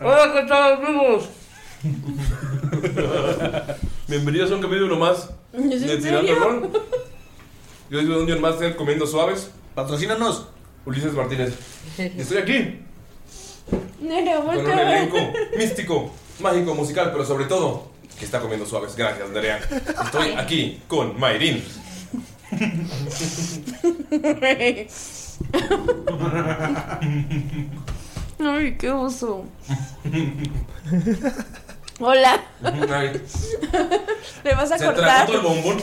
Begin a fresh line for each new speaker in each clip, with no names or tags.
Hola, ¿qué tal, amigos?
Bienvenidos a un capítulo más
¿Es en
de Tirando
serio?
Rol. Yo soy Dungeon Master comiendo suaves. Patrocínanos. Ulises Martínez. Y estoy aquí
Nena,
con un elenco místico, mágico, musical, pero sobre todo que está comiendo suaves. Gracias, Nerea. Estoy aquí con Mayrin.
Ay, qué oso. Hola.
Ay,
Le vas a
Se tragó
cortar.
todo el bombón.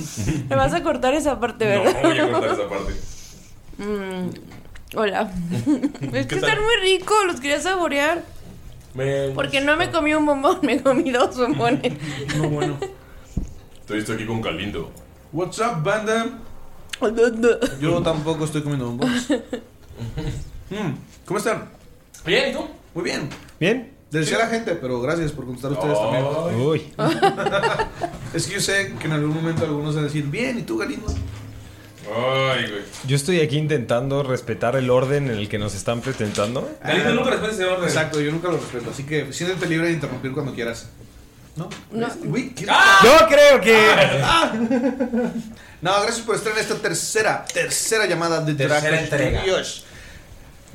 Le vas a cortar esa parte,
No,
¿verdad?
voy a cortar esa parte.
Mm, hola. es que
¿Qué tal?
están muy ricos, los quería saborear.
Me-
Porque no
Pues,
me comí un bombón, me comí dos bombones.
No, bueno. Estoy, estoy aquí con Calindo.
What's up, banda? Yo tampoco estoy comiendo bombos. Mm, ¿Cómo están?
Bien, ¿y tú?
Muy bien.
¿Bien?
Desde la gente, pero gracias por contestar ustedes también.
Uy.
Es que yo sé que en algún momento algunos van a decir, bien, ¿y tú, Galindo?
Ay, güey.
Yo estoy aquí intentando respetar el orden en el que nos están presentando.
Galindo nunca respetas ese orden.
Exacto, yo nunca lo respeto, así que siéntete libre de interrumpir cuando quieras. ¿No?
No.
Uy, ¿qué-
Yo creo que.
¡Ah! No, gracias por estar en esta tercera, tercera llamada de
Tercera
Draco
entrega.
Studios.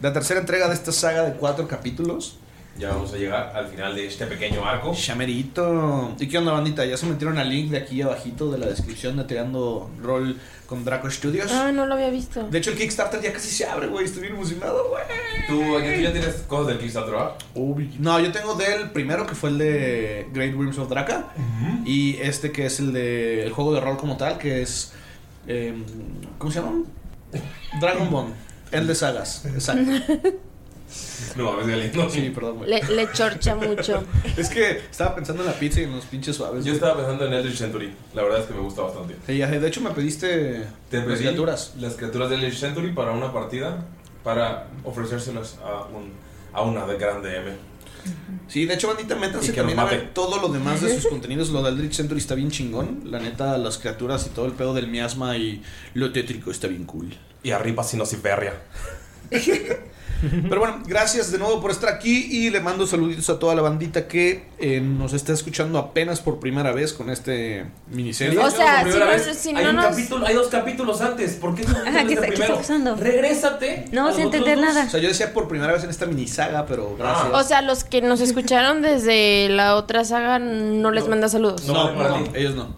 La tercera entrega de esta saga de cuatro capítulos.
Ya vamos a llegar al final de este pequeño arco.
Chamerito. ¿Y qué onda, bandita? ¿Ya se metieron al link de aquí abajito de la descripción de Tirando Roll con Draco Studios?
Ah, no lo había visto.
De hecho, el Kickstarter ya casi se abre, güey. Estoy bien emocionado, güey.
Tú, aquí tú ya tienes cosas del Kickstarter, ah? ¿verdad?
No, yo tengo del primero, que fue el de Great Worms of Draca. Y este que es el de el juego de rol como tal, que es... eh, ¿Cómo se llama? Dragon Ball. El de sagas. Exacto.
No, a veces Galindo.
Sí, perdón, güey.
Le, le chorcha mucho.
Es que estaba pensando en la pizza y en los pinches suaves.
Yo
güey.
estaba pensando en Eldritch Century. La verdad es que me gusta bastante.
Sí, ya sé. de hecho, me pediste...
Te
las
pedí
criaturas.
Las criaturas de Eldritch Century para una partida. Para ofrecérselas a, un, a una de grande M.
Sí, de hecho, bandita, métanse
Y que
también
los
a
mate.
ver todo lo demás de sus contenidos. Lo de Eldritch Century está bien chingón. La neta, las criaturas y todo el pedo del miasma y lo tétrico está bien cool.
Y arriba Sinosiferia.
Pero bueno, gracias de nuevo por estar aquí y le mando saluditos a toda la bandita que eh, nos está escuchando apenas por primera vez con este miniserie.
O sea,
Por primera
si no-
vez,
si
hay
no
un
nos-
capítulo, hay dos capítulos antes. ¿Por qué no
Ajá,
te
¿qué está- qué está
primero?
pasando?
Regrésate.
No
a
vas a
los otros
entender
dos. Ah.
nada.
O sea, yo decía por primera vez en esta minisaga, pero gracias.
O sea, los que nos escucharon desde la otra saga no les manda saludos.
No,
no,
vale,
no,
vale.
ellos no.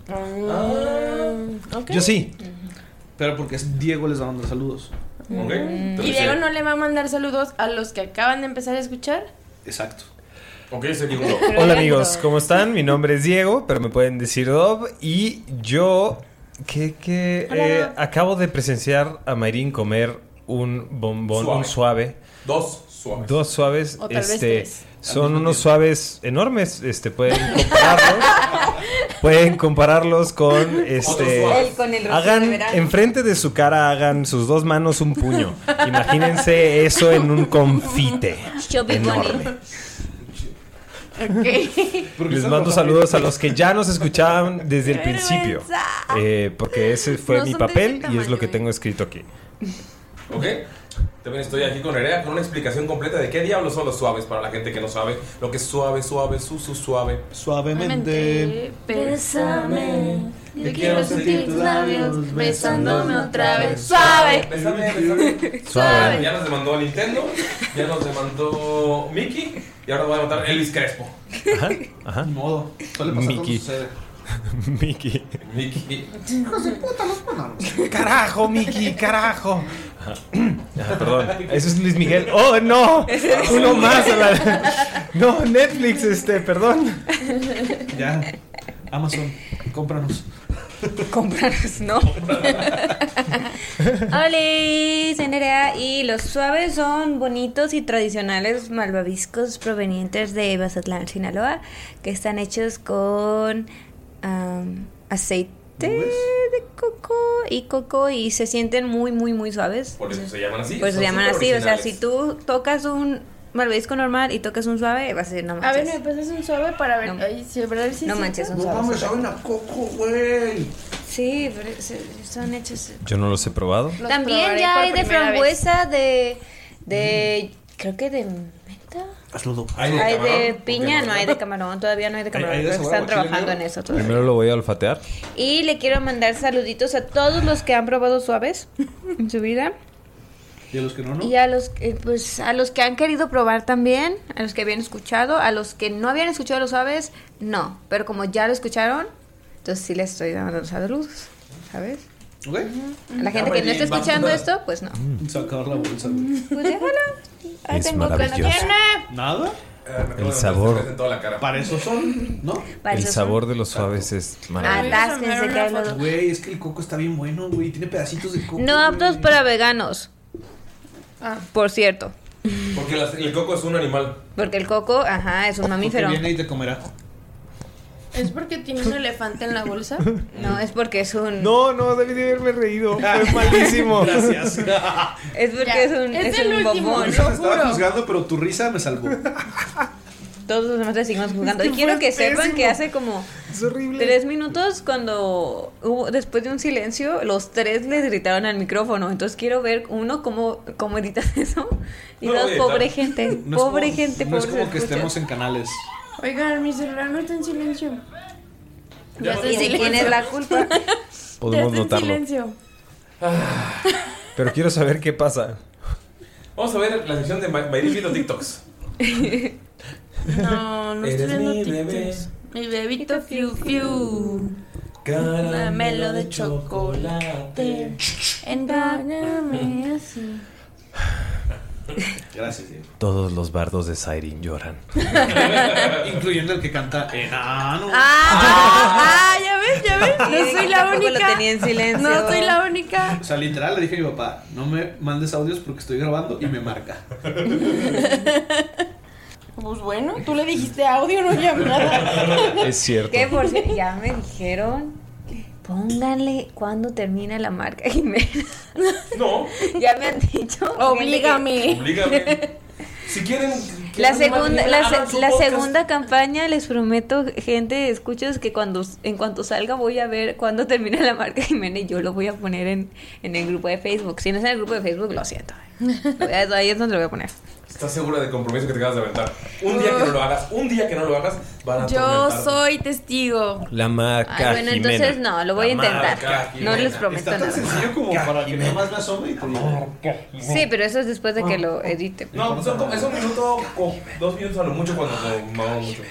Ah, ok.
Yo sí.
Pero porque es Diego les va a mandar saludos.
¿Ok?
Mm. Y
Entonces,
Diego
eh,
no le va a mandar saludos a los que acaban de empezar a escuchar.
Exacto.
Ok, sería uno.
Hola amigos, ¿cómo están? Mi nombre es Diego, pero me pueden decir Dob. Y yo que, que, eh, acabo de presenciar a Mayrin comer un bombón,
Suave.
un suave.
Dos suaves.
Dos suaves,
O tal vez
este,
tres.
Al
son
mismo
unos
tiempo.
suaves enormes, este, pueden compararlos, pueden compararlos con, este,
suaves.
Él con el rostro de
hagan
verano.
enfrente de su cara hagan sus dos manos un puño, imagínense eso en un confite
Chubby
enorme.
bunny.
Les mando saludos a los que ya nos escuchaban desde el principio, eh, porque ese fue
No
mi
son de ese
papel y es lo
tamaño,
que
eh.
tengo escrito aquí.
¿Ok? También estoy aquí con Nerea con una explicación completa de qué diablos son los suaves para la gente que no sabe lo que es suave, suave, su, su, suave.
Suavemente.
Bésame. Yo
quiero sentir tus
labios
besándome
otra vez. Suave.
Bésame, bésame.
Suave.
Ya nos demandó Nintendo, ya nos demandó Mickey y ahora nos va a demandar Elvis Crespo.
Ajá, ajá.
Ni modo. Suele pasar cuando
Mickey.
sucede.
Mickey.
Mickey.
Carajo, Mickey, carajo. perdón, eso es Luis Miguel. ¡Oh, no! Uno más. a la- No, Netflix, este, perdón.
Ya. Amazon, cómpranos.
Compraros, ¿no? Hola, soy Nerea y los suaves son bonitos y tradicionales malvaviscos provenientes de Mazatlán, Sinaloa, que están hechos con am, aceite de coco y coco y se sienten muy, muy, muy suaves.
Por eso se llaman así.
Pues se
son
llaman
súper
así, o sea,
originales.
si tú tocas un malvavisco normal y tocas un suave, vas a decir, no
A ver, ¿me
manches,
pasas un suave para ver?
No.
Ay, sí, ¿verdad? Sí,
no
sí.
manches, un
No
suave.
mames, saben a coco, güey.
Sí, pero se- son hechos...
Yo no los he probado.
Los
También
probaré
ya
por
hay de
primera vez.
frambuesa, de. de. creo que de menta.
Hazlo,
¿De
Hay de
camarón?
piña,
Ok.
no hay de camarón, todavía no hay de camarón,
hay de
pero
cebolla,
están
chile
trabajando en
negro?
eso todavía.
Primero lo voy a olfatear.
Y le quiero mandar saluditos a todos los que han probado suaves en su vida.
Y a los que no, no.
Y a los que, pues, a los que han querido probar también, a los que habían escuchado, a los que no habían escuchado los suaves, no. Pero como ya lo escucharon, entonces sí les estoy dando saludos, ¿sabes? A
Ok. Mm, Ah,
la gente que no está escuchando esto, pues no.
Se va a acabar la bolsa, güey.
Pues déjala. Ahí
Es
tengo que-
maravilloso.
Nada.
Ah, me acuerdo,
sabor.
me en toda la cara.
Para eso son, ¿no?
Para
El
eso son-
sabor de los suaves
Ah,
es maravilloso.
Atásquense que hay los-
Güey, es que el coco está bien bueno, güey. Tiene pedacitos de coco.
No aptos para veganos.
Ah.
Por cierto.
Porque las- el coco es un animal.
Porque el coco, ajá, es un mamífero.
mamífero. Viene y te comerá.
¿Es porque tiene un elefante en la bolsa?
No, es porque es un.
No, no, debí de haberme reído. Fue malísimo.
Gracias.
Es porque
Ya.
es un,
Es
es
el
un
último.
bombón.
Lo juro.
Estaba juzgando, pero tu risa me salvó.
Todos los demás le seguimos jugando. y quiero que sepan que hace como
Es horrible.
tres minutos, cuando hubo, después de un silencio, los tres les gritaron al micrófono. Entonces quiero ver uno cómo, cómo editas eso. Y
No lo
dos,
voy a
pobre
editar.
gente.
No es
pobre
como-
gente,
No
pobre
es como que
escucha.
estemos en canales.
Oigan, mi celular no está en silencio.
Ya
Ya
no
sé
¿Y
si
de quién es la culpa?
Podemos
Ya está en
notarlo.
silencio.
Pero quiero saber qué pasa.
Vamos a ver la sección de Ma- Mayrin viendo TikToks.
No, no
Eres
estoy viendo
mi
TikToks. Mi bebito fiu fiu. Caramelo de chocolate. Engáñame así.
Gracias, Diego.
Todos los bardos de Siren lloran.
Incluyendo el que canta enano.
Ah.
Ah, ya ves, ya ves. No soy la
Tampoco lo
única.
tenía en silencio.
No soy la única.
O sea, literal le dije a mi papá, no me mandes audios porque estoy grabando y me marca.
Pues bueno, tú le dijiste audio, no llamada.
Es cierto.
Que por si- ya me dijeron, pónganle cuando termina la marca Jimena.
No,
ya me han dicho.
Oblígame.
oblígame. Si quieren. que
La
hagan
segunda,
Mayrin,
la,
hagan
se-
su
la
podcast.
segunda campaña, les prometo, gente, escuchas que cuando en cuanto salga voy a ver cuándo termina la marca Jimena y yo lo voy a poner en, en el grupo de Facebook. Si no es en el grupo de Facebook, lo siento. Lo voy a- Ahí es donde lo voy a poner.
¿Estás segura del compromiso que te acabas de aventar? Un día que no lo hagas, un día que no lo hagas, van a
Yo
atormentarte.
soy testigo.
La marca
Ay, bueno, entonces
Jimena.
no, lo voy a
La
intentar.
marca
No
Jimena.
les prometo
Está tan
nada.
sencillo como para que nada más me asome y te diga.
Sí, pero eso es después de que lo edite.
No, pues son como- es un minuto o dos minutos a lo mucho cuando se mamó mucho.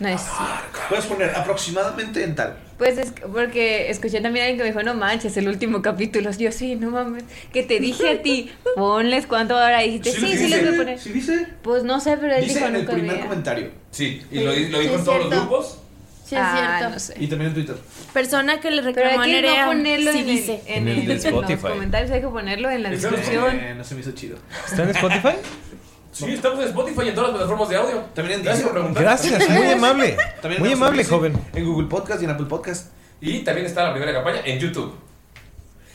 No es cierto.
Puedes poner aproximadamente en tal.
Pues es que- porque escuché también a alguien que me dijo, no manches, el último capítulo. Yo sí, no mames, que te dije a ti, ponles cuánto ahora dijiste.
Sí,
Sí,
lo
sí,
dice,
les voy a poner.
¿Sí dice?
Pues no sé, pero él
Dice
dijo
en el
nunca
primer
había.
comentario.
Sí, y lo, lo dijo
Sí,
en
es
todos los
cierto.
grupos.
Sí, es
Ah,
cierto.
no sé.
Y también en Twitter.
Persona que le
Pero hay
reclamó a
que
Nerea.
no ponerlo
sí
en, el,
dice.
en,
En el de
los
Spotify.
comentarios, hay que ponerlo en la
Eso es
descripción.
Eh, no se me hizo chido.
¿Está en Spotify?
Sí, estamos en Spotify y en todas las plataformas de audio.
También en
Gracias
Deezer.
por preguntar.
Gracias, muy amable.
También
Muy
en
amable,
Amazon
joven.
Music, En Google Podcast y en Apple Podcast.
Y también está la primera campaña en YouTube.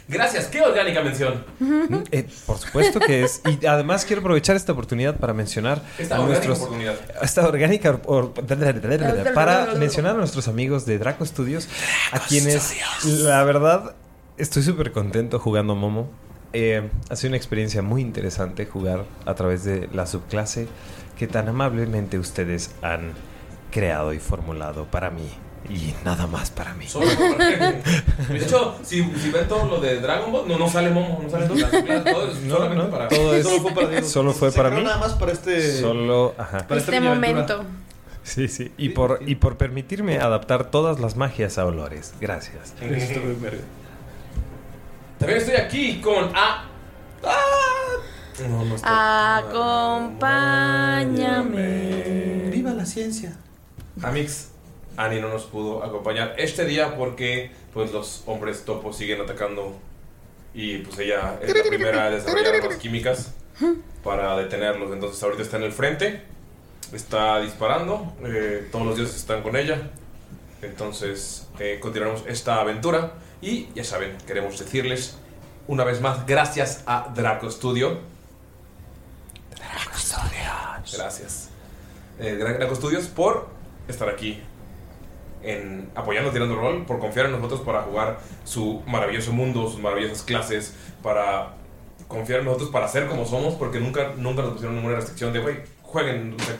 Gracias, qué orgánica mención.
Eh, por supuesto que es. Y además quiero aprovechar esta oportunidad para mencionar
Esta
a
orgánica
nuestros.
oportunidad.
Esta orgánica or- or- para mencionar a nuestros amigos de Draco Studios, a quienes la verdad estoy súper contento jugando Momo. Eh, ha sido una experiencia muy interesante jugar a través de la subclase que tan amablemente ustedes han creado y formulado para mí y nada más para mí.
Solo por- De hecho, si, si ven todo lo de Dragon Ball, no, no sale Momo, no sale todo. Todo es
No,
solamente
no,
para.
todo es-
Solo fue para Diego.
solo fue
Se
para
creó
mí.
Nada más para este.
Solo, ajá.
para
Este
mini aventura.
momento.
Sí, sí. Y por, y por permitirme adaptar todas las magias a olores. Gracias.
También estoy aquí con A. No, no estoy.
Ah, Acompáñame.
Viva la ciencia.
Amix, Ani no nos pudo acompañar este día porque pues los hombres topos siguen atacando y pues ella es la primera a desarrollar armas químicas para detenerlos. Entonces ahorita está en el frente, está disparando, eh, todos los dioses están con ella. Entonces eh, continuaremos esta aventura y ya saben, queremos decirles una vez más gracias a Draco Studio. Draco Studios. Gracias eh, Gran Graco Studios por estar aquí en apoyando Tirando Rol, por confiar en nosotros para jugar su maravilloso mundo, sus maravillosas clases, para confiar en nosotros para ser como somos, porque nunca, nunca nos pusieron ninguna restricción de, güey, jueguen. o sea,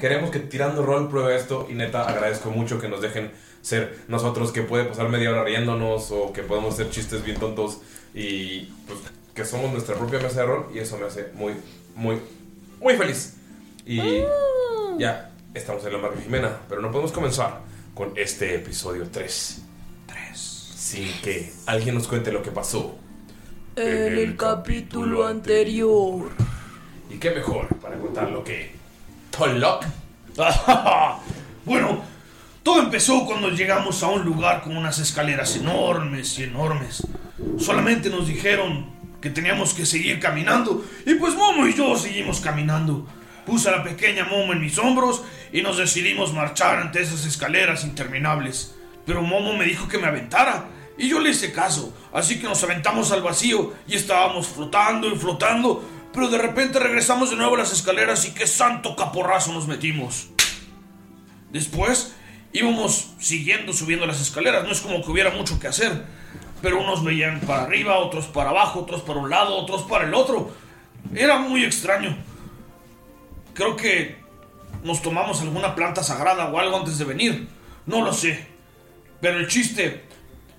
Queremos que Tirando Rol pruebe esto y neta agradezco mucho que nos dejen ser nosotros, que puede pasar media hora riéndonos o que podemos hacer chistes bien tontos y pues que somos nuestra propia mesa de rol y eso me hace muy, muy, muy feliz. Y
Mm.
ya estamos en la marca Jimena, pero no podemos comenzar con este episodio 3. 3. Sin que alguien nos cuente lo que pasó
Eh,
en el capítulo anterior. Y qué mejor para contar lo que Tolok
Bueno, todo empezó cuando llegamos a un lugar con unas escaleras enormes y enormes. Solamente nos dijeron que teníamos que seguir caminando y pues Momo y yo seguimos caminando. Puse a la pequeña Momo en mis hombros y nos decidimos marchar ante esas escaleras interminables. Pero Momo me dijo que me aventara y yo le hice caso, así que nos aventamos al vacío y estábamos flotando y flotando, pero de repente regresamos de nuevo a las escaleras y qué santo caporrazo nos metimos. Después íbamos siguiendo subiendo las escaleras, no es como que hubiera mucho que hacer, pero unos veían para arriba, otros para abajo, otros para un lado, otros para el otro. Era muy extraño. Creo que nos tomamos alguna planta sagrada o algo antes de venir, no lo sé. Pero el chiste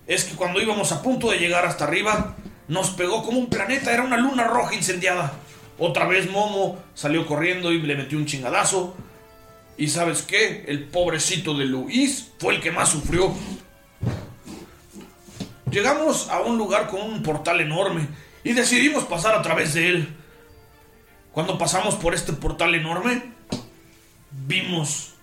es que cuando íbamos a punto de llegar hasta arriba, nos pegó como un planeta, era una luna roja incendiada. Otra vez Momo salió corriendo y le metió un chingadazo. ¿Y sabes qué? El pobrecito de Luis fue el que más sufrió. Llegamos a un lugar con un portal enorme y decidimos pasar a través de él. Cuando pasamos por este portal enorme, vimos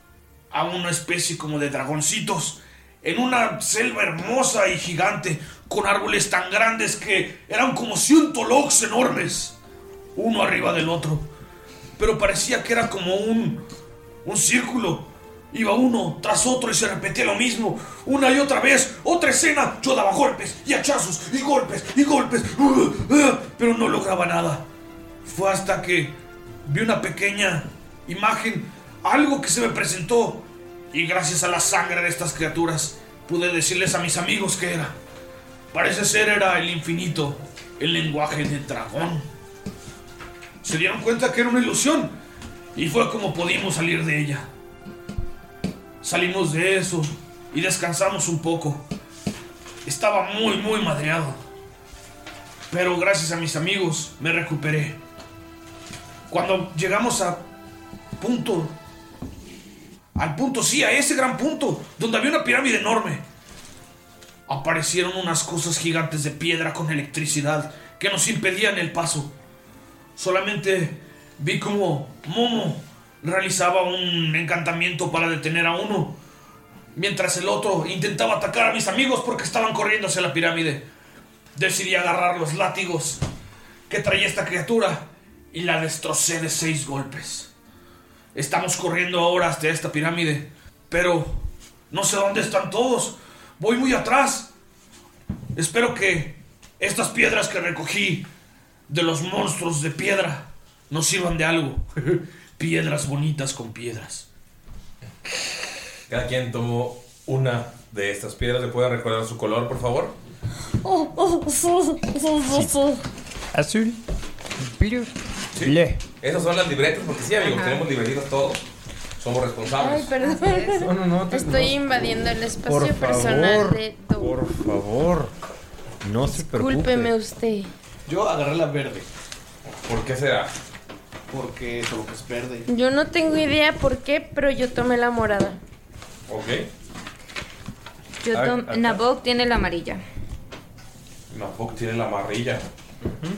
a una especie como de dragoncitos en una selva hermosa y gigante con árboles tan grandes que eran como 100 logs enormes, uno arriba del otro. Pero parecía que era como un un círculo. Iba uno tras otro y se repetía lo mismo. Una y otra vez, otra escena. Yo daba golpes y hachazos y golpes y golpes. ¡Ugh! ¡Ugh! Pero no lograba nada. Fue hasta que vi una pequeña imagen, algo que se me presentó. Y gracias a la sangre de estas criaturas, pude decirles a mis amigos que era. Parece ser era el infinito, el lenguaje del dragón. Se dieron cuenta que era una ilusión, y fue como pudimos salir de ella. Salimos de eso y descansamos un poco. Estaba muy, muy madreado. Pero gracias a mis amigos me recuperé. Cuando llegamos a punto, al punto, sí, a ese gran punto, donde había una pirámide enorme. aparecieron unas cosas gigantes de piedra con electricidad que nos impedían el paso. Solamente vi como Momo realizaba un encantamiento para detener a uno, mientras el otro intentaba atacar a mis amigos porque estaban corriendo hacia la pirámide. Decidí agarrar los látigos que traía esta criatura y la destrocé de seis golpes. Estamos corriendo ahora hasta esta pirámide, pero no sé dónde están todos. Voy muy atrás. Espero que estas piedras que recogí de los monstruos de piedra nos sirvan de algo. piedras bonitas con piedras.
Cada quien tomó una de estas piedras. ¿Le pueden recordar su color, por favor?
Oh,
Azul.
Sí. Esas son las libretas, porque sí, amigos,
Ajá.
tenemos libretitas todos. Somos responsables.
Ay, perdón.
No, no, no, te-
Estoy
no.
invadiendo el espacio
Por
personal
favor,
de
por favor. No se preocupe.
Discúlpeme usted.
Yo agarré la verde.
¿Por qué será?
Porque eso lo que es verde.
Yo no tengo idea por qué, pero yo tomé la morada.
Ok.
Yo
A ver,
tom-
acá.
Nabok tiene la amarilla.
Nabok tiene la amarilla.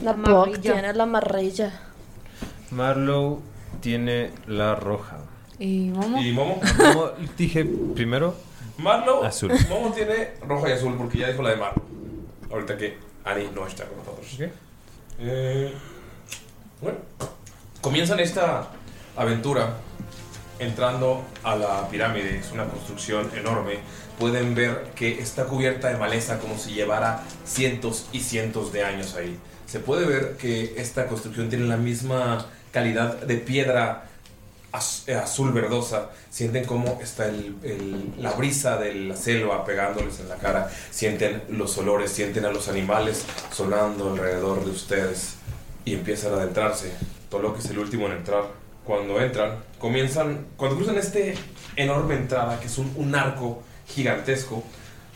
La
Amarilla.
tiene la amarilla.
Marlow tiene la roja.
Y vamos.
¿Y Momo?
Como dije primero,
Marlow.
Azul.
Momo tiene roja y azul, porque ya dijo la de Marlow. Ahorita que Ani no está con nosotros. Eh, bueno, comienzan esta aventura entrando a la pirámide. Es una construcción enorme. Pueden ver que está cubierta de maleza como si llevara cientos y cientos de años ahí. Se puede ver que esta construcción tiene la misma calidad de piedra az- eh, azul verdosa. Sienten cómo está el- el- la brisa de la selva pegándoles en la cara. Sienten los olores, sienten a los animales sonando alrededor de ustedes y empiezan a adentrarse. Tolok es el último en entrar. Cuando entran, comienzan, cuando cruzan este enorme entrada, que es un, un arco gigantesco,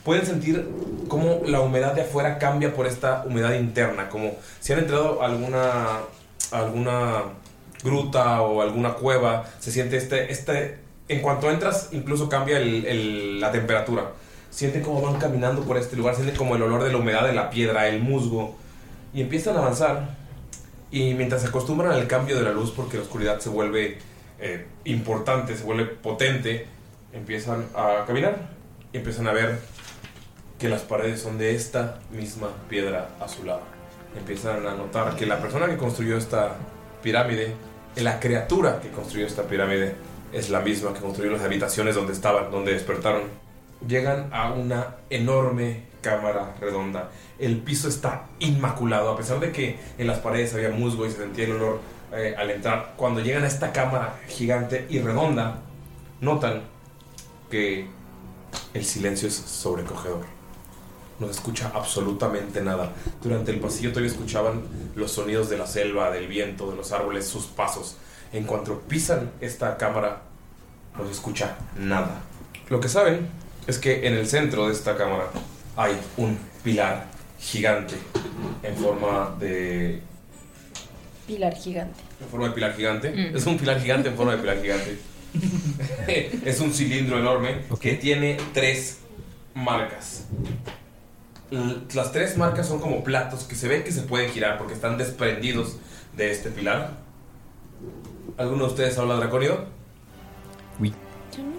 pueden sentir cómo la humedad de afuera cambia por esta humedad interna, como si han entrado a alguna, a alguna gruta o alguna cueva, se siente este, este, en cuanto entras incluso cambia el- el- la temperatura. Sienten cómo van caminando por este lugar, sienten como el olor de la humedad de la piedra, el musgo, y empiezan a avanzar. Y mientras se acostumbran al cambio de la luz, porque la oscuridad se vuelve eh, importante, se vuelve potente, empiezan a caminar y empiezan a ver que las paredes son de esta misma piedra azulada. Empiezan a notar que la persona que construyó esta pirámide, la criatura que construyó esta pirámide, es la misma que construyó las habitaciones donde estaban, donde despertaron. Llegan a una enorme cámara redonda. El piso está inmaculado, a pesar de que en las paredes había musgo y se sentía el olor eh, al entrar. Cuando llegan a esta cámara gigante y redonda, notan que el silencio es sobrecogedor. No se escucha absolutamente nada. Durante el pasillo todavía escuchaban los sonidos de la selva, del viento, de los árboles, sus pasos. En cuanto pisan esta cámara, no se escucha nada. Lo que saben es que en el centro de esta cámara hay un pilar gigante en forma de
Pilar gigante.
en forma de pilar gigante.
Mm.
Es un pilar gigante en forma de pilar gigante. es un cilindro enorme que tiene tres marcas. L- Las tres marcas son como platos que se ve que se pueden girar porque están desprendidos de este pilar. ¿Alguno de ustedes habla dracónido?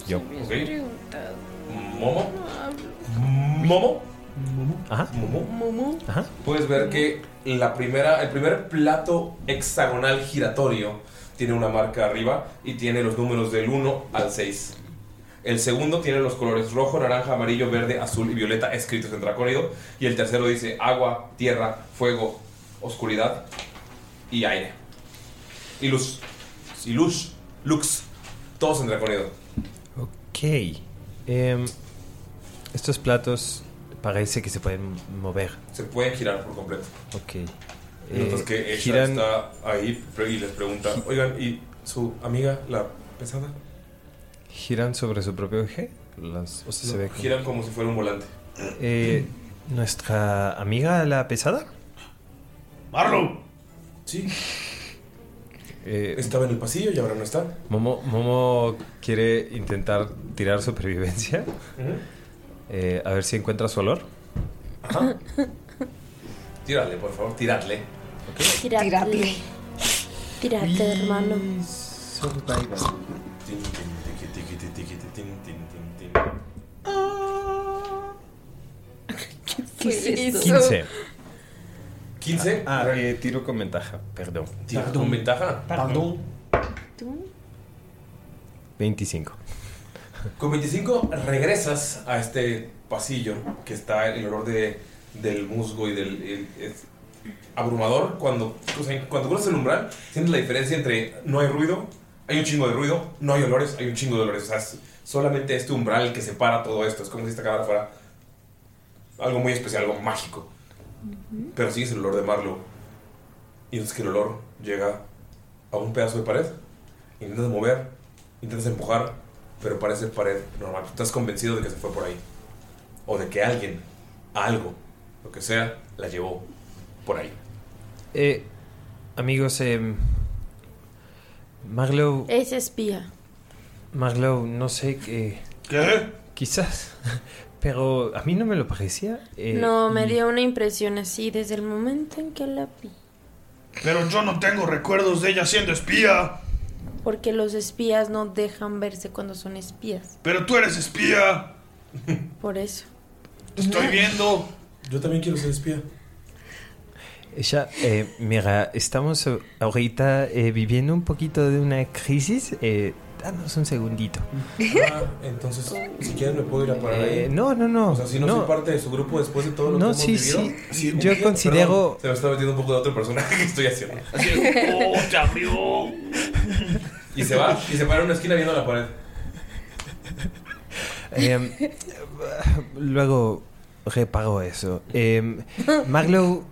Yo no
Yo.
sabía
Ok.
preguntado.
¿Momo?
No hablo.
¿Momo?
Ajá.
¿Momo?
Momo.
Ajá.
Puedes ver que la primera, el primer plato hexagonal giratorio tiene una marca arriba y tiene los números del 1 al 6. El segundo tiene los colores rojo, naranja, amarillo, verde, azul y violeta escritos en dracónido. Y el tercero dice agua, tierra, fuego, oscuridad y aire. Y luz. Y luz, lux. Todos en dracónido.
Ok. Em, estos platos parece que se pueden mover.
Se pueden girar por completo.
Ok.
Notas
Eh,
que ella
giran-
está ahí pre- y les pregunta, oigan, ¿y su amiga, la pesada?
¿Giran sobre su propio eje? Las, o sea, se ve que-
Giran como si fuera un volante.
Eh, ¿Nuestra amiga la pesada?
Marlow.
Sí.
Eh,
Estaba en el pasillo y ahora no está.
Momo, Momo quiere intentar tirar supervivencia. Eh, a ver si encuentra su olor.
Ajá. Tírale, por favor, tiradle. Ok.
pues,
Tirate. Tirate, hermano.
Tin, tin, tiqui, tiqui, ti, tiqui, ti, tin, tin, tin, tin.
¿Qué es esto?
15.
15.
Ah, eh, tiro con ventaja, perdón.
¿Tiro con ventaja? Perdón.
25.
Con 25 regresas a este pasillo que está el olor de, del musgo y del... el- es abrumador. Cuando, o sea, cuando cruzas el umbral, sientes la diferencia entre no hay ruido, hay un chingo de ruido, no hay olores, hay un chingo de olores. O sea, es solamente este umbral que separa todo esto. Es como si esta cámara fuera algo muy especial, algo mágico. Pero sigues el olor de Marlow. Y es que el olor llega a un pedazo de pared. Intentas mover, intentas empujar, pero parece pared normal. Estás convencido de que se fue por ahí. O de que alguien, algo, lo que sea, la llevó por ahí.
Eh, amigos, eh, Marlow,
Es espía.
Marlow, no sé qué.
¿Qué?
Quizás, pero a mí no me lo parecía. eh,
no,
y-
me dio una impresión así desde el momento en que la vi.
Pero yo no tengo recuerdos de ella siendo espía.
Porque los espías no dejan verse cuando son espías.
Pero tú eres espía.
Por eso.
Estoy viendo.
Yo también quiero ser espía.
Ella, eh, mira, estamos eh, ahorita eh, viviendo un poquito de una crisis. eh, danos un segundito.
Ah, entonces, si quieres me puedo ir a parar
Eh,
ahí.
no, no, no.
O sea, si no,
no.
soy parte de su grupo después de todo lo
No,
que hemos
sí,
vivido.
sí. Yo considero-
Perdón, se me está metiendo un poco de otro personaje que estoy haciendo.
¡Oh, ya vio!
Y se va y se para en una esquina viendo la pared.
Eh, luego reparo eso. Eh, Marlow,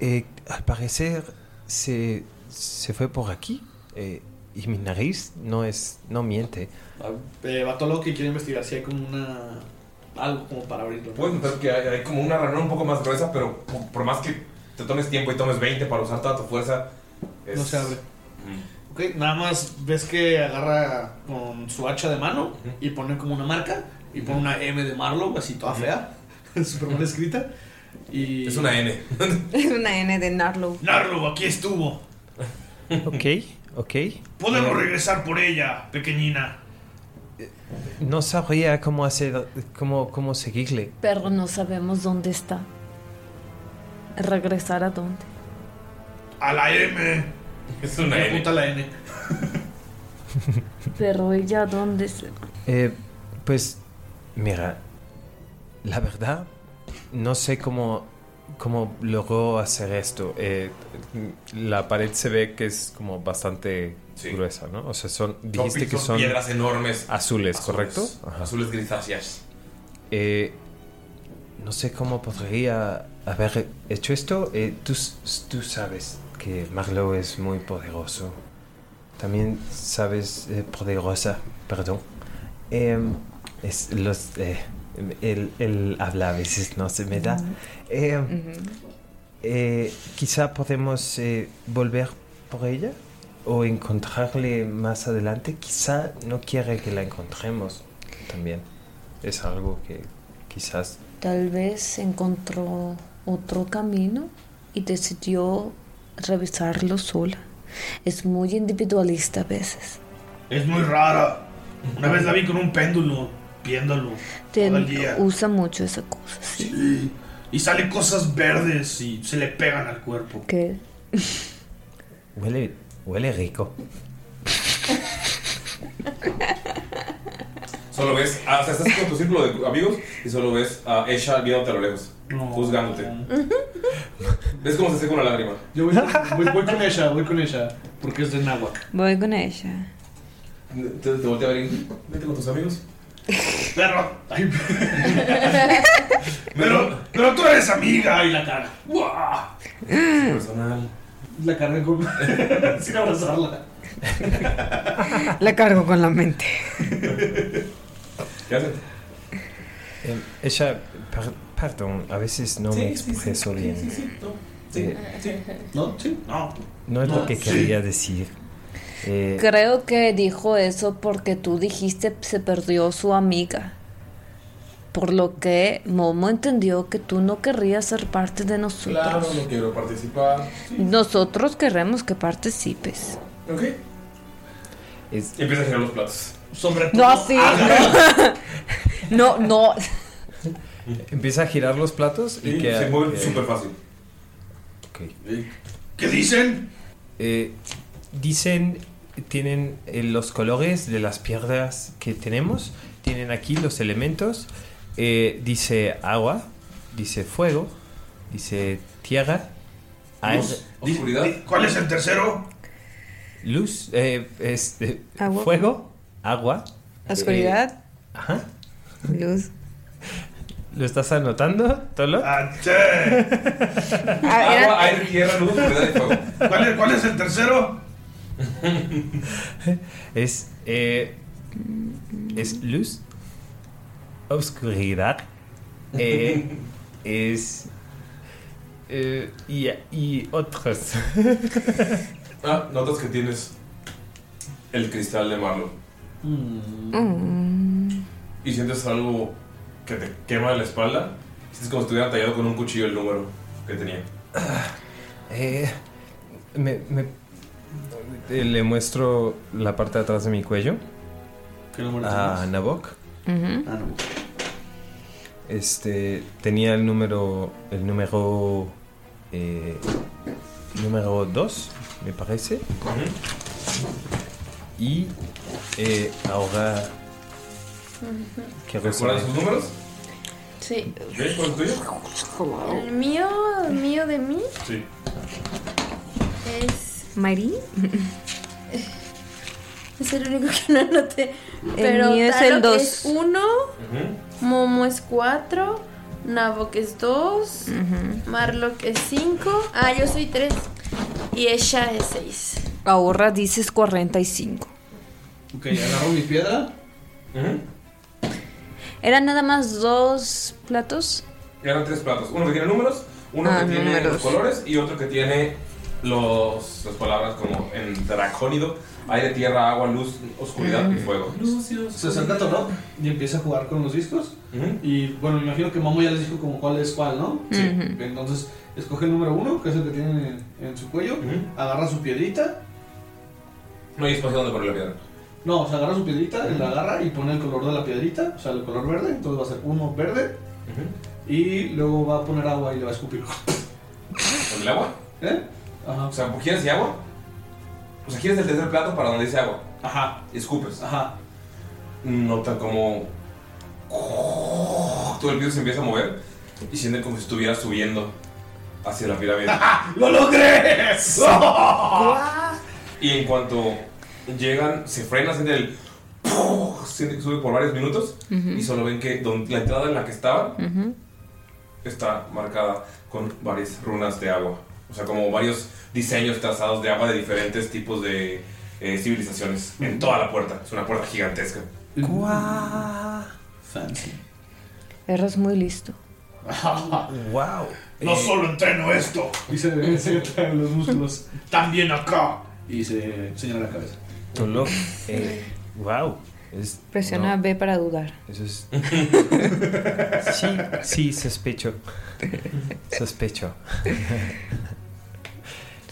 eh, al parecer, se, se fue por aquí. eh, y mi nariz no es no miente.
Eh, va todo lo que quiere investigar si hay como una. Algo como para abrirlo.
Puedes notar que hay, hay como una ranura un poco más gruesa, pero por- por más que te tomes tiempo y tomes 20 para usar toda tu fuerza, es-
No se abre.
Mm.
Ok, nada más ves que agarra con su hacha de mano y pone como una marca y pone una M de Marlow, así toda fea, súper mal escrita. Y...
Es una N.
Es una N de Narlow.
Narlo, aquí estuvo.
Ok, ok.
Podemos regresar por ella, pequeñina.
No sabría cómo hacer, cómo, cómo seguirle.
Pero no sabemos dónde está. ¿Regresar a dónde?
A la M.
Es una
Y
N.
apunta a la N.
Pero ella dónde se...
Eh, pues, mira, la verdad, no sé cómo, cómo logró hacer esto. Eh, la pared se ve que es como bastante gruesa, ¿no? O sea, son, dijiste
pi-
que
son
son
piedras enormes.
azules,
Azules.
¿correcto? Ajá.
Azules grisáceas.
Eh, no sé cómo podría haber hecho esto. Eh, tú, s- tú sabes que Marlowe es muy poderoso. También sabes, eh, poderosa, perdón. Eh, es los, eh, el, el habla a veces no se me da. Eh, eh, quizá podemos eh, volver por ella o encontrarle más adelante. Quizá no quiere que la encontremos también. Es algo que quizás...
Tal vez encontró otro camino y decidió revisarlo sola. Es muy individualista a veces.
Es muy rara. Una vez la vi con un péndulo, viéndolo. todo el día.
usa mucho esa cosa.
Sí. Y salen cosas verdes y se le pegan al cuerpo.
¿Qué?
Huele, huele rico.
Solo ves, ah, o sea, estás con tu círculo de amigos y solo ves a Esha viéndote a lo lejos, juzgándote. ¿Ves cómo se seca una lágrima?
Yo voy, voy- voy con ella, voy con ella, porque es de náhuatl.
Voy con ella.
Te, te voltea a ver y vete con tus amigos.
Perro. Ay, pero, pero tú eres amiga y la cara. ¡Guau!
Personal.
La carga con... sin abrazarla.
La cargo con la mente.
¿Qué haces?
Eh, ella, per- perdón, a veces no me expreso bien. Eh,
¿No? Sí. No.
no es lo
No,
que
sí.
quería decir. Eh,
Creo que dijo eso porque tú dijiste se perdió su amiga. Por lo que Momo entendió que tú no querrías ser parte de nosotros.
Claro, no quiero participar.
Nosotros queremos que participes.
Ok. Y empieza a girar los platos.
Sobre
No, sí,
Ah,
no. no, no.
Empieza a girar los platos y
Sí,
que.
se mueven súper fácil.
¿Qué dicen?
Eh, dicen, tienen eh, los colores de las piedras que tenemos, tienen aquí los elementos. eh, dice agua, dice fuego, dice tierra, Ah, aire,
Luz, di- ¿Cuál es el tercero?
luz, eh, este,
Agua.
fuego, agua. eh,
Oscuridad.
ajá.
Luz.
Eh, ¿Lo estás anotando, Tolo?
Agua,
aire, tierra, luz,
¿Cuál es, ¿Cuál es el tercero?
Es, eh, es luz, obscuridad, eh, es... eh, y, y otros.
Ah, notas que tienes el cristal de Marlo. Y sientes algo que te quema en la espalda. Sientes como si estuviera tallado con un cuchillo el número que tenía.
Eh, me, me- eh, le muestro la parte de atrás de mi cuello
¿Qué número
a
tienes?
Nabok.
Ujú. Ah, Nabok.
Este tenía el número el número eh, número 2, me parece. Y eh, ahora quiero saber
¿Recuerdas sus números?
Sí.
¿Ves cuál es tuyo?
El mío, el mío de mí
Sí.
es.
¿Mari?
Es el único que no anoté.
El
Pero
mío es
Tarot
el dos.
Es uno, Momo es cuatro, Nabok es dos, Marlock es cinco. Ah, yo soy tres. Y ella es seis.
Ahora dices 45.
Ok, agarro mi piedra.
¿Eran nada más dos platos?
Y eran tres platos. Uno que tiene números, uno
Ah,
que tiene
números.
los colores y otro que tiene los, las palabras como en dracónido. Aire, tierra, agua, luz, oscuridad
Mm.
y fuego.
Se acerca a Torok y empieza a jugar con los discos. Y bueno, me imagino que Momo ya les dijo como cuál es cuál, ¿no?
Sí.
Ujú. Entonces, escoge el número uno, que es el que tiene en, en su cuello. Agarra su piedrita.
No hay espacio donde poner la piedra.
No, o sea, agarra su piedrita, la agarra y pone el color de la piedrita, o sea, el color verde. Entonces va a ser uno verde. Y luego va a poner agua y le va a escupir.
¿Con el agua?
¿Eh? Ajá.
O sea, ¿quieres y agua? O sea, ¿quieres el tercer plato para donde dice agua?
Ajá.
Y escupes.
Ajá.
Nota como. Todo el piso se empieza a mover y siente como si estuviera subiendo hacia la pirámide.
¡Ah!
¡Lo logré!
Y en cuanto llegan, se frenan, sienten el. Sienten que sube por varios minutos
Ujú.
y solo ven que don- la entrada en la que estaban está marcada con varias runas de agua. O sea, como varios diseños trazados de agua de diferentes tipos de eh, civilizaciones en toda la puerta. Es una puerta gigantesca.
¡Guau!
Fancy.
Eres muy listo.
wow.
No solo entreno esto.
Y se, se traen los músculos.
También acá.
Y se señala la cabeza.
Tolo, eh, wow. Es,
Presiona B para dudar.
no, eso es. sí, sí, sospecho. Sospecho.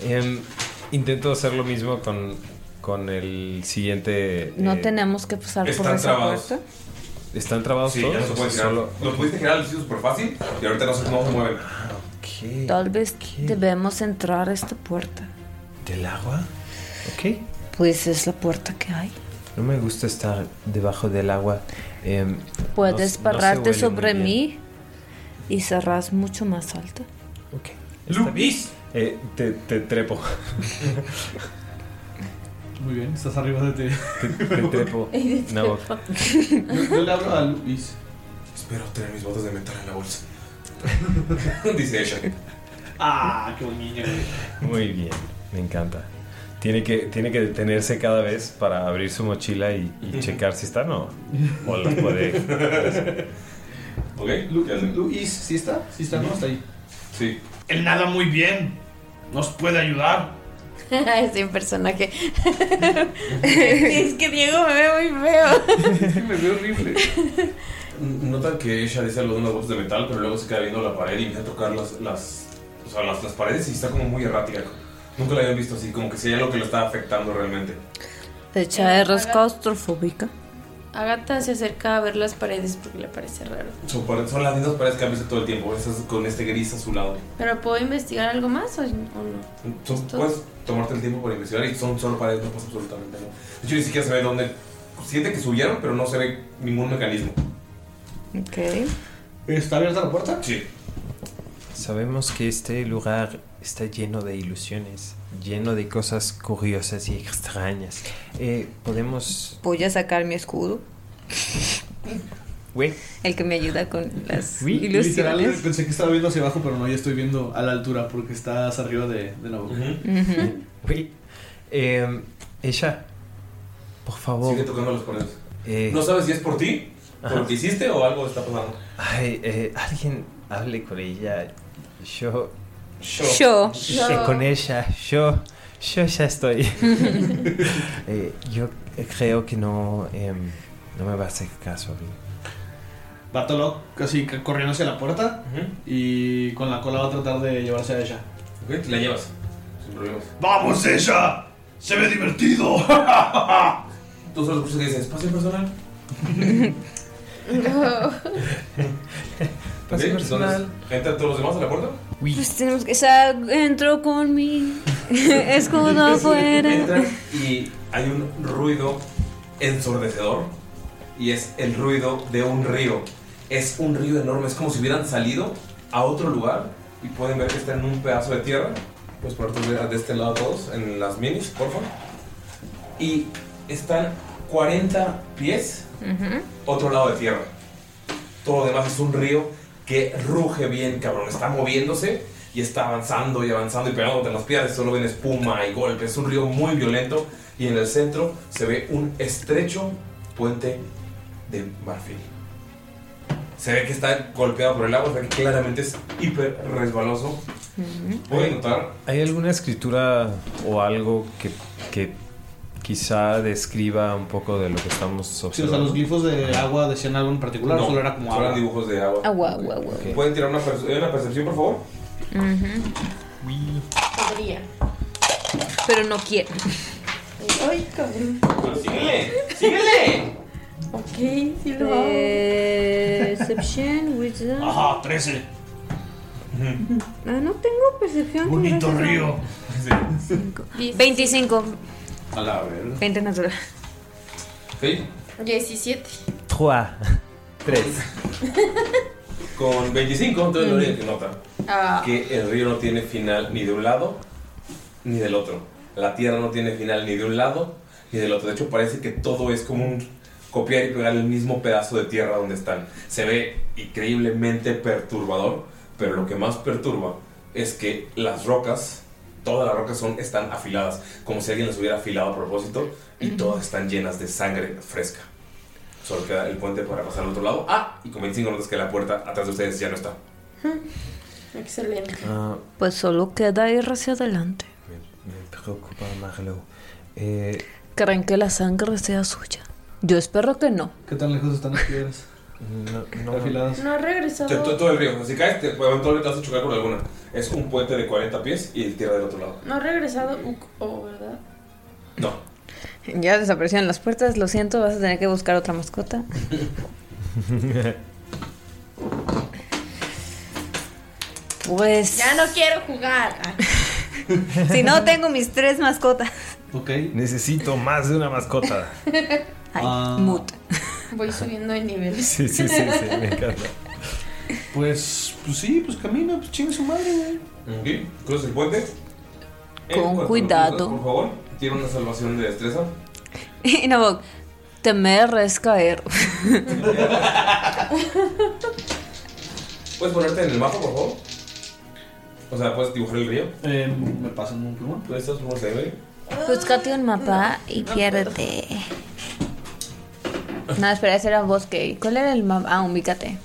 Em, intento hacer lo mismo con, con el siguiente.
No
eh,
tenemos que pasar por
están
esa
trabados.
puerta.
¿Están trabados
Sí,
todos?
ya no se
¿O
puede girar.
solo-
Los pudiste girar al sitio súper fácil y ahorita no sé cómo se mueven.
Ah, Eh,
Tal vez debemos entrar a esta puerta.
¿Del agua? Ok.
Pues es la puerta que hay.
No me gusta estar debajo del agua. Em, no
Puedes
s- no se
pararte
huele muy
sobre
bien.
mí y cerrás mucho más alta.
¡Lupis! Eh, te, te trepo.
Muy bien, estás arriba de ti.
Te, te trepo. No.
Yo, yo le hablo a Luis.
Espero tener mis botas de metal en la bolsa. Dice ella.
Ah, qué buen niño.
Muy bien, me encanta. Tiene que, tiene que detenerse cada vez para abrir su mochila y, y checar si están o, o las puede.
Ok, ¿qué hacen?
Luis, ¿sí está? ¿Sí está? ¿No? Está ahí.
Sí.
Él nada muy bien. Nos puede ayudar.
Estoy un personaje. es que Diego me ve muy feo.
Me veo horrible.
Notan que ella dice algo de unas botas de metal, pero luego se queda viendo la pared y empieza a tocar las, las, o sea, las, las paredes y está como muy errática. Nunca la habían visto así, como que si hay algo que la está afectando realmente.
Fecha eres claustrofóbica.
Eh, Agatha se acerca a ver las paredes porque le parece raro.
Son, pare- son las mismas paredes que han visto todo el tiempo, esas con este gris azulado.
¿Pero puedo investigar algo más o, o no?
Son- puedes tomarte el tiempo para investigar y son solo paredes, no pasa absolutamente nada. De hecho, ni siquiera se ve dónde. Siente que subieron, pero no se ve ningún mecanismo.
Ok.
¿Está abierta la puerta?
Sí.
Sabemos que este lugar está lleno de ilusiones, lleno de cosas curiosas y extrañas. Eh, podemos...
Voy a sacar mi escudo,
Güey,
el que me ayuda con las
Sí, literal,
ilusiones.
pensé que estaba viendo hacia abajo, pero no, ya estoy viendo a la altura porque estás arriba de, de la boca.
Ujú.
güey. Eh, ella, por favor.
Sigue tocando las paredes.
Eh,
No sabes si es por ti, por
Ajá.
lo que hiciste o algo está pasando.
Ay, eh, alguien hable con ella. Yo.
Yo.
Yo.
Eh, Con ella. Yo. Yo ya estoy. Eh, yo creo que no. em, no me va a hacer caso a mí.
Va Tolok casi c- corriendo hacia la puerta y con la cola va a tratar de llevarse a ella.
Ok, la llevas. Sin problemas.
¡Vamos, ella! ¡Se ve divertido!
Tú solo escuchas que dice espacio personal.
Espacio
Ok,
personal.
entonces, ¿Entran todos los demás a la puerta?
Pues tenemos que. O sea, entró con mi escudo afuera.
Entran y hay un ruido ensordecedor y es el ruido de un río. Es un río enorme, es como si hubieran salido a otro lugar y pueden ver que está en un pedazo de tierra. Pues por de de este lado todos, en las minis, por favor. Y están 40 pies otro lado de tierra. Todo lo demás es un río que ruge bien, cabrón. Está moviéndose y está avanzando y avanzando y pegándote en las piedras. Solo ven espuma y golpes. Es un río muy violento y en el centro se ve un estrecho puente de marfil. Se ve que está golpeado por el agua, se ve que claramente es hiper resbaloso. Pueden notar
¿Hay alguna escritura o algo que, que quizá describa un poco de lo que estamos
Sí, o sea, los
observando?
glifos de agua decían algo en particular,
No,
solo era como
solo
agua.
eran
dibujos de agua.
Agua, agua, agua.
¿Pueden tirar una, perce- una percepción, por favor?
Ujú.
Podría.
Pero no quiero.
Ay, cabrón.
¡Síguele! ¡Síguele!
Ok, sí lo hago.
Perception, wisdom.
Ajá, 13.
Ah, no tengo percepción.
Bonito
gracias a-
río.
25.
A la verga.
20 natural.
17.
Trois. Tres.
Con 25, entonces lo que nota
Ah.
que el río no tiene final ni de un lado ni del otro. La tierra no tiene final ni de un lado ni del otro. De hecho, parece que todo es como un copiar y pegar el mismo pedazo de tierra donde están. Se ve increíblemente perturbador, pero lo que más perturba es que las rocas, todas las rocas son, están afiladas, como si alguien las hubiera afilado a propósito, y todas están llenas de sangre fresca. Solo queda el puente para pasar al otro lado. Ah, y con 25 notas que la puerta atrás de ustedes ya no está.
Mm, Excelente.
Pues solo queda ir hacia adelante.
Ah, Me preocupa Marlowe. Eh,
¿Creen que la sangre sea suya? Yo espero que no.
¿Qué tan lejos están las piedras?
no, no.
Afiladas.
No ha
Te- to-
regresado.
Todo el río. Si caes, te, eventualmente te vas a chocar con alguna. Es un puente de 40 pies y el tierra del otro lado.
No ha regresado Uko, ¿verdad?
Ya desaparecieron las puertas, lo siento, vas a tener que buscar otra mascota. Pues.
Ya no quiero jugar. Ah,
Si no, tengo mis tres mascotas.
Necesito más de una mascota.
Ay,
Ah.
mut.
Voy subiendo de nivel.
Sí, sí, sí, sí, me encanta.
Pues, pues sí, pues camina, pues chinga su madre, güey.
Ok, cruzas el puente. En
Con
cuanto lo
cuidado.
cruzas, Por favor, tiene una salvación de destreza.
Y no, temer es caer.
¿Puedes ponerte en el mapa, por favor? O sea, ¿puedes dibujar el río?
Eh, me pasan un plumón.
¿Tú estás por ahí?
Búscate un mapa y piérdete. No, espera, ese era bosque. ¿Cuál era el mapa? Ah, ubícate.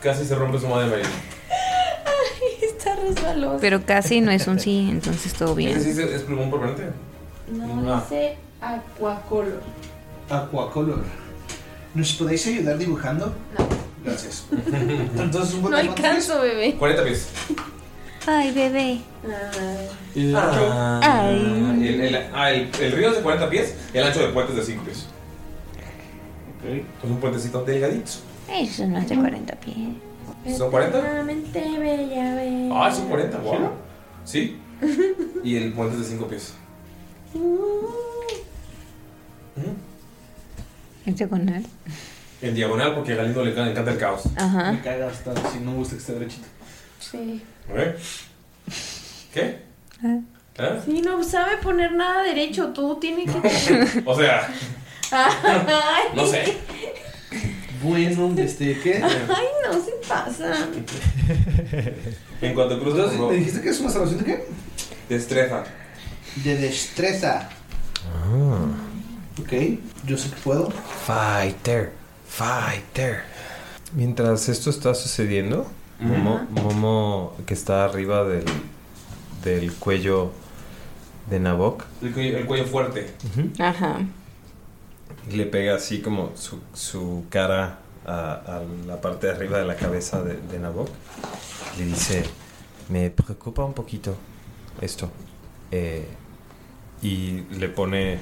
Casi se rompe su madre Mary.
Está resbaloso.
Pero casi no es un sí, entonces todo
¿Ese sí
bien.
es, es plumón permanente?
No,
Ah.
dice Aquacolor.
Aquacolor. ¿Nos podéis ayudar dibujando? Gracias. Entonces, un
No alcanzo, bebé.
40 pies.
Ay, bebé.
El
ancho.
Ay.
Ah, El, el- ah, el- el río es de 40 pies y el ancho de puentes de 5 pies. Es un puentecito delgadito.
Eso no es de 40 pies.
¿Son 40?
Eternamente bella, bella.
Ah, son 40, wow. Sí. Y el puente es de 5 pies.
¿Es diagonal?
En diagonal, porque a Galindo le encanta le encanta el caos.
Ajá.
Me caga hasta si no me gusta que esté derechito.
Sí.
¿Ok? ¿Qué? ¿Eh?
Sí, no sabe poner nada derecho. Tú tienes que.
O sea,
Ay,
no sé.
Bueno, este, ¿qué?
Ay, no se pasa.
En cuanto cruzas,
¿Me dijiste que es una salvación de qué?
Destreza.
De destreza.
Ah.
Ok, yo sé que puedo.
Fighter, fighter. Mientras esto está sucediendo, Momo, Momo, que está arriba del, del cuello de Nabok,
El cuello, el cuello fuerte.
Ajá.
le pega así como su, su cara a, a la parte de arriba de la cabeza de, de Nabok. Le dice, me preocupa un poquito esto. Eh, y le pone,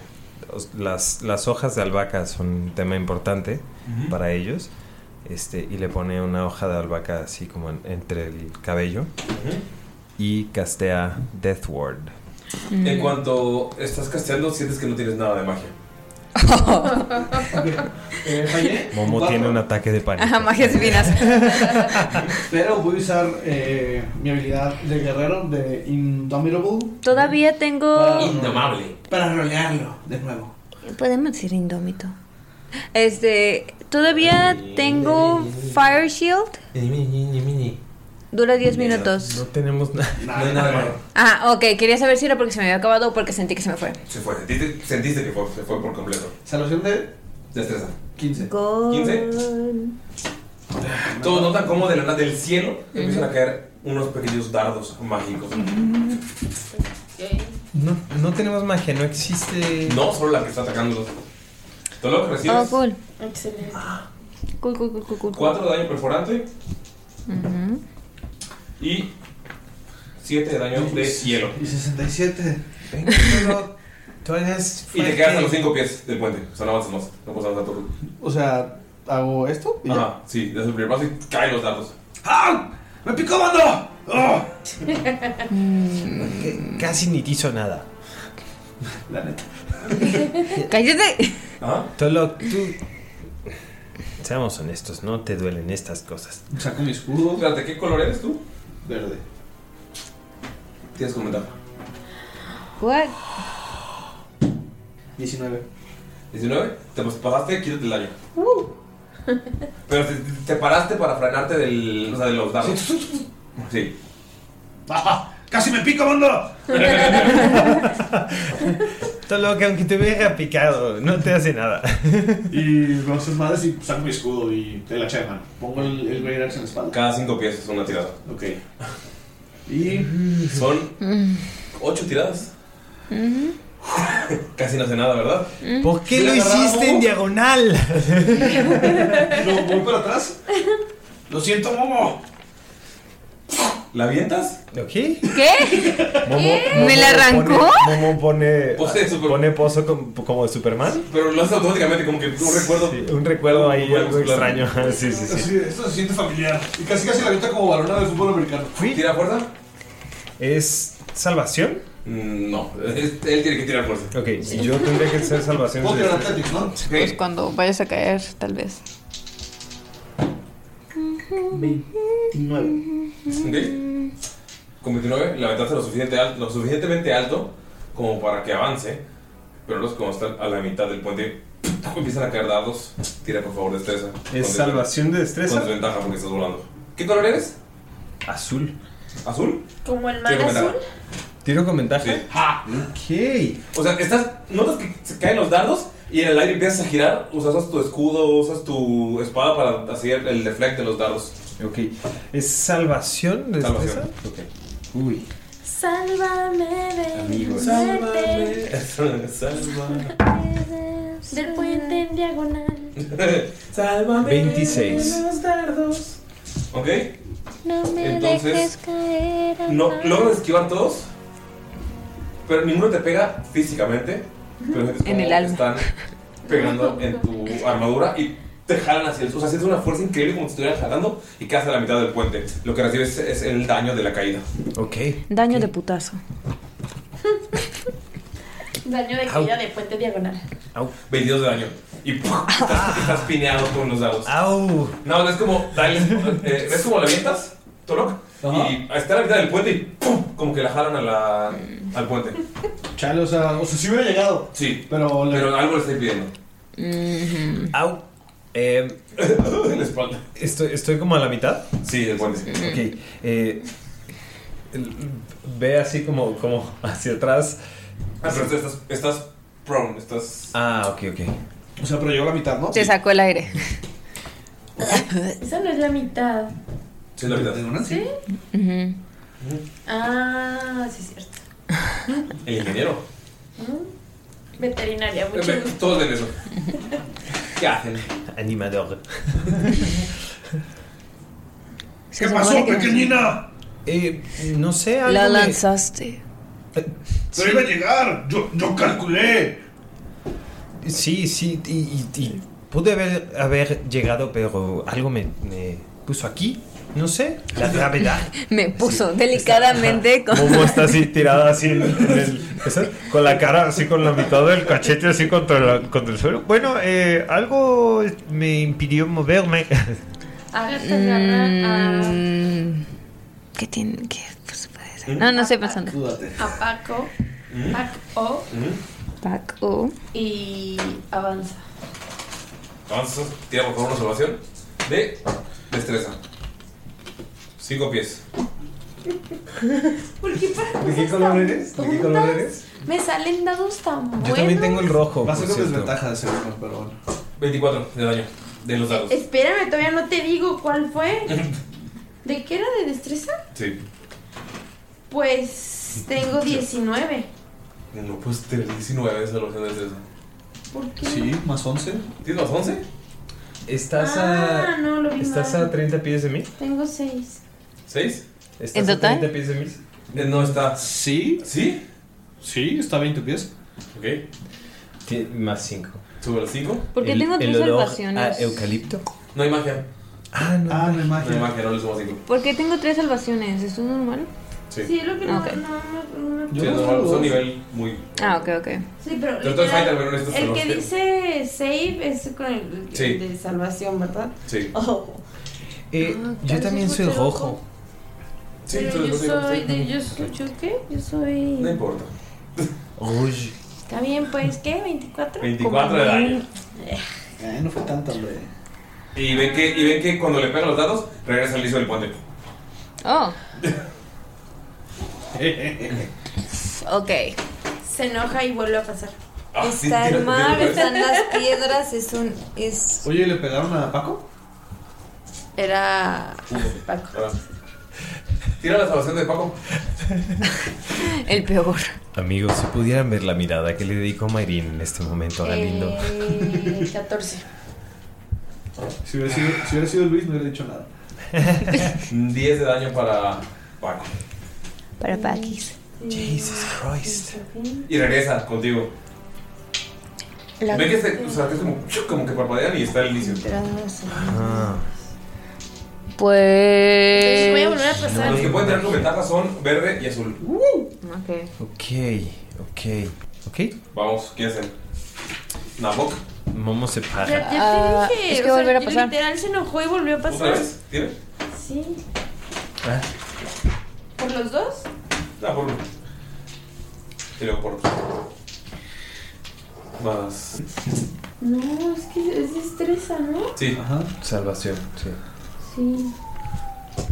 os- las, las hojas de albahaca son un tema importante
Ujú.
para ellos. Este, y le pone una hoja de albahaca así como en- entre el cabello. Y castea Death Ward.
En cuanto estás casteando, sientes que no tienes nada de magia.
Eh, fallé.
Momo
Cuatro.
tiene un ataque de pánico.
Ajá, magias divinas.
Pero voy a usar eh, mi habilidad de guerrero de Indomitable
Todavía tengo.
Ah, Indomable.
para rolearlo de nuevo.
Podemos decir indómito. Este. Todavía tengo Fire Shield. Dura 10 minutos.
No tenemos nada.
No hay nada malo.
Ah, ok. Quería saber si era porque se me había acabado o porque sentí que se me fue.
Se fue. Sentiste, sentiste que fue- se fue por completo.
Salvación de
destreza.
15.
15. Todos notan cómo de la nada del cielo empiezan a caer unos pequeños dardos mágicos.
No, no tenemos magia, no existe.
No, solo la que está atacándolos. Todo lo que
Oh,
recibes.
cool.
Excelente.
Cool, cool, cool, cool, cool.
4 de daño perforante
Ujú.
y 7 de daño de hielo.
Y 67.
Y te quedas a los 5 pies del puente. O sea, no avanzas más. No puedes avanzar tú.
O sea, hago esto y ya.
Ajá, sí, desde el primer paso y caen los dardos.
¡Me picó bando!
Mm.
Casi ni quiso nada.
La neta. ¿Ah?
¡Cállate!
Tolo, tú. Seamos honestos, no te duelen estas cosas.
Saco mi escudo.
Espérate, ¿qué color eres tú?
Verde.
Tienes que aumentar.
What?
19.
19, te pas- pasaste, quítate el daño. Pero te, te paraste para frenarte del, o sea, de los dardos. Sí.
¡Ajá! ¡Casi me pica, banda!
Tolo, que aunque te hubiera picado, no te hace nada.
Y veo sus madres y saco mi escudo y el hacha de mano. Pongo el, el Great Axe en la espalda.
Cada 5 pies es una tirada.
Ok. Y.
Son 8 tiradas.
Mm-hmm.
Casi no hace nada, ¿verdad?
¿Por qué lo
agarraba,
hiciste en
Momo?
diagonal?
No, voy para atrás. Lo siento, Momo.
¿La avientas?
¿Ok?
¿Qué?
Momo-
¿Qué?
Momo
¿Me la arrancó?
Pone, Momo pone.
Pose de Superman.
pone pozo com- como de Superman.
Pero lo haces automáticamente, como que un recuerdo.
Sí, un recuerdo ahí
Muy
algo
muscular.
extraño. sí, sí, sí.
esto se siente familiar. Y casi casi la avienta como balona del fútbol americano.
¿Tira fuerza?
¿Es salvación?
Mm, No, él él tiene que tirar fuerza.
Ok, yo tendría que ser salvación.
Puedo
de-
tirar Athletics, ¿no?
Pues cuando vayas a caer, tal vez.
29.
Ok. Con 29 la aventaste lo, suficiente al- lo suficientemente alto como para que avance. Pero los como están a la mitad del puente empiezan a caer dados. Tira por favor destreza.
¿Es salvación de destreza?
Con desventaja porque estás volando. ¿Qué color eres?
Azul.
¿Azul?
Como el mar
Tiro con
azul.
ventaja.
¿Tiro con ventaja?
¡Ja!
Ok.
Ah, O sea, estás, notas que se caen los dardos y en el aire empiezas a girar. Usas usas tu escudo, usas tu espada para hacer el deflect de los dardos.
Ok. ¿Es salvación de destreza?
Salvación.
Uy.
Sálvame de
Amigos.
Sálvame.
Salva.
Del puente en diagonal.
Sálvame.
26.
Los dardos. Ok.
No me
Entonces,
dejes caer.
No,
amor.
logras esquivar todos, pero ninguno te pega físicamente. Pero sientes
En
como
el alma.
Están pegando en tu armadura y te jalan hacia el suelo. O sea, sientes una fuerza increíble como si estuvieran jalando y quedas a la mitad del puente. Lo que recibes es el daño de la caída.
Ok.
Daño de putazo.
Daño de
Au.
caída de puente diagonal.
22 de daño. Y ¡pum! estás, estás pineado con los dados. No, no es como. Dale, eh, ¿Ves como la avientas, Tolok? Y está a la mitad del puente y ¡pum! Como que la jalan a la, al puente.
Chale, o sea, o sea, sí hubiera llegado.
Sí.
Pero,
Pero algo le estoy pidiendo.
Au. Eh, Estoy, estoy como a la mitad.
Sí, del puente.
Ok. eh, el- ve así como, como hacia atrás.
Ah, pero tú estás, estás prone, estás.
Ah, ok, ok.
O sea, pero llegó a la mitad, ¿no?
Te sacó el aire.
Esa no es la mitad.
Sí, la mitad.
¿Sí?
Ujú.
Ah, sí es cierto.
El ingeniero.
Mm. Veterinaria, mucho
Eh,
gusto.
Todos ven eso. ¿Qué hacen?
Animador.
Se supone pasó, que-
pequeñina?
Eh, no sé, algo
La
me-
lanzaste.
Pero iba a llegar. Yo, yo calculé.
Sí, sí, y, y- y pude haber, haber llegado, pero algo me, me puso aquí. No sé, la gravedad.
Me puso delicadamente con.
Momo está así tirada así en el- esa- con la cara así con la mitad del cachete así contra, la- contra el suelo. Bueno, eh, algo me impidió moverme.
Hágase agarrar
Mm, ¿Qué tiene? ¿Qué pues, puede ser? No, no estoy pensando.
a, a Paco, Paco
Pac O.
y avanza.
Entonces, tira por favor una salvación de destreza. Cinco pies.
¿Por qué para
¿De qué color eres?
¿De qué color eres? Me salen dados tan buenos.
el rojo.
Va a ser
por
con
cierto.
desventaja de seguro, pero bueno.
24 de daño de los dados.
Espérame, todavía no te digo cuál fue. ¿De qué era de destreza?
Sí.
Pues tengo 19.
No
pues,
puedes tener 19 de salvación de destreza.
¿Por qué?
Sí, más 11.
¿Tienes más 11?
Estás
Ah, no, lo vi mal.
30 pies de mí?
Tengo 6.
¿Seis?
¿Estás
¿En total?
pies de mí?
Eh, No está.
Sí.
¿Sí?
Sí, está a 20 pies.
Ok.
más 5.
¿Sube los 5?
¿Por qué tengo tres salvaciones?
eucalipto?
No hay magia.
Ah, no,
no hay
No hay magia, no le subo 5.
¿Por qué tengo tres salvaciones? ¿Eso es normal?
Sí.
Sí, lo que no,
Ok.
no, no, no-
Sí, es normal, es un nivel muy.
Ah, ok, ok.
Sí, pero.
Pero tú eres
literal,
fighter, pero no necesitas
el que
salvación.
dice save es con el
Sí.
el de salvación, ¿verdad?
Sí.
Oh.
Ah,
Eh, yo también soy rojo.
Sí,
pero
entonces
yo
no te digo,
soy
sí.
de. Yo soy. ¿Yo qué? Yo soy.
No importa.
Rouge.
Está bien, pues, ¿qué? ¿24?
24 de daño.
Eh, no fue tanto, hombre.
Y ven que, y ven que cuando le pegan los dados, regresa al liso del puente.
Oh,
ah,
ok.
Se enoja y vuelve a pasar.
Ah, sí,
Está
tira-
el mar,
tira-
están las piedras, es un. Es...
Oye, ¿le pegaron a Paco?
Era.
Ah. Tira la salvación de Paco.
El peor.
Eh,
Amigos, si pudieran ver la mirada que le dedicó Mayrin en este momento a Galindo.
Eh, 14.
Si hubiera sido, si hubiera sido Luis, no hubiera dicho nada.
10 de daño para Paco.
Para Paquis.
Jesus Christ.
Y regresa contigo.
La-
Ven que este, o sea, que es como, como que parpadean y está el inicio.
Ah.
Pues. Eh,
Voy a volver a pasar.
Los que pueden tener con ventaja son verde y azul.
¡Uh!
Ok.
Ok, ok, ok.
Vamos, ¿qué hacen? Nabok,
Momo se para.
Ya, ya
Ah,
te dije.
es que
o sea,
volver a pasar.
Literal se enojó y volvió a
¿otra
pasar.
vez? ¿Tiene?
Sí.
Ah.
¿Por los dos?
Ah, por uno. Y luego por otro. Más.
No, es que es destreza, ¿no?
Sí,
Ajá.
Salvación, sí.
Sí.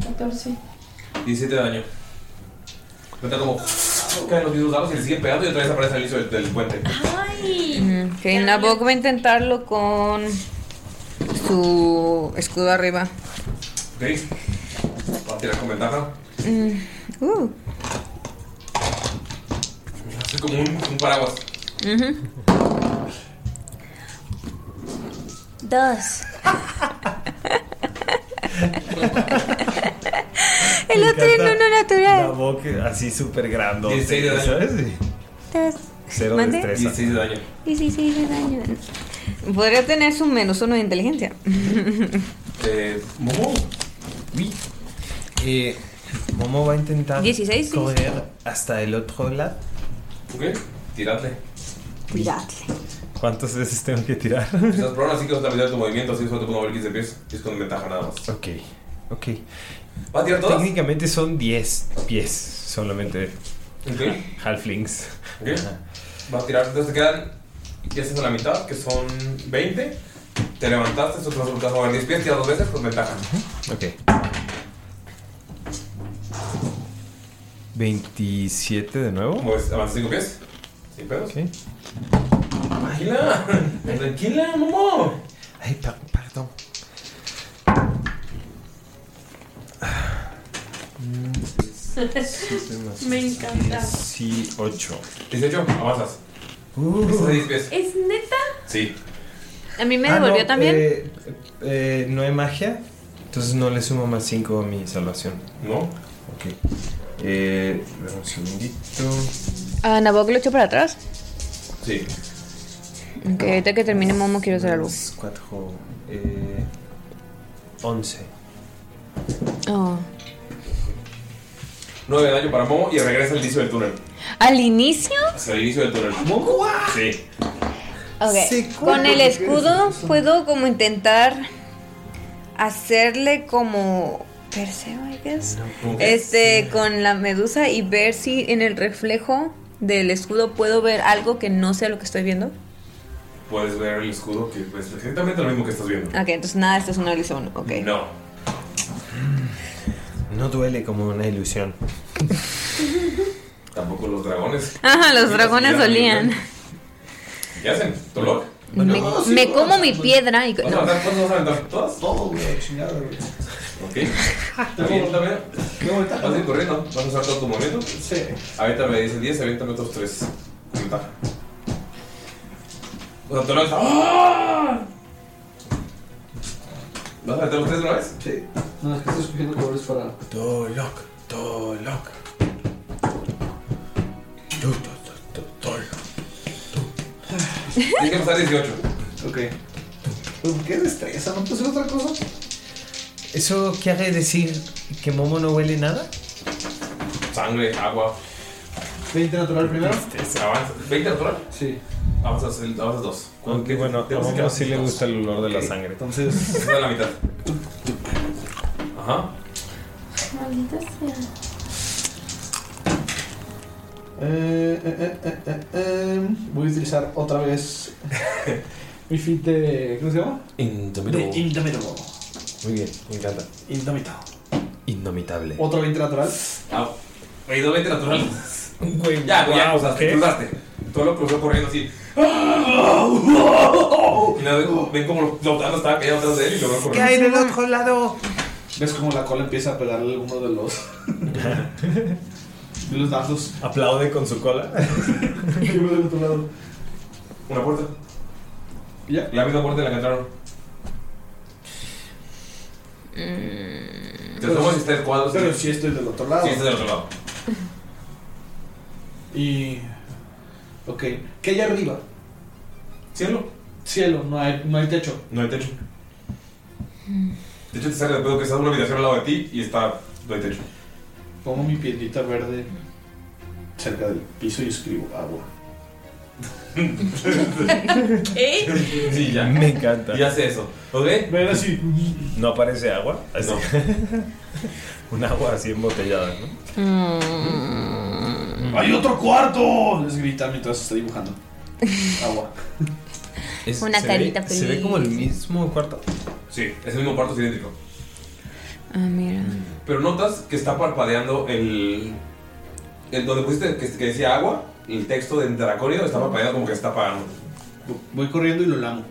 14.
17 de daño. Cuenta como. Caen los mismos dados y le siguen pegando y otra vez aparece el inicio del, del puente.
¡Ay!
Ok, Nabok va a intentarlo con. Su escudo arriba.
Ok. Va a tirar con ventaja.
Mm, Uh.
Hace como un, un paraguas.
ujú. Dos. El
Me
otro en
encanta
uno
La
natural.
boca así súper grande.
16 de daño.
Dos.
¿Sabes? Cero
¿Mande?
destreza. 16
de daño.
Y sí, sí, de daño. Podría tener su menos uno de inteligencia.
Eh, Momo.
Eh, Momo va a intentar
16, sí.
correr hasta el otro lado.
Ok, tiradle.
Tiradle.
¿Cuántas veces tengo que tirar?
Estás probando así que es la mitad de tu movimiento, así solo te puedo mover 15 pies. Y es con ventaja nada más.
Ok, ok.
¿Va a tirar todas?
Técnicamente son 10 pies solamente.
Ok.
Halflings.
Ok. Va a tirar, entonces te quedan. Ya estás a la mitad, que son 20. Te levantaste, eso te vas a vas a mover 10 pies, tiras dos veces con ventaja.
Ok. 27 de nuevo.
Pues avanzas 5 pies. Sin pedos.
Ok.
Tranquila, tranquila, Momo.
Ay, per- perdón.
Me encanta.
18.
18, avanzas.
Estás
a 10 pies.
¿Es neta?
Sí.
A mí me
Ah,
devolvió
no,
también.
eh, eh, no hay magia, entonces no le sumo más 5 a mi salvación.
¿No?
Ok. Eh, dame un segundito.
A Ah, Nabok lo echo para atrás.
Sí.
Aunque ahorita que termine Momo quiero hacer algo.
4, eh, 11.
Oh.
9 de daño para Momo y regresa al inicio del túnel.
¿Al inicio?
Hacia el inicio del túnel.
¿Momo?
Sí.
Ok.
Sí, ¿cómo
Con el
que quieres
escudo
eso?
puedo como intentar hacerle como Perseo, I guess.
puedo
Este, con la medusa y ver si en el reflejo del escudo puedo ver algo que no sea lo que estoy viendo.
Puedes ver el escudo que es exactamente lo mismo que estás viendo.
Ok, entonces nada, esto es una ilusión. Ok.
No.
No duele como una ilusión.
Tampoco los dragones.
Ajá, los dragones olían.
¿Qué hacen? ¿Tolok?
Me, me como mi piedra y.
¿Vas a
no.
aventar? ¿Cuántos vas a aventar? ¿Todas? Todo, güey, chingado, Ok. Está bien, está bien. Vas a ir corriendo. Vas a usar todo tu movimiento. Sí. Ahorita me dice 10, aviéntame otros 3. Ventaja. O sea, Tolok está. ¡Ah! ¿Vas a aventar los 3 de una vez? Sí.
No, es que estoy escogiendo colores para.
Tolok, Tolok.
Tiene que pasar 18.
Ok.
Pues,
¿Qué destreza? ¿No puse otra cosa?
¿Eso quiere decir que Momo no huele nada?
Sangre, agua.
20 natural primero.
Avanza. ¿20 natural? Sí. Avanzas, el- avanzas dos.
Aunque bueno, a Momo sí le gusta el olor de la sangre.
Entonces.
Está a la mitad. Ajá.
Maldita sea.
Eh, eh, eh, eh, eh, eh. Voy a utilizar otra vez mi fit de. ¿Cómo se llama?
Indomitable.
De Indomitable.
Muy bien, me encanta.
Indomitable.
Indomitable.
Otro 20 natural.
Ah, Me dio 20 natural.
Güey,
ya, güey, ya
wow,
cruzaste,
¿qué?
cruzaste. Todo lo cruzó corriendo así.
¡Oh!
Y nada, ven- ven como los flotando estaba cayendo atrás de él y lo van corriendo.
del otro lado?
¿Ves cómo la cola empieza a pegarle a alguno de los. de los datos?
Aplaude con su cola.
Y uno del otro lado.
Una puerta.
Ya.
La misma puerta en la que entraron.
Eh,
Te asomas
pues,
si está el cuadro.
Pero si estoy del otro lado.
Sí, está del otro lado.
Y. Ok. ¿Qué hay arriba?
Cielo.
Cielo, no hay, no hay techo.
No hay techo. De hecho, te sale de pedo que estás en una habitación al lado de ti y está. No hay techo.
Pongo mi piedrita verde cerca del piso y escribo agua.
¿Eh?
Sí, ya.
Me encanta.
Y hace eso. ¿Ok?
Ven así.
No aparece agua. Así. Un agua así embotellada, ¿no?
Mm.
¡Hay otro cuarto! Les grita mientras está dibujando. Agua.
Es-
Una
se
carita
ve- ¿Se ve
feliz.
como el mismo cuarto?
Sí, es el mismo cuarto, es idéntico.
Ah, mira.
Pero notas que está parpadeando el. el donde pusiste que, que decía agua, el texto de Dracónido está parpadeando como que está apagando.
Voy corriendo y lo lamo.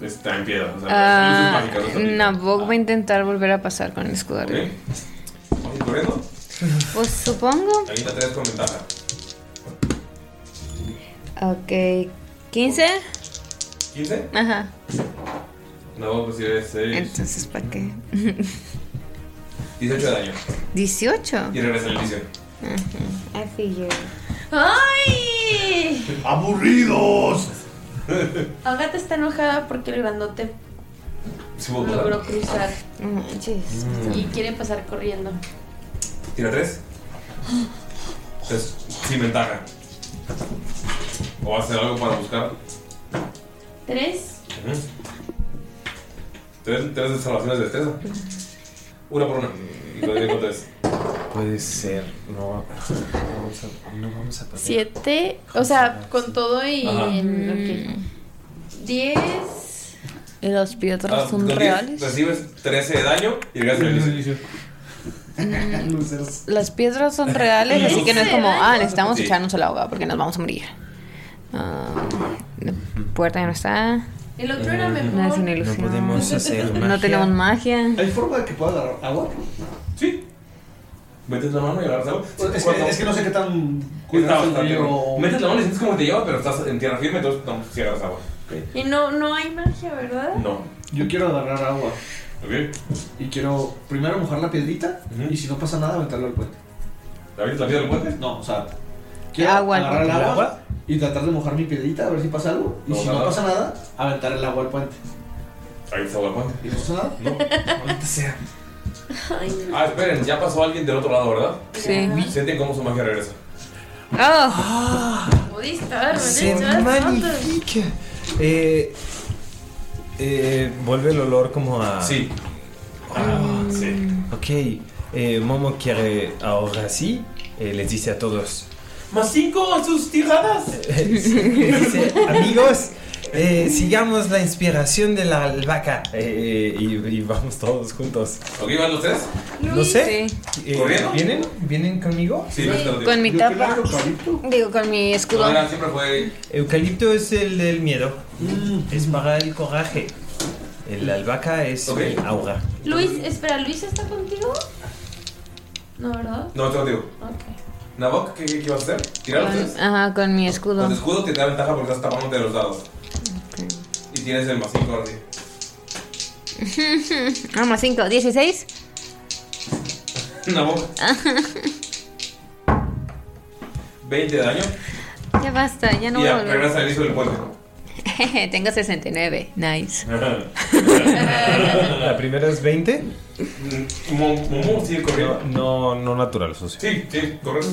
Está en piedra. O sea,
Ah,
las luces mágicas, no están
Nabok va a intentar volver a pasar con el escudo arriba.
bien. Ok. Vamos corriendo.
Pues supongo.
Ahí está 3 con ventaja.
Ok. ¿15?
¿15?
Ajá.
Nabok recibe 6.
Entonces, ¿para qué?
18 de daño.
18.
Y regresa el inicio.
Ujú, I figured.
¡Ay!
¡Aburridos!
Agatha está enojada porque el grandote logró cruzar.
Mm,
Y quiere pasar corriendo.
Tira 3. Entonces, sin ventaja. O vas a hacer algo para buscar.
Tres.
Ujú. Tres, tres salvaciones de destreza. Una por una. Y lo diré con tres.
Puede ser. No, no vamos a, no vamos a perder.
Siete. O sea, con todo y.
Ajá.
en- ok. Mm. Diez.
¿Y las piedras
Ah,
son
con diez
reales?
Recibes 13 de daño y llegas al inicio.
Mm.
Las piedras son reales, así que no es como, ah, necesitamos
Sí.
echarnos a la agua porque nos vamos a morir. Ah, la puerta ya no está.
El otro era mejor.
Nada es una ilusión.
No podemos hacer
No
magia.
tenemos magia.
¿Hay forma de que pueda agarrar agua?
Metes la mano y agarras algo.
Es que, es que no sé qué tan.
Está
cuidado
bastante
el río.
bueno. Metes la mano y sientes como te lleva, pero estás en tierra firme, entonces no, si agarras agua.
Y no, no hay magia, ¿verdad?
No.
Yo quiero agarrar agua.
Ok.
Y quiero primero mojar la piedrita y si no pasa nada, aventarlo al puente.
¿La avientas la piedra al puente?
No, o sea, quiero
Agua al
agarrar el
puente.
agua, y tratar de mojar mi piedrita a ver si pasa algo. Y
No,
si
nada. Ah.
no pasa nada, aventar el agua al puente.
Ahí está agua al puente.
¿Y no pasa nada?
Maldita sea. Ah, esperen, ya pasó alguien del otro lado, ¿verdad?
Sí.
Sienten cómo su magia regresa.
Ah.
Oh.
Budista,
Se magnifica. Eh, eh, vuelve el olor como a.
Sí.
Ah,
sí.
Ok. eh, Momo quiere ahora sí. eh, les dice a todos.
Más 5 a sus tiradas.
Dice, amigos, eh, sigamos la inspiración de la albahaca. Eh, eh, y, y vamos todos juntos.
¿Ok, van los tres?
No sé. eh,
¿Corriendo?
¿Vienen? ¿Vienen conmigo?
Sí, no está
Con mi tapa. Digo, con mi escudo.
siempre fue. Mm.
Eucalipto es el del miedo. Es para el coraje. El albahaca es
Ok.
mi aura.
Luis, espera, ¿Luis está contigo? No, ¿verdad?
No, te lo digo.
Ok.
Nabok, ¿qué, qué, qué vas a hacer? ¿Tirar los tres?
Con- ajá, con mi
Con
escudo.
tu escudo te da ventaja porque estás tapándote de los dados. Y tienes el más 5 ahora sí.
Vamos, 5, 16.
Nabok, 20 de daño.
ya basta, ya no
y
voy a
ya,
volver.
regresa al inicio del puente.
Tengo 69. Nice.
La primera es 20.
Mm. Momo sigue corriendo.
No, no natural, socio.
Sí, sí, correcto.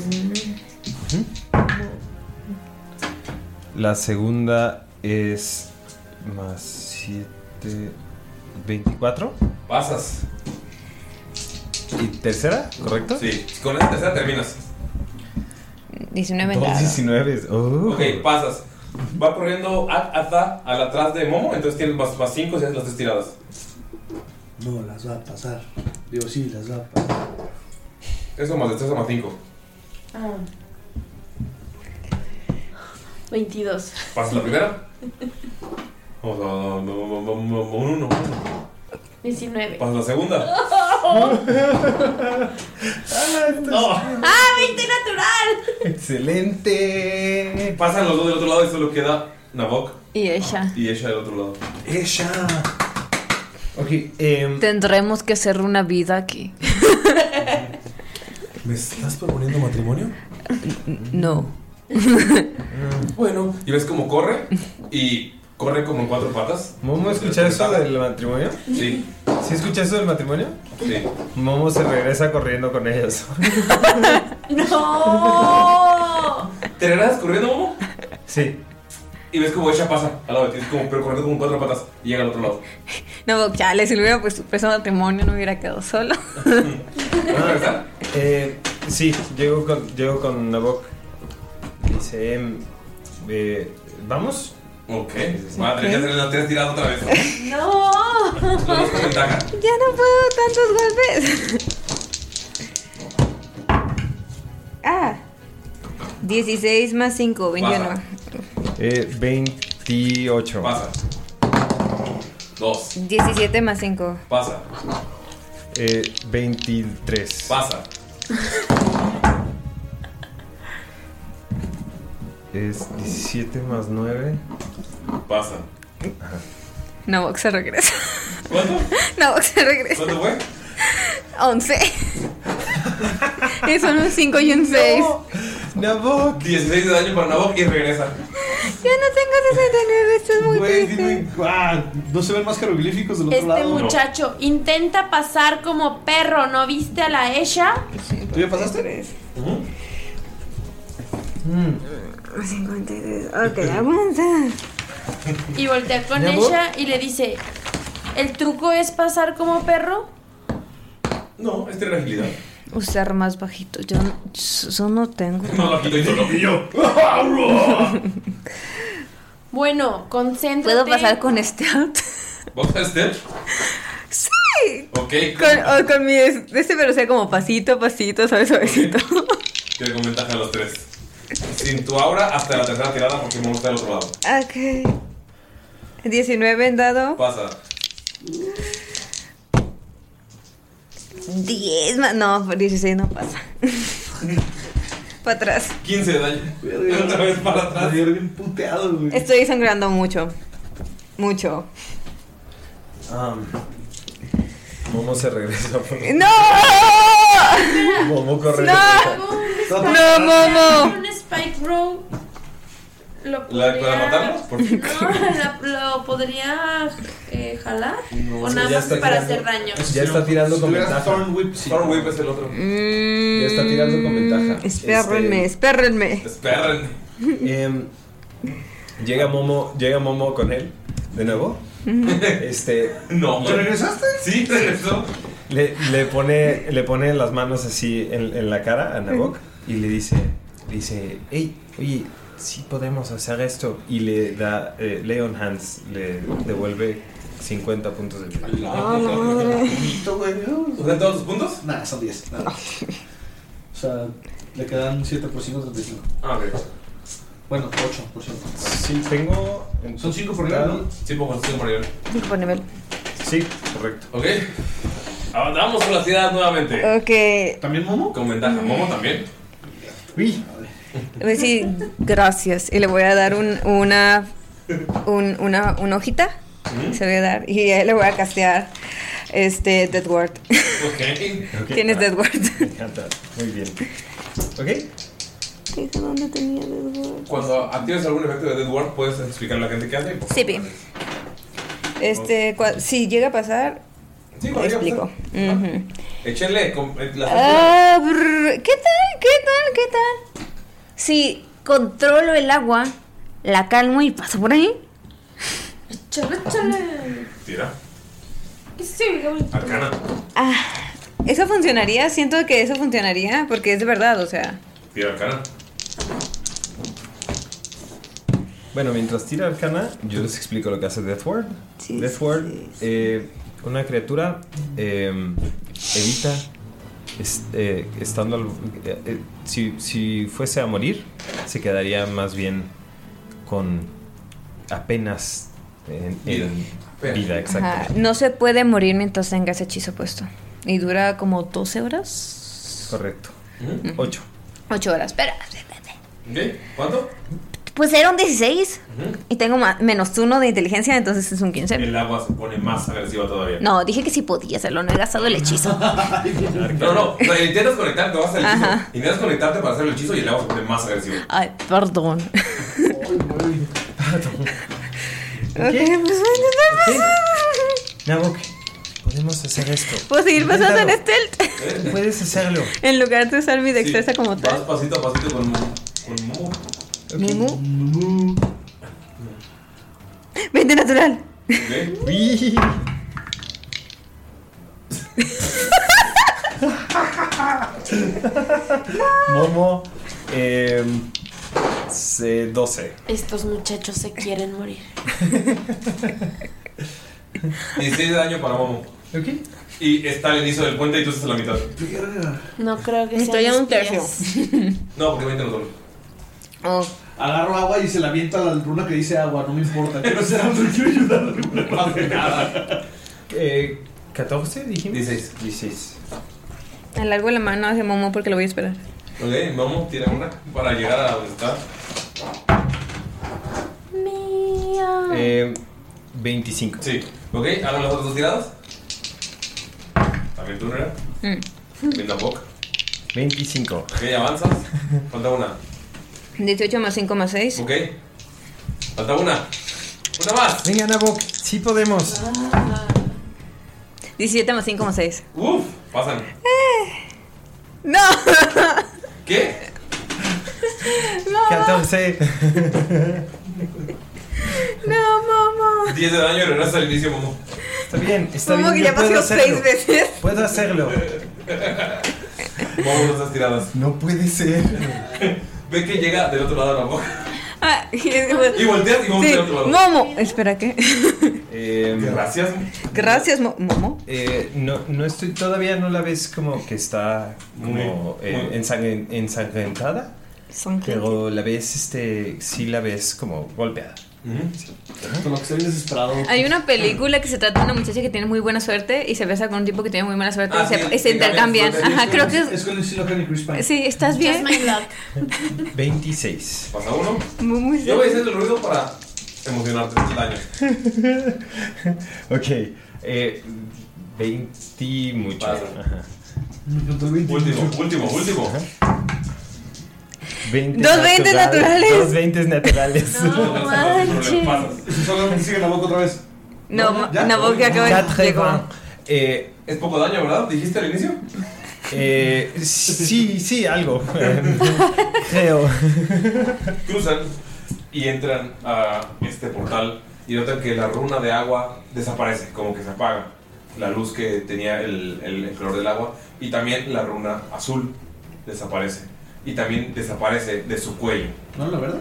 La segunda es más 7, 24.
Pasas.
¿Y tercera? ¿Correcto?
Sí, con esta tercera terminas.
19 en
Dos
dado.
19. Oh.
Ok, pasas. Va corriendo a- hasta al atrás de Momo, entonces tienes más 5 si haces las tres tiradas.
No, las va a pasar. Digo, sí, las va a pasar.
Eso más destreza más 5.
Ah. 22.
Pasas la primera. Vamos, vamos, vamos, vamos, vamos, un uno.
19.
Pasas la segunda.
¡Ah, 20 natural!
Excelente.
Pasan los dos del otro lado y solo queda Nabok
Y ella.
y ella del otro lado.
Ella. Ok, em,
Tendremos que hacer una vida aquí.
¿Me estás proponiendo matrimonio?
No.
Bueno. Y ves cómo corre y corre como en cuatro patas.
¿Momo escucha eso del matrimonio?
Sí,
¿Sí escucha eso del matrimonio?
sí.
Momo se regresa corriendo con ellos.
¡No!
¿Te regresas corriendo, Momo?
Sí.
Y ves como ella pasa al lado de ti, como, pero corriendo como en cuatro patas y llega al otro lado.
No, chale, si le pues, hubiera puesto preso matrimonio no hubiera quedado solo.
¿Vas a regresar?
Eh, sí, llego con, llego con Nabok. Dice, em, eh, ¿vamos?
Ok. Va a tener que hacer las tres tiradas otra vez.
¡No!
Lo dos con ventaja.
Ya no puedo tantos golpes. Ah. 16 más 5, 21.
Pasa.
Eh, 28.
Pasa. Dos.
17 más 5.
Pasa.
Eh, 23.
Pasa.
Es 17 más 9.
Pasa.
Nabok se regresa.
¿Cuánto?
Nabok se regresa.
¿Cuánto fue?
11. Y son un 5 y un 6.
Nabok.
16 de daño para Nabok y regresa.
Ya no tengo 69, esto es muy
Güey,
triste.
dime, ah, no se ven más jeroglíficos del otro
Este
lado.
muchacho intenta pasar como perro, ¿no viste a la Esha?
¿Tú ya pasaste? Mm. Ujú.
53. Ok, aguanta.
Y voltea con
Mi amor.
Esha y le dice, ¿el truco es pasar como perro?
No, es tener agilidad.
Usar más bajito. Yo no, yo no tengo.
Más bajito y solo que yo.
Bueno, concéntrate.
¿Puedo pasar con
este
stealth?
¿Vos a Esther?
Sí.
Ok.
Con, o con mi es- este, pero o sea como pasito a pasito, ¿sabes? Suavecito.
Tiene con ventaja a los tres. Sin tu aura hasta la tercera tirada porque me gusta el otro lado.
Ok. 19 en dado.
Pasa.
10 más. No, por 16 no pasa. Para atrás.
15 de daño. Otra vez para atrás.
bien puteado, güey.
Estoy sangrando mucho. Mucho.
Am, Momo se regresa. por-
¡No!
Momo corre.
No,
No, Momo.
Un spike roll. Lo
¿La- para
podría-
matarlos? Por fin.
No, la- lo podría eh, jalar.
No,
o
sí,
nada
ya
más
está
para
tirando-
hacer daño.
Ya está tirando con
Si tuvieras
ventaja.
Thorn Whip, sí.
Thorn Whip es el otro.
Ya está
Mm.
tirando con ventaja.
Este,
Este,
Espérrenme, espérrenme.
Esperen.
Em, llega Momo, llega Momo con él de nuevo. Este,
no.
¿Te
regresaste?
Sí, regresó.
Le, le pone le pone las manos así en, en la cara a Nabok y le dice le dice, "Hey, oye, sí podemos hacer esto." Y le da eh, Leon Hands le devuelve 50 puntos de vida.
Ah,
Poquito, güey.
¿Son todos los puntos?
Nada, son 10. nada. O sea, le quedan 7 por 5, 35.
Ah, ok.
Bueno, 8 por 5.
Sí, tengo.
Son 5 por nivel, ¿no?
Sí, por 5 por nivel.
Disponible.
Sí, correcto.
Ok. Avanzamos con las tiradas nuevamente.
Ok.
¿También Momo?
Con ventaja. Momo también.
Pues sí, gracias. Y le voy a dar un, una, un- una, una hojita.
¿Mm?
Se lo voy a dar. Y le voy a castear este Dead Ward.
Ok.
Tienes Dead Ward.
Me encanta. Muy bien. Ok.
¿Dónde tenía Dead Ward?
Cuando actives algún efecto de Dead Ward, puedes explicarle a la gente qué hace.
Sí, bien. Este, cua- si llega a pasar,
Sí,
te explico. Ujú.
Échenle con- eh, Ah, la
Ah, brr, ¿Qué tal? ¿Qué tal? ¿Qué tal? Si controlo el agua, la calmo y paso por ahí.
Chale, chale.
Tira.
¿Qué se
Arcana.
Ah, eso funcionaría, siento que eso funcionaría porque es de verdad, o sea.
Tira arcana.
Bueno, mientras tira Arcana, yo les explico lo que hace Death Ward. Death Ward, eh, una criatura eh, evita es- eh, estando. al- eh, eh, si, si fuese a morir, se quedaría más bien con apenas en, en vida,
Ajá,
exacto.
No se puede morir mientras tenga ese hechizo puesto. Y dura como 12 horas.
Correcto. 8.
8 horas, pero.
¿Ok? ¿Cuánto?
Pues era un 16 y tengo ma- menos 1 de inteligencia, entonces es un 15.
El agua se pone más agresiva todavía.
No, dije que sí podía hacerlo, no he gastado el hechizo.
No, no, o sea, intentas conectarte, vas al hechizo.
Ajá.
Intentas conectarte para hacer el hechizo y el agua se pone más agresivo.
Ay, perdón. Ok, pues,
Nabok, podemos hacer esto.
Puedo seguir pasando en este
Inténtalo. Eh,
stealth
Puedes hacerlo.
en lugar de usar mi destreza como
Vas
tal.
pasito a pasito con Momo. Con Momo.
Mumu. 20 natural.
Momo, eh, se- 12.
Estos muchachos se quieren morir.
16 de daño para Momo.
Ok.
Y está al inicio del puente y tú estás a la mitad.
No creo que sean
Estoy en un
espías.
tercio.
No, porque 20 no son.
Oh.
Agarro agua y se la avienta a la runa que dice agua, no me importa. Quiero ser algo, quiero ayudar a
Eh, 14 dijimos.
16.
16.
Alargo la mano hacia Momo porque lo voy a esperar.
Ok, Momo tira una para llegar a donde está.
Mía.
Eh, 25.
Sí. Ok, hagan los otros dos tiradas. También tú, Rera.
Mm.
También la boca.
25.
Ok, avanzas. Falta una.
18 más 5 más 6.
Ok. Falta una. Una más.
Venga, Nabok. Sí podemos.
17 más 5 más 6.
Uf, pasan.
¡No!
¿Qué?
¡Mamá!
14.
¡No, mamá!
10 de daño y regresas al inicio, Momo.
Está bien, está
Como
bien.
que
yo
ya
puedo
pasó
hacerlo.
seis veces.
Puedo hacerlo.
Momo, dos tiradas.
No puede ser.
Ve que llega del otro lado la boca.
Ah,
Y volteas y Momo
Sí.
del otro lado.
Momo, espera, ¿qué?
Em, gracias.
Gracias, Mo- Momo.
Eh, no, no estoy, todavía no la ves como que está como
Muy-
eh,
muy-
ensangren- ensangrentada,
Son
pero la ves, este, sí la ves como golpeada. Sí.
Como que estoy desesperado.
Hay una película que se trata de una muchacha que tiene muy buena suerte y se besa con un tipo que tiene muy mala suerte
Ah,
y se,
sí,
y se
que
intercambian.
cambian
Ajá, creo que es.
Es con el estilo Henry Chris Pine.
Sí, ¿estás bien?
26.
Pasa uno.
Muy, muy
Yo voy a hacer el ruido para emocionarte este el daño.
Ok, eh, 20 mucho. Ajá.
Último, último, último.
20
Dos 20 naturales.
Dos 20 naturales.
No manches.
Solo sigue la boca otra vez.
No, ma- Nabok ya acaba de. llegó.
es poco daño, ¿verdad? ¿Dijiste al inicio?
Eh, sí, sí, algo. Creo.
Cruzan y entran a este portal y notan que la runa de agua desaparece, como que se apaga. La luz que tenía el, el- el color del agua y también la runa azul desaparece. Y también desaparece de su cuello.
No, la verdad.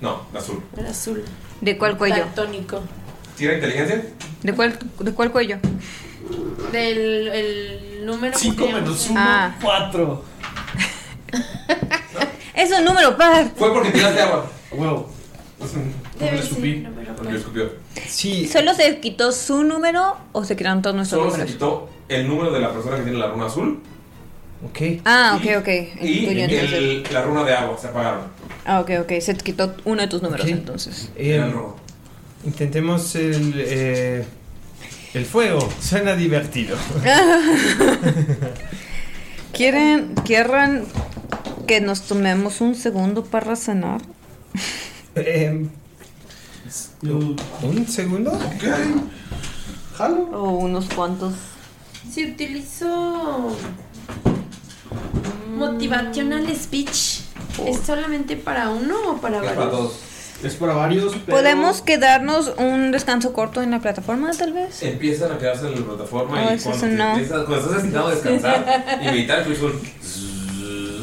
No, la azul.
El azul.
¿De cuál cuello?
Tónico.
¿Tira inteligencia?
¿De cuál, de cuál cuello?
Del el número. que
Cinco
teníamos
menos
en-
uno,
Ah.
cuatro.
Es un número par.
Fue porque tiraste agua.
Wow.
Debe
le escupí. Porque le escupió.
Sí.
¿Solo se quitó su número o se quitaron todos nuestros
Solo se
números?
quitó el número de la persona que tiene la runa azul
Ok.
Ah, ok, ok.
y
Tuyo, entonces.
el- la runa de agua. Se apagaron.
Ah, ok, ok. Se te quitó uno de tus números
Ok.
entonces.
Eh, intentemos el, eh, el fuego. Suena divertido.
¿Quieren, ¿Quieren que nos tomemos un segundo para cenar?
Eh, ¿Un segundo?
O unos cuantos.
Se utilizó
Mm.
motivational speech.
Oh.
¿Es solamente para uno o para varios?
Es para varios. pero-
¿Podemos quedarnos un descanso corto en la plataforma, tal vez?
Empiezan a quedarse en la plataforma
Oh,
y
eso
cuando,
es un
te
no.
empiezas- cuando estás destinado a descansar y meditar, el flujo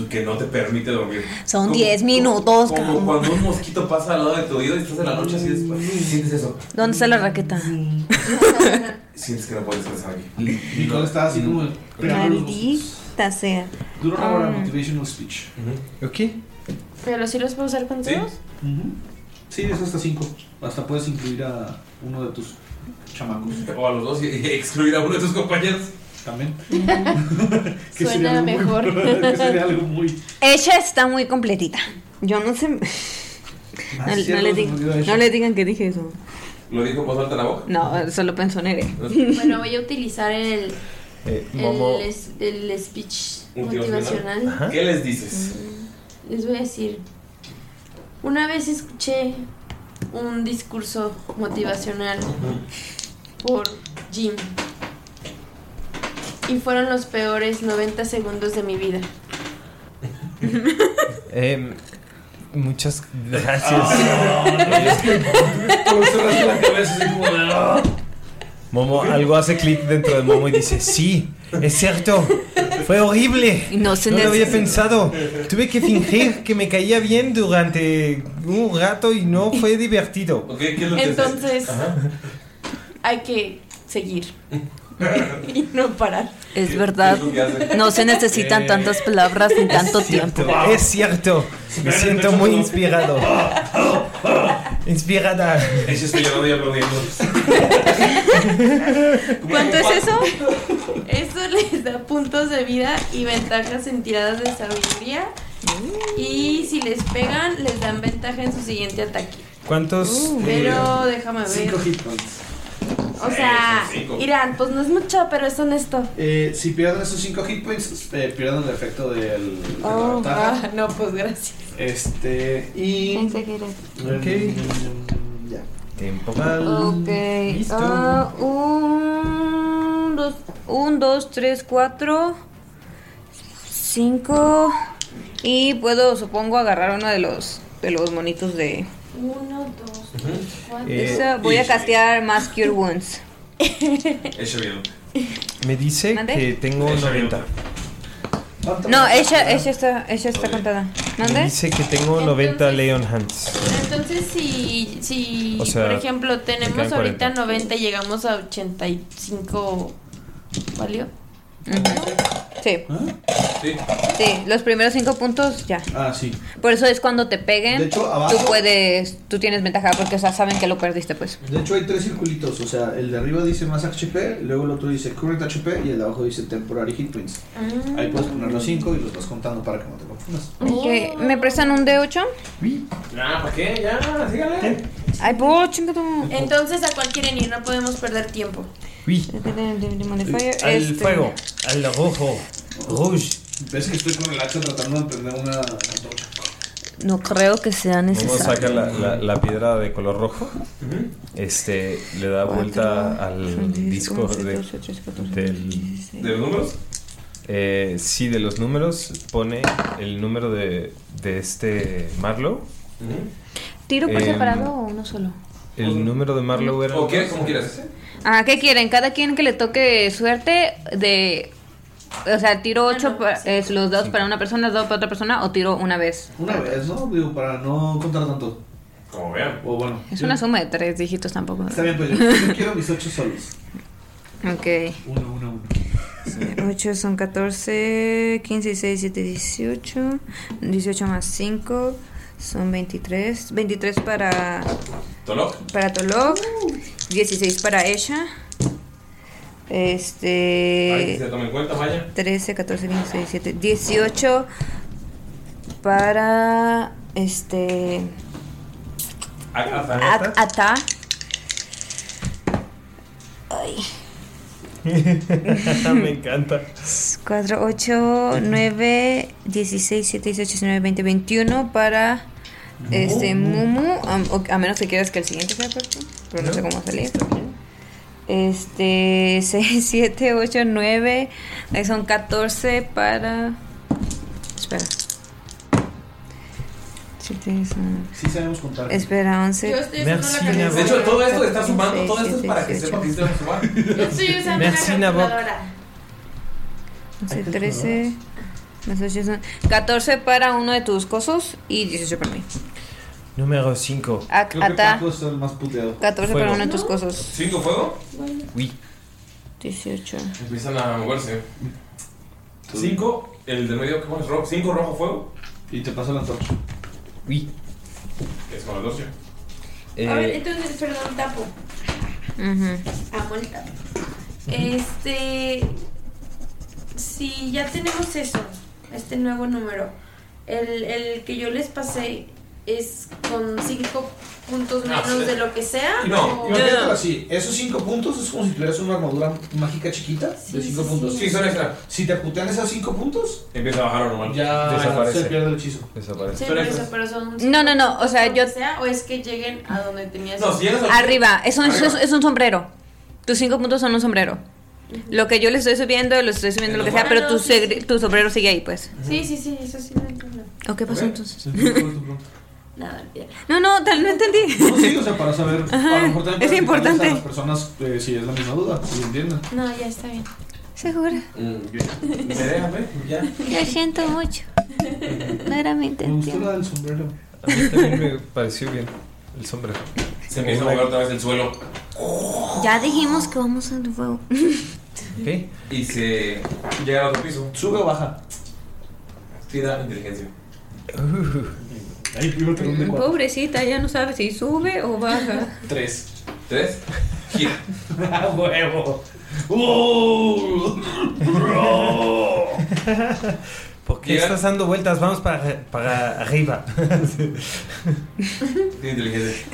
que no te permite dormir.
Son
Como-
10 minutos.
Como
cabrón.
cuando un mosquito pasa al lado de tu oído y estás en la noche así
Mm.
después. Sientes eso.
¿Dónde está la raqueta?
Sientes que no puedes descansar aquí.
Nicole está así como.
Maldita sea.
Duro una hora
Ah.
motivational speech.
Ok.
Pero sí los puedo usar con todos.
Ujú. Sí, es hasta cinco. Hasta puedes incluir a uno de tus chamacos.
O a los dos y, y excluir a uno de tus compañeros.
También.
Que sería Suena algo muy- mejor.
que sería algo muy.
Ella está muy completita. Yo no sé. No,
sí,
no
algo
le
se
digan,
me olvidó eso.
no le digan que dije eso.
Lo dijo en voz alta en la boca.
No, solo pensó en él.
Bueno, voy a utilizar el,
eh, Momo.
el, es- el speech
Un tío
motivacional.
final. ¿Qué les dices?
Mm. Les voy a decir, una vez escuché un discurso motivacional por Jim y fueron los peores 90 segundos de mi vida.
Eh, muchas gracias. Momo, algo hace clic dentro de Momo y dice, sí, es cierto, fue horrible.
No se
lo había
necesita.
pensado. Tuve que fingir que me caía bien durante un rato y no fue divertido.
Entonces hay que seguir y no parar.
Es verdad. No se necesitan
Eh,
tantas palabras ni tanto
es cierto,
tiempo.
Es cierto, me siento muy inspirado. Inspirada.
Ella está llorando y aplaudiendo.
¿Cuánto es eso? Eso les da puntos de vida y ventajas en tiradas
Mm.
de sabiduría. Y si les pegan, les dan ventaja en su siguiente ataque.
¿Cuántos?
Pero déjame ver.
Cinco hit points.
O sea,
Sí, son cinco.
Irán, pues no es mucho, pero es honesto.
Eh, si pierden esos 5 hit points, eh, pierden el efecto del, de la
Oh,
ventaja.
ah, no, pues gracias.
Este, y.
Pensé que era.
Ok. Ya.
Tiempo
Oh.
Ok. ah, un, dos, un, dos, tres, cuatro, cinco. Y puedo, supongo, agarrar uno de los de los monitos de.
Uno, dos, cuatro.
Eh,
Esa- voy a
y-
castear más Cure Wounds.
Me dice
¿Mande?
que tengo 90.
No, ella, ella está, ella está contada.
Me
¿Mande?
dice que tengo 90 Leon Hands.
Entonces, si, si
O sea,
por ejemplo,
me
tenemos
quedan
ahorita 90 y llegamos a 85, ¿valió?
Sí.
Sí.
Sí, los primeros cinco puntos ya.
Ah, sí.
Por eso es cuando te peguen.
De hecho, abajo-
tú puedes, tú tienes ventaja porque, o sea, saben que lo perdiste, pues.
De hecho, hay tres circulitos. O sea, el de arriba dice más HP, luego el otro dice current HP y el de abajo dice temporary hit points.
Ah.
Ahí puedes poner los 5 y los vas contando para que no te confundas.
Ok, ¿Me prestan un D8?
Ah, ¿para qué? Ya, sígale.
Ay, po, chingado.
Entonces, ¿a cuál quieren ir? No podemos perder tiempo.
Eh,
Al
Este-
fuego, al rojo, rouge.
Ves que estoy con el hacha tratando de prender una antorcha.
No creo que sea
Uno saca
necesario.
la, la- la piedra de color rojo, este, le da vuelta al disco de- del...
¿De los números?
Eh, sí, de los números, pone el número de, de este Marlow.
¿Tiro por
Em,
separado o uno solo?
El número de Marlow era...
¿O quieres? ¿Cómo quieres?
Ah, ¿qué quieren? Cada quien que le toque suerte de... O sea, tiro ocho, pa- es los dos para una persona, dos para otra persona, o tiro una vez.
Una vez, ¿no? Digo, para no contar tanto.
Como vean.
O bueno.
Es
yo-
una suma de tres dígitos tampoco.
Está bien, pues yo, yo quiero mis 8 solos.
Ok.
Uno, uno, uno.
8 son 14, 15, 6, 7, 18. 18 más 5 son 23. 23 para,
¿Tolok?
para Tolok. 16 para ella.
Ay, se
Este.
tome en cuenta, vaya.
13, 14, 15, 17. 18 para. Este. Ak- Ata. Ay.
Me encanta.
4, 8, 9, 16, 17, 18, 19, 20, 21 para este Mumu. A, o- a menos que quieras que el siguiente sea para ti, pero no, sé cómo va a salir. Este 6, 7, 8, 9, son 14 para. Espera. Siete, son-
Sí sabemos contar.
Espera, 11.
Yo estoy
usando la Merci, calculadora. Nabo.
De hecho, todo esto que estás sumando, todo esto es para que sepa que Ah, sí te vas a sumar.
Yo estoy usando
Merci,
la
Nabok.
calculadora.
11, 13. Más 8 son 14 para uno de tus cosos y 18 para mí.
Número 5.
Ac-
Creo que
ata.
Paco es el más puteado.
14
Fuego.
para uno de tus cosos.
¿Cinco fuego?
Uy.
18.
Empiezan a moverse. Cinco, el del medio que pones rojo. Cinco rojo fuego.
Y te paso la antorcha.
Uy.
Es con la antorcha.
A
Eh,
ver,
Eh,
entonces, perdón, tapo. Amo el tapo. Este. Si ya tenemos eso, este nuevo número, el, el que yo les pasé es con cinco puntos
Ah,
menos
sí.
de lo que sea.
No,
o-
Imagínatelo así, esos 5 puntos es como si tuvieras una armadura mágica chiquita de 5 puntos.
Sí, son extra.
Si te putean esos 5 puntos,
Empieza a bajar lo normal.
ya
Desaparece.
se pierde el hechizo.
Sí,
Desaparece.
por eso, pero son
No, no, no, o sea,
lo que
yo-
sea, o es que lleguen a donde tenías.
No, si llegas a-
Arriba, es un,
Arriba.
Es, es un sombrero. Tus cinco puntos son un sombrero. Lo que yo le estoy subiendo, lo estoy subiendo, lo que sea, pero tu, segre- tu sombrero sigue ahí, pues.
Sí, sí, sí, eso sí no hay problema.
¿O qué pasó
Ok.
entonces?
Nada, olvídalo.
No, no, tal, no entendí.
No, sí, o sea, para saber. a lo
es
mejor también para explicarles
importante.
A las personas, eh, si es la misma duda, si entienden.
No, ya está bien.
Segura.
Me dejas,
¿eh?
ve, ya.
Lo siento mucho. No era mi
Me gustó
intención.
la del sombrero.
A mí también me pareció bien el sombrero.
Se empieza a mover otra vez el suelo.
Ya dijimos que vamos al fuego.
Ok.
Y se llega al otro piso.
Sube o baja.
Tira inteligencia.
Uh. Ahí primero tengo un de cuatro.
Pobrecita, ya no sabe si sube o baja.
Tres.
Tres. Gira.
¡Ah,
¡Oh!
huevo! ¡Uh!
¿Por qué estás dando vueltas? Vamos para, para arriba.
Tiene inteligencia.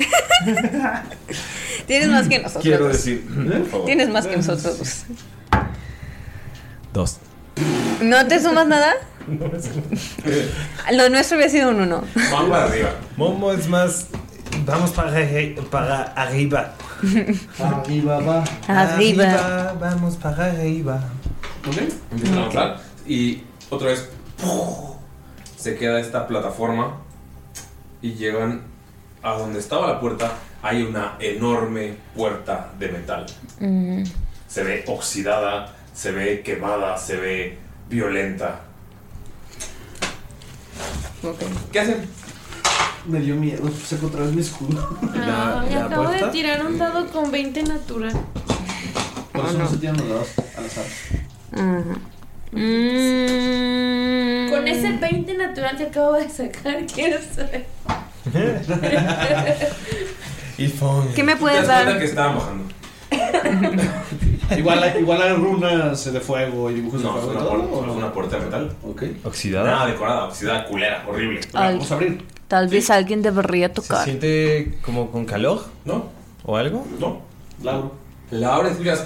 Tienes más que nosotros.
Quiero
dos.
decir,
¿Eh?
por favor.
Tienes más que nosotros. dos.
Dos.
¿No te sumas nada? Lo nuestro hubiera sido un uno.
Vamos para arriba.
Momo es más. Vamos para, arri- para arriba.
Arriba va.
Arriba, vamos para arriba.
Ok. Empiezan a avanzar y otra vez ¡puf! se queda esta plataforma y llegan a donde estaba la puerta. Hay una enorme puerta de metal.
Mm.
Se ve oxidada, se ve quemada, se ve violenta. ¿Qué hacen?
Me dio miedo, saco otra vez mi escudo.
Ah, me acabo de tirar un dado con 20 natural.
Por eso no, se tiran los dados al azar.
Mm.
Con ese 20 natural que acabo de sacar, quiero saber.
Y phone.
¿Qué me puedes
Te das cuenta
dar?
que
estaban bajando.
igual, hay- igual hay runas de fuego y dibujos
No,
de
es
fuego.
una,
y todo,
puerta-
¿o
es
no?
una puerta de metal.
Oxidada.
Nada decorada, oxidada, culera, horrible.
Al- Tal vez alguien debería
¿Se
tocar.
siente como con calor?
¿No?
¿O algo?
No. Lauro. Laura, escuchas.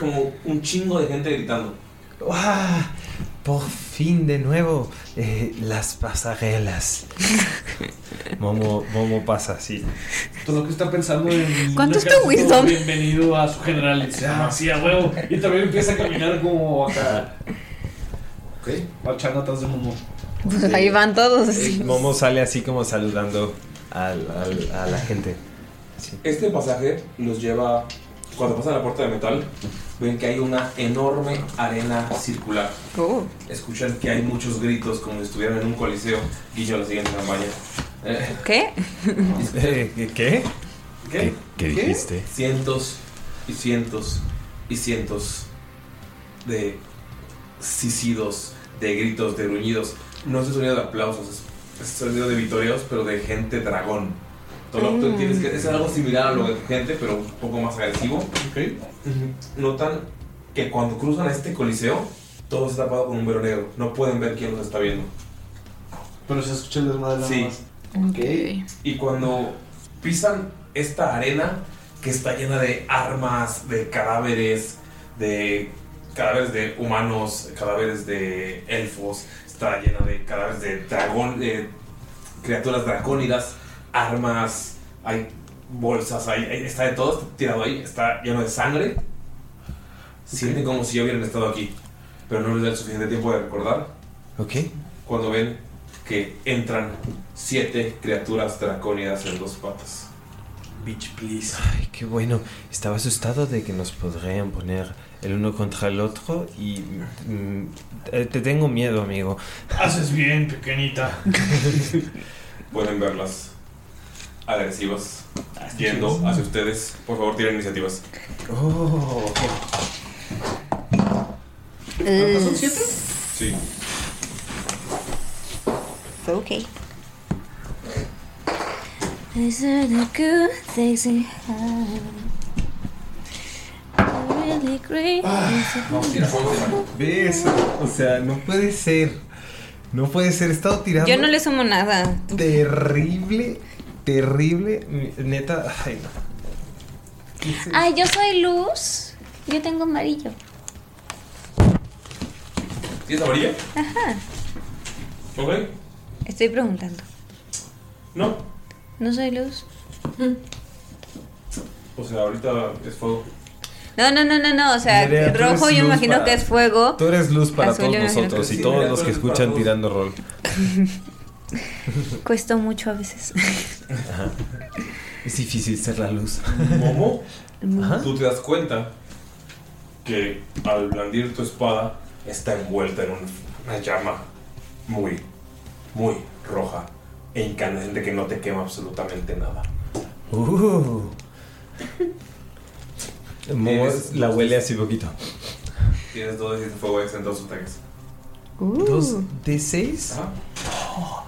Como un chingo de gente gritando.
¡Uah! Por fin de nuevo eh, las pasarelas. Momo, Momo pasa así.
Todo lo que está pensando en.
¿Cuánto es
Lucas
tu
como
wisdom?
Bienvenido a su general. Y dice, ah, sí, a huevo. Y también empieza a caminar como acá.
Ok.
Marchando atrás de Momo.
Pues ahí van todos.
Eh, Momo sale así como saludando al- al- a la gente.
Este pasaje los lleva. Cuando pasan la puerta de metal, ven que hay una enorme arena circular.
Oh.
Escuchan que hay muchos gritos como si estuvieran en un coliseo. Guillo, la siguiente campaña. Eh,
¿Qué?
Eh, ¿Qué? ¿Qué?
¿Qué?
¿Qué dijiste?
Cientos y cientos y cientos de sisidos, de gritos, de gruñidos. No es el sonido de aplausos, es, es el sonido de vitoreos, pero de gente dragón. Todo lo que tú
Mm.
entiendes que es algo similar a lo de gente, pero un poco más agresivo. Ujú. Notan que cuando cruzan este coliseo, todo está tapado con un velo negro. No pueden ver quién los está viendo.
Pero se escucha el desmadre. nada
Sí.
más.
Y cuando pisan esta arena que está llena de armas, de cadáveres, de cadáveres de humanos, cadáveres de elfos, está llena de cadáveres de dragón, de criaturas dracónidas, armas, hay bolsas, hay, hay- está de todo está tirado ahí, está lleno de sangre. Sienten como si ya hubieran estado aquí, pero no les da el suficiente tiempo de recordar
Ok.
cuando ven que entran siete criaturas dracónidas en dos patas. Bitch, please.
Ay, qué bueno. Estaba asustado de que nos podrían poner el uno contra el otro y mm, eh, te tengo miedo, amigo.
Haces bien, pequeñita.
Pueden verlas agresivas yendo hacia ustedes. Por favor, tiren iniciativas.
Oh.
¿Son siete? Sí.
Ok. These are the good things in life. They're really great.
Ah,
¿Ves? O sea, no puede ser. No puede ser. He estado tirando.
Yo no le sumo nada.
Terrible, terrible. Neta, ay, no.
Ay, Ah, yo soy luz. Yo tengo amarillo.
¿Tienes amarilla?
Ajá.
Ok.
Estoy preguntando.
No.
¿No soy luz?
O sea, ahorita es fuego.
No, no, no, no, no. O sea,
Nerea, tú
rojo
eres
yo
luz
imagino
para-
que es fuego.
Tú eres luz para
Azul, yo
todos
imagino
nosotros
que
y
sí.
todos
Mira,
los
tú
que
eres
escuchan tirando rol.
Cuesta mucho a veces.
Ajá. Es difícil ser la luz.
Momo,
Ajá.
tú te das cuenta que al blandir tu espada está envuelta en un- una llama muy, muy roja e incandescente que no te quema absolutamente nada.
Uh. Momo la huele así poquito.
Tienes dos de siete fuego extra en todos tus ataques.
Uh.
¿Dos de seis? Oh,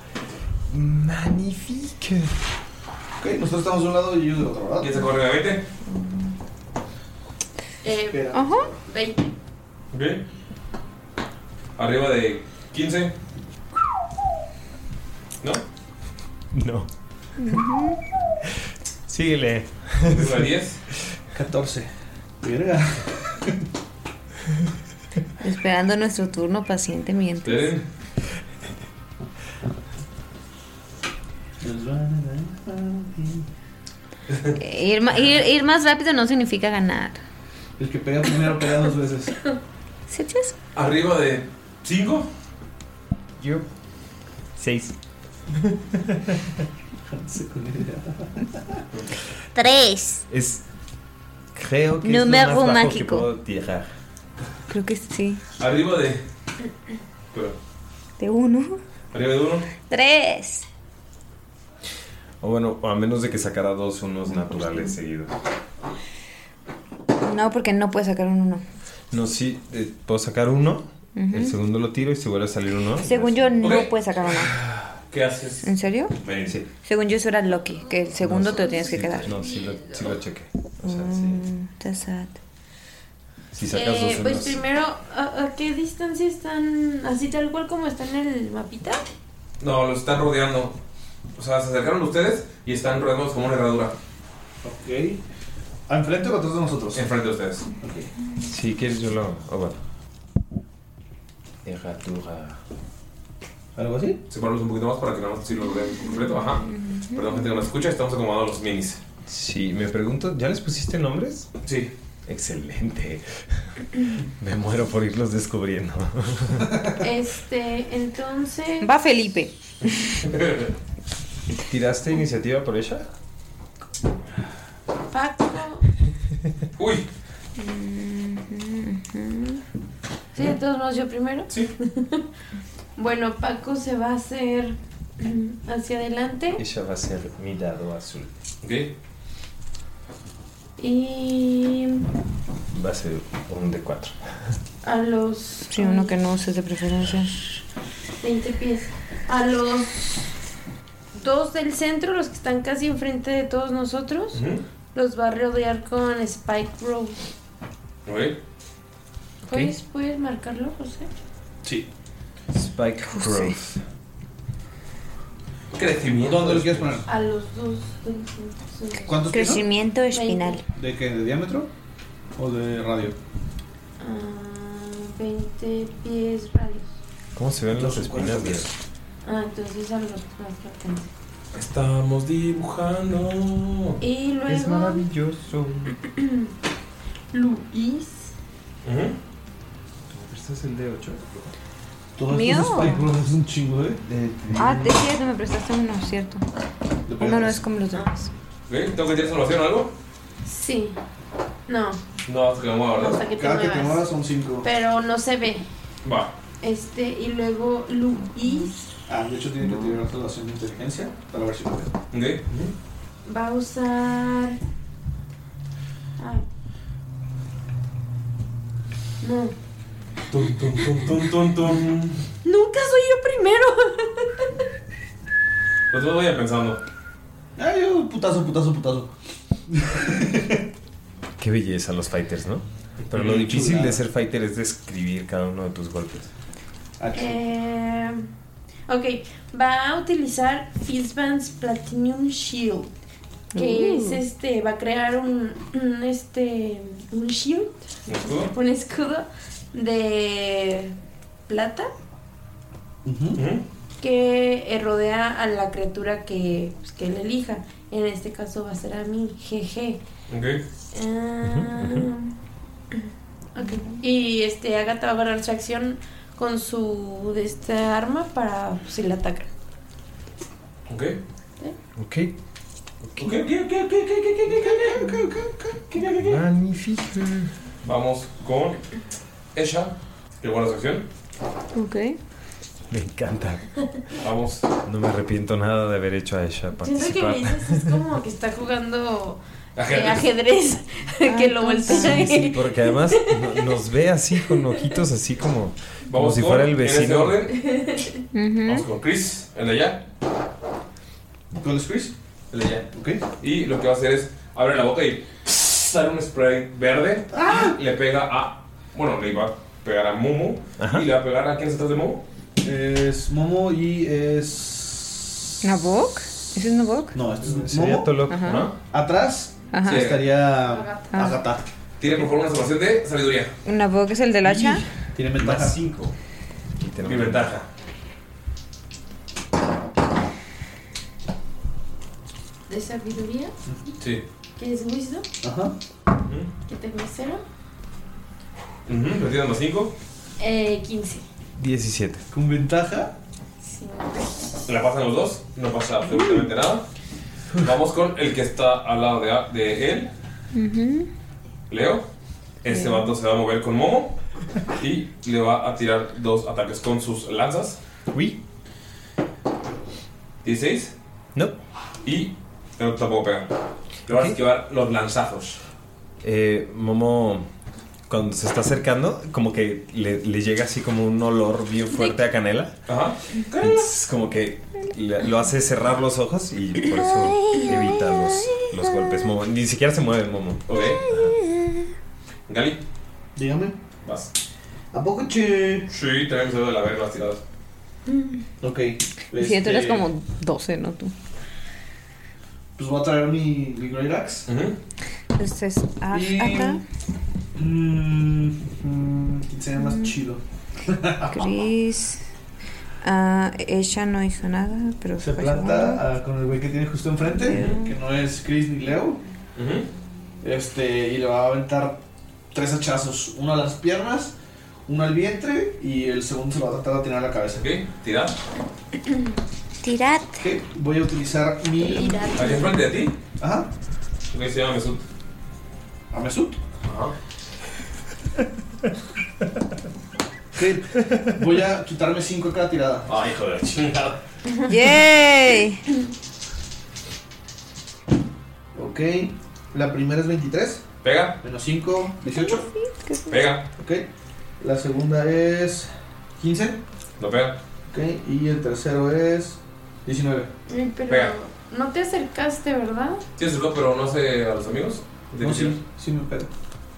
Magnifique.
Ok, nosotros estamos de un lado y ellos del otro, ¿verdad?
¿Quién se corre la 20?
Eh,
Espera.
Ajá. 20.
Ok. Arriba de 15. ¿No?
No. Síguele.
Arriba de 10.
14. Verga.
Esperando nuestro turno pacientemente.
Esperen.
Mm.
Ir, ma- ir- ir más rápido no significa ganar.
El que pega primero pega dos veces.
¿Sí, chis?
Arriba de 5.
Yo. 6.
Tres.
Es. Creo que es
Número
lo más bajo que
mágico.
puedo tirar.
Creo que sí.
Arriba de. Pero,
De uno.
arriba de 1.
Tres.
O bueno, a menos de que sacara dos unos naturales seguidos.
No, porque no puede sacar un uno.
No, sí, eh, puedo sacar uno.
Ujú.
El segundo lo tiro y si vuelve a salir uno.
Según yo, no
Ok.
puede sacar uno.
¿Qué haces?
¿En serio?
Sí.
Según yo, eso era Loki, que el segundo
No,
te lo tienes que
sí,
quedar.
No, sí lo, sí lo chequé.
Mm, está sad.
Si sacas
Eh,
dos
pues
unos.
primero, ¿a, a qué distancia están? Así tal cual como está en el mapita.
No, los están rodeando. O sea, se acercaron ustedes y están rodeándolos como una herradura.
Ok. ¿Enfrente o atrás de nosotros?
Enfrente de ustedes.
Si quieres, yo lo. O bueno. Herradura.
¿Algo así?
Separarlos un poquito más para que no si los vean completo. Ajá. Perdón, gente que no escucha, estamos acomodando los minis.
Sí, me pregunto, ¿ya les pusiste nombres?
Sí.
Excelente. Me muero por irlos descubriendo.
Este, entonces.
Va Felipe.
¿Tiraste iniciativa por ella?
Paco.
Uy.
Mm,
Sí, de todos modos, yo primero.
Sí.
bueno, Paco se va a hacer mm, hacia adelante.
Ella va a ser mi dado azul.
Ok.
Y
Va a ser un de cuatro.
a los
Sí, uno que no uses de preferencia.
20 pies. A los dos del centro, los que están casi enfrente de todos nosotros,
Ujú.
los va a rodear con Spike Row.
Ok.
¿Puedes, puedes marcarlo, José?
Sí.
Spike Growth.
Crecimiento.
¿Dónde lo quieres poner?
A los dos del centro.
¿Cuántos pies son?
Crecimiento espinal.
¿De qué? ¿De diámetro? ¿O de radio?
Ah, 20 pies radios.
¿Cómo se ven las espinas de.?
Ah, entonces a los más bastantes.
Estamos dibujando.
Y luego
maravilloso.
Luis.
Este es el de 8.
Todos
Mío.
estos Spike Bros es un chingo, ¿eh?
Ah, te cierto, me prestaste uno, cierto. Uno no es como los demás.
Ok, ¿Tengo que tirar salvación o algo?
Sí. No,
No, hasta que me mueva, ¿verdad?
Hasta que te Cada que te muevas. muevas
son 5.
pero no se ve.
Va.
Este, y luego Luis
Ah, de hecho tiene que tirar otra relación de inteligencia para ver si puede.
Ok.
va a usar. Ay. No.
Tum, tum, tum, tum, tum, tum.
Nunca soy yo primero.
Los dos vayan pensando.
Ay, yo, putazo, putazo, putazo.
Qué belleza los fighters, ¿no? Pero lo
Qué
difícil
chulada.
de ser fighter es describir cada uno de tus golpes.
Eh, ok, va a utilizar Fistbands Platinum Shield. Que
Uh.
es este, va a crear un, un, este, un shield,
¿Un escudo?
un escudo de plata
¿Eh?
Ujú.
que eh, rodea a la criatura que, pues, que él elija. En este caso va a ser a mí, jeje.
Ok.
Ah, ok. Y este Agatha va a agarrar su acción con su de esta arma para pues, si la atacan.
Ok.
Ok.
Ok, ok, ok, ok, ok, ok, ok, ok, ok, ok, ok, ok, ok.
Magnífico.
Vamos con ella, que guarda su acción.
Ok.
Me encanta.
Vamos.
No me arrepiento nada de haber hecho a ella
Siento que
participar.
Ulises es como que está jugando eh,
Ajedrez.
ajedrez, que lo voltea.
Sí,
y-
sí, porque además no- nos ve así con ojitos así como, como
Vamos
si
con,
fuera el
en ese
vecino.
orden,
Mm-hmm.
vamos con Chris, el de allá,
¿Cuál es Chris?
el de allá.
Ok.
Y lo que va a hacer es abre la boca y sale un spray verde y le pega a. Bueno, le iba a pegar a Momo. Y le va a pegar a quién es atrás de Momo.
Es Momo y es.
¿Nabok? ¿Ese es Nabok?
No, este es
Sería
Momo.
Tolok,
Ajá.
¿no?
Atrás
Ajá.
estaría
Ah.
Agatha.
Tiene por favor una salvación de sabiduría.
¿Nabok es el del hacha?
Tiene ventaja.
5. Mi ventaja.
De sabiduría.
Sí.
Que es wisdom.
Ajá.
Que tengo cero.
Ujú, ¿Me tienes más 5?
Eh, 15.
17.
Con ventaja.
La pasan los dos. No pasa absolutamente nada. Vamos con el que está al lado de, de él, Leo. Ese vato se va a mover con Momo. Y le va a tirar dos ataques con sus lanzas.
Uy.
16.
No.
Y el otro tampoco pega. Le va a esquivar los lanzazos.
Eh, Momo, cuando se está acercando, como que le, le llega así como un olor bien fuerte a canela.
Ajá.
Entonces, como que le- lo hace cerrar los ojos y por eso evita los, los golpes. Momo, ni siquiera se mueve Momo.
Ok. Gali.
Dígame.
Vas.
¿A poco che?
Sí, también se ve de la verga las tiradas.
Ok.
Sí, tú eres
este,
como 12, ¿no? Tú.
Pues voy a traer mi, mi Great Axe.
Este
Entonces, ah,
Y-
acá.
Mm, mm, ¿Quién sería más chido?
Chris. Ah, ella no hizo nada, pero
Se
fue
planta ah, con el güey que tiene justo enfrente, que no es Chris ni Leo. Este, y le va a aventar tres hachazos: uno a las piernas, uno al vientre y el segundo se lo va a tratar de tirar a la cabeza.
Ok, tira.
Tirad.
Ok, voy a utilizar mi.
Allá enfrente de ti.
Ajá.
Ok, se llama Mesut.
¿A Mesut?
Ajá.
Ok, voy a quitarme cinco a cada tirada.
Ay, hijo de la chingada.
segunda. ¡Yay!
Ok, la primera es 23,
Pega,
menos 5, 18.
Ah,
pega,
Ok, la segunda es 15.
no pega.
Ok, y el tercero es 19.
Ay, Pero
Pega.
no te acercaste, ¿verdad?
Tienes el pero no hace a los amigos. ¿De
No,
qué tira?
sí, sí me pega.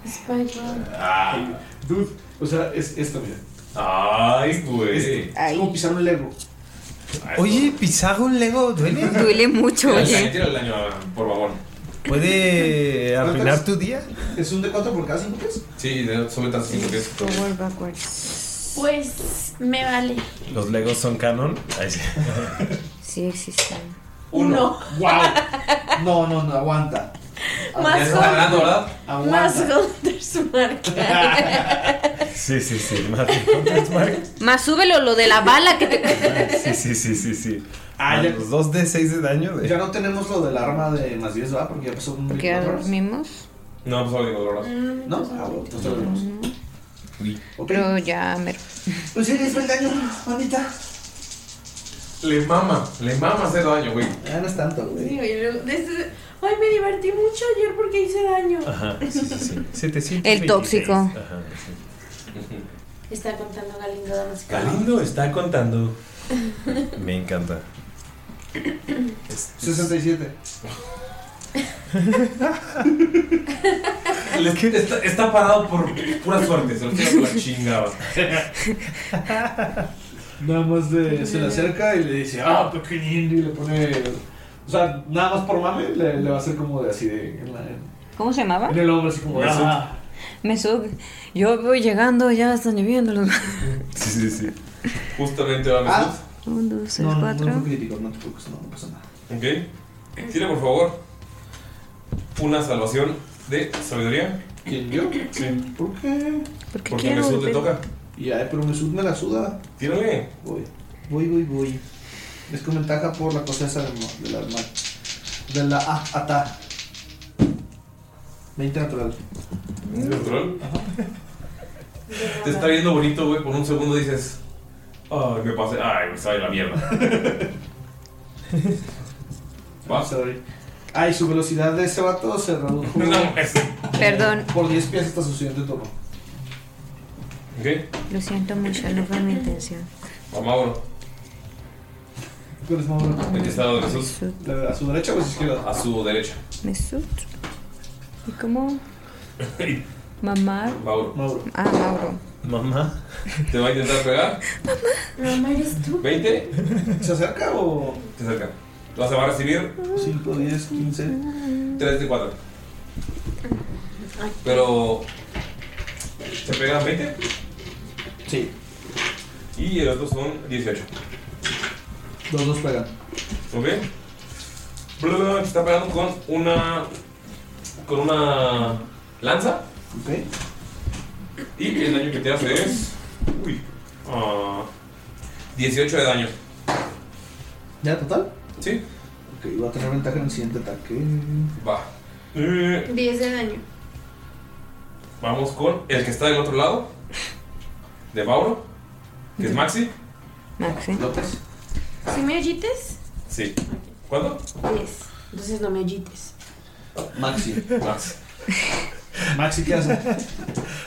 Spider.
Ah.
Ay,
Dude, o sea, es esto, mira.
ay,
Este.
güey. Ah,
Es como pisar un Lego.
Oye, ¿pisar un Lego duele?
Duele mucho,
Tira el daño,
oye.
tira el daño, por favor.
¿Puede arruinar
arruinar
tu día?
Es un D4 por cada 5 pies.
Sí, de- solo estás haciendo que es.
Forward, backwards.
Pues me vale.
Los Legos son canon. Ahí sí.
Sí existen.
Uno.
¡Wow! No, no, no, aguanta.
Ya
Más
estás
gol.
ganando, ¿verdad?
Más
Aguanta.
Hunter's marca.
Sí, sí, sí. Más bien, Mark.
Más súbelo lo de la bala que te.
Sí, sí, sí, sí, sí.
Ah, ya-
los 2 de 6 de daño. De...
Ya no tenemos lo del arma de más 10, ¿verdad? Porque ya pasó un
Porque ya
24 horas.
dormimos,
No, pues solo digo horas.
No, ah, bueno, entonces lo vemos.
Uy.
Ok.
pero ya mero.
Pues sí, les fue el daño, manita.
Le mama, le mama hacer daño, güey.
Ya Ah, no es tanto, güey.
Digo, y luego, desde- Ay, me divertí mucho ayer porque hice daño.
Ajá, sí, sí, sí. 726.
El tóxico.
Ajá, sí.
Está contando Galindo damas y caballeros.
Galindo está contando. Me encanta.
67.
Le- Está, está parado por pura suerte, se lo tira por la chingada.
Nada
Pues
más de, se le acerca y le dice, ah, pequeñín, y le pone. O sea, nada más por mame, le, le va a hacer como de así de. En, la- en
¿Cómo se
¿Ah?
llamaba?
el hombro, así como de.
Eso.
"Ah".
Me sube. Yo voy llegando, ya están lloviendo los.
Sí, sí, sí.
Justamente va
Ah,
Mesut.
1, 2, 3,
no, no, no, no
4.
crítico, no te preocupes, no, no pasa nada.
Ok. Tira, por favor, una salvación de sabiduría.
¿Quién yo? Sí. ¿Por qué?
Porque
Porque a
quiero.
Mesut le
volver.
toca.
Y ay, pero me sud me la suda.
Tírale.
Voy, voy, voy, voy. Es con ventaja por la cosa esa de, mo- de la arma. De la ah, ata. 20 natural. Mm.
¿Es natural? Te está viendo bonito, güey. Por un segundo dices, ay, me pasé. Ay, me sabe la mierda.
Vamos
Vas.
a ver. Ay, su velocidad de ese vato se redujo.
No, este. es.
Perdón,
Por 10 pies hasta su siguiente turno.
Ok,
lo siento mucho, no fue mi intención.
mamá, bueno.
¿Cuál es más bueno?
El que está al lado de Jesús,
Mesut,
¿La- ¿A su derecha o a su izquierda?
a su derecha.
Mesut. ¿Y cómo? Mamá.
Mauro.
Mauro.
Ah, Mauro.
Mamá.
¿Te va a intentar pegar?
Mamá, eres tú.
¿20?
¿Se acerca o.?
Se acerca. Lo vas a va a recibir
5, 10, 15.
3 de 4. Pero. ¿Se pegan 20?
Sí.
Y el otro son 18.
Los dos pegan.
¿Ok? Blue te está pegando con una. con una. lanza.
Ok.
Y el daño que te hace es. Uy. ah, 18 de daño.
¿Ya total?
Sí.
Ok, va a tener ventaja en el siguiente ataque.
Va. Eh,
10 de daño.
Vamos con el que está del otro lado. De Mauro. Que es Maxi.
Maxi.
López.
¿Sí me oyites?
Sí. ¿Cuándo?
10. Entonces no me oyites.
Maxi.
Maxi.
Maxi, ¿qué hace?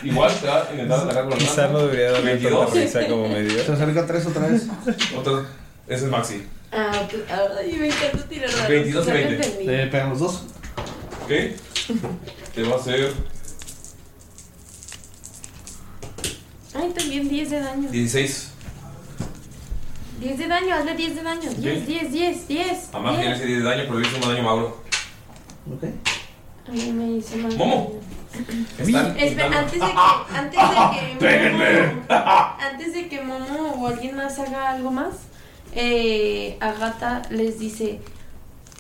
Igual te va a intentar atacar con la
Quizá
lanza.
no debería darle tanta
22.
risa como me dio.
Se acerca 3 otra vez.
Otro. Ese es Maxi.
Ah, pues, ay, me encanta tirar dados.
22 y
Ya lo
20.
entendí.
Le Eh, pegan los dos.
Ok. Te va a hacer
Ay, también 10 de daño.
16.
10 de daño, hazle 10 de daño. 10, 10, 10, 10.
Además tiene ese 10 de daño, pero le hizo más daño a Mauro.
A mí me hizo mal.
¡Momo! Están
Espera,
intentando-
antes de que. Antes de que.
¡Péguenme!
Antes de que Momo o alguien más haga algo más, eh, Agata les dice,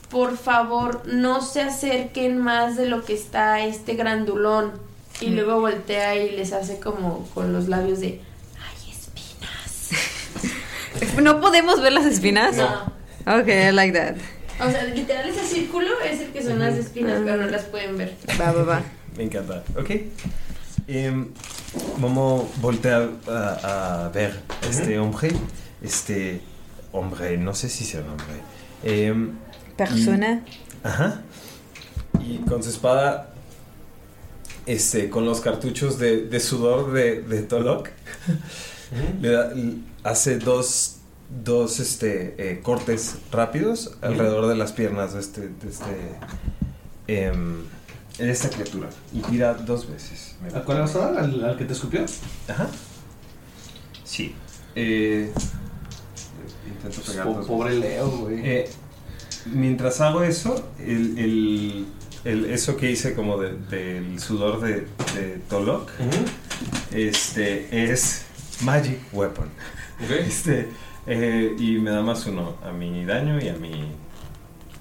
por favor, no se acerquen más de lo que está este grandulón. Y luego voltea y les hace como con los labios de...
¿No podemos ver las espinas?
No.
Ok, I like that.
O sea, literal ese círculo es el que son las espinas, pero no las pueden ver.
Va, va, va.
Me encanta. Ok. Em, Momo voltea a, a ver a este hombre. Este hombre, no sé si sea un hombre. Em,
Persona.
Ajá. Y con su espada, este, con los cartuchos de, de sudor de, de Tolok, le da- l- hace dos, dos este, eh, cortes rápidos alrededor de las piernas de este, de este, em, de esta criatura. Y tira dos veces. me
¿A cuál vas a dar? ¿Al, al que te escupió?
Ajá. Sí. Eh, intento pegar
Pues, po-
dos
pobre
veces.
Leo, güey.
Eh, mientras hago eso, el, el- el- eso que hice como de- del sudor de, de Tolok, este, es Magic Weapon. Este, eh, y me da más uno a mi daño y a mi...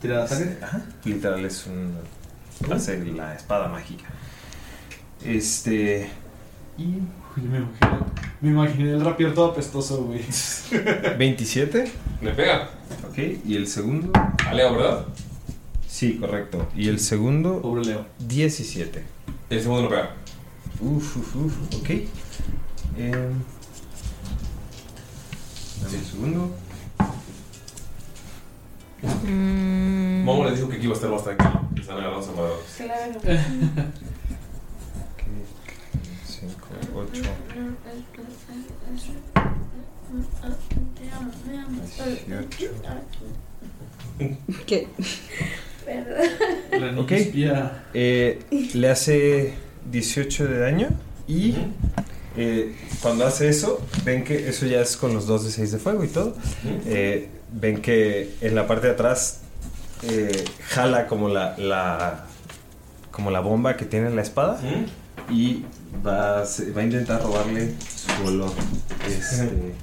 ¿Tirada de ataque?
este, ajá, literal es un...
Uh.
Hace la espada mágica. Este... Y...
Uy, me imagino. Me imaginé el rapier todo apestoso, güey.
27.
Le pega.
Ok, y el segundo.
A Leo, ¿verdad?
Sí, correcto. Y el segundo.
Pobre Leo.
17.
El segundo lo pega.
Uf, uf, uf. Ok. Eh, dame un segundo.
Momo les dijo que aquí iba a estar más tranquilo. Les han agarrado zapatos.
Claro.
5, 8,
Te amo, me amo.
18.
¿Qué?
La niña
Ok.
espía.
Eh, le hace 18 de daño. Y eh, cuando hace eso, ven que eso ya es con los 2 de 6 de fuego y todo. Eh, ven que en la parte de atrás eh, jala como la, la- como la bomba que tiene en la espada y va a, se- va a intentar robarle su olor. Este,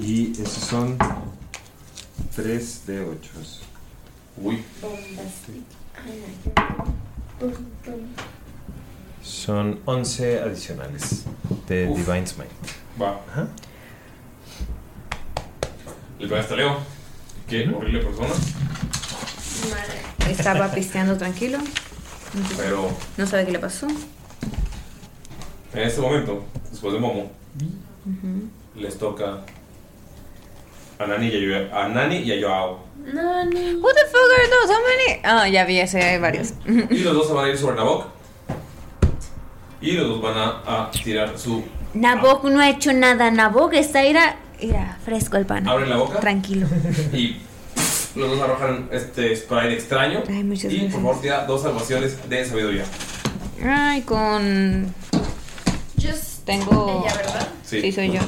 y esos son 3 de 8.
Uy.
Son 11 adicionales de
Uf.
Divine Smite.
Va.
Ajá.
Le pega hasta Leo. Qué horrible persona.
Estaba pisteando tranquilo.
Pero
No sabe qué le pasó.
en este momento, después de Momo, les toca a Nani y a, Yo- a Nani y a Joao.
No, no.
What the fuck are those? How many? Ah, ya vi ese hay varios.
Y los dos se van a ir sobre Nabok. Y los dos van a, a tirar su.
Nabok no ha hecho nada. Nabok está ira, ira fresco el pan.
Abren la boca.
Tranquilo.
Y los dos arrojan este sprite extraño.
Ay, muchas
y por
gracias.
favor, tira dos salvaciones de sabiduría.
Ay, con
Just
Tengo.
Ella, ¿verdad?
Sí.
Sí, soy yo.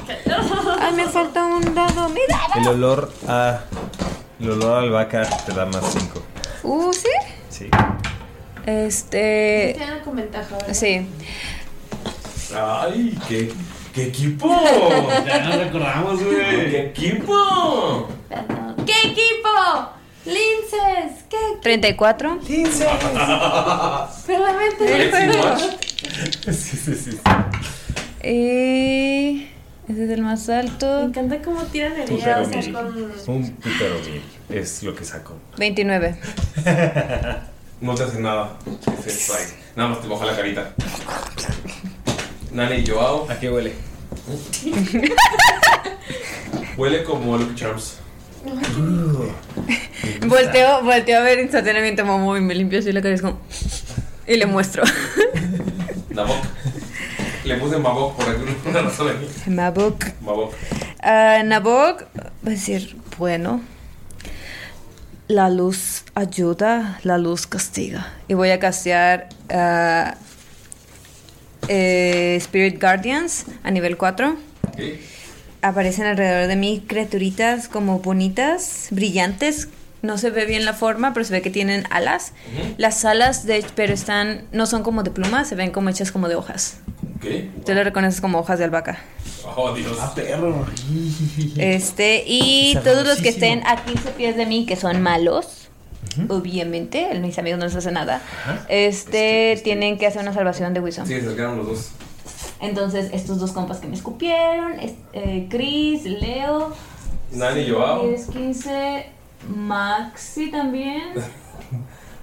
Ay, me falta un dado. ¡Mira!
El olor a. El olor a albahaca te da más 5.
Uh, sí.
Sí.
Este.
Te dan con ventaja, ¿verdad?
Sí.
¡Ay! ¡Qué, qué equipo!
Ya nos recordamos,
güey. ¡Qué equipo!
¿Qué equipo? ¡Linces! ¿Qué?
34.
Solamente del
Del juego.
juego.
sí, sí, sí.
Y. Eh, Ese es el más alto. Me
encanta cómo tiran
Putero mil. Un putero mil es lo que saco.
29.
No te hace nada. Ese strike. Nada más te moja la carita. Nani y Joao. ¿A qué huele? huele como Lucky Charms.
Volteo, volteo a ver instantáneamente a Momo y me limpio así la cara y es como- Y le muestro.
Nabok. Le puse Mabok por alguna razón aquí.
Mabok.
Mabok.
Ah, Nabok va a decir, bueno, la luz ayuda, la luz castiga. Y voy a castear ah, eh, Spirit Guardians a nivel 4. Aparecen alrededor de mí criaturitas como bonitas, brillantes. No se ve bien la forma, pero se ve que tienen alas. Las alas, de, pero están, no son como de plumas, se ven como hechas como de hojas.
¿Qué?
Tú lo reconoces como hojas de albahaca.
Oh, Dios. Ah, perro.
Este, y
Está
todos los que
famosísimo.
estén a 15 pies de mí, que son malos, obviamente, el- mis amigos no les hace nada, este, tienen que hacer una salvación de Wisdom.
Sí, se acercaron los dos.
Entonces, estos dos compas que me escupieron, es- eh, Chris, Leo,
Nani y Joao.
10, 15, Maxi también,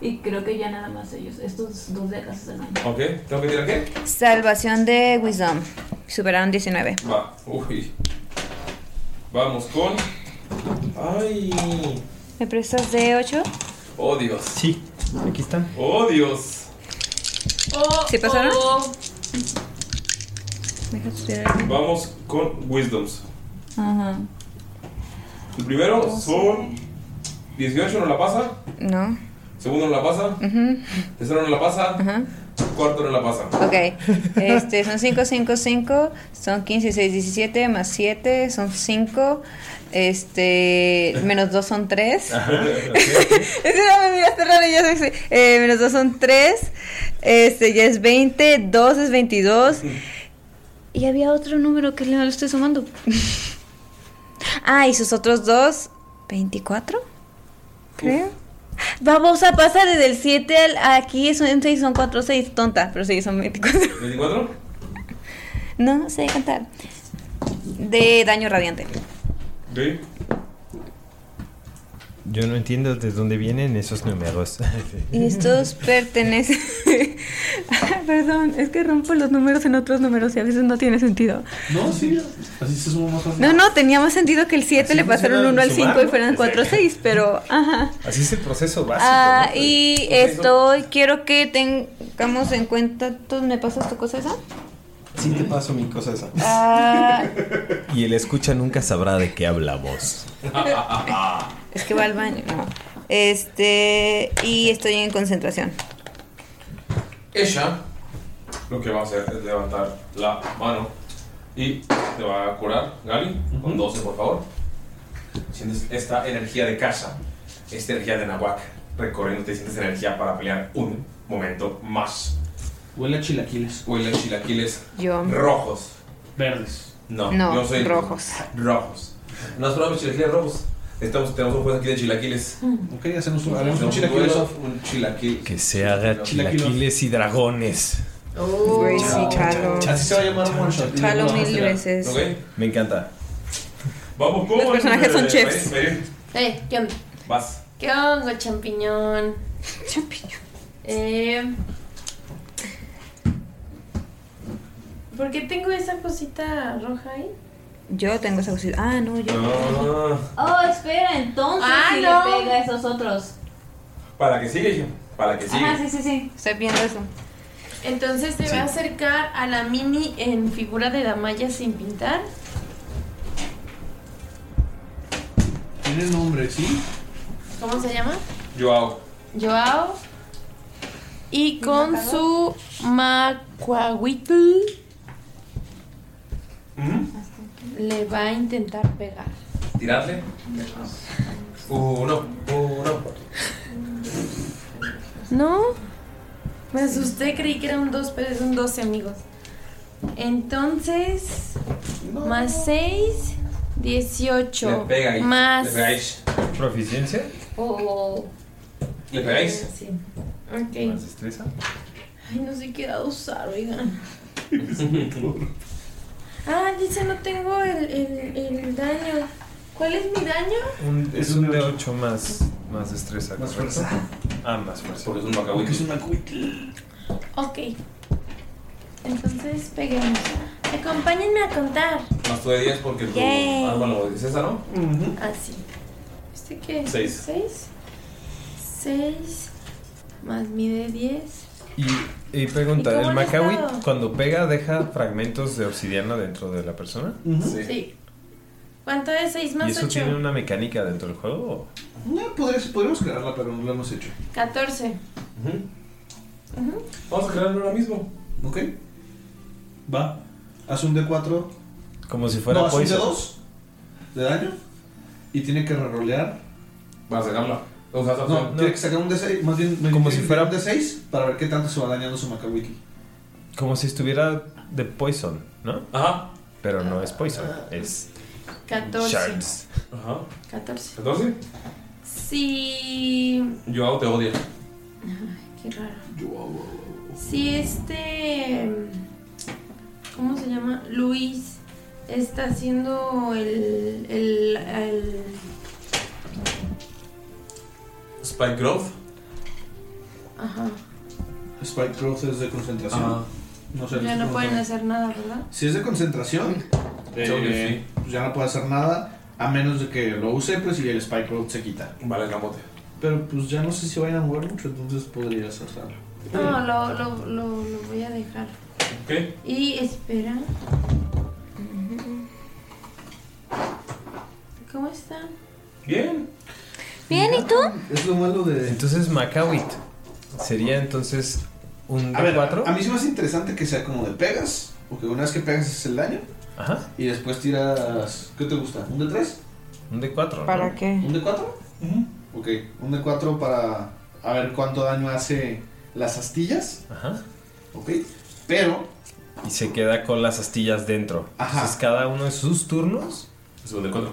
y creo que ya nada más ellos, estos dos de acá se salvan.
Ok, ¿tengo que tirar qué?
Salvación de Wisdom, superaron 19.
Va, uy. Vamos con. Ay.
¿Me prestas de 8?
Oh, Dios.
Sí, aquí están.
Oh, Dios.
¿Sí pasaron?
Vamos con Wisdoms.
Ajá.
El primero son 18, no la pasa.
No.
Segundo, no la pasa.
Ujú.
Tercero, no la pasa. Cuarto, no la pasa.
Ok, este, son 5, 5, 5, son 15, 6, 17, más 7, son 5, este, menos 2 son 3. Ese no me miraste raro, ya sé, que sí. eh, menos 2 son 3, este, ya es 20, 2 es 22. Y había otro número que no lo estoy sumando. ah, y sus otros dos, 24, creo. Vamos a pasar desde el 7 al aquí, son 6, son 4, 6, tonta, pero sí, son 24.
¿24?
No sé cantar. De daño radiante.
Ok.
Yo no entiendo de dónde vienen esos números.
Y estos pertenecen. Ay, Perdón, es que rompo los números en otros números y a veces no tiene sentido.
No, sí. Así se suma más fácil.
No, no, tenía más sentido que el 7 le pasaron
funciona
1 al
sumar,
5 y
¿no?
fueran 4 a 6, pero. Ajá.
Así es el proceso básico.
Ah,
¿no?
y estoy. Quiero que tengamos en cuenta. ¿Tú me pasas tu cosa esa?
Sí te paso mi cosa esa.
Ah,
Y el escucha nunca sabrá de qué hablamos.
es que va al baño. No. Este. Y estoy en concentración.
Ella lo que va a hacer es levantar la mano y te va a curar, Gali, con 12, por favor. Sientes esta energía de casa, esta energía de Nahuac recorriendo, te sientes energía para pelear un momento más.
Huele a chilaquiles.
Huele a chilaquiles
Yo.
rojos.
Verdes.
No,
No,
yo soy
rojos.
Rojos. No probamos chilaquiles rojos. Estamos, tenemos un juez aquí de chilaquiles.
Ok, hacemos un, hagamos
Tenemos
un chilaquiles
duelo,
off.
un chilaquil.
Que se haga chilaquiles y dragones.
Güey, sí, chalo.
Así se va a llamar un one shot.
Chalo mil veces.
Me encanta.
Vamos con.
Los personajes son
eh,
chefs.
Merin, Merin,
Eh, ¿qué onda?
Vas.
¿Qué hongo, champiñón?
Champiñón.
Eh, ¿Por qué tengo esa cosita roja ahí?
Yo tengo esa cosita. Ah, no, yo.
Ah.
Oh, espera, entonces
Ah,
sí
no.
le pega a esos otros.
Para que siga, hija. Para que siga.
Ajá, sí, sí, sí. Estoy viendo eso.
Entonces te va a acercar a la mini en figura de Damaya sin pintar.
Tiene nombre, ¿sí?
¿Cómo se llama?
Yo hago.
Joao. Y con su Macuahuitl Le va a intentar pegar.
Tiradle. Uno, uno.
No. Me asusté, creí que era un 2, pero es un 12, amigos. Entonces, más 6, 18.
Le pegáis.
Más.
Le pegáis. ¿Proficiencia?
Oh,
¿Le pegáis?
sí. Ok.
¿Destreza?
Ay, no sé qué dado usar, oigan. Ah, dice no tengo el, el, el daño. ¿Cuál es mi daño?
Un- es un de 8 más, más destreza.
Más
¿correcto?
fuerza.
Ah, más fuerza.
Porque es un macahuitl.
es un
Ok. Entonces peguemos. Acompáñenme a contar.
Más tú de 10 porque tú.
Yay.
Ah, bueno, dices esa, ¿no?
Así. ¿Este qué?
Seis.
¿Seis? Seis. Más mi de 10.
Y, y pregunta,
¿Y cómo
¿el
han
Macawi
estado?
cuando pega deja fragmentos de obsidiana dentro de la persona?
Sí. ¿Cuánto es 6
¿Y
más
eso tiene
8?
una mecánica dentro del juego?
No, podrías- podríamos crearla, pero no la hemos hecho.
14.
Vamos a crearlo ahora mismo.
Ok. Va. Haz un D4.
Como si fuera
no, haz un
poison.
D2 de daño. Y tiene que rerolear.
Va a sacarla. O sea,
no,
no,
tiene que sacar un D6. Más bien, como si fuera un D6 para ver qué tanto se va dañando su Macawiki.
Como si estuviera de poison, ¿no?
Ajá.
Pero
Ah.
no es poison, es
14.
shards.
Ajá.
14.
¿14?
Sí.
Yo te odio.
Ay, qué raro. Si este. ¿Cómo se llama? Luis está haciendo el. el. el
Spike Growth.
ajá.
Spike Growth es de concentración. No sé.
Ya no
no
pueden
sé.
hacer nada, ¿verdad?
Si es de concentración,
Creo que
eh, pues ya no puede hacer nada. A menos de que lo use, pues y el Spike Growth se quita.
Vale, camote.
Pero pues ya no sé si vayan a mover mucho, entonces podrías hacerlo.
No, lo, lo, lo, lo voy a dejar.
¿Qué?
Y espera. ¿Cómo están?
Bien.
Bien, ¿y tú?
Es lo malo de.
Entonces Macawit sería entonces un
A ver,
D4.
a mí se me hace interesante que sea como de pegas, porque una vez que pegas es el daño.
Ajá.
Y después tiras. ¿Qué te gusta? ¿Un de 3?
Un D4. ¿no?
¿Un de 4? Ok, un de 4 para. A ver cuánto daño hace las astillas.
Ajá.
Ok, pero.
Y se queda con las astillas dentro. Entonces cada uno de sus turnos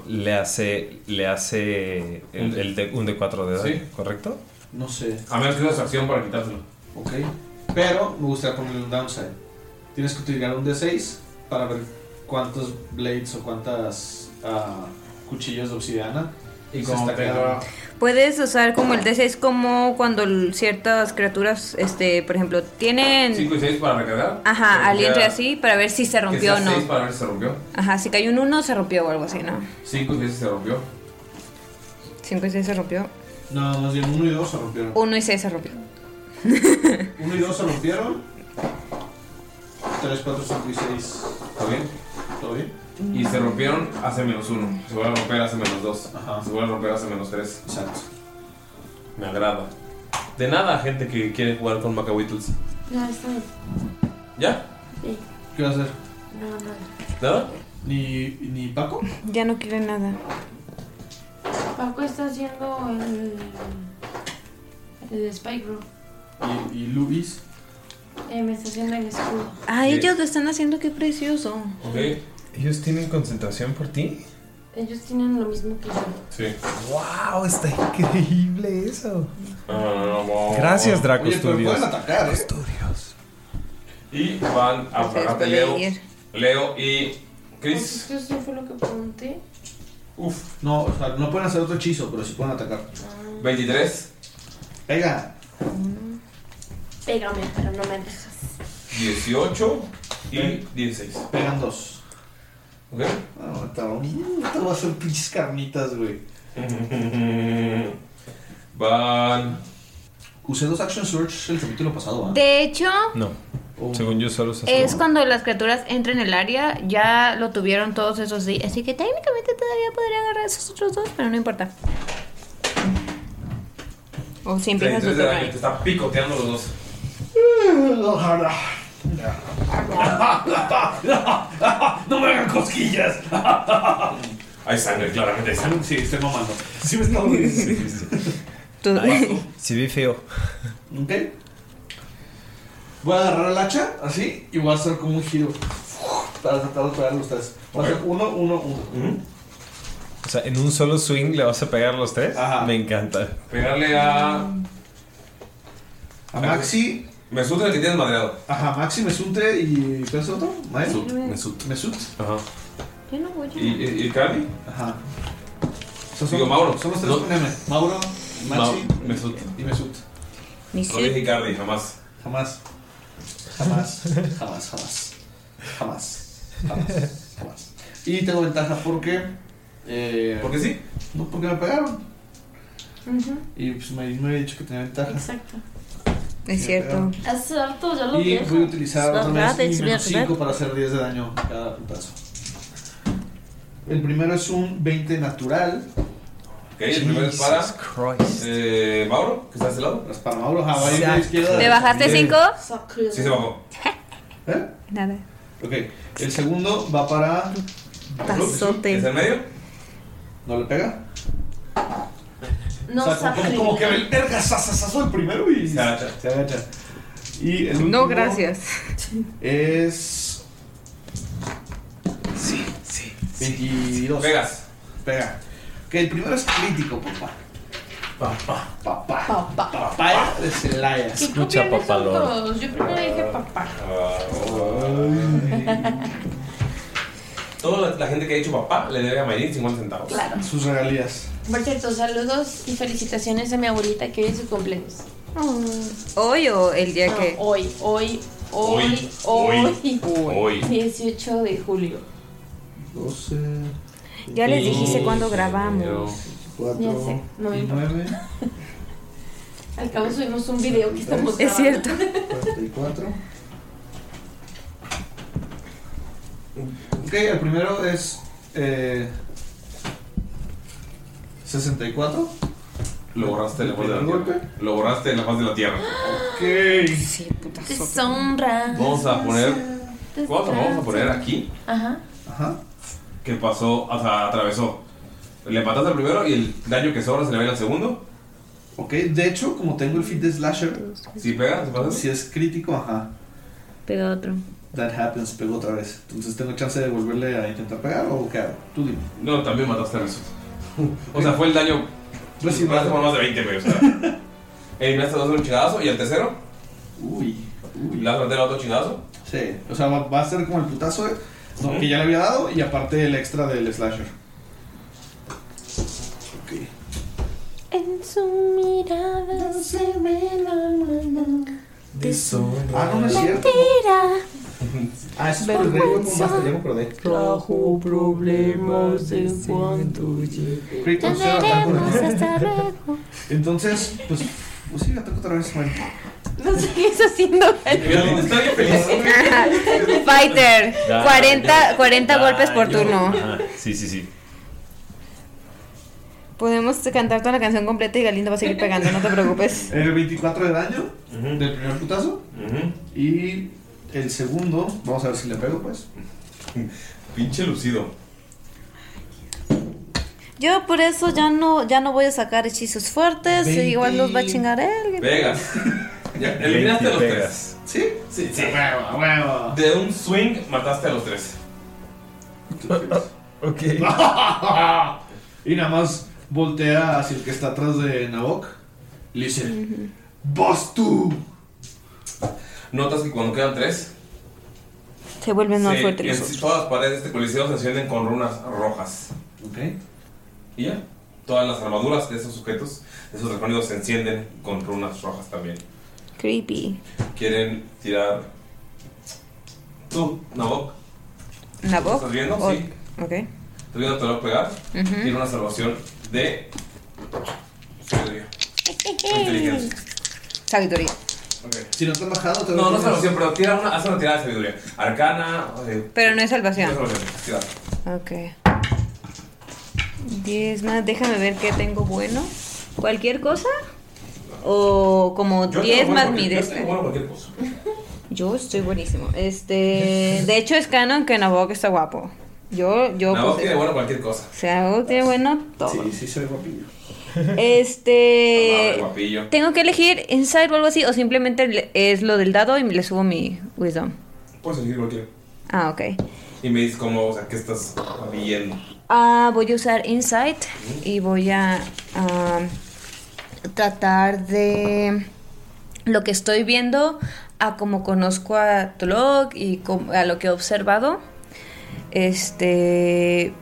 le hace, le hace el, el D- un D4 de daño,
Sí.
¿correcto?
No sé.
A menos que uses acción para quitárselo.
Ok, pero me gustaría ponerle un downside. Tienes que utilizar un de 6 para ver cuántos blades o cuántas ah, cuchillos de obsidiana.
Y
se
como
está
tenga-
quedando.
Puedes usar como el D6 como cuando l- ciertas criaturas, este, por ejemplo, tienen...
5 y 6 para recargar.
Ajá, al
entre
entre así para ver si se rompió o no.
6 para ver si se rompió.
Ajá, si cayó un 1 se rompió o algo así, ¿no?
5 y 6 se rompió.
5 y 6 se rompió.
No, más bien 1 y 2 se rompieron.
1 y 6 se rompió.
1 y 2 se rompieron. 3, 4, 5 y 6.
¿Está bien?
¿Todo bien?
Y se rompieron hace menos 1. Se vuelve a romper hace menos 2. Se vuelve a romper hace menos 3.
Exacto.
Me agrada. De nada, gente que quiere jugar con Macahuitls.
No, está bien.
¿Ya?
Sí.
¿Qué vas a hacer?
No, no.
¿Nada?
¿Ni, ni Paco?
Ya no quiere nada.
Paco está haciendo el. el Spike Room.
¿Y, y Luis?
Eh, me está haciendo el escudo.
Ah, ellos lo están haciendo, qué precioso.
¿Ellos tienen concentración por ti?
Ellos tienen lo mismo que yo.
Sí.
¡Wow! Está increíble eso. Gracias, Draco
Oye, pero
Studios.
pueden atacar, ¿eh? Y van a fragarte Leo. Leo y Chris.
Pues, Eso fue lo que pregunté.
Uf. No, o sea, no pueden hacer otro hechizo, pero sí pueden atacar.
23.
Pega.
Mm. Pégame, pero no me dejas.
18 y 16.
Pegan 2.
¿Ok?
No, está bien. Mm, Esto va a ser pinches carnitas, güey.
Van.
Usé dos Action Surge el capítulo pasado, ¿ah? Oh.
De hecho,
No. Según yo solo usas
es
uno.
cuando las criaturas entran en el área, ya lo tuvieron todos esos sí, así que técnicamente todavía podría agarrar esos otros dos, pero no importa. O si
33
empiezas tu
de
turno
daño. Te está picoteando los dos.
Lo jala.
¡No me hagan cosquillas!
Hay sangre, claramente hay sangre. Sí, estoy mamando.
Sí, me está doliendo.
Tú-
Sí, vi feo.
Ok. Voy a agarrar el hacha, así, y voy a hacer como un giro. Para tratar de pegarle a ustedes. Voy a hacer uno, uno, uno.
O sea, en un solo swing le vas a pegar los tres. Me encanta.
Pegarle a.
A Maxi.
Me asusta el que tienes madreado.
Ajá, Maxi, Mesunte y. ¿Cuál es el otro? Mael.
Mesut.
Mesut.
Ajá.
Yo no voy
¿Y, y, y Carly?
Ajá.
Digo, Mauro.
Son los tres
No.
con M. Mauro, Maxi
Mau- Mesut.
y Mesut.
No dije Carly, jamás.
Jamás. Jamás. Jamás, jamás. Jamás. Jamás. Jamás. Y tengo ventaja porque. Eh,
¿Porque sí?
No, porque me pegaron. Y pues me, me había dicho que tenía ventaja.
Exacto.
Es cierto.
Es cierto, yo lo
Y
dije.
voy a utilizar
Es
otra
verdad,
vez
es
mi menos
verdad.
5 para hacer 10 de daño a cada putazo. El primero es un 20 natural.
Ok, el primero es para. Eh, Mauro, que está a este lado.
Es para Mauro, ajá, va a ir de
Exacto.
izquierda.
¿Te bajaste
Bien.
5?
Sí, se bajó.
Nada.
Ok, el segundo va para.
Tazote.
¿Es el medio?
¿No le pega?
No
o sea, como- como,
sacrifica.
como que el verga sasasazo el primero y. Se
agacha.
Se agacha. Y el último
No, gracias.
Es. Sí, sí. 22.
Pegas.
Pega. Que el primero es crítico, papá. Papá. Papá. Papá. Papá de Celaya.
Escucha, Todos. Yo primero dije papá.
Toda la, la gente que ha dicho papá le debe a Mayrin 50 centavos.
Claro.
Sus regalías.
Por cierto, saludos y felicitaciones a mi abuelita que hoy es su cumpleaños.
¿Hoy o el día
No,
que?
Hoy, hoy, hoy,
Hoy,
hoy,
hoy.
18 de julio.
12.
Ya les dijiste
Quince,
cuándo grabamos.
Ya sé, no me importa.
9,
Al cabo subimos un video que estamos
Es
grabando.
44. Ok, el primero es. Eh, 64.
Lo borraste de la faz de la
¿El
tierra.
primer
Lo borraste de la faz de la tierra.
Ok.
Deshonra.
Vamos a poner. Vamos a, vamos a poner aquí
Ajá.
que pasó, o sea, atravesó. Le mataste al primero y el daño que sobra se le ve al segundo.
Ok, de hecho, como tengo el feed de Slasher.
Si pega, ¿te pasa?
Si es crítico, ajá.
Pega otro.
That happens, pegó otra vez. Entonces, ¿tengo chance de volverle a intentar pegar o qué hago? Tú dime.
No, también mataste al Mesut. O sea, fue el daño.
Recibido.
Más más de 20, pero, o sea. Eliminaste dos de un chingadazo y el tercero.
Uy. uy.
Le vas a meter a otro chingadazo.
Sí, o sea, va, va a ser como el putazo eh, no, que ya le había dado y aparte el extra del Slasher. Ok.
En su mirada se ve la mano.
Ah, no, no es cierto.
Mentira.
Ah, eso es por el Great Weapon Master, ya me acordé.
Trajo problemas en cuanto
Great Weapon Master, ataco de-
Veremos hasta luego.
Entonces, pues, pues sí, ataco otra vez, bueno.
No sé qué estás haciendo.
Violín está bien feliz.
Fighter.
Da-
40, 40
da-
golpes por
yo-
turno.
Ajá, Sí, sí, sí.
Podemos cantar toda la canción completa y Galindo va a seguir pegando, no te preocupes.
Eh, 24 de daño del primer putazo. Y el segundo, vamos a ver si le pego, pues.
Pinche lucido.
Yo por eso ya no, ya no voy a sacar hechizos fuertes,
Veinte.
igual los va a chingar él.
Vegas. Ya, eliminaste a los
Vegas.
tres.
¿Sí?
Sí, sí.
Huevo, huevo.
De un swing mataste a los tres.
Ok.
y nada más voltea hacia el que está atrás de Nabok. y Le dice: ¡Vas tú!
Notas que cuando quedan tres,
Se vuelven más
se-
fuertes
es-
los otros.
todas las paredes de este coliseo se encienden con runas rojas.
Ok.
Y ya, todas las armaduras de esos sujetos, de esos dracónidos, se encienden con runas rojas también.
Creepy.
Quieren tirar. Tú, Nabok,
¿Nabok?
¿Estás viendo?
O-
Sí.
Ok.
te voy a tratar de pegar.
Ujú.
Tiene una salvación de. sabiduría. Inteligencia.
Sabiduría.
Ok.
Si no te han bajado, te
No, no es salvación, pero tira una, haz una tirada de sabiduría. Arcana. eh,
Pero no es
no es
salvación.
salvación, tirada.
Ok. 10 más, déjame ver qué tengo bueno. ¿Cualquier cosa? O como
Yo
10
tengo
más
bueno
mi
cualquier- yo
destreza.
tengo bueno cualquier cosa.
este. Yo estoy buenísimo. Este, de hecho es canon que Nabok está guapo. Yo, yo.
Nabok
pues,
tiene bueno cualquier cosa.
O sea, Nabok tiene bueno todo.
Sí, sí se ve guapillo.
Este.
guapillo.
Tengo que elegir Insight o algo así, o simplemente le- es lo del dado y le subo mi Wisdom.
Puedes elegir cualquiera.
Ah, ok.
Y me dices cómo, o sea, qué estás viendo.
Ah, voy a usar Insight y voy a am, tratar de lo que estoy viendo a como conozco a Tlog y com- a lo que he observado, este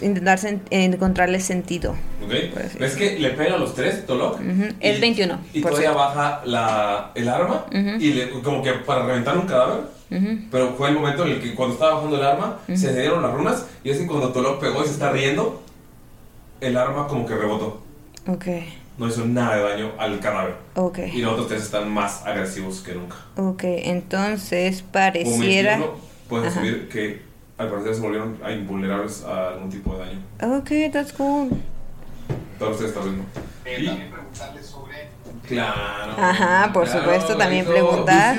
intentar sen- encontrarle sentido.
¿Ok? ¿Ves que le pega a los tres, Tolok?
Ujú, Es 21.
Y todavía baja la, el arma
Ujú.
y le- como que para reventar un cadáver.
Ujú.
Pero fue el momento en el que cuando estaba bajando el arma
Ujú.
se dieron las runas y es que cuando Tolok pegó y se está riendo, el arma como que rebotó.
Ok,
No hizo nada de daño al cadáver.
ok,
Y los otros tres están más agresivos que nunca.
ok. Entonces
Como
pareciera...
21, puedes
Ajá.
asumir que al parecer se volvieron a invulnerables a algún tipo de daño.
Ok, that's cool.
Todos ustedes están viendo. Y- Claro.
Ajá, por
Claro,
supuesto, también
eso.
preguntar.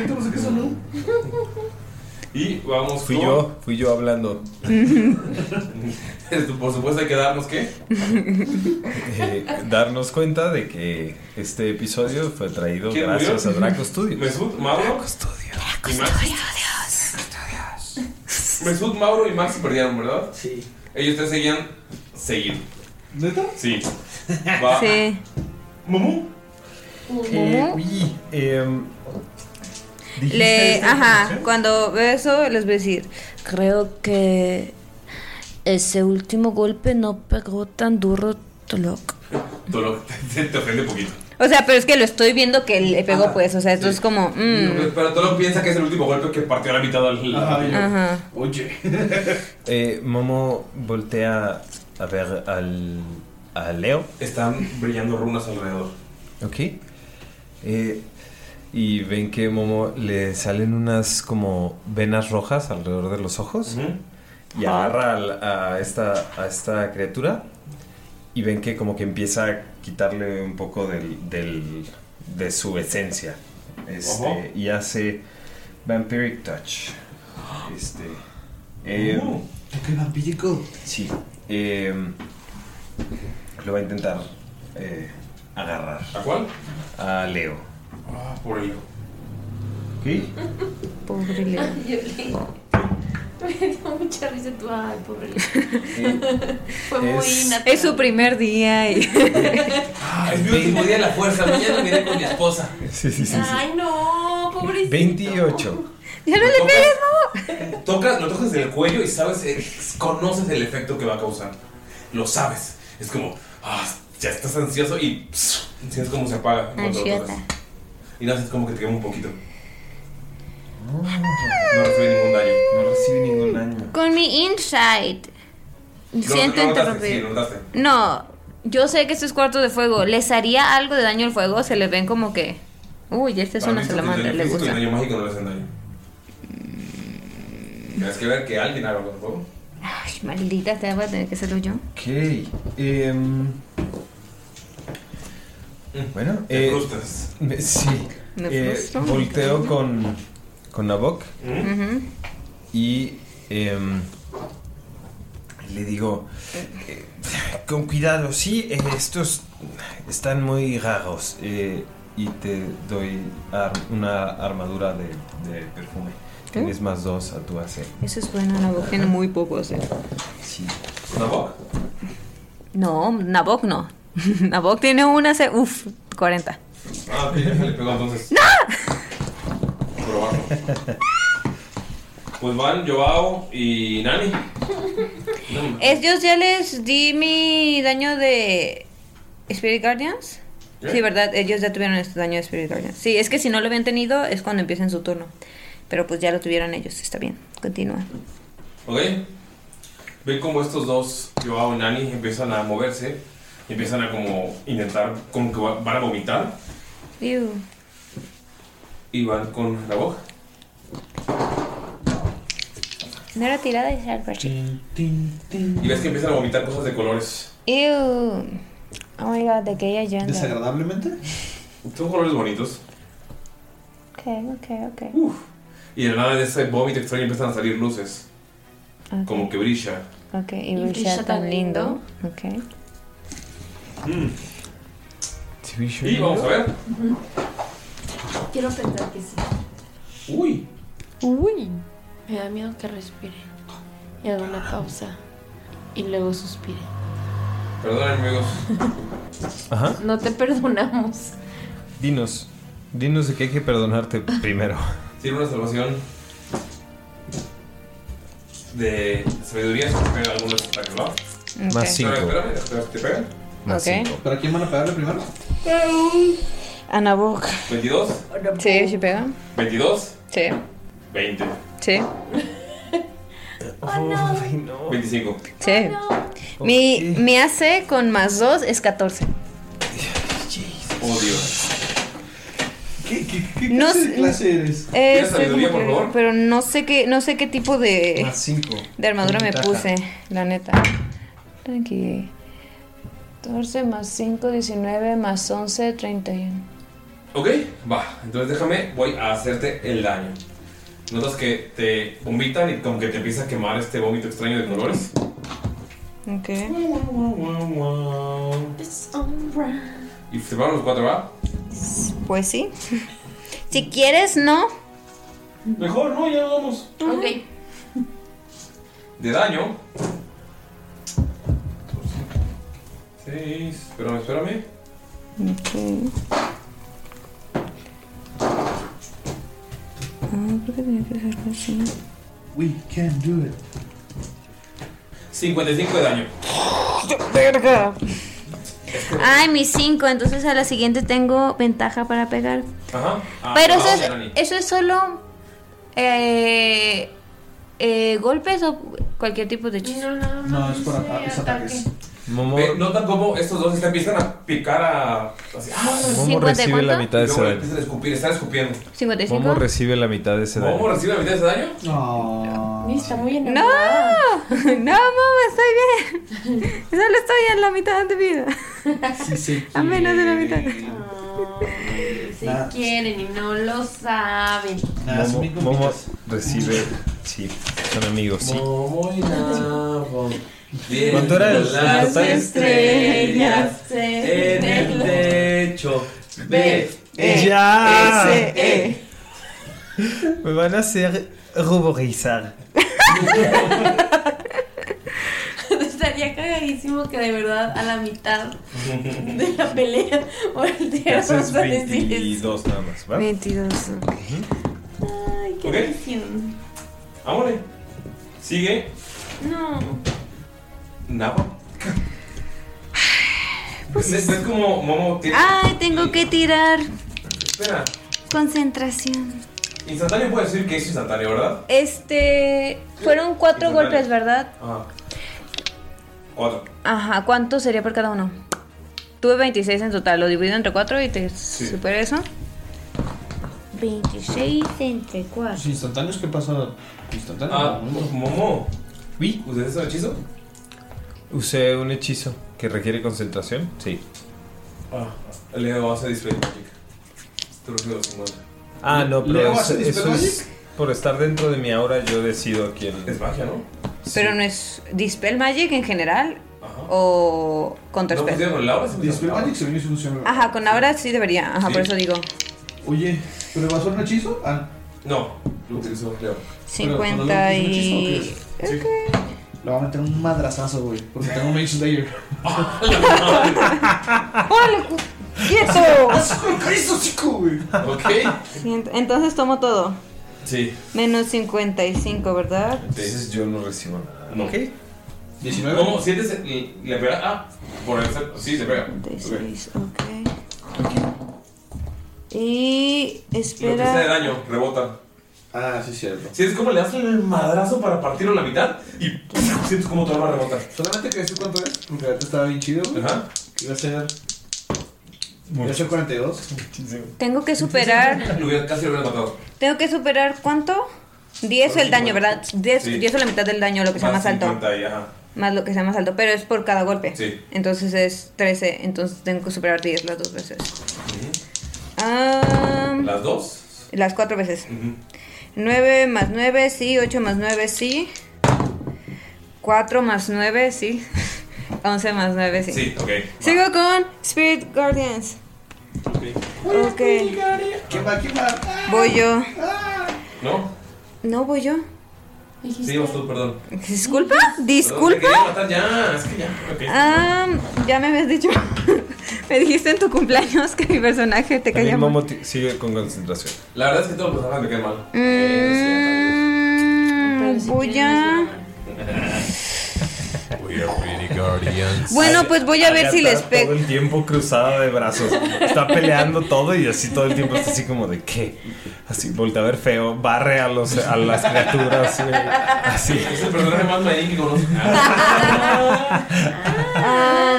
Y vamos
Fui
con-
yo, fui yo hablando.
Por supuesto hay que darnos qué.
Eh, darnos cuenta de que este episodio fue traído
¿Quién
gracias
murió?
a Draco Studios.
Mesut, Mauro. Draco
Studios.
Mesut, Mauro y Max se perdieron, ¿verdad? Sí. Ellos tres seguían seguido. ¿Neta? Sí. Va.
Sí.
¿Mumu?
Eh, uy, em, ¿dijiste
Le,
esta
ajá,
información?
cuando veo eso les voy a decir,
Creo que ese último golpe no pegó tan duro, Tolok.
Tolo, te, te ofende poquito.
o sea, pero es que lo estoy viendo que le pegó pues, o sea, esto es como, mm,
Pero- Pero Tolo piensa que es el último golpe que partió a la mitad del.
ajá.
Oye.
Eh, Momo voltea a ver al, a Leo.
Están brillando runas alrededor.
Ok. Eh, y ven que Momo le salen unas como venas rojas alrededor de los ojos. Y agarra al- a, esta, a esta criatura. Y ven que como que empieza a quitarle un poco del, del- de su esencia. Este,
Ojo.
Y hace Vampiric Touch. Este. eh,
Qué vampírico.
Sí. eh, lo va a intentar eh, agarrar.
¿A cuál?
A Leo.
Ah, por Leo.
¿Qué?
Pobre Leo.
Me dio mucha risa tú, ay, pobre Leo. Fue
Es-
muy natural.
es su primer día y...
es mi último día de la fuerza. Mañana me iré con mi esposa.
Sí, sí, sí.
Ay, no, pobrecito.
28.
Ya no le pegues, mamá.
Tocas, lo tocas del cuello y sabes, eh, conoces el efecto que va a causar. Lo sabes. Es como, ah, ya estás ansioso y pss, sientes cómo se apaga cuando lo
Ansiota.
tocas. Y no, es como que te quema un poquito. No recibe ningún daño.
No recibe ningún daño.
Con mi insight. Siento
lo notaste, sí,
interrumpir.
lo notaste.
No, yo sé que estos cuartos de fuego les haría algo de daño al fuego, se les ven como que... Uy, esta es
Para
una
mí, esto
salamandra,
tiene
le
físico y
gusta.
daño mágico no le hacen daño. Tienes que ver que alguien haga con el juego.
Ay, maldita, esta voy a tener que hacerlo yo.
Ok. em, bueno,
Te
eh,
frustras.
me- sí.
Me
eh,
frustro.
volteo con, con Nabok
Ujú.
y em, le digo: eh, Con cuidado, sí, eh, estos están muy raros. eh, y te doy ar- una armadura de, de perfume. Tienes más dos a tu AC.
Eso es bueno, Nabok tiene muy pocos. eh.
Sí.
¿Nabok?
No, Nabok no. Nabok tiene una C. Uf, 40.
Ah, ok, ya le pegó entonces. ¡No! Probarlo. Pues van Joao y Nani. No,
Ellos ya les di mi daño de Spirit Guardians.
¿Eh?
Sí, verdad, ellos ya tuvieron este daño de Spirit Guardians. Sí, es que si no lo habían tenido es cuando empiecen su turno. Pero pues ya lo tuvieron ellos, está bien, continúa.
Ok. Ven como estos dos, Joao y Nani, empiezan a moverse. y Empiezan a como intentar, como que va- van a vomitar.
Ew.
Y van con la boca.
No era tirada de Salvachi.
Y ves que empiezan a vomitar cosas de colores.
Ew. Oh my god, de que ella ya.
¿Desagradablemente? Son colores bonitos.
Ok, ok, ok.
Y de la nada de ese vómito extraño empiezan a salir luces.
Ok.
Como que brilla.
Ok, y
brilla
brilla
tan
tan lindo. Ok.
Y vamos a ver.
Quiero pensar que sí.
Uy.
Uy. Me da miedo que respire. Y haga una pausa. Y luego suspire.
Perdónenme, amigos. ¿Ah?
Ajá.
No te perdonamos.
Dinos. Dinos de qué hay que perdonarte primero.
Tiene una salvación de sabiduría. Se pegan algunos ataques, ¿no?
Más
Pero,
cinco.
Espérame, espérame, ¿te pegan?
Ah,
Más Ok. cinco.
¿Pero a quién van a pegarle primero?
Ana Boca.
¿22?
Sí, sí pega.
¿22?
Sí.
20.
Sí.
no. 25.
Sí. Mi, mi AC con más 2 es 14.
Oh, Dios.
¿Qué, qué, qué
No
clase
sé.
de clase eres?
Es Pero no sé qué, no sé qué tipo de,
Más cinco.
de armadura
Con
me
ventaja.
puse, la neta.
Tranqui. 14 más 5, 19 más 11, 31.
Ok, va. Entonces déjame, voy a hacerte el daño. Notas que te vomitan y como que te empieza a quemar este vómito extraño de colores.
Ok.
Y te pagan los cuatro, ¿va?
Pues sí. Si quieres, no.
Mejor, no, ya vamos.
Ok.
De daño. 6. Espérame, espérame.
Ah, creo que tenía que hacerlo así.
We can do it.
55 de daño.
Verga. Ay, mis 5. Entonces a la siguiente tengo ventaja para pegar.
Ajá. Ah,
Pero eso
vamos,
es,
Nani.
eso es solo eh, eh, golpes o cualquier tipo de hechizo.
No, es por ata- es ataques.
Ve, Notan cómo estos dos se empiezan a picar a. Así. ¡Ah!
Momo recibe la mitad de
Y luego
ese daño.
Empiezan a escupir, están escupiendo.
Momo recibe la mitad de ese daño.
¿Momo recibe la mitad de ese daño?
No.
Está muy
No, no, mamá, estoy bien. Solo estoy en la mitad de vida. A menos de la mitad.
Se quieren y no lo saben.
Momo, Momo recibe. Sí, son amigos, sí. ¿Cuánto era el
Las
total?
estrellas
en
el techo. Ve.
E,
E,
Eh,
Ya.
ese,
E.
eh. Me van a hacer ruborizar.
Estaría cagadísimo que de verdad a la mitad de la pelea voltearas
Haces
a decir eso.
22 nada más, ¿va?
22.
Ay, qué
Ok.
tensión.
Vámonos. Sigue.
No.
Nava.
pues
¿Ves ves cómo Momo tiene.
Ay, tengo que tirar
Espera.
concentración.
Instantáneo puede decir que es instantáneo, ¿verdad?
Este, fueron cuatro
Instantáneo.
golpes, ¿verdad?
Ajá. Cuatro.
Ajá, ¿cuánto sería por cada uno? Tuve 26 en total, lo divido entre 4 y te supera eso. 26 entre 4.
¿Los Pues, instantáneos qué pasa? ¿Instantáneo?
Ah, Momo.
¿Vi?
¿Ustedes el hechizo?
Usé un hechizo que requiere concentración. Sí.
Ah, Leo hace display magic. Tú lo que lo sumas.
Ah, no, pero
¿Leo
es-
hace
eso
Dispel
es. Por estar dentro de mi aura, yo decido a quién.
Es magia, ¿no?
Pero no es Dispel Magic en general o Counter Spell.
Dispel Magic se me hizo ilusión.
Ajá, con ahora sí debería. Ajá,
Sí.
por eso digo.
Oye, ¿pero va a ser un hechizo? Ah.
No, lo utilizó Leo.
Pero, ¿cuando lo-
50
es un hechizo o qué
y...
es? Le voy a meter un madrazazo, güey. Porque tengo un Mage Slayer.
¡Órale, cu- quieto!
¡Cristo, chico, güey!
Ok.
Cien- Entonces tomo todo.
Sí.
Menos 55, ¿verdad?
Entonces yo no recibo nada.
No.
Ok.
19. ¿Cómo sientes? el- ¿Le pega? Ah, por el ser- Sí, le pega. Ok.
Ok. Y...
Lo que sea de
Espera.
daño, rebota.
Ah, sí, cierto.
Sientes como le das el madrazo para partirlo a la mitad y ¡pum! sientes como tu arma rebota.
Solamente que decir cuánto es, porque ahorita estaba bien chido. güey.
Ajá.
Iba a ser. Iba a ser 42.
Tengo que superar...
Lo hubiera- casi lo hubiera matado.
Tengo que superar ¿cuánto? 10 el daño, ¿verdad? 10,
Sí.
10 o la mitad del daño, lo que sea más alto.
50 y ajá.
Más lo que sea más alto, pero es por cada golpe.
Sí.
Entonces es 13, entonces tengo que superar 10 las dos veces. Ah,
Las dos.
Em, las cuatro veces.
Ujú.
9 más 9, sí. 8 más 9, sí. 4 más 9, sí. 11 más 9, sí.
Sí, ok.
Sigo con Spirit Guardians. Ok.
¿Quién va? ¿Quién va?
Voy yo.
Ah,
¿No?
No, voy yo.
Sí, vas tú, perdón.
Disculpa,
Perdón, te quería
disculpa.
matar ya, es que ya. ok.
Ah, ya me habías dicho. me dijiste en tu cumpleaños que mi personaje te caía
También
mal.
Momo ti- sigue con concentración.
La verdad es que todos los personajes me quedan mal.
Mm, voy a.
We are pretty guardians.
Bueno, pues voy a ver
Aya
si
está
les pego.
Todo el tiempo cruzada de brazos. Está peleando todo y así todo el tiempo está así como de qué. Así, voltea a ver feo, barre a, los, a las criaturas. güey. Así.
Es el personaje más maíz que conozco. Ah.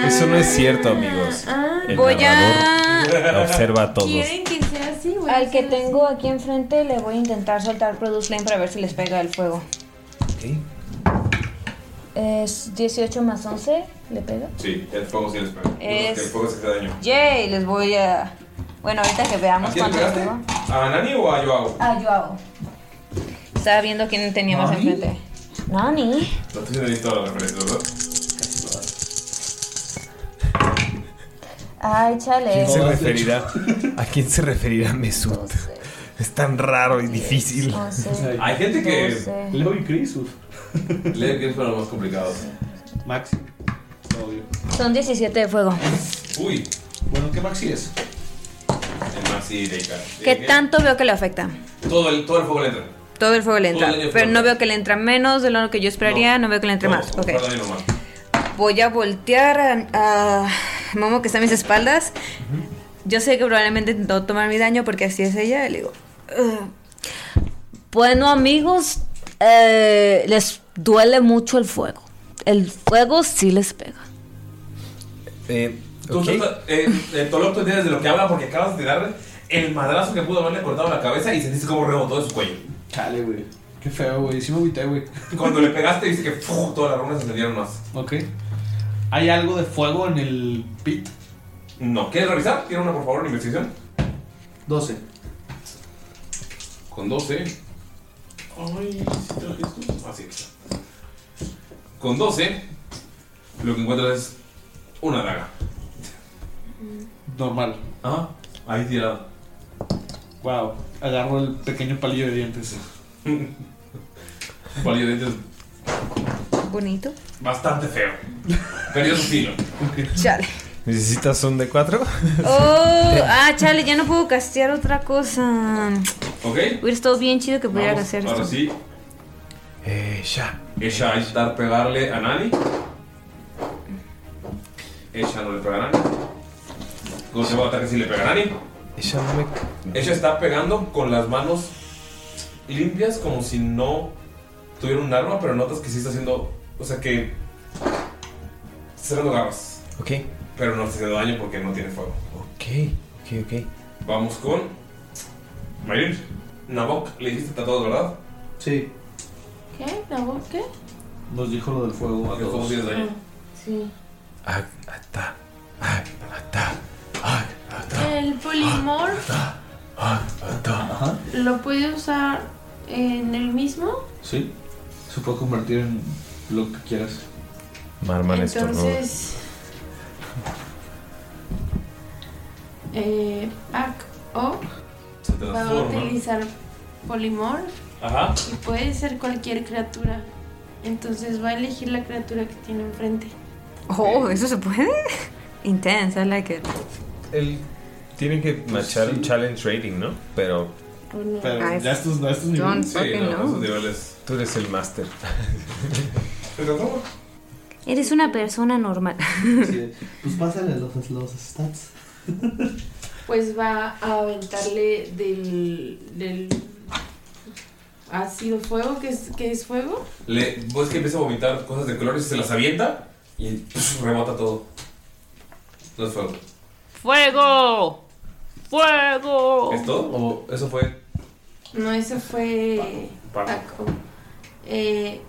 Eso no es cierto, amigos. El
Ah, Voy
narrador
a-
observa a todos.
¿Quieren que sea así? Al que tengo aquí enfrente le voy a intentar soltar Produce Flame para ver si les pega el fuego. Es 18 más 11, ¿le pega?
Sí, el fuego sí les pega.
Es-
El fuego sí hace daño.
Yay, les voy a... Bueno, ahorita que veamos
¿A quién le
cuánto les
pegaste?
pego.
¿A Nani o a Joao?
Ah, yo hago. Estaba viendo quién tenía más
¿Nani?
enfrente. Nani.
No estoy haciendo bien todas las referencias, ¿verdad? Casi todas.
Ay, chale.
¿Quién se referirá? ¿A quién se referirá Mesut? Es tan raro y difícil.
Once,
Hay gente que-
doce.
Leo y Chris. uf.
Leo que es para los más complicados.
Maxi. Obvio.
Son 17 de fuego.
Uy.
Bueno, ¿qué Maxi es?
El Maxi de Icar.
¿Qué tanto veo que le afecta?
Todo el, todo el fuego le entra.
Todo el fuego le
Todo
entra.
el daño
Pero
fuego.
no veo que le entra menos de lo que yo esperaría, no, veo que le entre más. Ok.
Para daño normal.
Voy a voltear a, a Momo que está a mis espaldas. Yo sé que probablemente intentó tomar mi daño porque así es ella. Le digo. "Ugh".
Bueno, amigos, eh, les duele mucho el fuego. El fuego sí les pega.
Eh,
Tú, tú, eh, eh, Tolok, tú entiendes de lo que habla porque acabas de darle el madrazo que pudo haberle cortado la cabeza y sentiste como rebotó de su cuello.
Chale, güey. Qué feo, güey. Sí me agüité, güey.
Cuando le pegaste, dice que ¡fu! todas las runas se encendieron más.
Ok. ¿Hay algo de fuego en el pit?
No. ¿Quieres revisar? ¿Tiene una, por favor, una investigación?
12.
Con 12. Ay, si traje esto. Así está. Con 12, lo que encuentras es una daga.
Normal.
Ah, ahí tirado.
Wow. Agarro el pequeño palillo de dientes.
Palillo de dientes
Bonito.
bastante feo. Perdió su filo.
Chale.
¿Necesitas un de cuatro?
Oh, ah, chale, ya no puedo castear otra cosa.
¿Ok?
Hubiera estado bien chido que pudiera
Vamos,
hacer
ahora
esto.
sí.
Ella.
Ella va a intentar pegarle a Nani. Ella no le pega a Nani. Con el segundo ataque sí le pega a Nani.
Ella no me.
Ella está pegando con las manos limpias como si no tuviera un arma, pero notas que sí está haciendo. O sea que. Está cerrando garras.
Ok,
Pero no está haciendo daño porque no tiene fuego.
ok, ok, ok.
Vamos con. Mayrin. Nabok, le dijiste todos, ¿verdad?
Sí.
¿Qué? ¿No? ¿Qué? Ah,
Nos dijo lo del fuego a
Que todos
todos.
tienes daño.
Sí. El polimorph
Ajá.
lo puede usar en el mismo.
Sí. Se puede convertir en lo que quieras.
Marman estornuda.
Entonces. Eh, back O
Se
va a
transforma.
utilizar polimorph
Ajá.
y puede ser cualquier criatura. Entonces va a elegir la criatura que tiene enfrente.
Oh, ¿eso se puede? Intense, I like it.
Él tiene que machar un challenge rating, ¿no? Pero.
Pues Pero ya estos, ya estos
Don't
niveles.
fucking know.
niveles.
Tú eres el máster.
Eres una persona normal.
Sí. Pues pásale los, los stats.
Pues va a aventarle del. del ácido fuego, que es, que es fuego.
Le, vos que empieza a vomitar cosas de colores, se las avienta y pf, rebota todo. No es fuego.
¡Fuego! ¡Fuego!
¿Es todo? ¿O eso fue?
No, eso fue.
Paco.
Paco. Eh,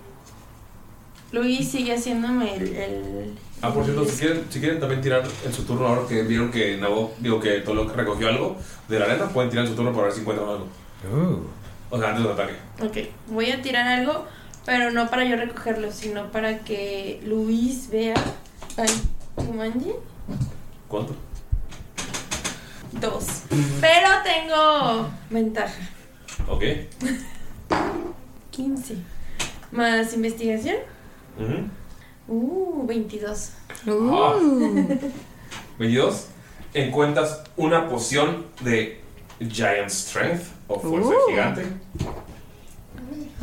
Luis sigue haciéndome el. el-
Ah, por cierto, si quieren, si quieren también tirar en su turno, ahora que vieron que Nabo, digo que Tolok recogió algo de la arena, pueden tirar en su turno para ver si encuentran algo.
Uh,
O sea, antes del ataque.
Ok, voy a tirar algo, pero no para yo recogerlo, sino para que Luis vea. Ay, Jumanji.
¿Cuánto?
Dos. Pero tengo ventaja.
Ok.
15. Más investigación.
Ujú.
Uh, 22. Uh.
Ah. 22. Encuentras una poción de Giant Strength o fuerza
Uh.
gigante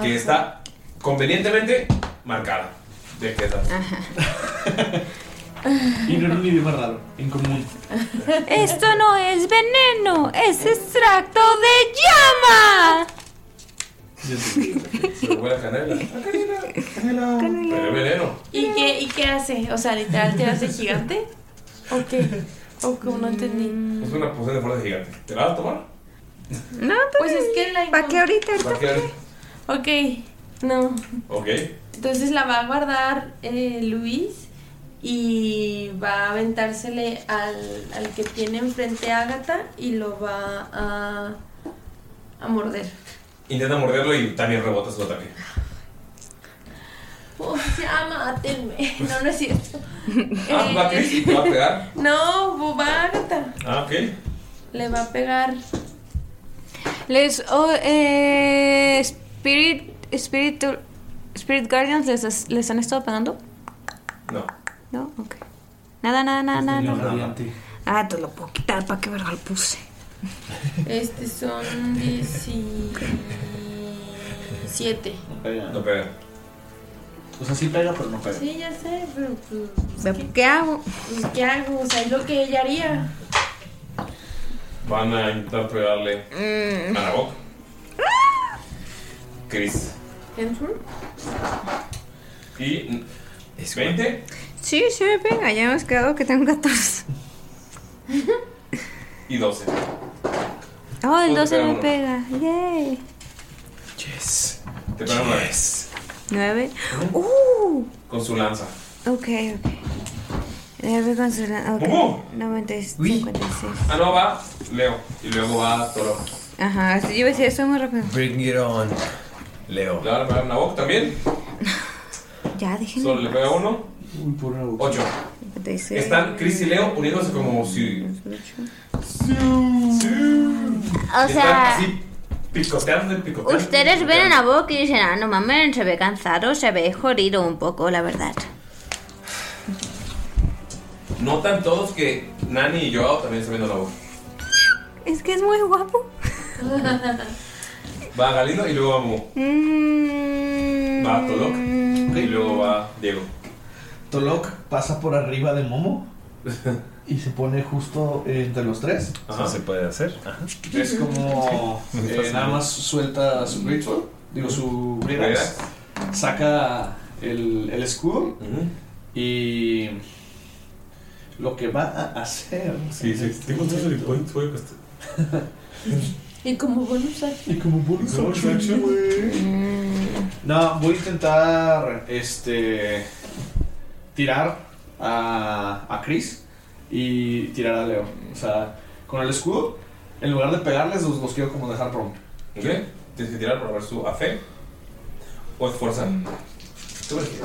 que está convenientemente marcada. ¿De qué edad?
Y no era un idioma raro, en común.
Esto no es veneno, es extracto de llama.
Se huele a canela. Pero es veneno.
¿Y qué, ¿Y qué hace? O sea, literal, ¿te hace gigante? ¿O qué? ¿O cómo no entendí?
Es una poción de fuerza gigante. ¿Te la vas a tomar?
No, pues es que la. ¿Para qué
ahorita?
Va a quedar-
Ok, no.
Ok.
Entonces la va a guardar eh, Luis y va a aventársele al, al que tiene enfrente a Agatha y lo va a, a morder.
Intenta morderlo y también rebota su ataque.
Oh, ya, mátenme. No, no es cierto. Eh,
Ah, va a Chris y te va a pegar.
No, bu- va a Agatha.
Ah, ok.
Le va a pegar.
Les oh, eh, Spirit Spirit Spirit Guardians les, les han estado pagando?
No.
No, ok. Nada, nada, nada, nada. nada.
radiante.
Ah, te lo puedo quitar para que verga lo puse.
Este son 17.
No pega.
O sea, sí pega, pero no pega.
Sí, ya sé, pero pues,
¿Qué, hago?
pues, ¿qué hago? O sea, es lo que ella haría.
Van a intentar pegarle
Mm.
a la boca.
¡Ah!
Chris.
¿Enfor?
Y. ¿20?
Sí, sí, venga, ya hemos quedado que tengo 14.
Y 12.
Oh, el
Uno te
12
pega
me
uno.
pega. Yay.
Yes. Te pegan una vez.
9. Uh,
Con su lanza.
ok, ok. Debe considerar. Ok.
¿Cómo?
90,
Uy.
56.
Ah, no, va Leo. Y luego va Toro.
Ajá, sí, yo decía eso muy rápido.
Bring it on. Leo.
Le van a pegar una boca también.
Ya, déjenme.
Solo le pega uno.
Uy, por una boca.
8.
56.
Están Chris y Leo uniéndose como si.
O sea,
Están así picoteando y picoteando.
ustedes ven a Nabok y dicen, ah, no mames, se ve cansado, se ve jodido un poco, la verdad.
Notan todos que Nani y Joao también están viendo a Nabok.
Es que es muy guapo.
Va Galindo y luego va Mu.
Mm.
Va Tolok. Y luego va Diego.
Tolok pasa por arriba de Momo y se pone justo entre los tres.
Eso se puede hacer. Ajá.
Es como eh, nada más suelta su ritual, digo su Greatrax, saca el, el escudo y lo que va a hacer.
Sí, sí, tengo tres points, voy a costar.
Y como bonus action.
Y como bonus
action,
No, voy a intentar este tirar a, a Chris y tirar a Leo. O sea, con el escudo, en lugar de pegarles, los, los quiero como dejar pronto.
¿Ok? Tienes que tirar para ver su AC o esfuerza. Tú ves que-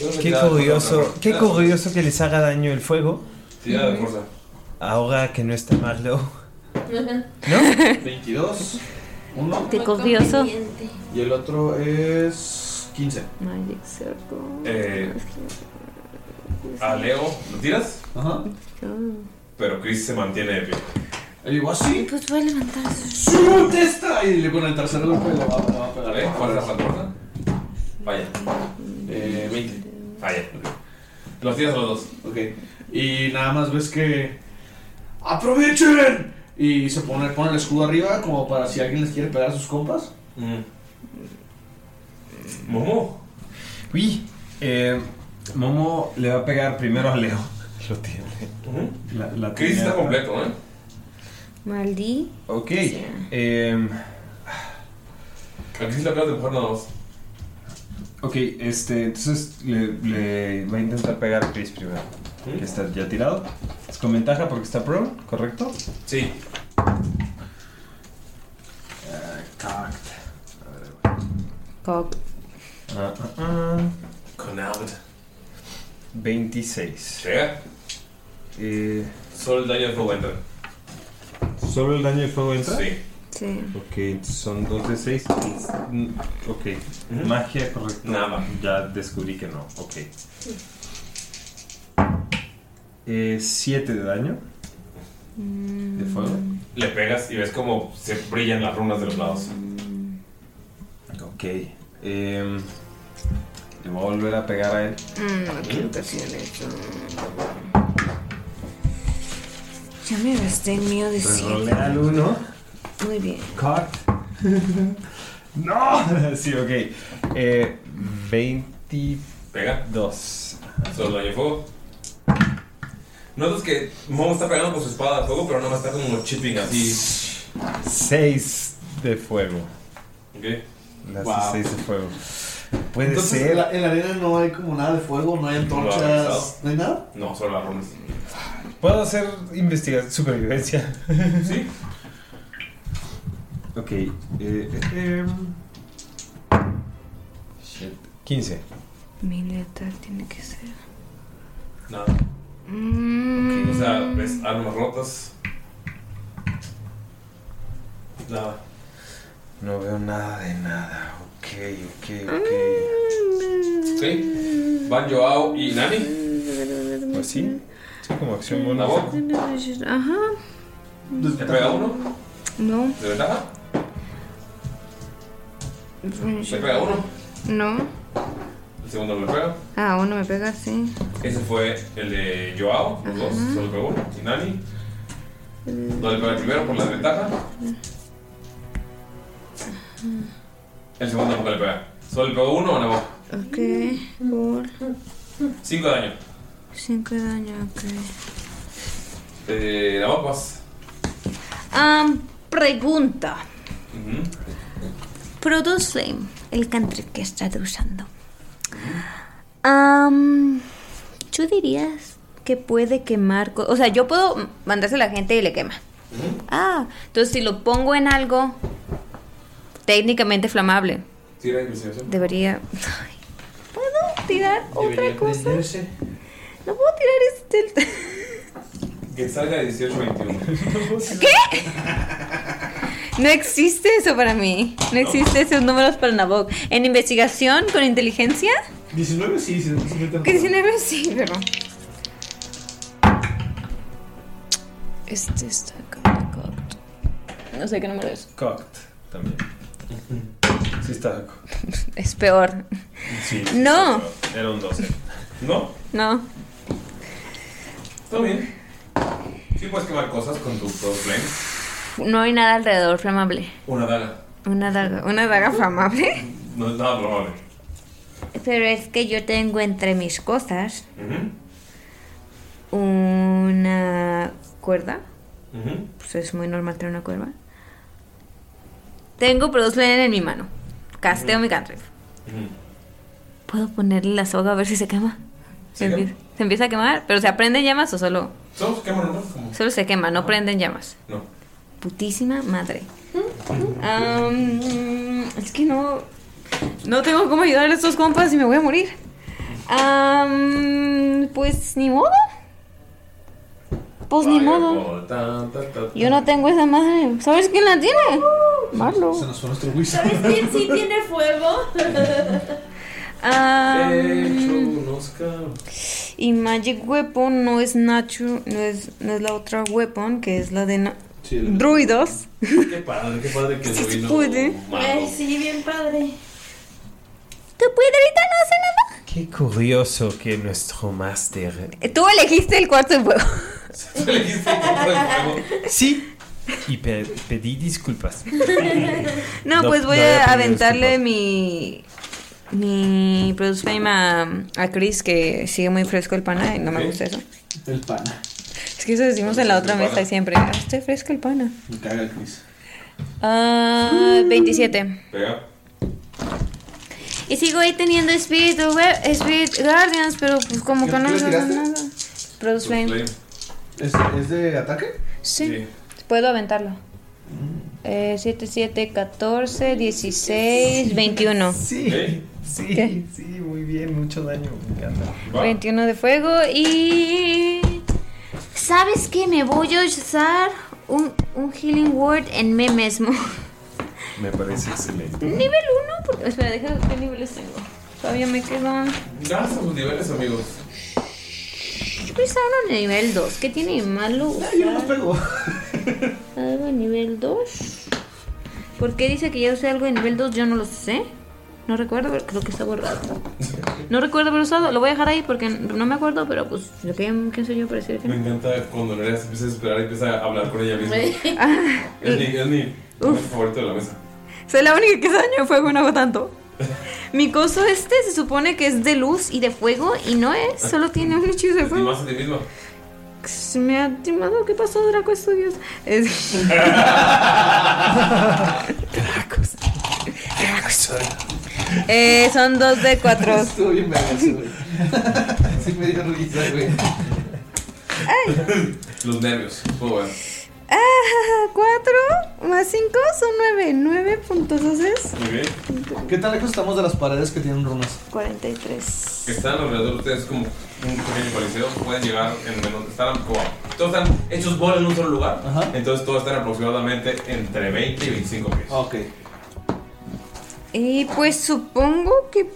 Qué
Tira de
curioso,
fuerza,
qué
tira de-
curioso que les haga daño el fuego.
Tira de fuerza.
Ahora que no está Marlow.
¿No? 22, 1.
Qué codioso.
Y el otro es 15.
Magic Circle.
Eh, a Leo, ¿lo tiras?
Ajá.
Pero Chris se mantiene de pie.
Le
¿Ah,
digo "Ah, así.
Pues voy a levantarse.
¡Su testa! Y le- con el tercer golpe le va, le va a pegar.
¿Vale? ¿Cuál es la fuerza? Vaya.
Eh, 20.
Vaya. Los tiras a los dos.
Ok. Y nada más ves que. ¡Aprovechen! Y se pone, pone el escudo arriba como para si alguien les quiere pegar a sus compas.
Mm.
Momo.
Uy. eh, Momo le va a pegar primero a Leo. Lo tiene. La, la
Chris
tenía-
está completo, ¿eh?
Maldí.
Ok. em,
A Chris le acabas de empujar nada más.
ok, este, entonces le, le va a intentar pegar a Chris primero. Que está ya tirado. Es con ventaja porque está prone, ¿correcto?
Sí.
Ah,
Fuck.
Ah, ah, ah.
Conaud.
26.
Llega.
Eh,
Solo el daño de fuego entra.
¿Solo el daño de fuego entra?
Sí.
Sí.
Ok, entonces son 2 de 6. Ok, magia correcta.
Nada.
Ya descubrí que no. Ok. 7 Eh, de daño.
¿De fuego? Le pegas y ves como se brillan las runas de los lados.
Ok. em, le voy a volver a pegar a él.
no quiero que sea eso. Ya me gasté el mío de
Pues
100.
rolea al 1.
Muy bien.
Cut. ¡No! Sí, ok. Eh, 20.
Pega.
2.
Solo daño de fuego. Notas que Momo está pegando con su espada de fuego, pero nada más está como chipping así.
6 de fuego.
Ok.
Le hace
Wow.
6 de fuego. Puede
Entonces,
ser.
la- en la arena no hay como nada de fuego, no hay antorchas, no hay nada.
No, solo las runas.
¿Puedo hacer investigación? Supervivencia.
Sí.
Ok. eh, eh, em. Shit. 15.
Mi letal tiene que ser.
Nada. O sea, ves armas rotas. Nada.
No veo nada de nada. Ok, ok, ok.
¿Sí? Van Joao y Nani.
Pues sí. Sí, como acción
¿La
bonus.
voz?
Ajá.
¿Te pega uno?
No.
¿De ventaja? ¿Le pega uno?
No.
El segundo no le pega.
Ah, uno me pega, sí.
Ese fue el de Joao, los dos,
Ajá.
solo le pegó uno. Y Nani.
Mm.
No le pega el primero por la desventaja. El segundo tampoco le pega. Solo le pegó uno o no.
Ok. Por
Cinco de daño.
5 de daño, ok.
Eh, la mapas.
Am, pregunta. Produce Flame, el cantrip que estás usando. Am, ¿Tú dirías que puede quemar? co- O sea, yo puedo mandarse a la gente y le quema. Ah, entonces si lo pongo en algo técnicamente flamable,
Tira investigación.
debería... ¿Puedo tirar otra cosa? No puedo tirar este...
Que salga de 18-21.
¿Qué? No existe eso para mí. No existe esos números para Nabok. En investigación con inteligencia,
19 sí, sí, sí, sí.
que 19 sí, pero.
Este está acá. No sé qué número es.
Cocked también. Sí, está.
Es peor.
Sí.
No,
Era un 12. ¿No?
no.
Está bien. Sí puedes quemar cosas con tu Pro Flame.
No hay nada alrededor flamable.
Una daga.
Una daga, una daga flamable.
No es nada probable.
Pero es que yo tengo entre mis cosas una cuerda.
Ujú.
Pues es muy normal tener una cuerda. Tengo Produce Flame en mi mano. Casteo mi cantrip. ¿Puedo ponerle la soga a ver si se quema? Se,
Sí,
empieza, se empieza a quemar, pero ¿se aprenden llamas o solo?
Solo se queman uno. Como...
Solo se quema, no prenden llamas.
No.
Putísima madre. Am, es que no. No tengo cómo ayudar a estos compas y me voy a morir. Am, pues ni modo. Pues ni modo. Yo no tengo esa madre. ¿Sabes quién la tiene? Marlo.
Se nos fue nuestro wizard.
¿Sabes quién Uh. sí tiene fuego?
Am,
unos
Ah, Y Magic Weapon no es Nacho, no es, no es la otra weapon, que es la de na-
Sí, la-
druidos.
Qué padre, qué padre que lo vino.
Puede.
Mago.
Eh, sí, bien padre.
Tu piedrita no hace nada.
Qué curioso que nuestro máster.
Tú elegiste el cuarto de fuego.
Ah,
Sí. Y pe- pedí disculpas.
no,
No,
pues voy
no había
a
tenido
aventarle mi. Mi Produce Fame a, a Chris, que sigue muy fresco el pana, y no me
Ok.
gusta eso.
El pana.
Es que eso decimos en la otra
El pana.
mesa y siempre. "Ah, Está fresco el pana.
Me caga el Chris.
Ah, 27.
Pega.
Y sigo ahí teniendo Spirit, Aware- Spirit Guardians, pero pues como
¿Qué-
que no
qué le
nos
tiraste?
nada. Produce Flame.
¿Es, ¿Es de ataque?
Sí. Puedo aventarlo. Eh, 7, 7, 14, 16, 21.
Sí, sí, sí, muy bien, mucho daño, me encanta.
21 de fuego y... ¿Sabes qué? Me voy a usar un, un Healing Word en mí mismo.
Me parece excelente.
Nivel 1, porque... Espera, deja qué niveles tengo. Todavía me quedan...
Gracias a los niveles, amigos.
Yo pensaba en el nivel 2. ¿Qué tiene de malo?
yo no pego.
Algo de nivel 2. ¿Por qué dice que ya usé algo de nivel 2? Yo no lo sé. No recuerdo, pero creo que está borrado. No recuerdo haber usado. Lo voy a dejar ahí porque no me acuerdo, pero pues lo que que soy yo para decir que
Me
no.
encanta cuando Nerea se empieza a desesperar y empieza a hablar con ella misma. es mi, es mi favorito de la mesa.
Soy Ah, la única que hace daño de fuego, no hago tanto. Mi coso este se supone que es de luz y de fuego y no es, solo tiene un hechizo de
Y
fuego.
más a ti misma.
Se Me ha timado, ¿qué pasó, Draco Studios? Es... Eh, son dos de cuatro.
Estuvo bien vergas, güey. Sí me dio risa, güey.
Los nervios. Todo bueno.
Ah, cuatro más cinco son nueve. Nueve puntos haces.
Muy bien.
¿Qué tan lejos estamos de las paredes que tienen runas?
43.
Que están alrededor de ustedes como un pequeño coliseo. Pueden llegar en menos. Están como. Todos están hechos bola en un solo lugar. Entonces todos están aproximadamente entre 20 y 25 pies.
Ok.
Y pues supongo que.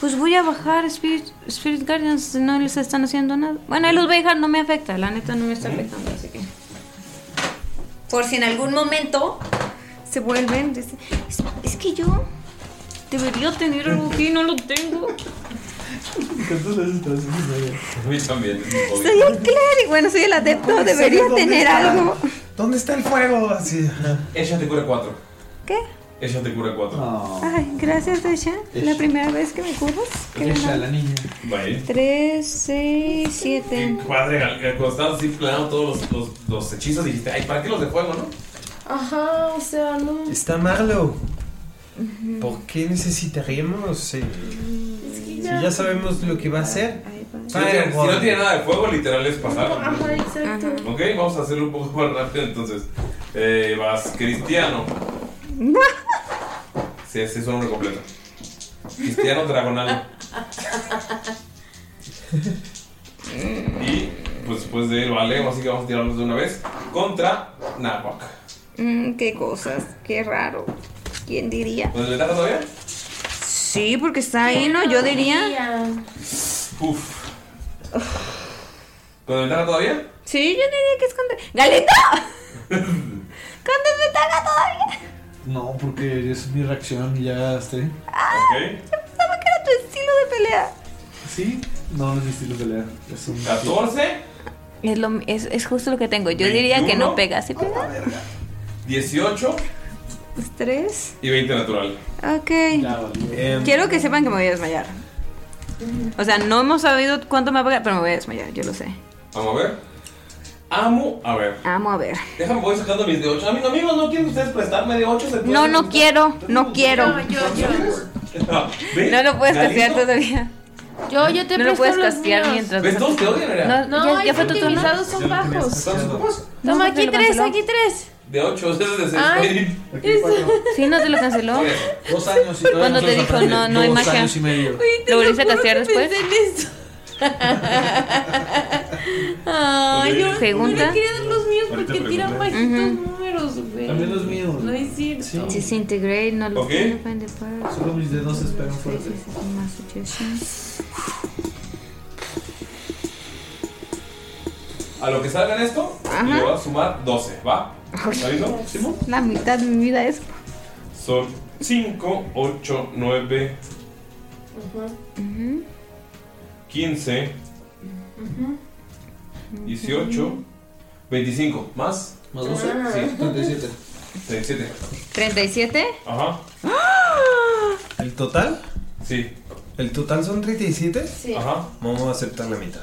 Pues voy a bajar Spirit, Spirit Guardians, no les están haciendo nada. Bueno, ahí los voy a dejar, no me afecta, la neta no me está afectando, así que. Por si en algún momento se vuelven. dice, Es, es que yo debería tener algo aquí, no lo tengo.
¿Cuántas veces te haces
A mí también. es mi hobby.
Soy el cleric, bueno, soy el adepto, debería
¿Dónde
tener
está?
algo.
¿Dónde está el fuego? Así.
Ella te cura 4.
¿Qué? Ah,
Ella te cura 4.
Ay, gracias, Dasha. La primera vez que me curas. Qué
Ella,
bueno.
la niña. Vale.
3, 6, 7.
Padre, al- al- eh, cuando estabas así planeando todos los, los- los hechizos, dijiste, ay, ¿para qué los de fuego, no?
Ajá, o sea, no.
Está Marlow. ¿Por qué necesitaríamos? eh, si
ya-
ya sabemos lo que va a hacer.
Si no, tiene, si no tiene nada de fuego, literal es pasar.
Ajá, exacto.
Ok, vamos a hacerlo un poco más rápido entonces. Eh, vas, Cristiano. Sí, ese es su nombre completo. Cristiano Dragonal. Y pues después de él, vale, así que vamos a tirarlos de una vez. Contra Nahuac.
Mm, qué cosas, qué raro. ¿Quién diría?
¿Dónde le tapas todavía?
Sí, porque está ahí, ¿no? Yo diría.
Uf. ¿Con ventaja todavía?
Sí, yo diría que es con. ¡Galeta! ¡Con desventaja todavía!
No, porque es mi reacción y ya estoy.
Ok.
Pensaba que era tu estilo de pelea.
Sí, no, no es mi estilo de pelea. Es un.
14,
Es, lo, es, es justo lo que tengo. Yo diría que no pega. ¿Sí pega? Pues
18
Tres.
y 20 natural.
Ok. Quiero que sepan que me voy a desmayar. O sea, no hemos sabido cuánto me va a pagar, pero me voy a desmayar, yo lo sé.
Vamos a ver. Amo, a ver.
Amo a ver.
Déjame, voy sacando mis de 8. Amigos, amigos, ¿no quieren ustedes prestarme de 8? ¿Se puede?
No, no quiero, no quiero.
Ah, ¿Ves?
No lo puedes
Galito.
castear todavía.
Yo, yo te
No lo
presto
puedes
los
castear
míos.
mientras.
¿Ves? Todos te odian,
No,
¿verdad?
No,
ya, ya fue tu turno.
optimizados son bajos.
No,
Toma, aquí
se lo
tres,
canceló.
aquí tres.
De 8, ese es de 6.
Ay.
Sí, no te lo canceló.
Dos años y
Cuando te dijo no, no hay
Dos
magia.
años y medio.
¿Lo volviste a castear después?
Ay, yo,
Pregunta.
yo no quería dar los míos
Ahorita
porque tiran
pregunta.
bajitos
Ujú.
números, güey.
También los míos.
No es cierto.
Disintegrate, no lo
Ok.
no pueden deparar.
Solo mis dedos esperan fuerte.
Más suggestions.
A lo que salga en esto, le voy a sumar 12, ¿va? ¿Está listo? Simón?
La mitad de mi vida es.
Son 5, 8, 9, 15, 18, 25. ¿Más? ¿Más
12?
Sí, 37. 37.
37.
Ajá.
¿El total?
Sí.
¿El total son 37?
Sí.
Ajá.
Momo acepta la mitad.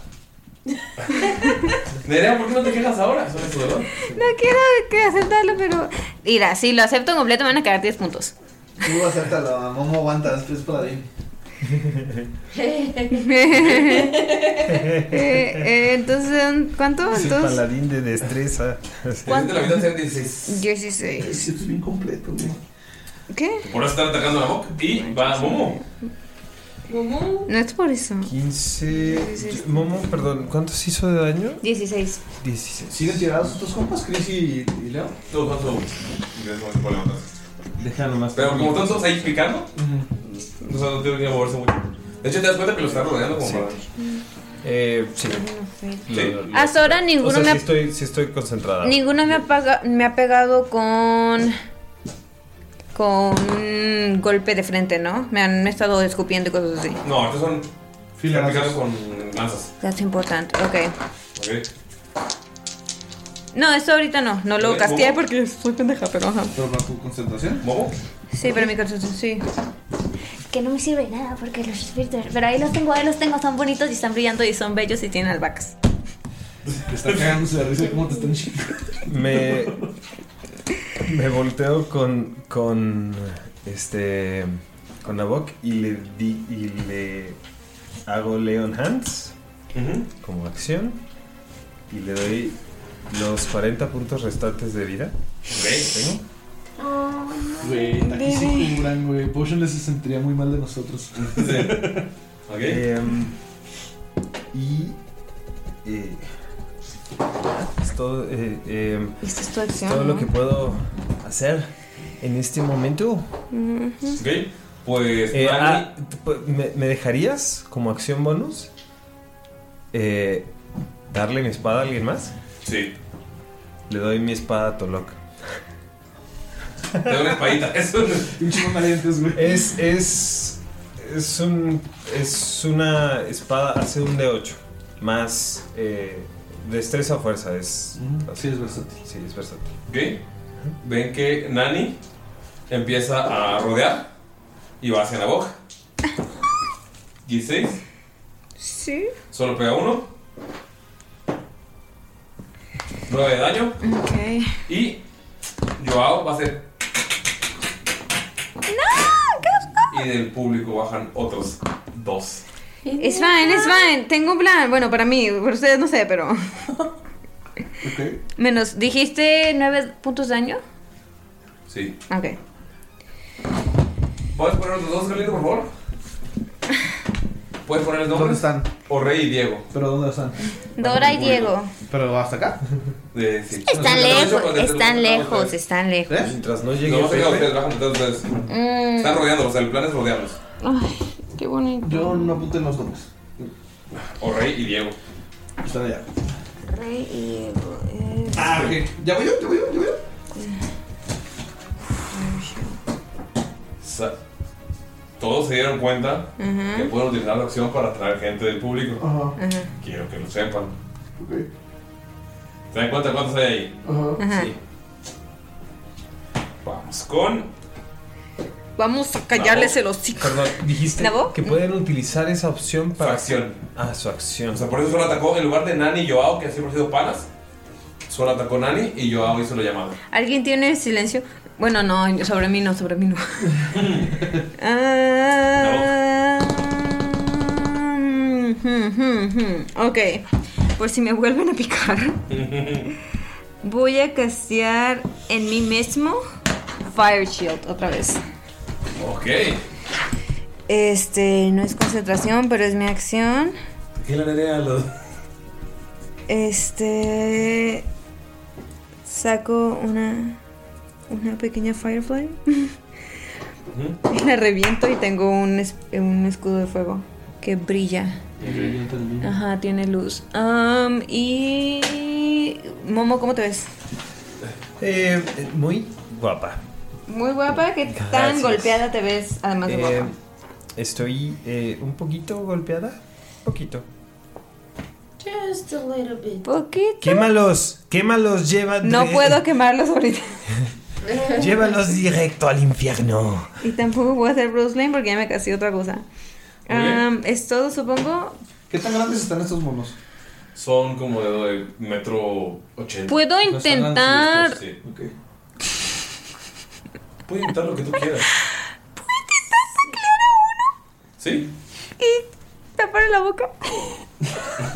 Nerea, ¿por qué no te quejas ahora? Sobre tu dolor.
No quiero que aceptarlo, pero. Mira, si lo acepto completo, me van a quedar 10 puntos.
Tú acéptalo, Momo aguanta, después para ti.
Eh, eh, entonces, ¿cuánto?
Es el
Entonces,
paladín de destreza.
¿Cuánto? La vida tiene 16.
16.
Es bien completo,
¿Qué?
Por eso están atacando a la boca. Y va Momo.
No es por eso.
15. Momo, perdón, ¿cuántos hizo de daño?
16.
16.
¿Siguen tirados estos compas, Chris y, y Leo?
Todos van todos.
Déjalo más.
Pero como están todos ahí picando, o sea, no tienen que moverse mucho. De hecho, te das cuenta que lo están rodeando como para.
Eh, sí.
Lo-
lo-
Hasta ahora ninguno
o sea,
me ha-
sí estoy, sí estoy
Ah.
concentrada.
Ninguno me ha, paga- me ha pegado con. con un golpe de frente, ¿no? Me han estado escupiendo y cosas así.
No, estos son. Están picando con lanzas.
That's importante. Ok.
Ok.
No, eso ahorita no. No lo
Ok,
casteé
¿cómo?
porque soy pendeja, pero ajá.
¿Pero para tu concentración?
¿Momo?
Sí, pero mi concentración sí.
Que no me sirve nada porque los espíritus. Pero ahí los tengo, ahí los tengo, están bonitos y están brillando y son bellos y tienen albahacas.
Te está cagándose de risa cómo te están chingando.
Me. Me volteo con. con. este. con Nabok y le di. y le. hago Leon Hands. como acción. Y le doy los 40 puntos restantes de vida. Tengo.
Güey, aquí sí curan, güey. Potion les se sentiría muy mal de nosotros.
Em, y. eh, es todo. eh, em,
Esta es tu acción,
todo lo
¿no?
que puedo hacer en este momento.
Ok, pues.
Eh,
Dani-
ah, t- p- ¿me, me dejarías como acción bonus? eh, ¿Darle mi espada a alguien más?
Sí.
Le doy mi espada a Tolok.
Te doy una espadita. Eso
es. Es. Es un. Es una espada. Hace un D8. Más. eh, destreza o fuerza. Es.
Mm,
Sí, es versátil. Sí, es versátil.
Ok. Ven que Nani empieza a rodear y va hacia Nabok. 16.
Sí.
Solo pega uno. 9 de daño.
Ok.
Y Joao va a hacer. Y del público bajan otros dos.
Es fine, es fine. Tengo un plan. Bueno, para mí, para ustedes no sé, pero. Menos, dijiste 9 puntos de daño.
Sí.
Ok.
¿Puedes poner los dos, Galito, por favor? ¿Puedes poner los nombres?
¿Dónde están?
O Rey y Diego.
¿Pero dónde están?
Dora y Diego.
¿Pero hasta acá?
De, sí.
Están lejos, están lejos, están lejos.
Mientras no
llegue. ¿Eh? No,
Pepe.
bajan ustedes, bajan ustedes, ustedes.
Mm.
Están rodeándolos, o sea, el plan es rodearlos.
Ay, qué bonito.
Yo no apunté los nombres.
O Rey y Diego.
Están allá.
Rey y Diego.
Ah, ok. ¿Ya voy yo? ¿Ya voy yo? ¿Ya voy yo?
Sa- Todos se dieron cuenta
Ujú.
que pueden utilizar la opción para atraer gente del público.
Ajá.
Ajá.
Quiero que lo sepan. ¿Se dan cuenta cuántos hay ahí?
Ajá.
Vamos con.
Vamos a callarles el hocico.
Perdón, dijiste
¿Nabo?
que pueden utilizar esa opción para.
acción.
Ah, su acción.
O sea, por eso solo atacó en lugar de Nani y Joao, que siempre han sido panas. Solo atacó Nani y Joao hizo la llamada.
¿Alguien tiene silencio? Bueno, no, sobre mí no, sobre mí no. Ah, mm, mm, mm. ok, por si me vuelven a picar, voy a castear en mí mismo Fire Shield otra vez.
Ok.
Este, no es concentración, pero es mi acción.
¿Qué le haré a los.?
Este. Saco una. Una pequeña Firefly. Y la reviento y tengo un, es- un escudo de fuego que brilla. Ajá, tiene luz. Am, y. Momo, ¿cómo te ves?
Eh, eh, muy guapa.
Muy guapa, que tan
Gracias.
golpeada te ves, además de
Eh,
guapa.
estoy eh, un poquito golpeada. Un poquito.
Just a little bit.
Poquito.
Quémalos, quémalos, lleva.
No puedo quemarlos ahorita.
Llévalos directo al infierno.
Y tampoco puedo hacer Bruce Lane porque ya me casé otra cosa.
Muy bien.
Am, es todo, supongo.
¿Qué tan grandes están estos monos?
Son como de, de metro ochenta.
Puedo
No están
intentar-
ansiosos, sí. Puedo intentar lo que tú quieras. Sí.
Y taparle la boca.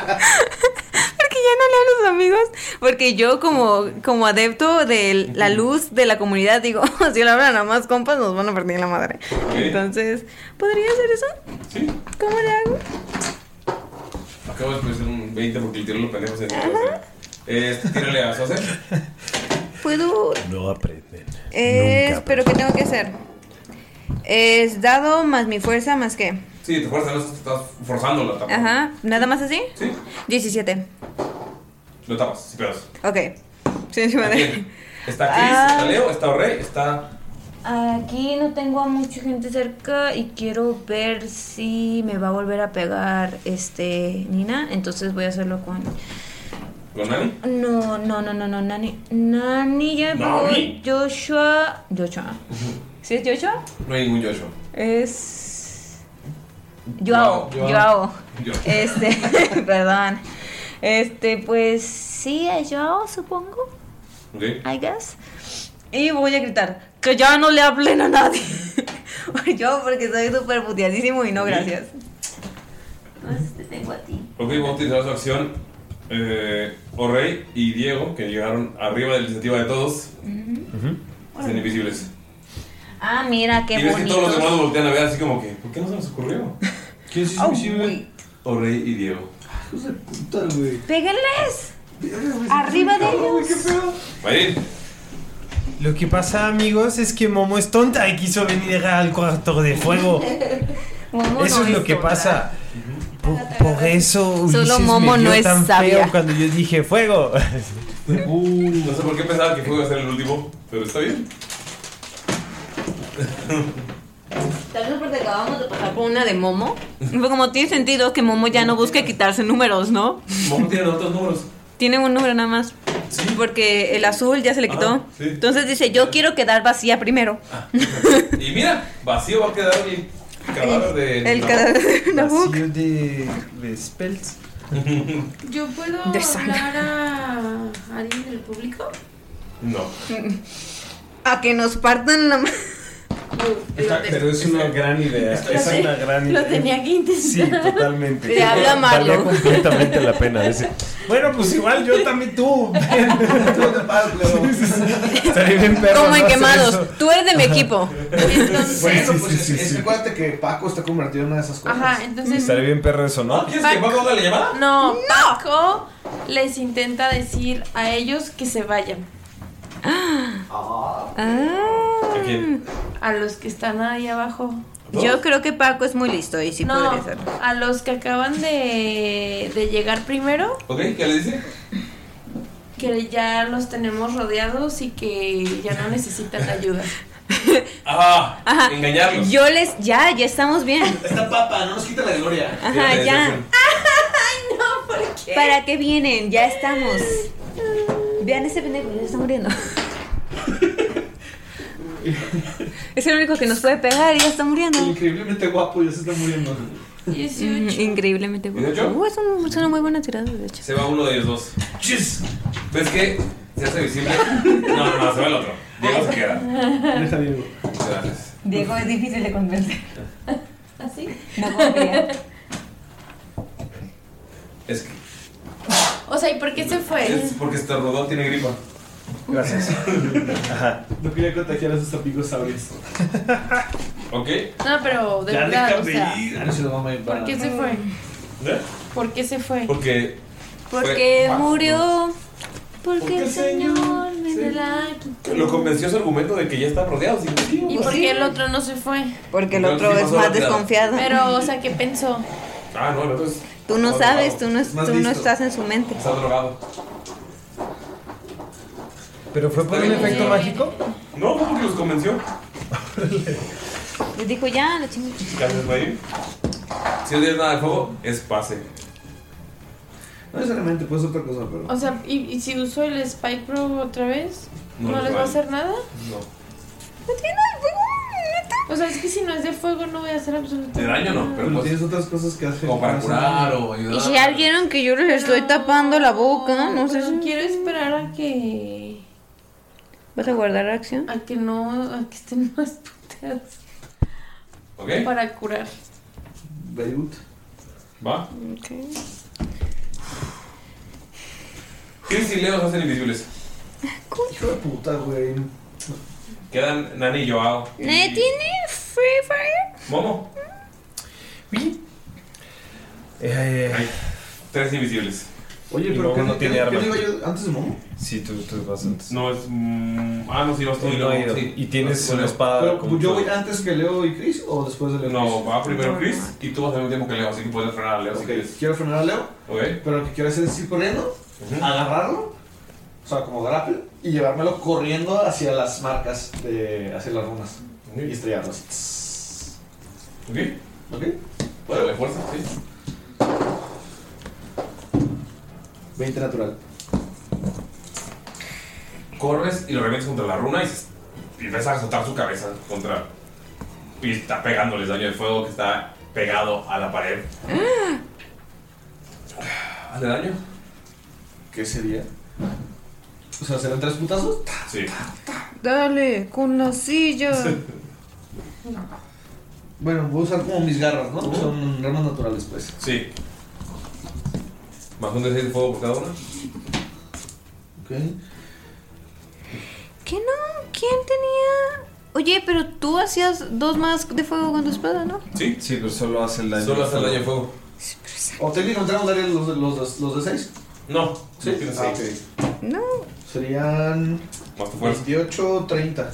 Porque ya no leo a los amigos. Porque yo, como, como adepto de la luz de la comunidad, digo, si lo hablan a más compas, nos van a partir la madre. Entonces, ¿podría hacer eso? ¿Cómo le hago?
Acabo de expresar un 20 porque le tiré los pendejos en el eh, Tírale a Saucer.
Puedo.
No aprenden.
Es, pero ¿qué tengo que hacer? Es dado más mi fuerza más qué.
Sí, te fuerzas, no estás forzando la tapa.
Ajá, nada más así. Sí. 17.
Lo tapas, si pedos.
Ok. Sí, sí, madre.
Está Chris,
Ah.
está Leo, está Rey, está.
Aquí no tengo a mucha gente cerca y quiero ver si me va a volver a pegar este Nina, entonces voy a hacerlo con
¿Con Nani?
No, no, no, no, no, Nani. Nani ya me pegó
Nani.
Joshua. Joshua. ¿Sí es Joshua?
No hay ningún Joshua.
Es Joao,
Joao.
Joao.
Yo.
Este, perdón. Este, pues sí, es Joao, supongo.
Ok.
I guess. Y voy a gritar, que ya no le hablen a nadie. Yo porque soy súper puteadísimo y no gracias. Pues te tengo a ti.
Ok, vamos a utilizar su acción. Eh, Orrey y Diego, que llegaron arriba de la iniciativa de todos, están invisibles.
Ah, mira, qué
y ves que todos los demás
bonito.
voltean a ver así como que, ¿por qué no se nos ocurrió? ¿Quién
Oh,
es invisible? Orrey y Diego.
¡Péguenles! ¡Arriba de ellos!
Mayrin.
Lo que pasa, amigos, es que Momo es tonta y quiso venir al cuarto de fuego.
Momo
Eso
no
es lo
es
que
tonta.
pasa. Por, por eso Ulises
Momo
me vio
no es
tan
sabia.
feo cuando yo dije fuego.
No sé por qué pensaba que iba a ser el último, pero está bien.
Tal vez porque acabamos de pasar por una de Momo. Fue como tiene sentido que Momo ya no busque quitarse números, ¿no?
Momo tiene los otros números.
Tiene un número nada más. Porque el azul ya se le quitó.
Ajá, Ah, sí. Ah.
Entonces dice, yo quiero quedar vacía primero.
Y mira, vacío va a quedar el cadáver de.
el cadáver de Nabuk.
de, de spells.
¿Yo puedo
De sangre.
hablar a alguien del público?
No.
A que nos partan la mano.
Pero es una gran idea.
Lo
Es
te-
una gran idea.
Lo tenía que
Sí,
intentar.
totalmente.
Le habla
Valía
Marlo.
completamente la pena. Dice, bueno, pues igual yo también tú. Estaría bien perro,
Como en
¿no?
quemados. Tú eres de mi equipo.
bueno, pues es, es que acuérdate que Paco está convertido en una de esas cosas.
Ajá, entonces.
Estaría bien perro eso,
Ah,
¿no?
¿Quieres que Paco
haga la llamada?
No, Paco les intenta decir a ellos que se vayan.
Ah,
Ah.
¿A
Mm,
quién?
A los que están ahí abajo.
Yo creo que Paco es muy listo y sí
No,
podría ser.
a los que acaban de, de llegar primero,
Ok, ¿qué le dice?
que ya los tenemos rodeados y que ya no necesitan ayuda.
Ajá, engañarlos.
Yo les. Ya, ya estamos bien.
Esta papa, no nos quita la gloria.
Ajá, ya.
Ay, no, ¿por qué?
¿Para qué vienen? Ya estamos. Vean ese pendejo, ya está muriendo. es el único que nos puede pegar y ya está muriendo.
Increíblemente guapo, ya se está muriendo.
Mm, Increíblemente
¿Dieciocho?
bueno. Uh, es un- suena muy buena tirada, de hecho.
Se va uno de ellos dos. ¡Chis! ¿Ves que se hace visible? No, no, se va el otro. Diego se queda.
Deja Diego.
Gracias.
Diego es difícil de convencer.
¿Así?
No podría.
Es, que-
O sea, ¿y por qué se
Pues.
fue?
es porque este rodón tiene gripa.
Gracias. No quería contagiar a esos amigos sabios.
¿Ok?
No, pero de verdad, o sea,
Ah,
¿por
¿Por
qué se fue?
¿Eh?
¿Por qué se fue?
Porque.
Porque
fue-
murió.
Porque el Señor me la quitó.
Lo convenció su argumento de que ya está rodeado.
¿Y por qué el otro no se fue?
Porque el
Yo
otro
sí
es
paso
más
rápido.
desconfiado.
Pero, o sea, ¿qué pensó?
Ah, no, el otro es.
Tú no
Más
sabes, tú
drogado.
no, tú no estás en su mente.
Está drogado.
Pero fue por un efecto mágico.
No, fue porque los convenció.
Les dijo ya, la chingada.
Gracias, Mayim. Si no tienes nada de juego, es pase.
No necesariamente, pues otra cosa, pero.
O sea, ¿y, y si uso el Spike Pro otra vez?
No
¿No,
les
les va
vale.
a hacer nada?
No.
No tiene nada de fuego, O sea, es que si no es de fuego no voy a hacer absolutamente
De daño no, pero pues,
Tienes otras cosas que hacer.
como para curar o ayudar.
Y si ya vieron que yo les estoy tapando la boca, no sé
Pero
si.
quiero esperar a que.
¿Vas a guardar acción?
a que no. a que estén más puteados.
Ok.
para curar.
Beirut.
¿Va? Chris y Leo se hacen invisibles.
Hijo de puta, güey.
Quedan Nani y Joao.
¿Nadie tiene Free Fire?
¿Momo?
Eh,
Hay tres invisibles.
Oye,
Y
pero
Momo
¿qué,
no
qué-
tiene
qué
arma.
digo yo antes de Momo?
Sí, tú, tú vas antes.
No, es. mm, ah, no, sí, vas tú
Él no ha ido.
sí.
Y tienes
Vas tú,
una
Leo.
espada
Pero,
como-
¿Yo voy antes que Leo y Chris o después de Leo? y
No,
Chris?
va primero Chris y tú vas al mismo tiempo que Leo, así que puedes frenar a Leo si quieres.
Quiero frenar a Leo,
Ok.
pero lo que quiero hacer es ir corriendo, agarrarlo, o sea, como grapple, y llevármelo corriendo hacia las marcas, de, hacia las runas. Y estrellarlo así.
Ok.
Ok.
Bueno, la fuerza, sí.
20 natural.
Corres y lo revientas contra la runa y, se- y empiezas a azotar su cabeza contra. Y está pegándoles daño de fuego que está pegado a la pared.
¿Eh?
¿Hace daño?
¿Qué sería? O sea, ¿serán tres putazos?
Sí.
Dale, con la silla.
Bueno, voy a usar como mis garras, ¿no? Son ramas naturales, pues.
Sí. Más un D6 de fuego por cada una.
Ok.
¿Qué no? ¿Quién tenía? Oye, pero tú hacías dos más de fuego con tu espada, ¿no?
Sí.
Sí, pero solo hace el daño.
Solo hace el daño de fuego.
¿O técnicamente no daría los, los, los, los de 6?
No.
¿Sí?
tienes
Ah,
seis.
ok.
No.
Serían
Más tu fuerza.
28, 30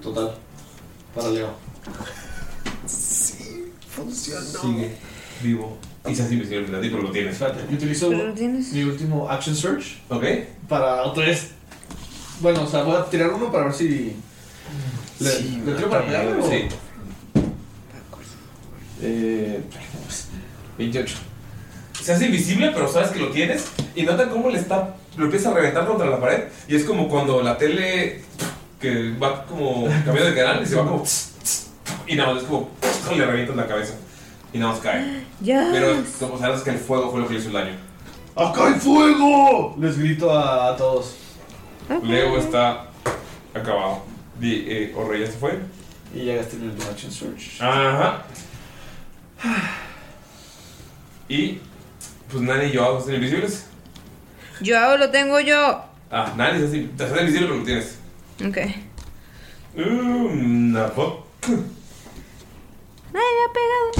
total para Leo.
Sí, funcionó. Sigue vivo. Y se hace invisible frente a ti, pero lo tienes.
Espérate, yo utilizo mi último Action Search
Ok.
para otra vez. Bueno, o sea, voy a tirar uno para ver si. ¿Le,
Sí,
¿le tiro para
también,
pegarle o.?
sí.
Eh,
28. Se hace invisible, pero sabes que lo tienes. Y notan cómo le está. Lo empieza a reventar contra la pared. Y es como cuando la tele. Que va como cambiando de canal y se va como. Y nada más es como. Le revientan la cabeza. Y nada más cae.
Ya.
Pero como sabes que el fuego fue lo que le hizo el daño.
¡Acá hay fuego! oh, Les grito a, a todos.
Leo está acabado. Di- eh, Orrey ya se fue.
Y ya gasté mi último Action Search.
Ajá. Y pues Nani y yo son invisibles.
Yo lo tengo yo.
Ah, Nani se hace, te hace invisible, pero lo tienes.
Ok.
Uh, una fo-
Nadie me ha pegado.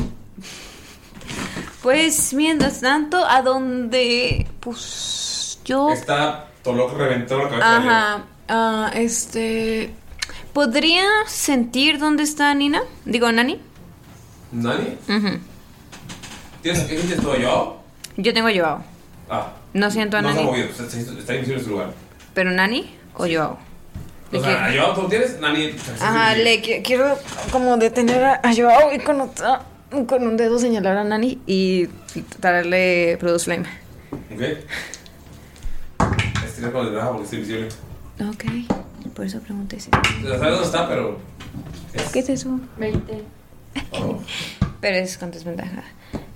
Pues mientras tanto, a donde pues yo
Está Tolok reventado la cabeza. de Leo.
Ajá. ah, este ¿Podría sentir dónde está Nina? Digo, Nani.
Nani,
Ujú.
¿tienes qué gente estoy yo?
Yo tengo Joao.
Ah,
No siento a
no se ha
Nani.
movido, está, está invisible en su lugar.
Pero Nani o Joao.
O sea, a Joao tú lo tienes, Nani. se hace
Ajá,
invisible.
le qui- quiero como detener a, a Joao y con, otra- con un dedo señalar a Nani y darle Produce Flame.
Ok. Este Estirar con el brazo porque está invisible.
Ok. Por eso pregunté si.
O sea, ¿Sabes dónde está? Pero.
¿Qué es eso? 20. Pero es con desventaja.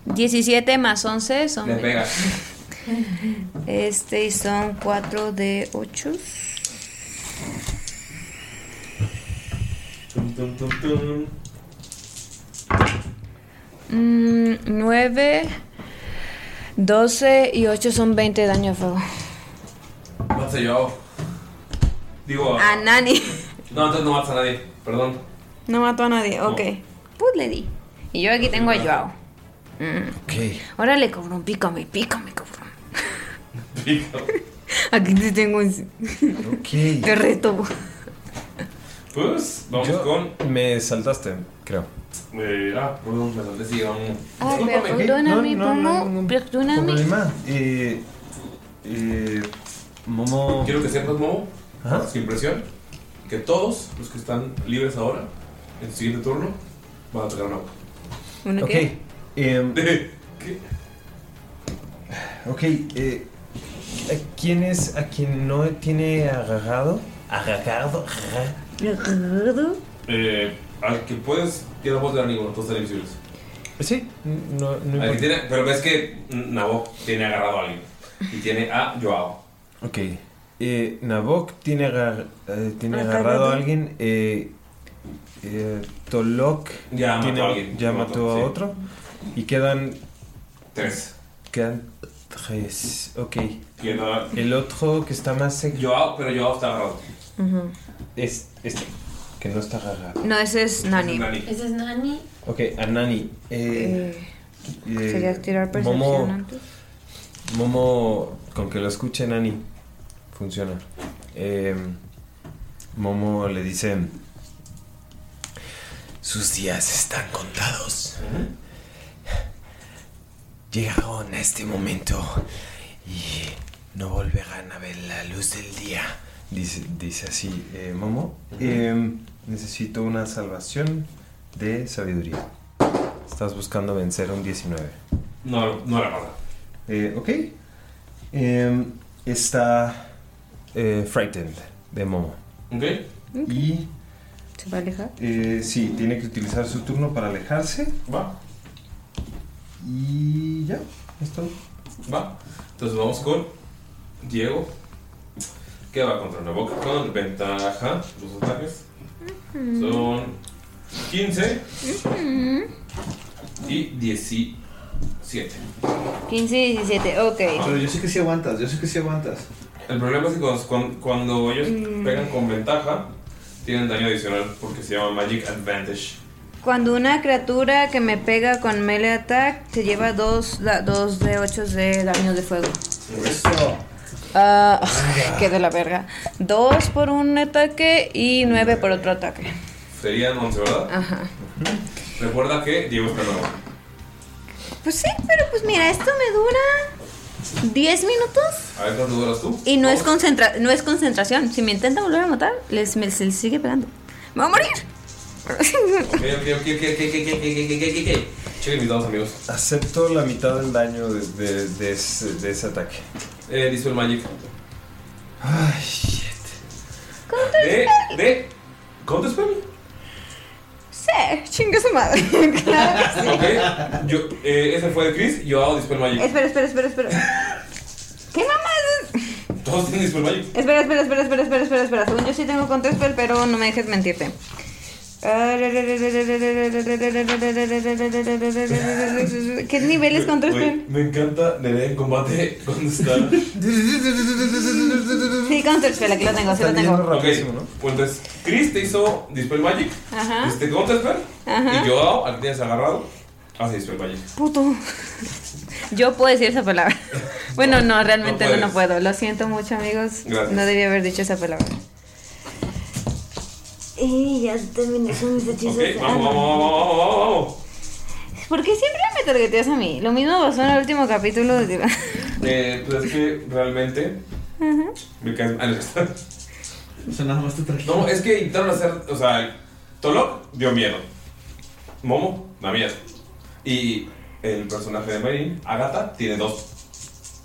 17 más 11 son.
Le pega.
Este y son 4 de 8.
Tum, tum, tum, tum.
Mm,
9, 12 y 8 son 20 de daño a fuego.
Matas a Joao. Digo,
A Nani.
no, entonces no matas a nadie, perdón.
No mató a nadie.
No.
Ok. Pues le di. Y yo aquí tengo a Joao.
Ok.
Órale, cabrón, pícame, pícame, cabrón.
Pico.
Aquí te tengo un.
Ok.
Te reto.
Pues, vamos
con. Me saltaste, este, creo.
Eh, ah, perdón, me salté, sí, vamos.
Ay,
Discúlpame, ¿qué?
perdóname,
No, no, no,
Pomo. Perdóname.
problema. Eh, eh, Momo.
Quiero que sepas, Momo,
Ajá.
para su impresión, que todos los que están libres ahora, en su siguiente turno, van a atacar una boca.
¿Una
Ok.
qué?
em,
¿Qué?
ok. eh, ¿A quién es a quien no tiene agarrado? Agarrado. agarra-
Eh, al que puedes, ya no puedes dar a ninguno, todos están invisibles.
Sí, no, no
Al que
importa.
tiene, pero ves que mm, Nabok tiene agarrado a alguien y tiene a Joao.
Ok. Eh, Nabok tiene, agar- eh, tiene
Ah,
agarrado
cállate.
a alguien. eh, Eh, Tolok
Ya mató
tiene-
a alguien.
ya
Lo mató,
mató a
sí.
otro. Y quedan.
Tres.
Quedan tres. Ok.
Queda-
El otro que está más.
Joao, pero Joao está agarrado.
Ujú.
Es este. Que no está agarrado.
No, ese es Nani.
Ese es Nani.
Ok, Anani. Eh, eh,
¿Sería tirar percepción
Momo,
antes?
Momo, con que lo escuche Nani, funciona. Eh, Momo le dice, sus días están contados. Llegaron a este momento y no volverán a ver la luz del día. Dice, dice así, eh, Momo, eh, necesito una salvación de sabiduría. Estás buscando vencer un 19.
No, no la mata.
Eh, ok. Em, está eh, Frightened de Momo.
Ok.
Y
¿Se va a
Ah.
alejar?
eh, sí, tiene que utilizar su turno para alejarse.
Va.
Y ya, esto.
Va. Entonces vamos con Diego. Que va contra una boca con ventaja. Los ataques son 15
Mm.
y 17.
15 y 17, ok.
Pero yo sé que sí aguantas, yo sé que sí aguantas.
El problema es que cuando, cuando- cuando ellos pegan con ventaja, tienen daño adicional porque se llama Magic Advantage.
Cuando una criatura que me pega con melee attack se lleva 2 de 8 de daño de fuego. Ah, qué de la verga. 2 por un ataque y 9 por otro ataque.
Serían 11, ¿verdad?
Ajá.
Recuerda que Diego está nuevo.
Pues sí, pero pues mira, esto me dura 10 minutos
A ver cuánto duras tú.
y no es, concentra no es concentración. Si me intenta volver a matar, les, me- se les sigue pegando. ¡Me voy a morir!
Ok, ok, ok, ok, ok, ok, ok, ok, ok, ok, ok. Chequen mis dados, amigos.
Acepto la mitad del daño de, de- de ese, de ese ataque.
Eh, dice el Magic.
Ay, shit.
De. de. ¿Counter spell?
Sí, chinga su madre. Claro.
Ok. Yo, eh, ese fue de Chris. Yo hago Dispel Magic.
Espera, espera, espera, espera. ¿Qué mamá es?
Todos tienen Dispel Magic.
Espera, espera, espera, espera, espera, espera, espera. Según yo sí tengo counter spell, pero no me dejes mentirte. ¿Qué nivel es counter spell?
Me encanta Nene en combate cuando está.
Sí, counter spell, aquí lo tengo, sí lo tengo.
rapidísimo, ¿no? Pues entonces, Chris te hizo Dispel Magic.
Ajá.
Este Counter Spell.
Ajá.
Y yo hago, al que tienes agarrado, hace Dispel Magic.
Puto. Yo puedo decir esa palabra. Bueno, no, realmente no, no puedo. Lo siento mucho, amigos.
Gracias.
No debía haber dicho esa palabra. Y ya terminé con mis hechizos.
Ok, vamos, vamos, vamos, vamos, vamos, vamos.
¿Por qué siempre me targeteas a mí? Lo mismo pasó en el último capítulo de...
Eh, pues es que realmente
Ajá.
me caes mal.
O sea, nada más te traje.
No, es que intentaron hacer, o sea, Tolok dio miedo. Momo da miedo. Y el personaje de Merin, Agatha, tiene dos.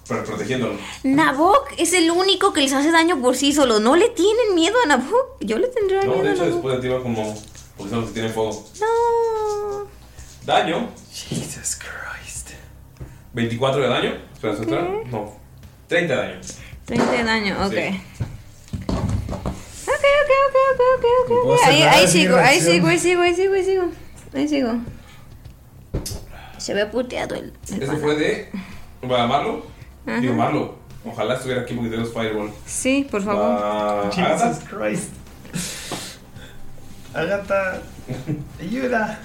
Pero protegiéndolo.
Nabok es el único que les hace daño por sí solo. ¿No le tienen miedo a Nabok? Yo le tendría
No,
miedo
de
a
hecho
Nabok.
después de ti va como. Porque son los que tienen fuego.
No.
Daño. Jesus Christ. 24 de daño. Espera, ¿se entra? No. 30 de daño.
30 de daño, ok.
Sí.
Ok, ok, ok, ok, ok, ok,
No puedo
ok.
hacer
Ahí,
nada,
ahí
es mi
sigo, ahí
reacción.
sigo, ahí sigo, ahí sigo, ahí sigo. Ahí sigo. Se ve puteado el. el
Ese
pana.
fue de. Voy a Marlo.
Ajá.
Digo Marlo. Ojalá estuviera aquí porque tenemos Fireball.
Sí, por favor.
Ah, Agatha.
Jesus Christ. Agata, ayuda.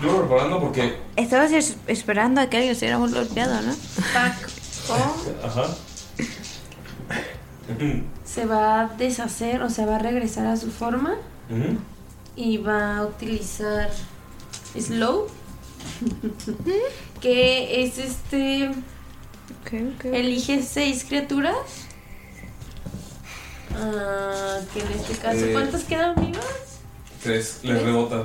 Yo lo recordando porque.
Estabas Um, es- esperando a que alguien se hubiera golpeado, ¿no?
Ajá.
Se va a deshacer, o sea, va a regresar a su forma
Ujú.
y va a utilizar Slow. que es este. Elige seis criaturas. Ah, que en este caso.
Eh.
¿Cuántas quedan vivas?
Tres, les rebota.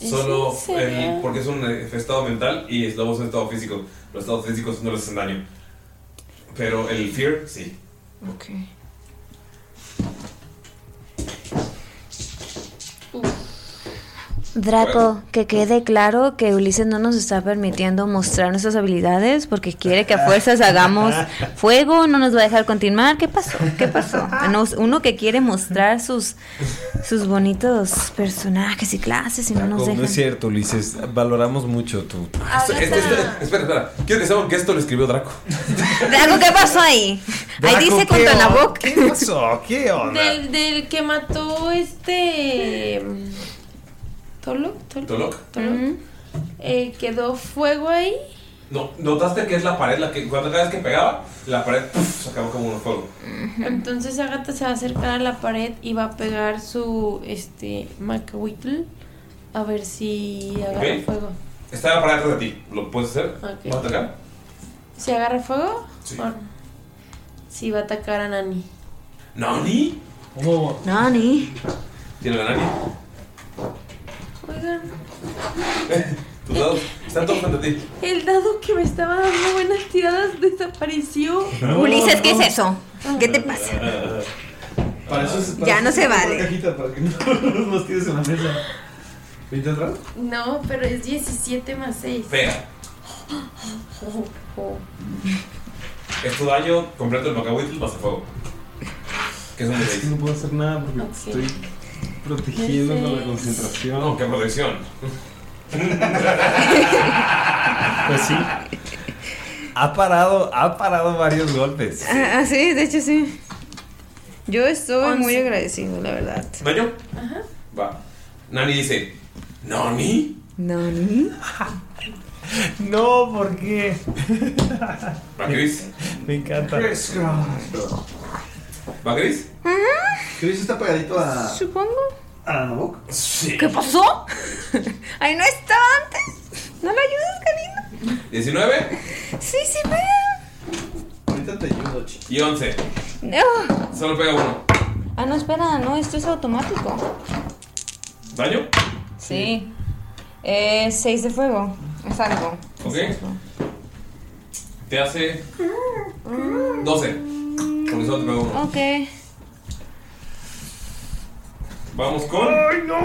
¿Es
Solo
en serio?
el- porque es un eh, estado mental y es es un estado físico. Los estados físicos no les hacen daño. Pero el fear, sí.
Ok. Draco, que quede claro que Ulises no nos está permitiendo mostrar nuestras habilidades porque quiere que a fuerzas hagamos fuego, no nos va a dejar continuar. ¿Qué pasó? ¿Qué pasó? Nos- Uno que quiere mostrar sus, sus bonitos personajes y clases y no nos
no es
dejan.
cierto, Ulises. Valoramos mucho tu. este,
Esto- esto- esto- espera, espera. Quiero que sepan que esto lo escribió Draco.
Draco, ¿qué pasó ahí? Ahí dice con Tonabok.
boca. ¿Qué pasó? ¿Qué onda?
Del, del que mató este.
mm,
Tolok, Tolok.
Tolok.
Tolok. Eh, quedó fuego ahí.
No, notaste que es la pared la que cuando cada vez que pegaba, la pared puf, sacaba como un fuego.
Entonces Agatha se va a acercar a la pared y va a pegar su este macahuitl a ver si agarra
Ok.
fuego.
Está la pared atrás de ti. ¿Lo puedes hacer?
Ok.
¿Vas a atacar?
¿Se agarra fuego?
Sí.
Bueno, sí, va a atacar a Nani.
¿Nani?
Oh.
Nani.
Tiene la Nani.
Oigan,
Tus dados están todos frente a ti.
el dado que me estaba dando buenas tiradas desapareció. Ah.
No.
Ulises, ¿qué es eso? ¿Qué te pasa?
Para eso es- para
Ya
eso
no
es
se
otra
vale.
cajita, para que no los tires en la mesa. ¿Viste atrás?
No, pero es 17 más Oh, 6.
Pega.
oh.
Es tu daño completo el Macahuitl más el fuego. Que es un
Es que
16.
no puedo hacer nada porque estoy protegido por la concentración.
No, qué protección.
Pues sí. Ha parado, ha parado varios golpes.
Ah, ah, sí, de hecho sí. Yo estoy muy agradecido, la verdad.
¿Daño? Va. Nani dice: ¿Nani?
Nani.
No, ¿por qué?
¿Va Chris?
Me encanta.
¿Va Chris?
Chris está pegadito a.
Supongo.
a la Nabok.
Sí.
¿Qué pasó? Ahí no estaba antes. ¿No lo ayudas, cariño?
19
Sí, sí, veo.
Ahorita te ayudo, chico.
y 11.
No.
Solo pega uno.
Ah, no, espera, no, esto es automático.
¿Daño?
Sí. Eh, seis de fuego. Es algo.
Ok. Te hace 12. Porque solo te pega uno.
Ok.
Vamos con. ¡Ay, no!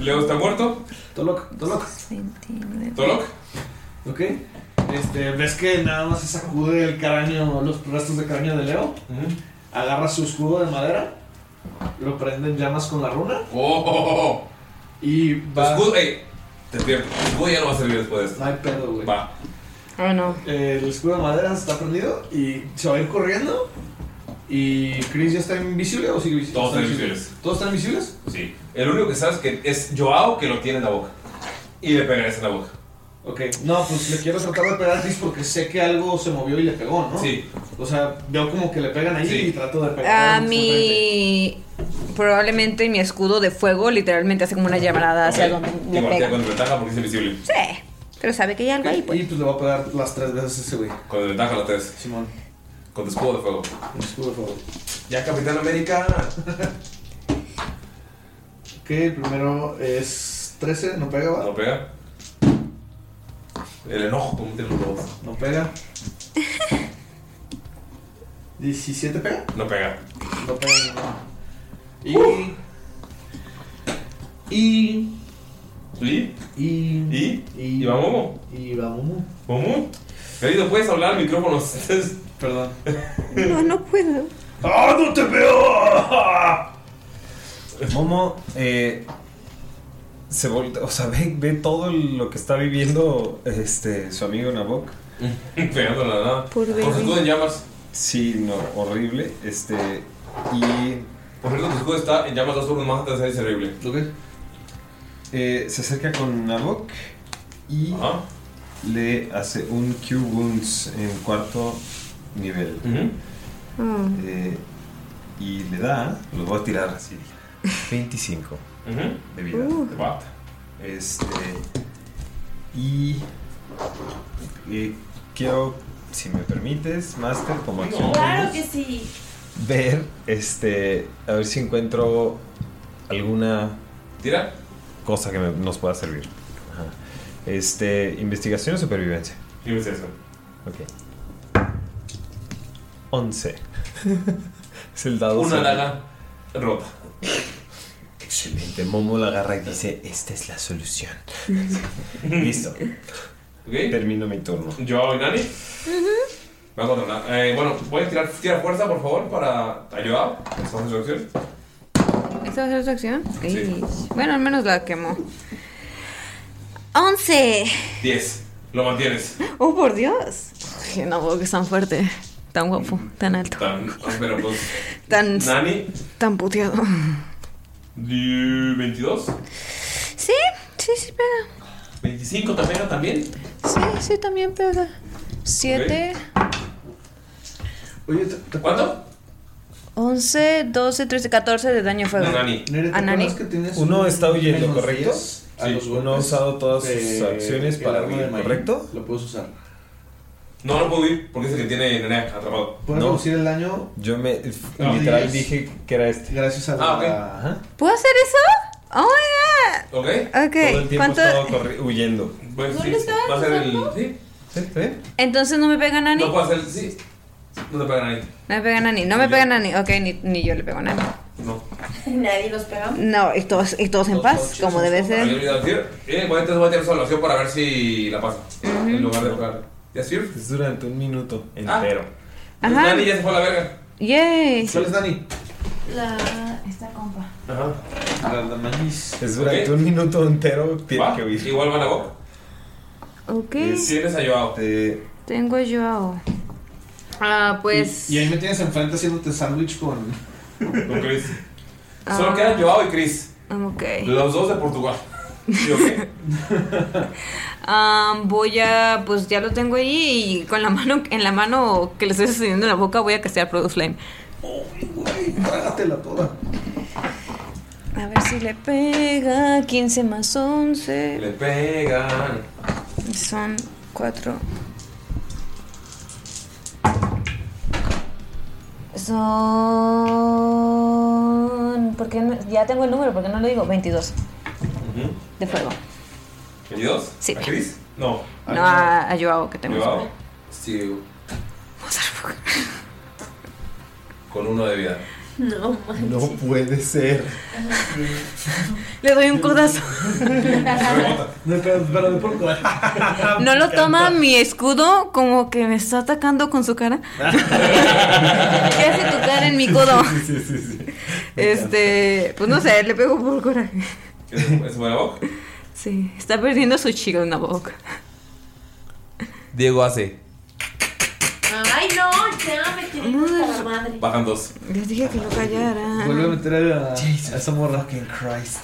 Leo está muerto.
Tolok, Tolok.
Tolok.
Ok. Este, ves que nada más se sacude el cráneo, los restos de cráneo de Leo. Agarra su escudo de madera. Lo prende en llamas con la runa.
Oh, oh, oh, oh.
Y
Tu
va.
escudo, ey, te advierto, tu escudo ya no va a servir después de esto.
No hay pedo, güey.
Va.
Ah, no.
Eh, el escudo de madera está prendido y se va a ir corriendo. ¿Y Chris ya está invisible o sigue visible?
Todos están
invisibles.
invisibles.
¿Todos están invisibles?
Sí. El único que sabes que es Joao que lo tiene en la boca. Y le pegarás en la boca.
Ok, no, pues le quiero tratar de pegar a Chris porque sé que algo se movió y le pegó, ¿no?
Sí.
O sea, veo como que le pegan ahí
Sí.
y trato de pegar.
A mi. Probablemente mi escudo de fuego literalmente hace como una llamarada hacia
Ok.
donde le
Igual, tira
pega.
con desventaja porque es invisible.
Sí. Pero sabe que hay algo ahí, pues.
Y pues le voy a pegar las tres veces a ese güey.
Con desventaja la tres.
Simón,
Con tu escudo de fuego.
un escudo de fuego.
Ya, Capitán América.
Ok, el primero es 13, no pega, va.
No pega. El enojo, como tienen los dos.
No pega. 17 pega.
No pega. Uh.
No pega ninguno. Y. Y.
¿Y?
Y.
¿Y?
Y.
¿Y va Momo?
Y va Momo.
¿Momo? Querido, puedes hablar al micrófono.
Perdón.
No, no puedo.
¡Ah, no te veo!
Momo eh, se voltea, o sea, ve, ve todo lo que está viviendo este su amigo Nabok.
Pegando la nada.
Por
Con su escudo en llamas.
Sí, no, horrible. Este y
Por cierto, tu escudo está en llamas dos turnos más antes de ser inservible.
¿Lo que?
eh, se acerca con Nabok y
Ajá.
le hace un Q wounds en cuarto nivel
Ujú.
Eh, y le da, lo voy a tirar así, 25
Ujú.
de vida.
Va.
Este. Y. eh, quiero, si me permites, Master, como acción.
Claro que
bonus,
sí.
Ver, este. A ver si encuentro alguna
Tira.
cosa que me- nos pueda servir. Ajá. Este. Investigación o supervivencia.
Dime eso.
Ok. 11. es el dado.
Una
cero.
daga rota.
Excelente. Momo la agarra y dice, esta es la solución. Listo. Termino mi turno.
Yo y Nani. Me hago otra, eh, bueno, pueden tirar, tirar fuerza, por favor, para ayudar. Estamos en su acción.
¿Esta va a ser su acción? Ey. Bueno, al menos la quemó. 11.
10. Lo mantienes.
Oh, por Dios. Ay, no puedo que es tan fuerte, tan guapo, tan alto,
Tan, pero pues.
tan,
Nani.
tan puteado.
di- 22.
Sí, sí, sí, pega.
25 también, ¿no? También.
Sí, sí, también pega. 7,
Oye,
¿cuánto?
11, 12, 13, 14 de daño a fuego.
Nani. Nere, ¿te
A Nani.
Uno está huyendo,
menos
¿correcto?
diez a los
uno ha
golpes
usado todas
de-
sus acciones
el
para
arma
huir,
de May.
¿correcto?
Lo puedes usar.
No, no puedo ir porque es el que tiene Nerea atrapado.
¿Puedes reducir el daño?
Yo me
No.
literal
Diez.
dije que era este.
Gracias a
Ah,
la...
¿Puedo hacer eso? Oh my god.
Ok.
Ok,
Todo el tiempo
¿cuánto-
estaba corri- huyendo.
Pues
¿No sí, le estabas va a ser el- usando?
Sí.
Entonces no me pega Nani.
No puedo hacer. Sí. No te pega nadie.
No me pega Nani. No me pega Nani. Ok, ni, ni yo le pego a Nani.
No.
Nadie nos pegamos.
No, y todos, y todos en paz, como debe
Me había
ser.
olvidado decir. Eh, bueno, entonces voy a tirar salvación para ver si la pasa. En lugar de tocar. ¿Ya sirve?
Es durante un minuto entero.
Pues
Ajá.
Nani ya se fue a la verga.
Yay.
¿Cuál es Nani?
La. Esta compa.
Ajá.
Es durante un minuto entero tiene que huir.
Igual van a go.
Ok.
Tienes a Joao.
Tengo a Joao. Ah, pues.
Y, y ahí me tienes enfrente haciéndote sándwich con.
con Chris.
Ah.
Solo quedan Joao y Chris.
Ok.
Los dos de Portugal.
Am, Ah, voy a. Pues ya lo tengo ahí y con la mano. En la mano que le estoy sucediendo en la boca voy a castear Produce Flame.
Trágatela toda.
A ver si le pega. 15 más 11.
Le pegan.
Son 4. Son. ¿Por qué no? Ya tengo el número, ¿por qué no lo digo? 22
Ujú.
de fuego.
¿22?
Sí.
¿A Chris? No.
No, a, a Joao que tengo.
Joao. Sí. Con uno de vida.
No, manches.
No puede ser.
Le doy un codazo.
No, pero, pero de por
No lo toma mi escudo como que me está atacando con su cara. ¿Qué hace tu cara en mi codo?
Sí, sí, sí.
Este, pues no sé, le pego por coraje.
¿Es buena voz?
Sí, está perdiendo su chica en la boca.
Diego hace.
Ay, no, ya me tienen hasta la madre.
Bajan dos.
Les dije que no
Vuelve a
callara.
meter a, a esa morra. Fucking Christ.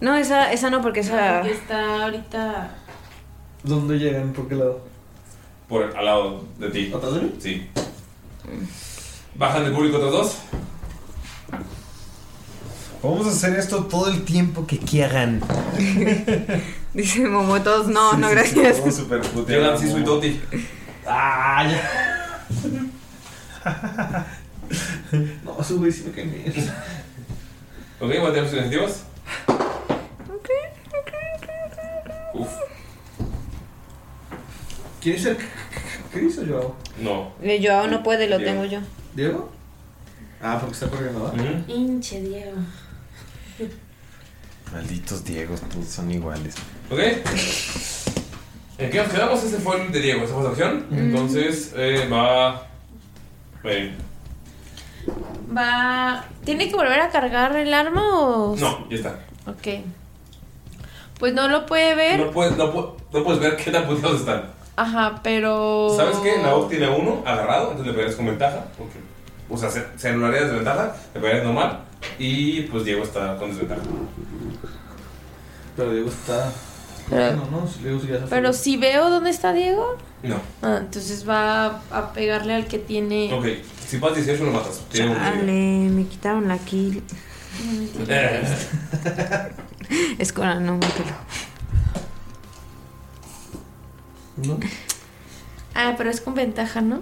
No, esa, esa no, porque esa.
Porque está ahorita.
¿Dónde llegan? ¿Por qué lado?
Por al lado de ti.
¿Atrás de mí?
Sí.
Mm.
Bajan del público otros dos.
Vamos a hacer esto todo el tiempo que quieran.
Dice Momo, todos no, no, gracias.
Todo super puteado.
Llegan Sisu y Toti.
Ah, ya. No, su güey sí me cae bien.
Ok, voy a tener sus iniciativas. Uf.
¿Quién es el. ¿Qué hizo Joao?
No.
Eh, Joao no puede, lo
Diego.
tengo yo.
¿Diego? Ah, porque está corriendo, ¿va?
Hinche Diego.
Malditos Diegos, todos son iguales.
Ok. ¿En qué nos quedamos? Ese fue el de Diego, esa fue su acción.
Mm.
Entonces eh, va. eh, Ven.
Va. ¿Tiene que volver a cargar el arma o.?
Pues,
No, ya está.
Ok. Pues no lo puede ver.
No puedes, no, pu- no puedes ver qué tan puteados están.
Ajá, pero.
Oh.
¿Sabes qué? Nabok tiene a uno agarrado, entonces le pegarías con ventaja. Porque, o sea, ce- celularidad de ventaja, le pegarías normal. Y pues Diego está con desventaja.
Pero Diego está.
Pero-
No, no, si Diego sí ya se fue.
Pero si veo dónde está Diego.
No.
Ah, entonces va a pegarle al que tiene.
Ok, si pasas 18 lo matas. Tiene un
Chale, me quitaron la kill.
Eh,
Es Cora, no, mátalo.
Ah, pero es con ventaja, ¿no?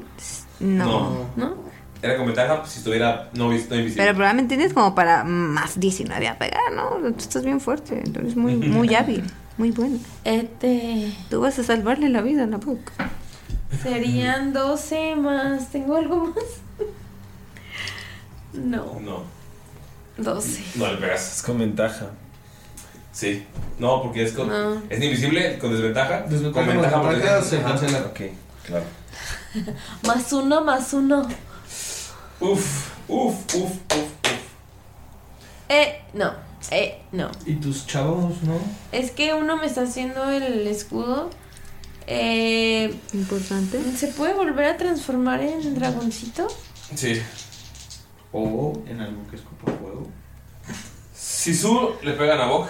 No.
¿No?
Era con ventaja si estuviera no, vis- no invisible.
Pero probablemente tienes como para más 19 a pegar, ¿no? Tú estás bien fuerte, tú eres muy, muy hábil, muy bueno.
Este.
Tú vas a salvarle la vida a la boca.
Serían 12 más. ¿Tengo algo más? No.
No.
12.
No le pegas. Es con ventaja. Sí. No, porque es con.
No.
Es invisible con desventaja.
Desventaja,
con ventaja
con
por
ventaja,
desventaja.
se
Ajá.
cancela.
Ok, claro.
Más uno, más uno.
Uf, uf, uf, uf.
Eh, no. Eh, no.
¿Y tus chavos, no?
Es que uno me está haciendo el escudo. Eh, Importante. ¿Se puede volver a transformar en dragoncito?
Sí.
O en algo que escupa fuego.
Si su le pegan a Bok,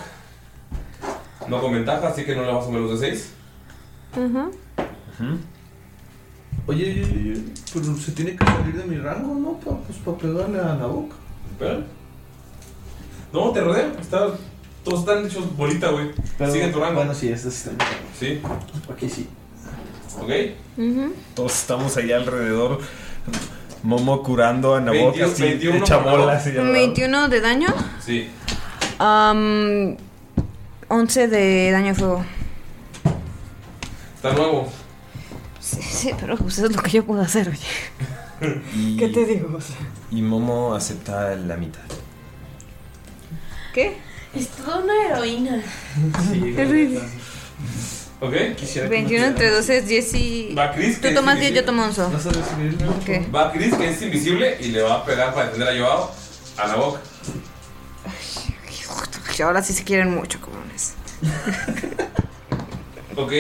no con ventaja, así que no le vas a sumar los de 6.
Oye, oye, oye, oye, pero se tiene que salir de mi rango, ¿no? Pa- pues para pegarle a la boca.
Espera. No, te rodea. Está, todos están hechos bolita, güey.
Pero-
Sigue tu rango.
Bueno, sí, este es el
Sí.
Aquí sí.
Ok.
Todos estamos allá alrededor. Momo curando a Nabok
21,
así,
21 para
echa
Nabok.
bolas y al lado.
21 de daño.
Sí.
Am, 11 de daño a fuego.
Está nuevo.
Sí, sí, pero pues eso es lo que yo puedo hacer, oye.
Y-
¿Qué te digo? O sea,
Y Momo acepta la mitad.
¿Qué?
Es toda una heroína.
Ok.
21 entre 12 es 10 y...
Va Chris, que
Tú
es
tomas 10, yo
invisible.
tomo 11. Ok.
Va Chris, que es invisible, y le va a pegar para defender a Joao a Nabok.
Ay, Ahora sí se quieren mucho, cabrones.
Ok.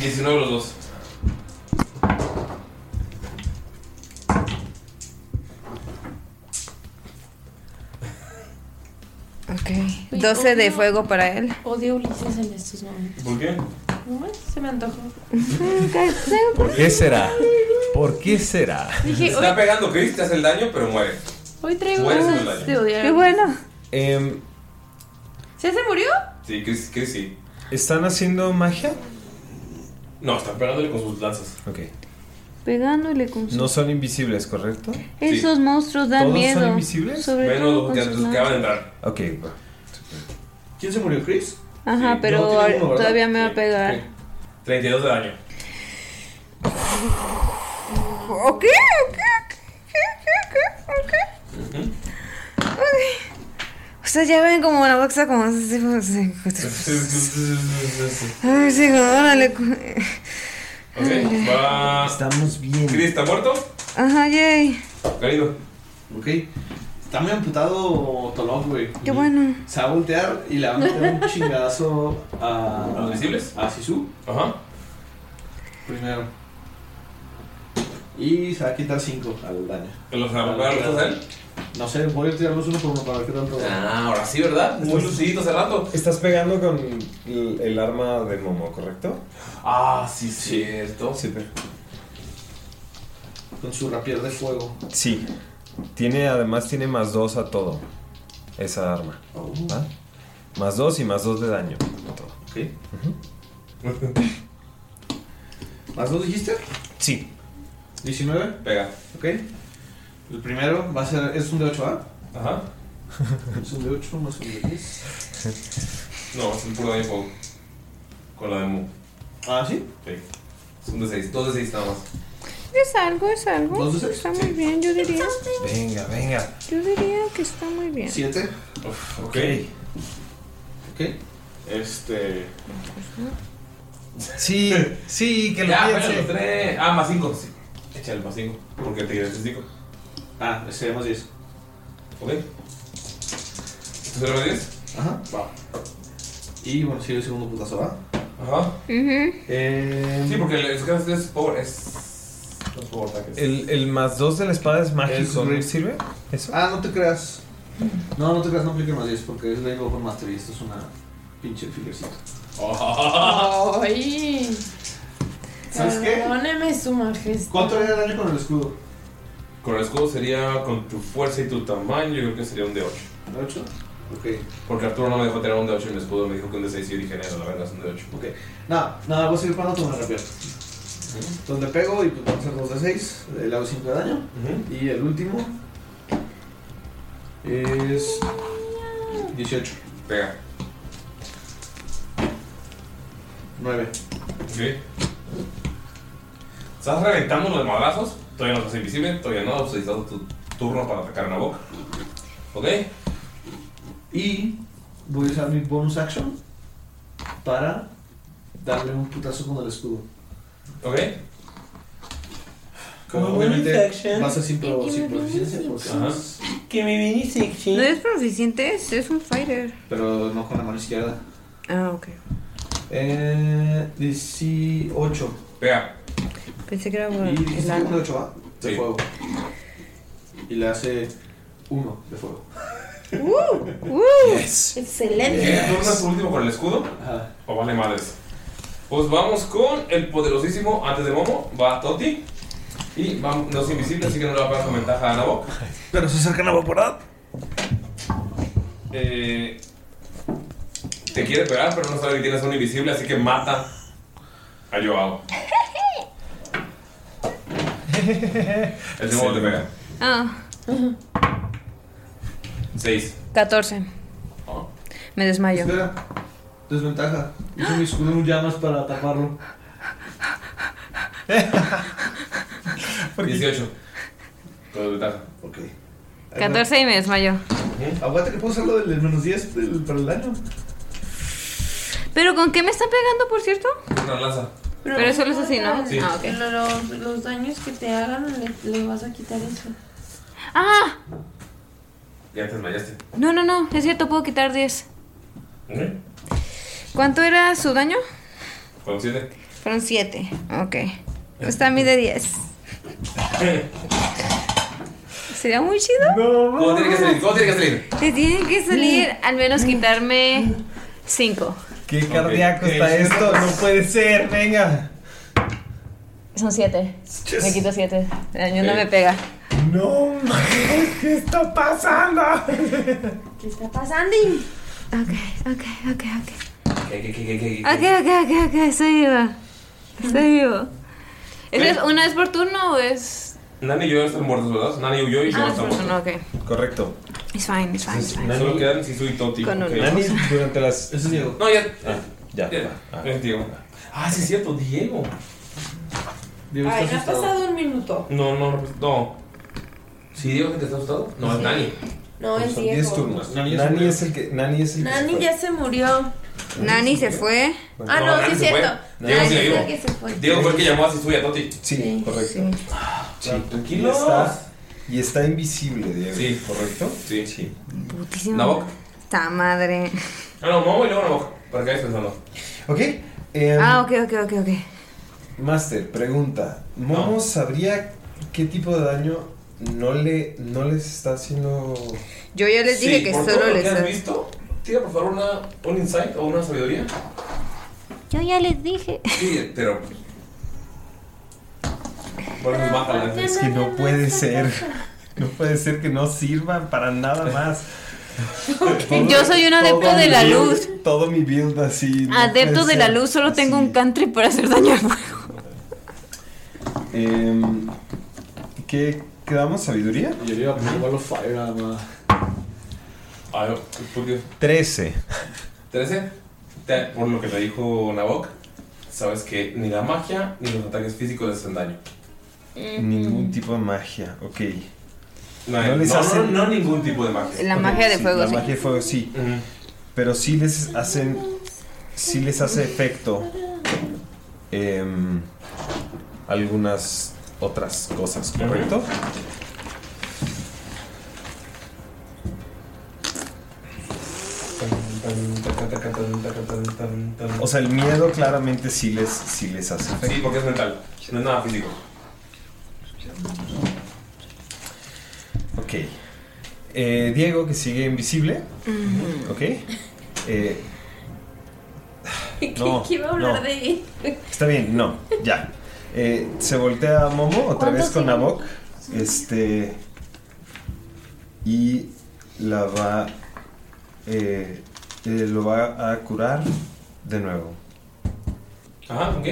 19 los dos.
Ok. 12 de fuego para él.
Odio Ulises en estos momentos.
¿Por qué?
No más, se me antojó.
¿Por qué será? ¿Por qué será?
Dije,
Está
hoy,
pegando Chris, te hace el daño, pero muere.
hoy traigo
Mueres
ganas
del daño.
de odiar.
Qué bueno.
Em,
¿Ya se murió?
Sí, Chris, Chris sí.
¿Están haciendo magia?
No, están pegándole con sus lanzas.
Ok.
Pegándole con
No son invisibles, ¿correcto?
Esos monstruos dan
¿Todos son
miedo.
invisibles?
Sobre
Menos
todo
los
con
que
sus
antes
manos.
acaban de entrar. Ok, va.
¿Quién se murió, Chris?
Ajá,
Sí,
pero
no, tiene uno, ¿verdad?
todavía me va a pegar.
32 de daño.
Ok, ok, ok, ok, ok, ok. Ok. Ustedes ya ven como la boxa como... pues, Ay, sí, órale. cu-
Ok, va. Estamos bien. Chris, ¿está muerto?
Ajá, yay.
Caído.
Ok. Está muy amputado Tolok, güey.
Qué bueno.
Se va a voltear y le va a meter un chingadazo a. ¿A los
visibles?
A Sisu.
Ajá.
Primero. Y se va a quitar 5 al daño.
¿Los va a pegar los dos a él?
No sé, voy a tirarlos uno por uno para ver qué tanto.
Ah, ahora sí, ¿verdad? Muy lucidito hace rato.
Estás pegando con el, el arma de Momo, ¿correcto?
Ah, sí, cierto.
Sí, pero-
Con su rapier de fuego.
sí. Tiene, además tiene más dos a todo. Esa arma. ¿va? Más dos y más dos de daño. a todo.
Ok. ¿Más dos dijiste?
Sí.
19.
Pega.
Ok. El primero va a ser. Es un de 8, ¿ah?
Ajá.
Es un de 8 más un de 10.
No, es un puro daño fuego. Con la de Mu.
Ah, sí.
Sí. Es un de 6. Dos de 6 nada más.
Es algo, es algo.
Dos de seis.
Está muy bien, yo diría.
Venga, venga.
Yo diría que está muy bien.
7.
Ok.
Ok.
Este.
Sí, sí, que lo
Ya,
piense.
bueno, los tres. Ah, más 5. Sí. Echa el más 5. Porque te quedaste 5.
Ah, ese más 10.
Ok. ¿Este ¿Tú se lo ves?
Ajá.
Va.
Y bueno, sigue el segundo putazo, ¿va?
Ajá.
Eh,
Sí, porque el es, es, es power. Es. Los power ataques.
El, el más dos de la espada es mágico, ¿no
great.
sirve? ¿Eso?
Ah, no te creas. No, no te creas, no aplique más 10 porque es Rainbow con Master y esto es una pinche filercita.
Oh.
Ay.
¿Sabes qué?
Perdóneme su majestad.
¿Cuánto era el daño con el escudo?
Con el escudo sería con tu fuerza y tu tamaño, yo creo que sería un D8.
¿8? Ok.
Porque Arturo no me dejó tener un D8 en el escudo, me dijo que un D6 y yo dije, no, la verga es un D8.
Ok. Nada, nada, voy a seguir parando con el rapier. Donde pego y pues vamos a hacer 2 de 6. Le hago 5 de daño. Y el último es 18.
Pega.
9.
Ok. Estás reventando los madrazos, todavía no estás invisible, todavía no, pues necesitas tu turno para atacar a boca. Ok.
Y voy a usar mi bonus action para darle un putazo con el escudo.
Ok.
Como
Como bonus
obviamente
action.
vas a sin pro-
Y
sin
me
proficiencia, porque
Ajá.
es-
Que mi mini sexy.
No es proficiente, es, es un fighter.
pero no con la mano izquierda.
Ah, ok.
Eh, 18.
Pega.
Pensé que era
Y
bueno. el
18
arma.
de 8 va ¿ah? de fuego. Y le hace 1 de fuego.
¡Uh! ¡Uh!
Yes.
¡Excelente!
¿Tienes turno por último con el escudo? ¿O vale madres? Pues vamos con el poderosísimo antes de Momo. Va Toti. Y va, no es invisible, así que no le va a pagar con ventaja a Nabok.
Pero se acerca Nabok, ¿verdad?
Eh, te quiere pegar, pero no sabe que tienes un invisible, así que mata a Joao. El de Momo te pega.
Ah,
6.
14.
Oh.
Me desmayo.
Espera, desventaja. Uso mi escudo en llamas para taparlo.
18. Con ventaja.
Ok.
14 y me desmayo.
Aguanta que puedo usar lo del menos 10 del- para el daño.
¿Pero con qué me están pegando, por cierto?
Una lanza.
Pero, solo es así, ¿no?
Sí.
Ah, ok.
Lo- Los, los daños que te hagan le, le vas a quitar eso.
¡Ah!
Ya te desmayaste.
No, no, no. Es cierto, puedo quitar 10.
¿Eh?
¿Cuánto era su daño?
Con 7.
Fueron 7. Ok. Está a mí de 10. Sería muy chido.
¿Cómo tiene que salir? ¿Cómo tiene que salir?
Te tienen que salir al menos quitarme 5.
Qué cardíaco está esto, no puede ser, venga.
Son 7. Me quito 7. El daño no
Ok.
me pega.
No mames, ¿qué está pasando?
¿Qué está pasando?
Ok, ok, ok, ok.
¿Qué, qué, qué, qué, qué,
Ah.
Ok, ok, ok, ok, estoy viva. Estoy vivo. ¿Eso
Eh.
es una vez por turno o es.?
Nani y yo están muertos, ¿verdad? Nani huyó y yo
Ah, es por
estamos.
turno, ok.
Correcto.
It's fine, it's fine, it's fine.
Solo quedan Sisu y Toti.
Con
ok.
una. Nani,
durante las.
Ese es Diego.
No, ya. ah.
ya.
Es Diego. Ah, sí, es cierto, Diego. Diego
Ay, no ha pasado un minuto.
No, no, no. ¿Sí Diego que te está asustado? No, es Nani.
No, es
Son 10
Diego.
turnos. Nani es el que. Nani es el que.
Nani ya se murió.
Nani se fue.
Ah, no, sí
Nani
es
se fue.
cierto.
Diego
Nani
sigue
es la
vivo.
que se fue.
Diego fue el que llamó a Sisu y a Toti.
Sí, correcto. Sí,
tranquilo.
Y está, y está invisible, Diego. Sí, correcto.
Sí. sí.
Putísimo.
Nabok.
Ta madre.
Ah, no, Momo y luego Nabok. ¿Para qué estáis pensando?
Ok. em,
Ah, ok, ok, ok, ok.
Master, pregunta. ¿Momo sabría qué tipo de daño no, le, no les está haciendo.
Yo ya les dije
Sí,
que
por
solo
todo lo
les.
que has visto? Tira por favor una, un insight o una sabiduría.
Yo ya les dije.
Sí, pero. Bueno, pues bájala.
Es que no puede ser. No puede ser que no sirvan para nada más.
Yo soy un adepto
todo
de la
mi build-
luz.
Todo mi build así. no
Adepto
puede
Ah, de la
ser.
luz, solo tengo un country para hacer daño al fuego.
Em, ¿Qué quedamos? ¿Sabiduría?
Yo le iba a poner Wall of Fire nada más.
Ah, no, por Dios.
13.
13. Te- Por lo que te dijo Nabok, sabes que ni la magia ni los ataques físicos les hacen daño.
Ningún tipo de magia, ok.
No, no, no, no ningún tipo de magia.
La
Ok,
magia de
sí,
fuego,
La
sí.
magia de fuego, sí. Pero sí les hacen. Sí les hace efecto. em, algunas otras cosas, ¿correcto? O sea, el miedo claramente sí les, sí les hace efecto.
Sí, porque es mental, no es nada físico.
Ok. Eh, Diego, que sigue invisible.
Ujú.
Ok. Eh,
¿Qué,
No,
qué iba a hablar
no.
de él?
Está bien, no, ya. Eh, se voltea a Momo otra vez con Nabok. Este. Y la va. eh, eh, lo va a curar de nuevo.
Ajá, ok.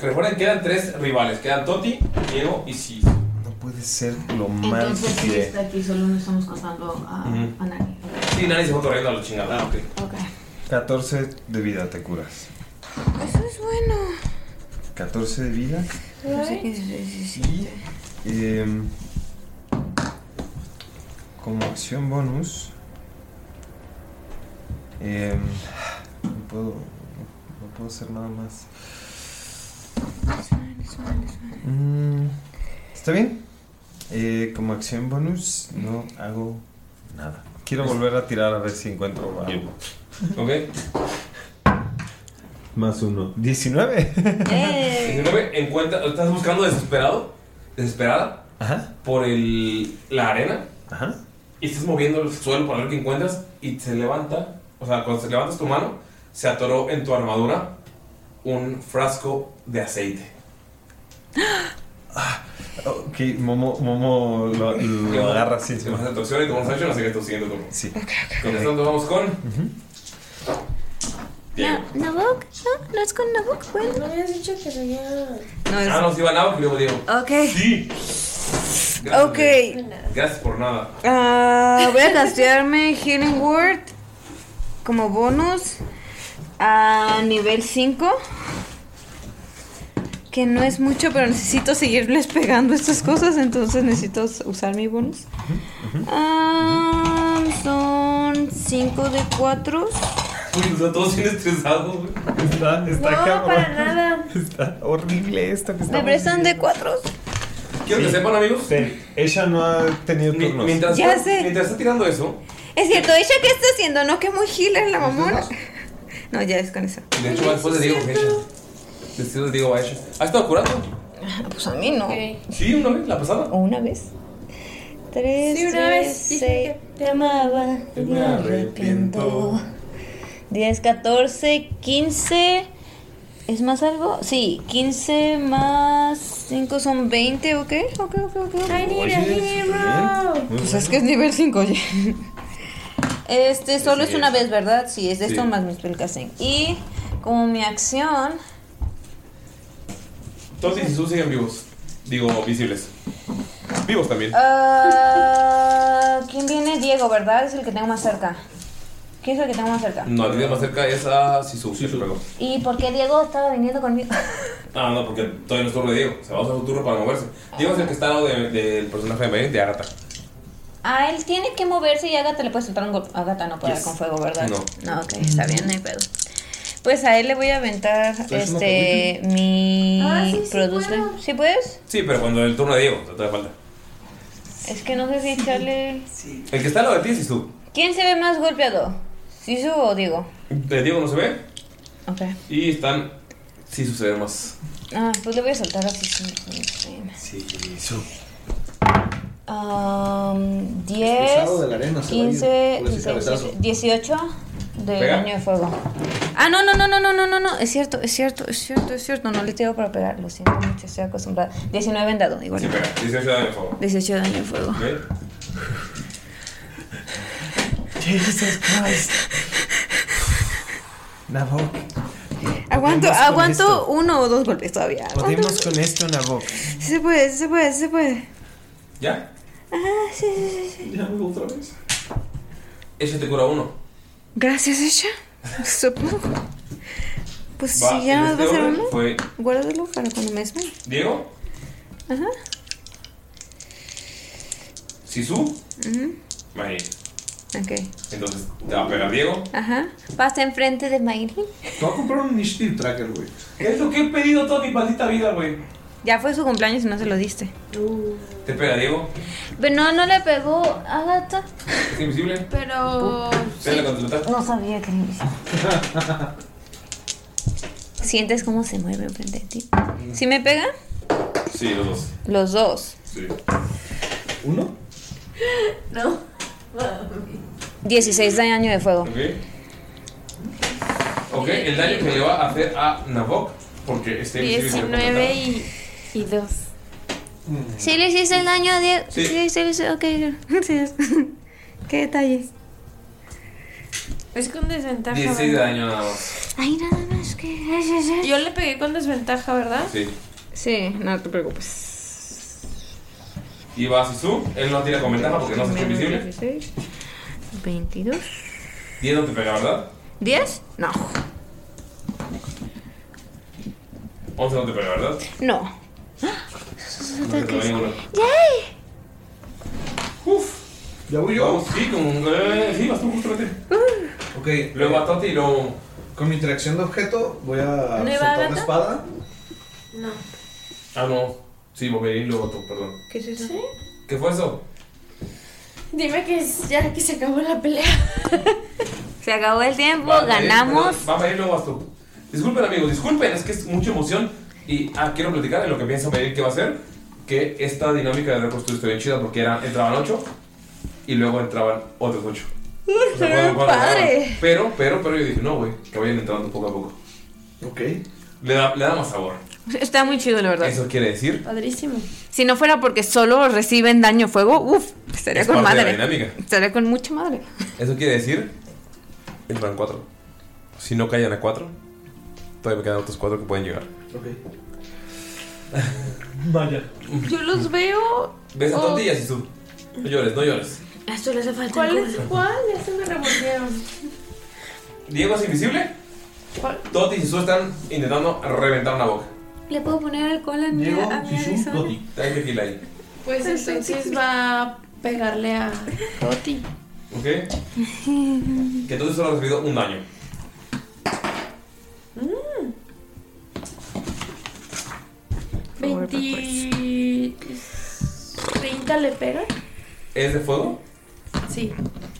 Recuerden, quedan tres rivales: quedan Toti, Diego y Sis.
No puede ser lo mal
Entonces
que
sí está aquí, solo no estamos contando a,
Ujú.
a Nani.
Sí, nadie se fue corriendo a la chingada.
14 de vida te curas.
Eso es bueno.
14 de vida.
No sé qué es, es- es-
em, como acción bonus. em, no, puedo, no- no puedo hacer nada más. Mm, ¿Está bien? Eh, como acción bonus no hago nada. Quiero volver a tirar a ver si encuentro algo.
Ok.
Más uno. 19.
¿Eh?
19, encuentra, estás buscando desesperado, desesperada, por el, la arena, y estás moviendo el suelo para ver qué encuentras, y se levanta, o sea, cuando se levantas tu mano, se atoró en tu armadura un frasco de aceite.
Ok, Momo, Momo lo, lo
Yo-
Mm, agarra así.
Te vas a torsión y tomas action, así que tu siguiente turno.
Sí.
Mientras tanto, vamos con.
No, Nabok, no, no es con Nabok, güey. No habías dicho que había. No
Ah, nos iba Nabok y luego Diego.
Ok.
Sí. Gracias,
Ok.
Diego. Gracias por nada.
Ah, voy a castearme Healing Word como bonus a nivel 5. Que no es mucho, pero necesito seguirles pegando estas cosas, entonces necesito usar mi bonus. Ah, son 5 de 4.
Uy, está todo bien estresado, güey.
Está,
No, para nada.
Está horrible esto que
Me prestan de 4.
Quiero que sepan, amigos.
Ella no ha tenido turnos.
Mientras,
Ya
está-
sé.
mientras está tirando eso,
Es cierto, ¿ella qué está haciendo? ¿No que muy healer la mamona? No, ya es con eso.
de hecho, después le digo a ella. Después le digo a ella. ¿Has estado curando?
Pues a mí no.
Sí, una vez, la pasada.
¿O una vez? Tres,
Sí, una
tres,
vez dije
seis. Te amaba.
me
arrepiento. 10, 14, 15. ¿Es más algo? Sí, 15 más 5 son 20, ¿ok? Ok, ok, ok. I
need a Oye, hero. bien. Muy
Pues
bueno.
es que es nivel 5, oye. Este solo
Así
es una
es.
vez, ¿verdad? Sí, es de esto
Sí.
más mi spellcasting. Y como mi acción,
Totis y Jesús siguen vivos. Digo, visibles. Vivos también.
Ah, ¿Quién viene? Diego, ¿verdad? Es el que tengo más cerca. ¿Quién es el que tengo más cerca?
No, el líder más cerca es a Sisu. Sisu.
¿Y por qué Diego estaba viniendo conmigo?
Ah, no, porque todavía no es turno de Diego. Se va a usar su turno para moverse. Diego es el que está al lado de- del personaje de Mary, de Agatha.
Ah, él tiene que moverse y a Agatha le puede soltar un golpe. Agatha no puede
Yes.
con fuego, ¿verdad?
No.
No, ok, está bien, no hay pedo. Pues a él le voy a aventar
¿Estás haciendo
este mi produce. ¿Sí puedes?
Sí, pero cuando el turno de Diego, te da falta.
Es que no sé si echarle.
El que está al lado de ti es Sisu.
¿Quién se ve más golpeado? ¿Sisu o Diego?
De Diego no se ve.
Ok.
Y están. Sisu se ve más.
Ah, pues le voy a soltar a Sisu.
Sisu.
Um,
Expulsado de la
10,
arena, se va a ir
15,
por ese
16,
cabezazo.
18 de
¿Pega?
daño de fuego. Ah, no, no, no, no, no, no, no, no, es cierto, es cierto, es cierto, es cierto, no le tiro para pegar, lo siento mucho, estoy acostumbrada. 19 en dado, igual.
Sí, pega. 18 de daño de fuego.
18 de daño de fuego.
Ok.
Jesus Christ. Nabok.
Aguanto,
Podemos con
aguanto
esto.
uno o dos golpes todavía. Aguanto.
Podemos con esto, Nabok.
Sí se puede, sí se puede, sí se puede.
¿Ya?
Ah, sí, sí, sí, sí.
otra vez. Ella te cura uno.
Gracias, ella. Supongo. Pues
Va,
si ya
en
nos va
este
a hacer
orden
uno,
fue-
guárdalo para cuando me desmaye.
Diego,
Ajá.
Sisu,
ujú.
Mary.
Ok.
Entonces, te va a pegar Diego.
Ajá. Pasa enfrente de Mayrin.
Te voy a comprar un initiative tracker, güey.
Es lo que he pedido toda mi maldita vida, güey.
Ya fue su cumpleaños y no se lo diste.
Te pega Diego.
Pero no, no le pegó a Gata.
Es invisible.
Pero.
Pégale con tu ataque.
Oh, No sabía que era invisible. ¿Sientes cómo se mueve frente a ti? ¿Sí me pega?
Sí, los dos.
Los dos.
Sí.
¿Uno?
No. 16 de daño de fuego.
Ok. Ok, el daño que le va a hacer a Nabok. Porque este invisible.
19 y, y 2.
Sí le hiciste el daño a Diego.
Mm. Sí.
sí, sí, sí, ok. gracias. Qué detalle.
Es con desventaja.
16 de
¿verdad?
daño nada más.
Ay, nada más que.
Yo le pegué con desventaja, ¿verdad?
Sí.
Sí, no te preocupes.
Y va a Sisu. Él no tira con ventaja porque no se hace
Menos
invisible.
16, 22.
10 no te pega, ¿verdad?
¿10? No.
11 no te pega, ¿verdad?
No.
No te pega ninguno.
¡Yay!
Uf.
¿Ya voy yo?
sí, como. eh, sí, vas tú justamente.
Ah. Ok. Luego
a Toti y luego.
Con mi interacción de objeto voy a
¿No iba
soltar
Agatha?
la espada.
No.
Ah, no. Sí, Bobby, luego tú, perdón.
¿Qué es eso?
¿Qué fue eso?
Dime que es- ya que se acabó la pelea.
Se acabó el tiempo,
Va,
ganamos.
Mayer, perdón, Va Mayer, luego vas tú. Disculpen, amigos, disculpen, es que es mucha emoción. Y ah, quiero platicar de lo que piensa Mayer que va a hacer. Que esta dinámica de reconstruir está bien chida porque era, entraban 8 y luego entraban otros 8.
Pero padre.
Pero, pero, pero yo dije, no, güey, que vayan entrando poco a poco.
Ok.
Le da, le da más sabor.
Está muy chido, la verdad.
Eso quiere decir.
Padrísimo.
Si no fuera porque solo reciben daño fuego, uff, estaría
es
con
parte de la
madre.
dinámica.
Estaría con mucha madre.
Eso quiere decir. Entran 4. Si no callan a 4, todavía me quedan otros 4 que pueden llegar.
Ok.
Vaya.
Yo los veo.
¿Ves a
Oh.
Toti y a Sisu? No llores, no llores.
Esto le hace falta. ¿Cuál es cuál? Ya se me revolvieron.
Diego es invisible.
¿Cuál?
Toti y Sisu están intentando reventar una boca.
¿Le puedo poner alcohol a mi, a mi arizona?
Trae tequila ahí.
Pues entonces va a pegarle a Toti.
¿Ok? Que entonces solo ha recibido un daño.
Mm. 20. 30 le pega.
¿Es de fuego?
Sí.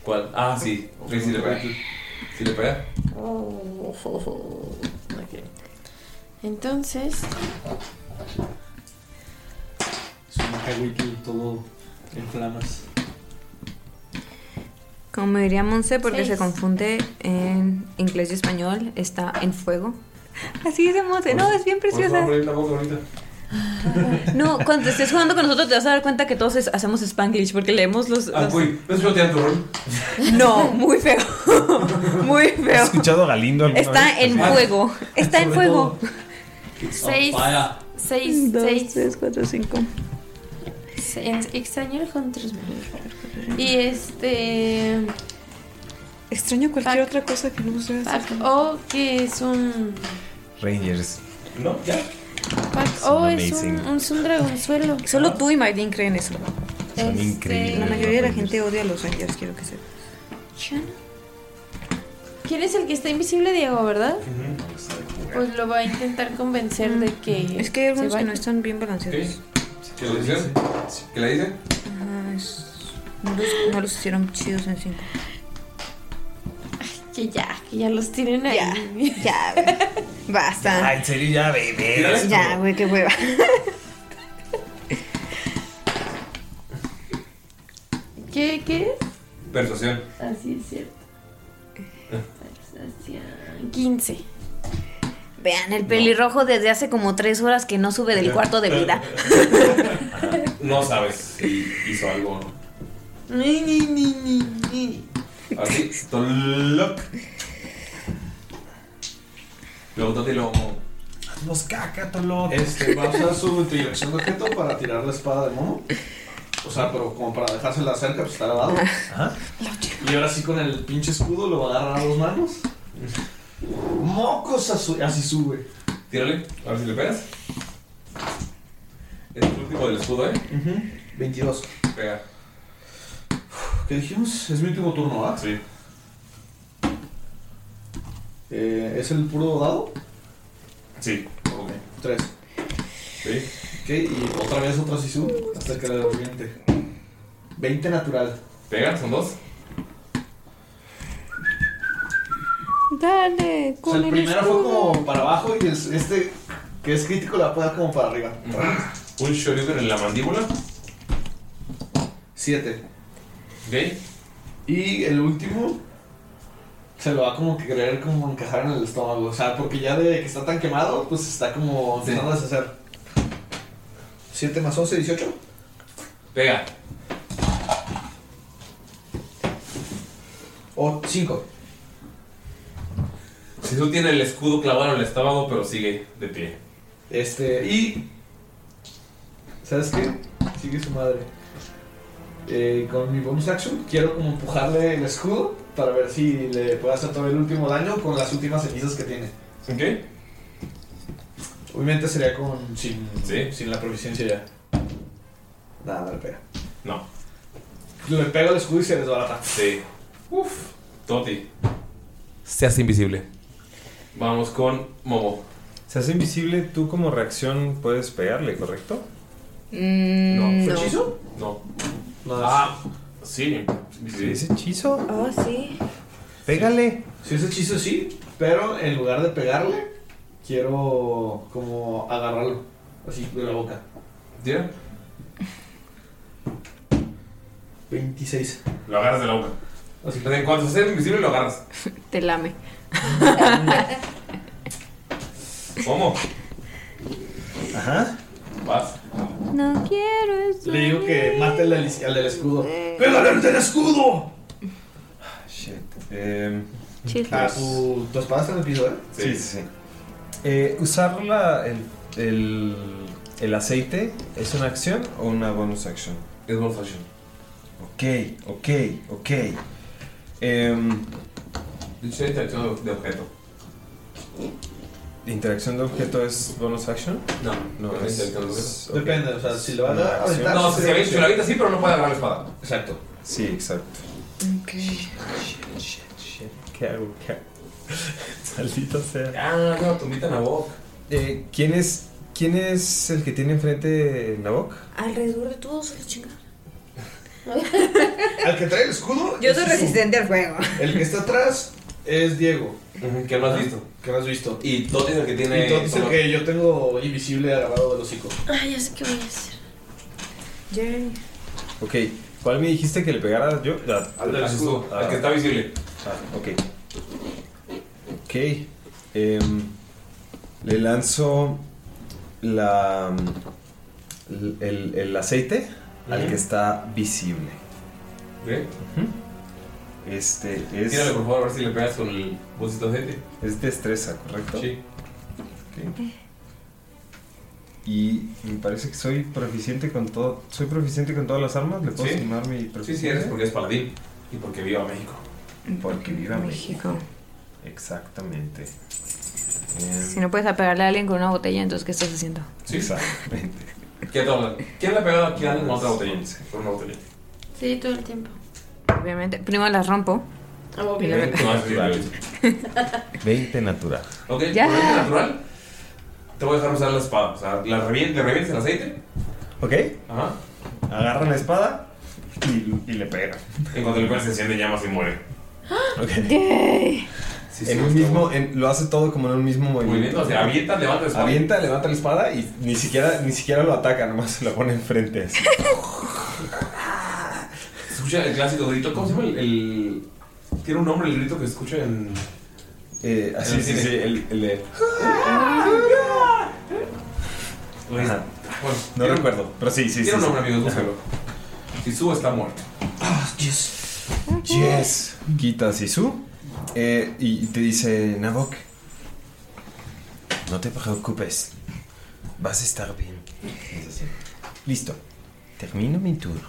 ¿Cuál? Ah, sí. Ok, sí le pega. Sí le pega.
Oh, ok. Entonces,
Es un Haywiki todo en flamas.
Como diría Monse, porque
Seis.
se confunde en inglés y español, está en fuego. Así dice Monse. No, es bien preciosa.
Por eso vamos a abrir la boca
No, cuando estés jugando con nosotros te vas a dar cuenta que todos es- hacemos spanglish porque leemos los.
bonita. Ah,
los-
uy, ¿no escuchaste tu rol?
No, muy feo. muy
¿Has
feo.
escuchado a Galindo alguna
Está
vez?
en
Ah.
fuego. Está en fuego.
6.
vaya.
6. 6.
3, 4, 5.
Extraño el Hunter Y este.
Extraño cualquier otra cosa que no sea
Pack O que es un.
Rangers.
No, ya.
Pack O es un,
amazing.
un, es un dragonzuelo.
Solo tú y Marlene creen eso.
Este,
Son increíbles.
La mayoría de la gente odia a los Rangers, quiero que sepas.
¿Quién es el que está invisible, Diego, verdad? Pues lo va a intentar convencer de que.
Es que hay algunos
se
que no
vaya.
están bien balanceados.
¿Qué le dice? ¿Qué le dice?
Ah,
Ajá, es- No los, no los hicieron chidos en 5.
Que ya, que ya los tienen ahí.
Ya, ya.
Ah,
Basta.
en serio, ya, bebé.
Ya, güey, qué hueva.
¿Qué, qué?
Persuasión.
Así es cierto. 15.
Vean, el pelirrojo desde hace como tres horas que no sube del cuarto de vida.
No sabes si hizo algo o no.
Ni, ni, ni, ni, ni.
Así, toloc. Luego Toti lo.
Los cacatolotes. Este, va a usar su interacción de objeto para tirar la espada de Momo. O sea, pero como para dejársela cerca, pues está al lado. Y ahora sí con el pinche escudo lo va a agarrar a dos manos. Mocos azu- así sube.
Tírale, a ver si le pegas. Es el último del escudo, ¿eh?
22.
Pega.
¿Qué dijimos? Es mi último turno, ¿ah?
Sí.
Eh, ¿Es el puro dado?
Sí. Ok.
3.
Sí.
Ok, y otra vez otra así sube hasta que le reviente. 20 natural.
Pega, son dos.
Dale,
O sea,
con
el
el
primero fue
escudo.
como para abajo y el- este que es crítico la puede dar como para arriba.
Un shoryuken en la mandíbula.
7.
Ok.
Y el último se lo va como que creer como encajar en el estómago. O sea, porque ya de que está tan quemado, pues está como empezando a deshacer. 7 más 11, 18.
Pega.
O 5.
Si tú tienes el escudo clavado en el estómago, pero sigue de pie.
Este, y. ¿Sabes qué? Sigue su madre. Eh, con mi bonus action quiero como empujarle el escudo para ver si le puede hacer todo el último daño con las últimas cenizas que tiene.
Ok.
Obviamente sería con sin,
Sí.
sin la proficiencia ya. Nada, no le pega.
No.
Le pego el escudo y se desbarata.
Sí. Uf. Toti. Se hace invisible. Vamos con Momo.
Se hace invisible, tú como reacción puedes pegarle, ¿correcto?
Mm,
¿Fue
no.
hechizo?
No.
Ah,
sí.
¿Sí es hechizo?
Oh, sí.
Pégale.
Si es hechizo, sí. Pero en lugar de pegarle, quiero como agarrarlo. Así de la boca.
¿Ya?
26.
Lo agarras de la boca. En cuanto se hace invisible, lo agarras.
Te lame.
¿Cómo?
Ajá.
Vas.
No quiero eso.
Le digo que mate al, del- al del escudo.
¡Pégale al del escudo!
Eh,
Ah, tu, tu espada está en el piso, ¿eh?
Sí, sí, sí. Eh, ¿Usar la- el, el, el aceite es una acción o una bonus action?
Es bonus action.
Ok, ok, ok. Em,
Dice interacción de objeto.
¿Interacción de objeto es bonus action?
No,
no
no es
es.
interacción de objeto.
es-
Depende, o sea, si lo vas a
Una acción.
aventar, No, sí si se sería avienta- una si lo avienta, acción. sí, pero no puede agarrar la espada. Exacto.
Sí, exacto.
Ok.
¿Qué hago? ¿Qué hago? Maldito sea.
Ah, no, tumbita Nabok.
Eh, ¿quién, es, ¿Quién es el que tiene enfrente Nabok?
Alrededor de todos se lo chingaron.
Al que trae el escudo.
Yo soy
ese es su-
resistente al fuego.
El que está atrás es Diego.
Que no has visto.
Que no has visto.
Y Toti es el que tiene.
Y Toti es el
toma-
que yo tengo invisible agarrado del hocico.
Ay, ya sé qué voy a hacer.
Ok, ¿cuál me dijiste que le pegara yo? Ah,
Al del escudo, al que está visible.
Ah, ok. Ok. em, le lanzo la, el, el aceite al
Ujú.
que está visible.
¿Ve?
Este es.
Tírale, por favor, a ver si le pegas con el bolsito de gente.
Es destreza, ¿correcto?
Sí.
Ok. Y me parece que soy proficiente con todo. ¿Soy proficiente con todas las armas? ¿Le puedo
Sí.
sumar mi
Sí,
proficiencia?
sí, eres porque es paladín. Y porque viva México.
Porque viva
México.
México. Exactamente. Em,
Si no puedes apegarle a alguien con una botella, entonces ¿qué estás haciendo?
Sí. Exactamente. ¿Quién habla? ¿Quién le ha pegado aquí a alguien con otra botella? Con una botella.
Sí, todo el tiempo.
Obviamente. Primero las rompo.
Obviamente.
No, es viral.
20 natural.
Ok,
Ya.
por mente natural. Te voy a dejar usar la espada. O sea, la revien- le revientes el aceite.
Ok.
Ajá.
Agarra la espada y, y le pega.
En cuanto le pegas, se enciende llamas y muere.
¡Ah!
Ok.
Yay. Sí, sí,
en un
está
mismo, en- lo hace todo como en un mismo movimiento.
Movimiento, o sea, avienta, levanta la espada.
Avienta, levanta la espada y ni siquiera, ni siquiera lo ataca, nomás se la pone enfrente. así.
Se escucha el clásico grito. ¿Cómo se llama el, el- Tiene un nombre el grito que se escucha en.
Eh, así, sí, sí, el, el de. Ajá. no recuerdo, pero sí, sí, sí.
Tiene un
sí.
nombre, amigos,
Ajá.
búscalo. Sisu está muerto.
Yes. Quita a Sisu eh, y te dice Nabok. No te preocupes. Vas a estar bien. Es así. Listo. Termino mi turno.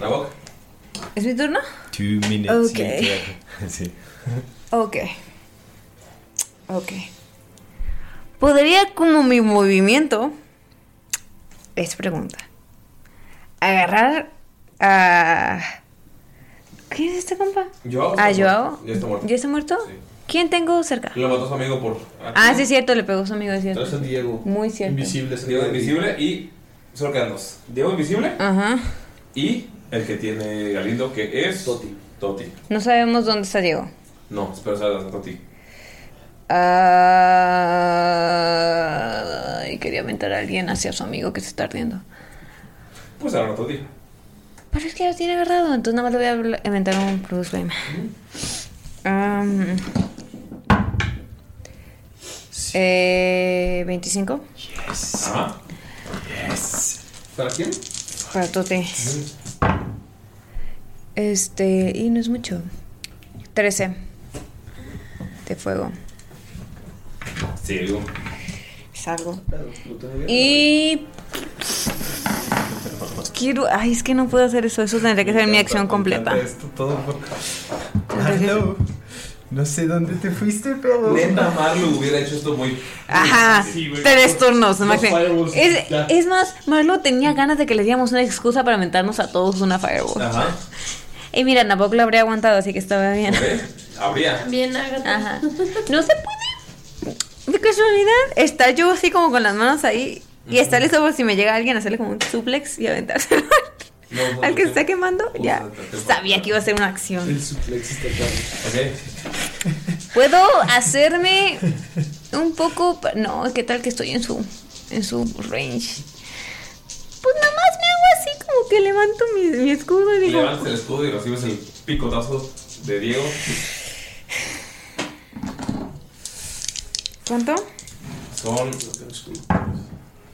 Nabok.
¿Es mi turno?
Two minutes
Ok.
later. Sí.
Ok. Ok. Podría como mi movimiento. Es pregunta. Agarrar a. ¿Quién es este compa?
Joao
¿A
está
Joao?
muerto. Ya está muerto.
¿Ya está muerto? ¿Quién tengo cerca?
Lo mató su amigo por.
Ah, sí, es cierto, le pegó a su amigo, es cierto.
Entonces Diego.
Muy cierto.
Invisible. ese
Diego
Diego.
Invisible y. Solo quedan dos. Diego Invisible
Ajá.
y el que tiene Galindo, que es. Toti. Toti.
No sabemos dónde está Diego.
No, espero sea Toti.
Ah, Ay, quería aventar a alguien hacia su amigo que se está ardiendo.
Pues ahora Toti.
Pero Pues es que ya lo tiene agarrado, entonces nada más le voy a bl- inventar un Produce Um, Flame. Am, eh, 25
Ajá.
¿Para quién?
para Tote. Este, y no es mucho. 13 de fuego.
Sí, digo.
Es algo. Y quiero. Ay, es que no puedo hacer eso. Eso tendría que ser mi acción completa.
Esto todo por...
Tendría que-
No sé dónde te fuiste, pero.
Neta Marlu hubiera hecho esto muy.
Ajá,
Sí, güey.
tres turnos.
Dos
Max.
fireballs,
Es,
ya.
es más, Marlo tenía ganas de que le diéramos una excusa para mentarnos a todos una fireball.
Ajá.
Y mira, tampoco lo habría aguantado, así que estaba bien.
Habría.
Bien, Ajá. No se puede. De casualidad, está yo así como con las manos ahí. Y está listo por si me llega alguien a hacerle como un suplex y aventárselo al que se está quemando. Ya sabía que iba a ser una acción.
El suplex está
¿Puedo hacerme un poco.? pa- No, ¿qué tal que estoy en su, en su range? Pues nada más me hago así, como que levanto mi, mi escudo y digo.
Levantas el escudo y recibes el picotazo de Diego.
¿Cuánto?
Son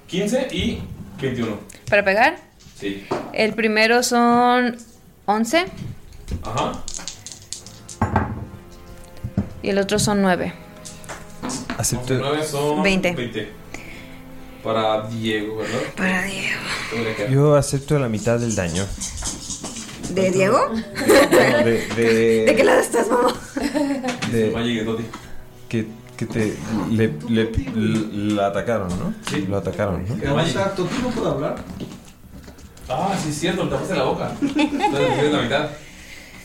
15 y 21.
Para pegar.
Sí.
El primero son 11
Ajá.
y el otro son 9.
Acepto.
9 son
20.
20. Para Diego, ¿verdad?
Para Diego.
Tendría que-
Yo acepto la mitad del daño.
¿De Diego?
De, de-
¿De qué lado estás, mamá?
de-
Magic Doti.
que, que te. Le, le- le- la atacaron, ¿no? Sí. Lo atacaron, ¿no?
O sea, ¿tú no puedo hablar?
Ah, sí, es cierto, le tapaste la boca. Entonces, recibes la mitad.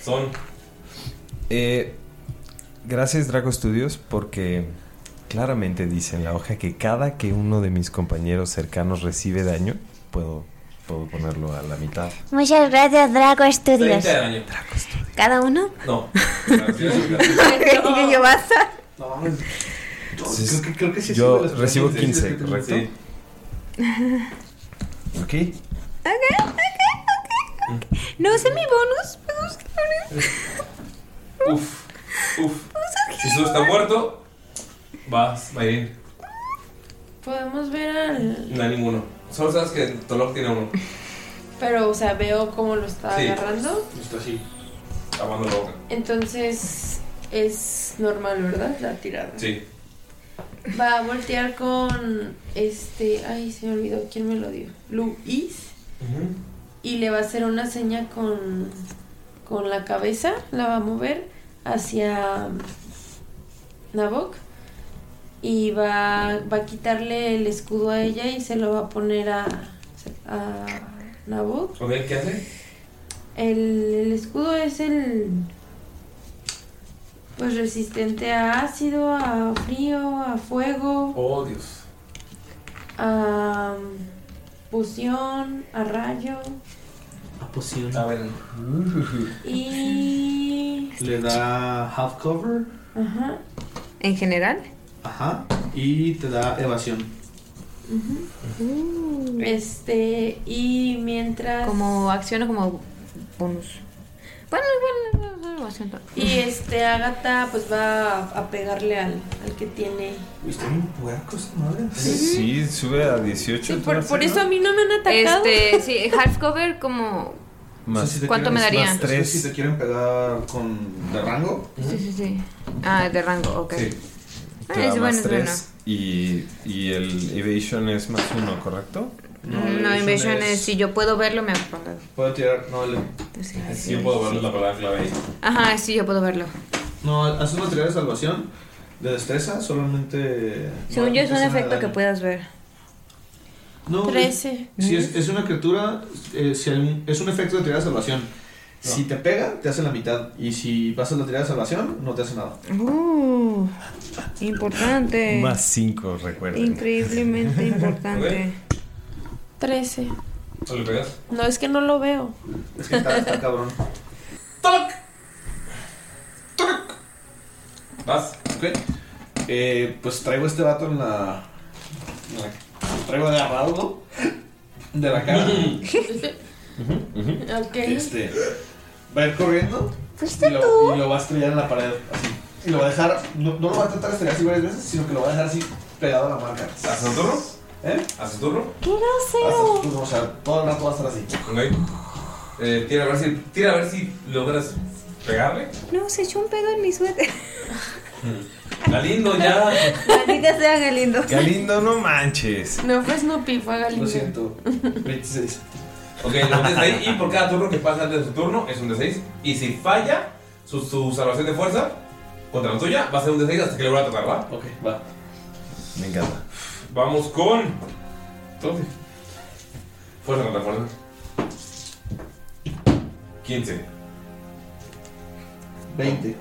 Son.
Eh, gracias Draco Studios porque claramente dice en la hoja que cada que uno de mis compañeros cercanos recibe daño, puedo, puedo ponerlo a la mitad.
Muchas gracias, Draco Studios.
30 de daño.
¿Cada uno?
No.
¿Y yo basta?
creo
Entonces,
que- creo que sí
yo
sube las
recibo
15,
15, ¿correcto? Ok.
Ok, ok, ok. No usé mi bonus. bonus, bonus.
Uf, uf. Si Jesús está muerto, vas, Mayrin.
Podemos ver al.
No hay ninguno. Solo sabes que Tolok tiene uno.
Pero, o sea, veo cómo lo está
Sí.
agarrando.
Está así, tapando la boca.
Entonces es normal, ¿verdad? La tirada.
Sí.
Va a voltear con este. Ay, se me olvidó quién me lo dio. Luis. Y le va a hacer una seña con. Con la cabeza. La va a mover hacia. Nabok. Y va, va a quitarle el escudo a ella y se lo va a poner a. A Nabok.
Ok, ¿qué hace?
El, el escudo es el. Pues resistente a ácido, a frío, a fuego,
Oh, Dios.
a. Fusión, a rayo.
Ah, A ver.
Y.
Le da half cover.
Ajá.
¿En general?
Ajá. Y te da evasión.
ujú. Este. Y mientras.
Como acción o como bonus. Bueno, bueno, no, no lo siento.
Y este, Agatha, pues va a, a pegarle al, al que tiene.
¿Viste un puerco esa madre?
Sí, sube a 18.
Por, por eso a mí no me han atacado.
Este, sí, half cover como.
O sea, si te
¿Cuánto me
quieren-
daría?
más tres. Si te quieren pegar con de rango.
Sí, sí, sí. Ah, de rango, ok.
Sí.
Ah,
Te da
es bueno,
más
es bueno.
tres y, y el evasion es más uno, ¿correcto?
Mm, No, invasion es si yo puedo verlo, me apaga.
Puedo tirar. No, le.
Pues
Sí, yo puedo verlo, es la palabra clave ahí.
Ajá, sí, yo puedo verlo.
No, haz una tirada de salvación. De destreza, solamente.
Según yo es un
no,
efecto
daño.
que puedas ver.
No,
Trece.
es- Si es, es una criatura, eh, si hay un- es un efecto de tirada de salvación. Si te pega, te hace la mitad. Y si pasas la tirada de salvación, no te hace nada.
Uh, importante.
Más 5, recuerden.
Increíblemente importante.
13.
¿No le pegas?
No, es que no lo veo.
Es que está, está cabrón.
¡Toc!
Vas.
Ok. Eh, pues traigo a este vato en la. en la- lo traigo agarrado de la cara.
Ok.
Este. Va a ir corriendo.
Fuiste
y lo,
tú.
Y lo va a estrellar en la pared. Así. Y lo va a dejar. No, no lo va a tratar de estrellar así varias veces, sino que lo va a dejar así pegado a la marca.
¿Hace un turno?
¿Eh?
¿Hace turno?
¡Qué
Hasta
grosero!
su turno, o sea, todo el rato va a estar así.
Ok. Eh, tira, a ver si, tira a ver si logras pegarle.
No, se echó un pedo en mi suéter.
Galindo, ya.
Maldita sea Galindo.
Galindo, no manches.
No fue Snoopy, fue Galindo.
Lo siento. 26.
Ok, lo metes ahí y por cada turno que pasa antes de su turno es un D6. Y si falla su, su salvación de fuerza, contra la tuya. Va a ser un D6 hasta que le voy a tocar, ¿va? Ok, va.
Me encanta.
Vamos con. Entonces. Fuerza contra fuerza. 15.
20.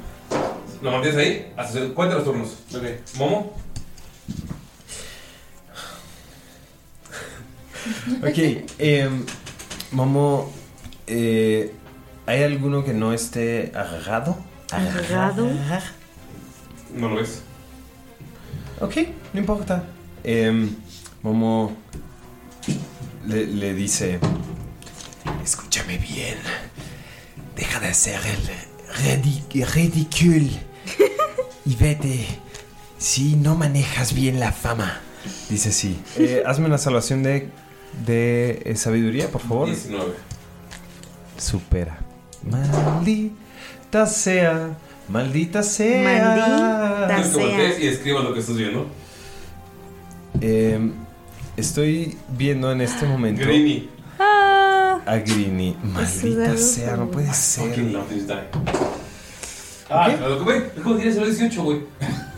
Lo mantienes ahí. Hasta cuenta los turnos. Ok. Momo.
Ok, em, Momo, eh, ¿hay alguno que no esté agarrado?
Agarrado.
No lo ves.
Ok, no importa. Em, Momo le, le dice, escúchame bien, deja de ser el ridi- ridículo y vete. Si no manejas bien la fama, dice así. Eh, hazme una salvación de, de eh, sabiduría, por favor.
19.
Supera. Maldita sea. Maldita sea.
Entonces te voltees y escribas lo que estás viendo.
Eh, estoy viendo en este momento.
Greeny.
Ah.
A Greeny. Maldita sea, no puede ser.
Ah, lo que ve, es como tienes el 18, güey.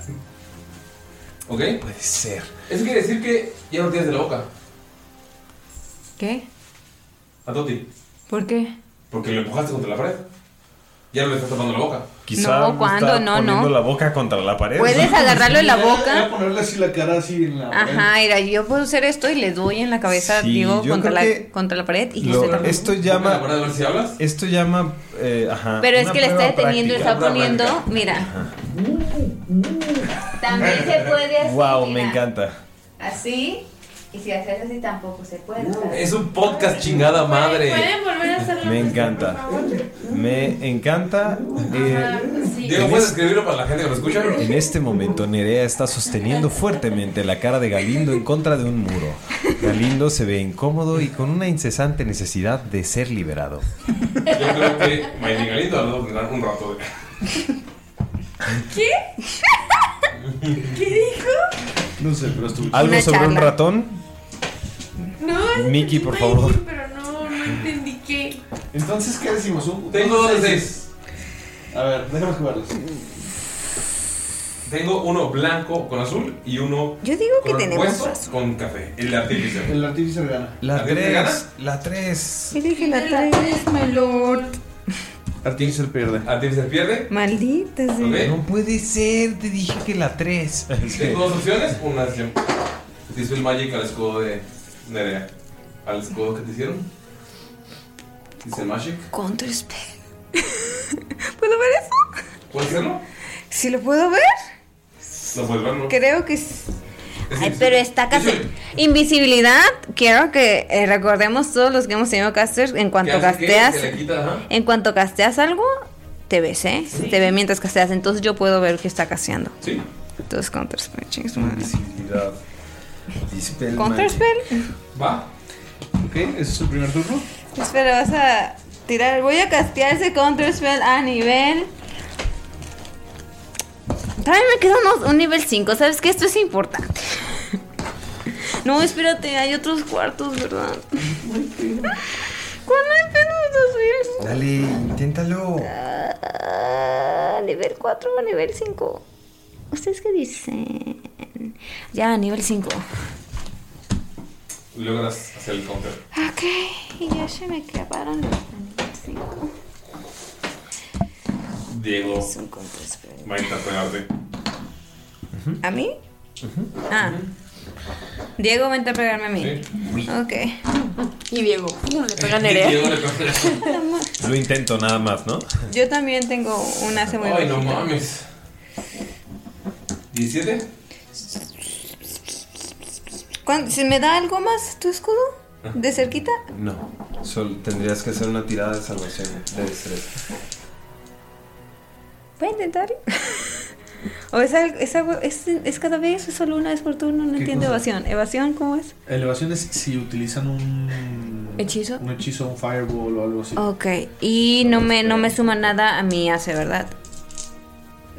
¿Ok?
Puede ser.
Eso quiere decir que ya no tienes de la boca.
¿Qué?
A Toti.
¿Por qué?
Porque lo empujaste contra la pared. Ya no le estás tapando la boca.
Quizá
No, ¿cuándo?
está
No,
poniendo
no.
la boca contra la pared.
Puedes agarrarlo en la
Voy a
boca. Ah.
ponerle así la cara así en la
Ajá, mira, yo puedo hacer esto y le doy en la cabeza,
Ah, Sí,
digo,
yo
contra
creo
la,
que
contra la pared y le
Lo-
estoy tapando.
esto llama. Esto llama. eh, ajá,
Pero es
una
que le está
prueba
deteniendo,
práctica.
está poniendo, mira.
También se puede así.
Wow, me
mira,
encanta.
Así. Y si haces así tampoco se puede.
eh.
¿verdad?
Es un podcast chingada madre.
¿Pueden volver a hacerlo?
Me encanta. Me encanta. eh,
Sí.
Diego, ¿puedes escribirlo para la gente que lo escucha?
En este momento, Nerea está sosteniendo fuertemente la cara de Galindo en contra de un muro. Galindo se ve incómodo y con una incesante necesidad de ser liberado.
Yo creo que Maylin Galindo habló de un rato de.
¿Qué? ¿Qué dijo?
No sé, pero ¿Algo
Una
sobre un
charla.
ratón?
No, es
Miki,
que
por
me
favor.
dije, Pero no, no entendí qué.
Entonces, ¿qué decimos? Un-
Tengo
dos
dos de
seis. A ver, déjame jugarlos.
Tengo uno blanco con azul y uno.
Yo digo que
color
tenemos
hueso con café. El de artificio.
El artífice gana.
La
¿Artificer gana?
tres, la tres.
Y dije la traes, my lord.
Artificer pierde. Artificer pierde.
Maldita sea.
Ok.
No puede ser, te dije que la tres.
Tengo dos opciones. Una es que te hizo el Magic al escudo de Nerea. Al escudo que te hicieron. Dice el Magic.
Counter spell. ¿Puedo ver eso?
¿Puedes hacerlo?
¿Sí lo puedo ver?
No puedes verlo.
Creo que sí. Ay,
sí,
pero está casi. Invisibilidad, quiero que eh, recordemos todos los que hemos tenido casters. En cuanto
hace que
casteas,
se le quita, ajá.
en cuanto casteas algo, te ves, ¿eh? Te ve mientras casteas. Entonces yo puedo ver que está casteando.
Sí.
Entonces, counter spell. chingues, madre.
Invisibilidad. Dispel
Counter
magic.
spell.
Va.
Ok, ese es el primer turno.
Espera, vas a tirar. Voy a castear ese counter spell a nivel. Todavía me queda unos- un nivel 5. ¿Sabes que Esto es importante. No, espérate, hay otros cuartos, ¿verdad? ¿Cuándo apenas dos niveles?
Dale, inténtalo.
Ah, nivel 4 o nivel 5. ¿Ustedes qué dicen? Ya, nivel 5.
Logras hacer el counter.
Ok, y ya se me acabaron los de nivel 5.
Diego.
Es un counter spell.
Va a intentar pegarte.
¿A mí? Ah. Diego, vente a pegarme a mí.
Sí.
Ok.
Y Diego, ¡pum! le pega a
Y
Nerea.
Diego le pega. Lo intento nada más, ¿no?
Yo también tengo una hace muy
Ay, no
bajita.
mames. ¿17?
¿Cuán- ¿Se me da algo más tu escudo? ¿De cerquita?
No. Solo tendrías que hacer una tirada de salvación de destreza.
Voy a intentarlo. ¿O es, algo- es, algo- es, es cada vez o es solo una vez por turno? No
¿Qué
entiendo
cosa?
evasión. ¿Evasión cómo es?
Elevación es si utilizan un.
¿Hechizo?
Un hechizo, un fireball o algo así.
Ok. Y no me, no me suma nada a mi hace, ¿verdad?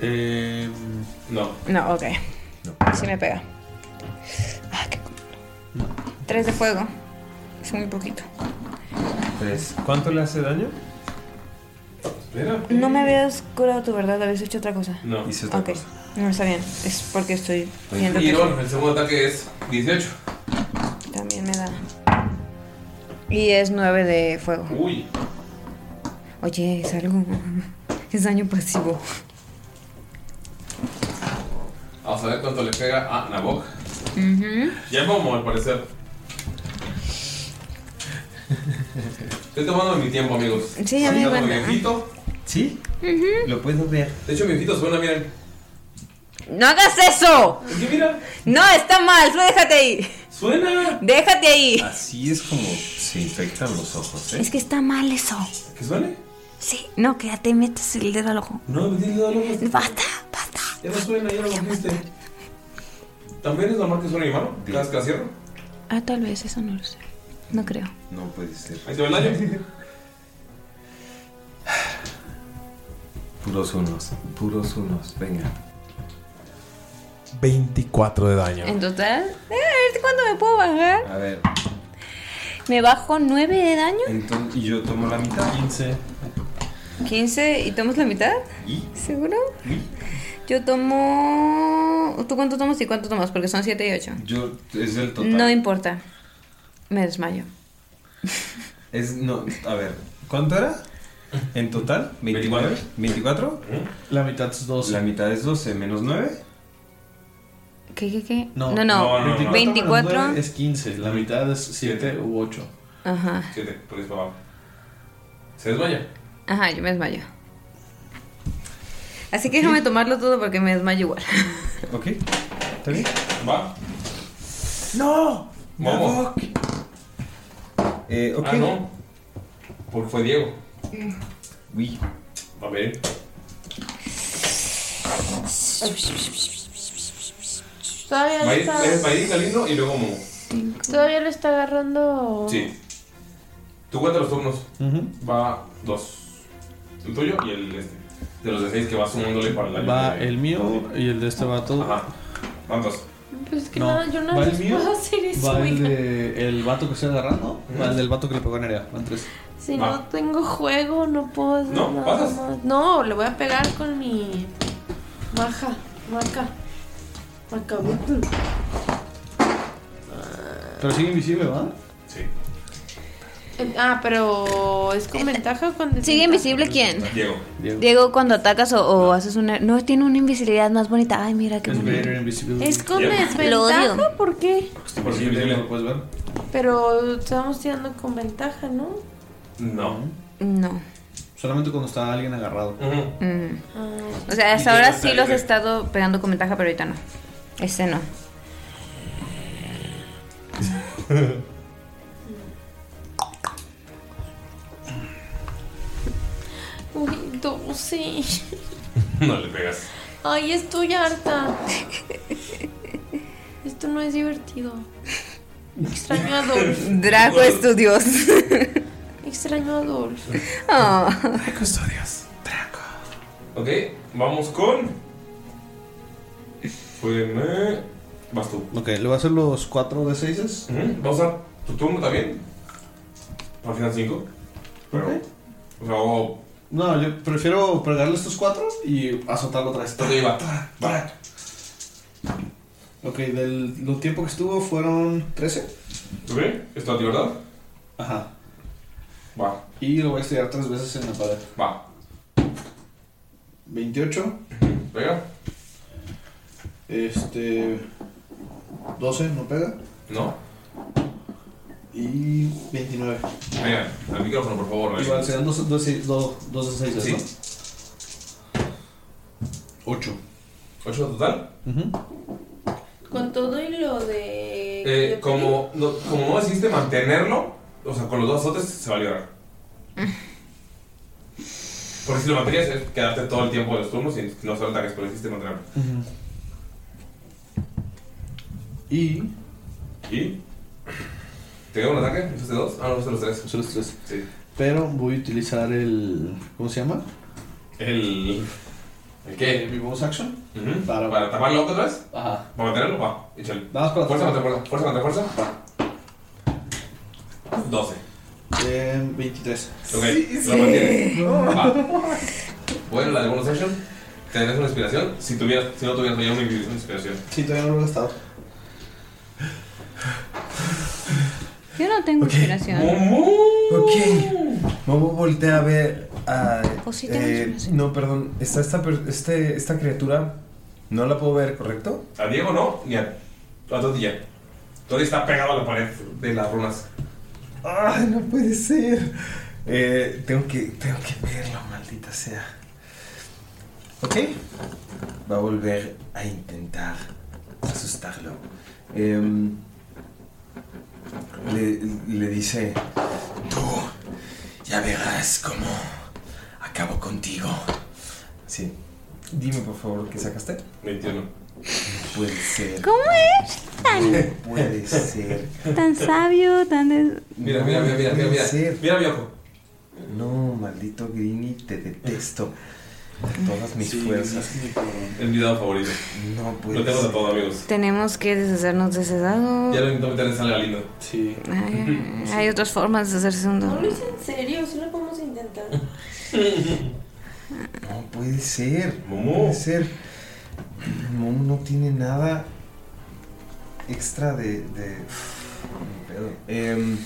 Eh,
no.
No, ok. Sí me pega. Ah, qué culo. Tres de fuego. Es muy poquito.
Tres. ¿Cuánto le hace daño?
Espera.
No me habías curado tu verdad, habías hecho otra cosa.
No. Hice otra
Ok. No está bien, es porque estoy viendo
Y
que
no, el segundo ataque es 18.
también me da. Y es 9 de fuego.
Uy.
Oye, es algo. Es daño pasivo.
Vamos a ver cuánto le pega a Nabok.
Ujú.
Ya como al parecer. Estoy tomando mi tiempo, amigos.
Sí, ya me
Estoy
di
tomando
cuenta.
mi ojito.
¿Sí?
Ujú.
Lo puedo ver.
De hecho, mi ojito suena, miren.
¡No hagas eso!
mira?
No, está mal, tú déjate ahí.
Suena. Ah,
Déjate ahí.
Así es como se infectan los ojos, ¿eh?
Es que está mal eso.
¿Qué suena?
Sí, no, que ya te metes el dedo al ojo.
No, me tiene el dedo al ojo.
Basta.
Ya no suena, ya no lo pusiste. ¿También es normal que suena mi mano? ¿Cada vez que la cierro?
Ah, tal vez, eso no lo sé. No creo.
No puede ser.
Ahí te ve el daño.
Puros unos, puros unos. Venga.
24 de daño.
En total, eh, a ver cuándo me puedo bajar.
A ver.
Me bajo 9 de daño,
Entonces, y yo tomo la mitad. 15.
15 y tomas la mitad. ¿Seguro? Yo tomo. ¿Tú cuánto tomas y cuánto tomas? Porque son 7 y 8.
Yo, es el total.
No importa. Me desmayo.
Es, no, a ver. ¿Cuánto era? En total, 29. 24.
La mitad es 12.
La mitad es 12, menos 9.
¿Qué, qué, qué?
No,
no. 24.
menos nueve es 15, la mitad es 7 u 8.
Ajá.
7, por eso abajo. ¿Se desmaya?
Ajá, yo me desmayo. Así que déjame tomarlo todo porque me desmayo igual.
Ok. ¿Está bien?
Va.
¡No!
Momo.
Eh, ok.
Ah, no. Porque fue Diego.
Uy.
A ver.
Todavía lo
Maíz,
está.
maíz, Galindo y luego Momo.
Todavía lo está agarrando.
Sí. Tú cuenta los turnos. Va dos. El tuyo y el este. De los de seis que vas sumándole para el daño.
Va el mío y el de este vato. Ajá.
¿Cuántos?
Pues es que nada, yo no
va el
les
mío,
puedo hacer eso.
Va el,
oigan.
de, el vato que estoy agarrando. Va el del vato que le pegó a Nerea. Van tres.
Si no tengo juego, no puedo hacer
No,
nada
pasas.
más. No, le voy a pegar con mi maja, maca. Macabutu.
Pero sigue invisible, ¿va?
Sí.
Eh, Ah, pero es con ventaja cuando
Eh, ¿Sigue invisible quién?
Diego.
Diego, cuando atacas o, o haces una. No, tiene una invisibilidad más bonita. Ay, mira qué bonito.
Es con
Lo
desventaja,
odio.
¿por qué?
Sí, por si invisible.
puedes ver?
Pero estamos tirando con ventaja, ¿no?
No.
No.
Solamente cuando está alguien agarrado.
Mm.
Ah.
O sea, hasta
Y
ahora
Diego está
sí los he
libre.
estado pegando con ventaja, pero ahorita no. Este no.
Uy, 12.
No le pegas.
Ay, estoy harta. Esto no es divertido. Extraño a Adolf.
Draco es tu dios.
Extraño a Adolf.
Oh.
Ok, vamos con. eh, Fue. Vas tú.
Ok, le voy a hacer los 4 de 6
Ujú, ¿Vas ¿Mm? a usar tu turno también? Al final 5. Pero. O sea, o.
No, yo prefiero pegarle estos 4 y azotarlo otra vez.
va.
Ok, del lo tiempo que estuvo fueron 13.
¿Ok? ¿Esto a ti, verdad?
Ajá.
Va.
Y lo voy a estudiar tres veces en la pared.
Va.
28.
Pega.
Este. 12, no pega.
No.
Y 29.
Pega. Al micrófono, por favor.
Igual serán 2 de 6, 2 de 6,
Sí.
8.
¿Ocho total?
Con todo y lo de.
Eh, como, no, como no decidiste mantenerlo, o sea, con los dos azotes se va a liberar. Porque si lo mantenías, es quedarte todo el tiempo de los turnos y no hacer ataques, pero decidiste mantenerlo.
Y.
¿Y? ¿Te queda un ataque? ¿Usaste dos? Ah, no, usaste los tres.
Usaste los tres.
Sí.
Pero voy a utilizar el. ¿Cómo se llama?
El. ¿El qué?
Mi bonus action.
Ujú.
Para-
Para, taparlo otra vez.
Ajá.
¿Para mantenerlo? Va, échale.
Vamos para
fuerza contra fuerza. Fuerza contra fuerza. 12.
Eh, 23.
Ok, Ah. la mantienes. Va. Bueno, la de bonus action. ¿Tendrías una inspiración? Si, tuvieras, si no tuvieras, yo me una inspiración.
Sí, todavía no lo he gastado.
Yo no tengo inspiración.
Ok. Momo voltea a ver a.
O Pues sí tengo
eh, no, perdón. Está esta, per- este- esta criatura. No la puedo ver, ¿correcto?
A Diego no, ni a, a Toti ya. Toti está pegado a la pared de las runas.
Ay, no puede ser. Eh, tengo que, tengo que verlo, maldita sea. Ok. Va a volver a intentar asustarlo. Em, le, le dice, tú ya verás cómo acabo contigo. Sí. Dime por favor qué sacaste.
21.
Puede ser.
¿Cómo es tan,
Puede ser.
tan sabio, tan... des-
Mira, mira, mira, mira, mira, mira. Mira mi ojo.
No, maldito Greeny, te detesto. Con todas mis fuerzas.
Es mi dado favorito.
No puede
Lo tengo
ser.
de todo, amigos.
Tenemos que deshacernos de ese dado.
Ya lo intento meter en sangre linda. Sí.
Ay, Hay otras formas de hacerse un
No
dado.
lo hice en serio, sí lo podemos intentar.
No puede ser. No puede ser. Momo no tiene nada extra de. de... Ni pedo. Em,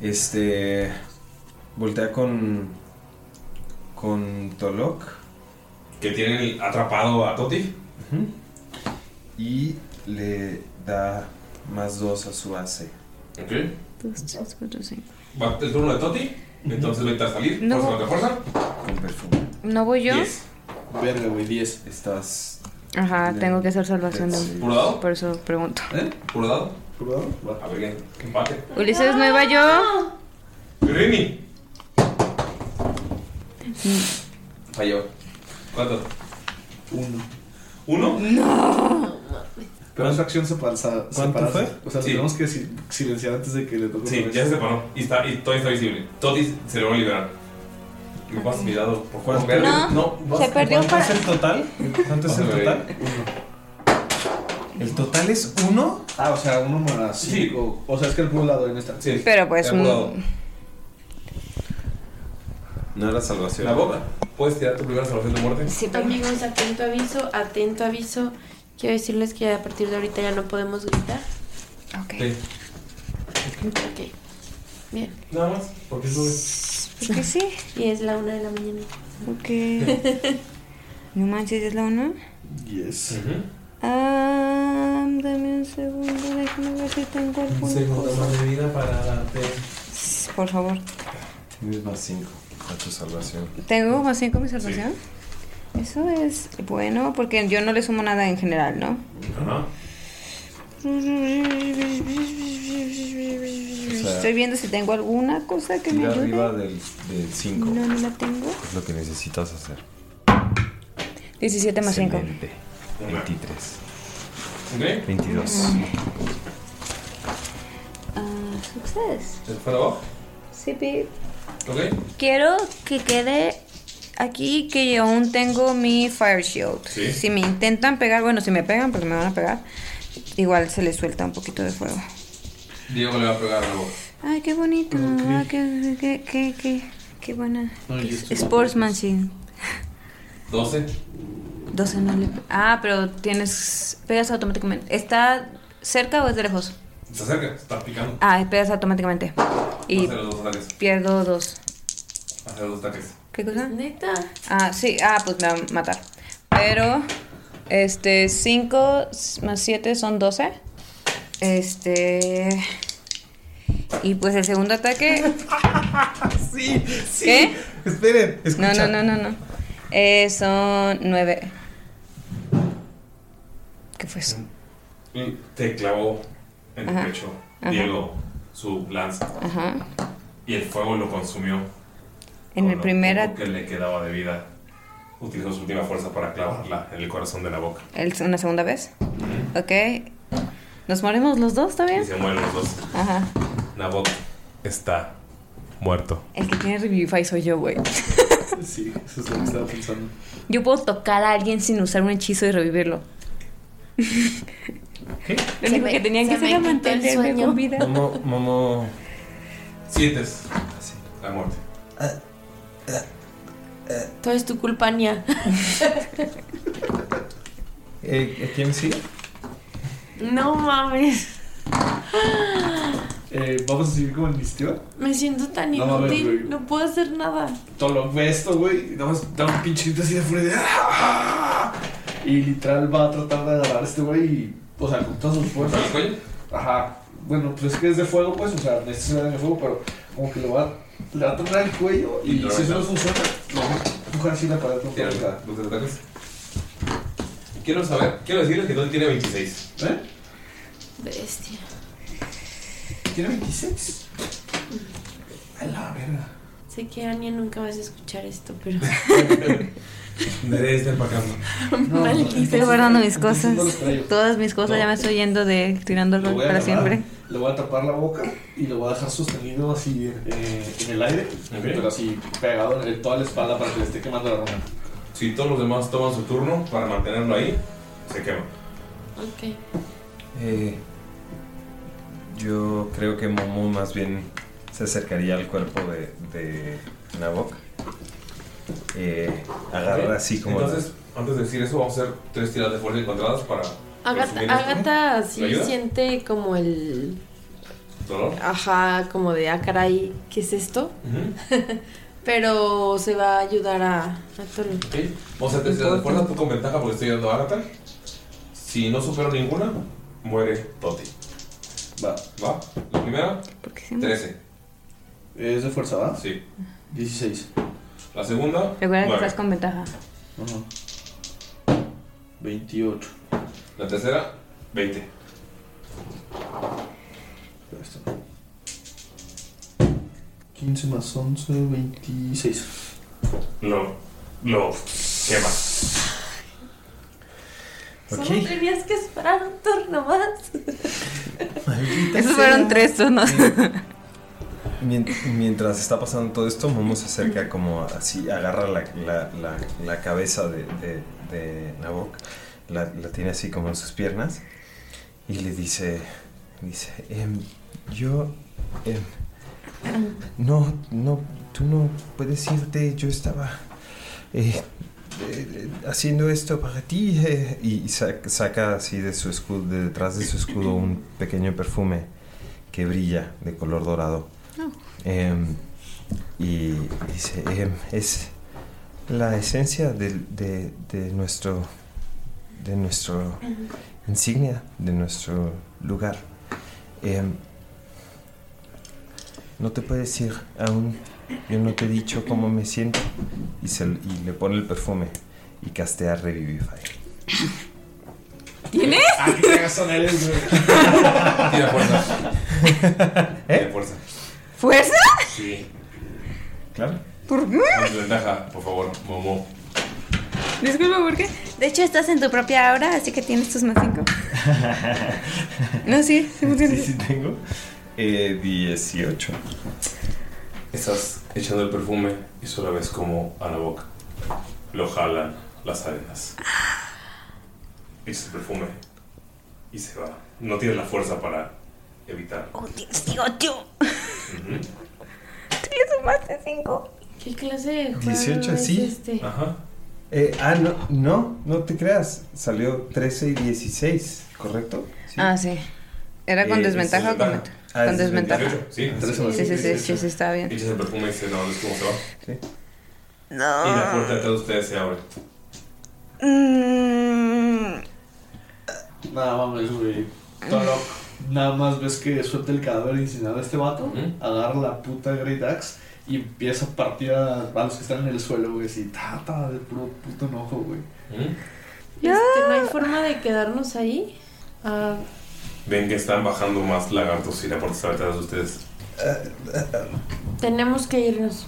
este. Voltea con. Con Tolok.
Que tiene atrapado a Toti.
Ujú. Y le da más dos a su AC.
Ok.
Dos, tres, cuatro, cinco.
Va el turno de Toti. Entonces va a intentar salir.
No.
Fuerza contra fuerza.
Con perfume.
¿No voy yo?
Verga, güey, 10. Estás.
Ajá, tengo que hacer salvación de
¿Puro dado?
Por eso pregunto.
¿Eh? ¿Puro dado? ¿Puro dado? Va. A ver, ¿qué? empate.
Ulises, ¿no iba yo?
Rini. Falló. ¿Cuánto?
Uno.
¿Uno?
No. Pero es acción separada. separada.
fue?
O sea,
Sí.
tenemos que sil- silenciar antes de que le toque.
Sí,
otra vez.
ya se separó. Y, está, y todavía está visible. Toti se logró liberar. ¿Me pasas mi dado? ¿Por cuánto?
No, se perdió
¿Cuánto
para-
es el total? ¿Cuánto es el
Pásame.
total? ¿El total es uno?
Ah, o sea, uno más cinco. O sea, es que el acumulado en esta.
Sí.
Pero pues
Acumulado.
un...
No era salvación.
La boca. ¿Puedes tirar tu primera salvación de muerte?
Amigos, atento aviso, atento aviso. Quiero decirles que a partir de ahorita ya no podemos gritar.
Sí.
Ok. Bien.
Nada más. Porque eso
Porque sí.
Y es la una de la mañana.
Ok. No manches, es la una.
Yes.
Ah, dame un segundo, déjame ver si tengo algún
de vida para darte.
Por favor.
Tienes más cinco a tu salvación.
¿Tengo más 5 mi salvación? Eso es bueno, porque yo no le sumo nada en general, ¿no?
Ajá.
sea,
Estoy viendo si tengo alguna cosa que me
Tira
ayude.
arriba del 5.
No, no la tengo.
Es lo que necesitas hacer.
17 más 5.
Excelente. 23.
Ok.
22.
Ah,
Success.
¿Se fue abajo?
Sí, pi.
Ok.
Quiero que quede aquí que yo aún tengo mi Fire Shield.
Sí.
Si me intentan pegar, bueno, si me pegan, porque me van a pegar, igual se les suelta un poquito de fuego.
Diego le va a pegar algo.
Ay, qué bonito. Ay, qué, qué, qué, qué, qué buena.
Ay, yo estoy-
Sportsmanship.
12.
12 no le... Ah, pero tienes... Pegas automáticamente. ¿Está cerca o es de lejos?
Se acerca, está picando.
Ah, pegas automáticamente. Y
Va a hacer los dos ataques.
pierdo dos.
Va a hacer los dos ataques.
¿Qué cosa? Neta. Ah, sí. Ah, pues me va a matar. Pero, este, 5 más 7 son 12. Este... Y pues el segundo ataque...
sí, sí.
¿Qué?
Esperen,
No,
escucha.
no, no, no, no. Eh, son 9. ¿Qué fue eso?
Y Te clavó en el
Ajá.
pecho,
Ajá. Ah.
Diego, su lanza.
Ajá.
Y el fuego lo consumió.
En el primer
Lo que le quedaba de vida. Utilizó su última fuerza para clavarla en el corazón de la boca.
El- una segunda vez. Ok. ¿Nos morimos los dos también?
Y se mueren los dos.
Ajá.
Nabok está muerto.
El que tiene Revivify soy yo, güey.
Sí, eso es lo que estaba pensando.
Yo puedo tocar a alguien sin usar un hechizo y revivirlo. Lo único que tenían que hacer era mantenerme con vida.
Momo, Momo.
Sientes la muerte.
Todo es tu culpa, Nia.
Eh, ¿a ¿Quién sigue?
no mames.
Eh, Vamos a seguir con el iniciativa.
Me siento tan
No mames,
inútil.
güey.
no puedo hacer nada.
Todo lo ve esto, güey. Y nada más da un pinche grito así de furia de. "¡Ah!". Y literal va a tratar de agarrar a este güey. y, O sea, con todas sus fuerzas. Ajá. Bueno, pues es que es de fuego, pues. O sea, necesita de fuego, pero como que lo va, le va a tratar el cuello.
Y
Y,
lo
si eso
reventa.
no funciona, lo va a empujar así la pared. con
Tira
fuerza.
los ataques. Quiero saber, quiero decirles que Don tiene 26.
¿Eh?
Bestia.
¿Tiene 26? A la verga.
Sé que Ania nunca vas a escuchar esto, pero.
Debe estar pagando.
Estoy guardando mis cosas.
no los traigo.
Todas mis cosas
No.
ya me estoy yendo de tirando el
Lo
rol
voy a
para
agarrar,
siempre.
Le voy a tapar la boca y lo voy a dejar sostenido así eh, en el aire, pero así pegado en toda la espalda para que le esté quemando la roma.
Si todos los demás toman su turno para mantenerlo ahí, se quema.
Ok.
Eh, yo creo que Momo más bien se acercaría al cuerpo de, de Nabok. Eh, agarrar
Ok.
así como.
Entonces, antes de decir eso, vamos a hacer tres tiradas de fuerza encontradas para.
Agata,
resumir esto.
Agata sí
¿Me ayuda?
siente como el.
¿Dolor?
Ajá, como de, ah, caray, ¿qué es esto? Pero se va a ayudar a, a Tolu.
Ok. Vamos a hacer tres tiradas de fuerza, tú con ventaja porque estoy ayudando a Agatha. Si no supero ninguna, muere Toti.
Va.
Va. La primera,
me-
13.
¿Es de fuerza, va?
Sí.
16.
La segunda,
Recuerda que
nueve.
estás con ventaja.
28.
La tercera, 20.
Pero esto no. 15 más 11, 26.
Lo. Lo. Quema.
Solo tenías que esperar un turno más.
Esos fueron tres turnos.
Mien- Mientras está pasando todo esto, Momo se acerca como así, agarra la, la- la- la cabeza de, de, de Nabok, la, la tiene así como en sus piernas y le dice, dice, "Em, yo, em, no, no, tú no puedes irte, yo estaba eh, eh, haciendo esto para ti eh", y sa- saca así de su escudo, de detrás de su escudo un pequeño perfume que brilla de color dorado. Em, y dice, em, es la esencia del- de, de nuestro, de nuestro insignia, de nuestro lugar. Em, no te puedes ir aún, yo no te he dicho cómo me siento. Y, se, y le pone el perfume y castea Revivify.
¿Tienes?
Ah, qué cagas son eres, güey.
Tira fuerza.
¿Eh?
Tira fuerza.
¿Fuerza?
Sí.
Claro.
¿Por qué?
Con ventaja, por favor, Momo.
Disculpa, ¿por qué?
De hecho, estás en tu propia hora, así que tienes tus más cinco.
No, sí, sí funciona.
Sí, sí tengo. Eh, 18.
Estás echando el perfume y solo ves como a la boca lo jalan las arenas.
Ah.
Pisa el perfume y se va. No tienes la fuerza para evitar.
Digo, tío,
Ujú.
tú le sumaste cinco.
¿Qué clase de juego
18,
es
sí.
este?
Ajá.
Eh, ah, no, no, no te creas. Salió 13 y 16, ¿correcto?
Ah, sí. ¿Era con
Eh,
desventaja o con
desventaja.
ventaja?
Ah,
con
es
desventaja.
18, sí, tres o
sí,
más.
sí, sí, sí, sí, sí, estaba bien.
Echas el perfume y dices, no, ¿ves cómo se va?
No.
Y la puerta detrás de ustedes se abre.
Mm,
Nada mames, güey. Toro, nada más ves que suelta el cadáver incinerado a este vato, agarra la puta Great Axe y empieza a partir a, a los que están en el suelo, güey, así, ta, ta, de puro puto enojo, güey.
Este, ¿No hay forma de quedarnos ahí? Ah,
Ven que están bajando más lagartos y la puerta está detrás de ustedes.
Eh,
tenemos que irnos.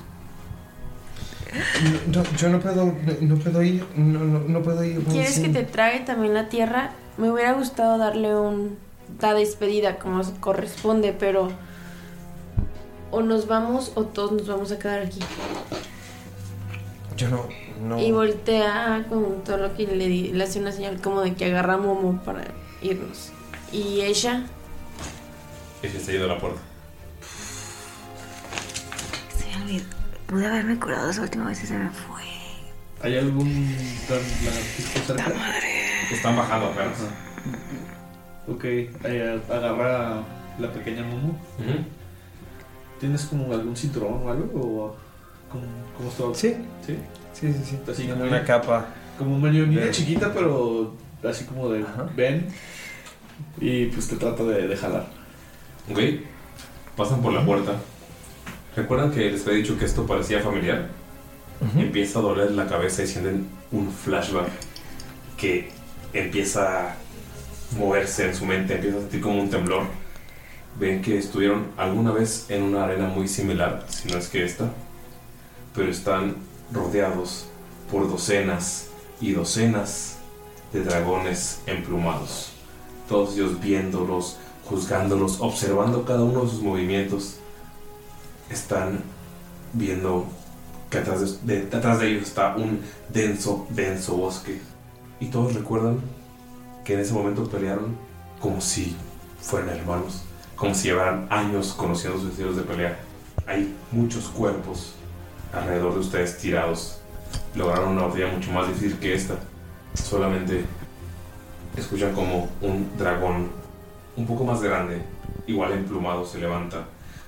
No, yo no puedo, no, no puedo ir, no, no, no puedo ir. no,
¿Quieres
sí.
que te trague también la tierra? Me hubiera gustado darle un la despedida como se corresponde, pero o nos vamos o todos nos vamos a quedar aquí.
Yo no, no.
Y voltea con todo lo que le, di- le hace una señal como de que agarra a Momo para irnos.
Y ella
Ella está yendo a la puerta.
Se me olvidó. Pude haberme curado esa última vez y se me fue.
¿Hay algún lagartijo cerca?
Están bajando apenas.
Ok, eh, agarra la pequeña Momo. ¿Tienes como algún cinturón o algo? ¿O cómo, cómo es todo? Sí. Sí,
sí, sí.
Así
Tiene
como
una capa.
Como medio niña
de-
chiquita, pero así como de ven. Y pues te trata de, de jalar.
Ok. Pasan por la puerta. ¿Recuerdan que les había dicho que esto parecía familiar? Empieza a doler la cabeza y sienten un flashback que empieza a moverse en su mente, empieza a sentir como un temblor. Ven que estuvieron alguna vez en una arena muy similar, si no es que esta, pero están rodeados por docenas y docenas de dragones emplumados. Todos ellos viéndolos, juzgándolos, observando cada uno de sus movimientos. Están viendo que atrás de, de- atrás de ellos está un denso, denso bosque. Y todos recuerdan que en ese momento pelearon como si fueran hermanos, como si llevaran años conociendo sus estilos de pelea. Hay muchos cuerpos alrededor de ustedes tirados. Lograron una batalla mucho más difícil que esta. Solamente escuchan como un dragón un poco más grande, igual emplumado, se levanta.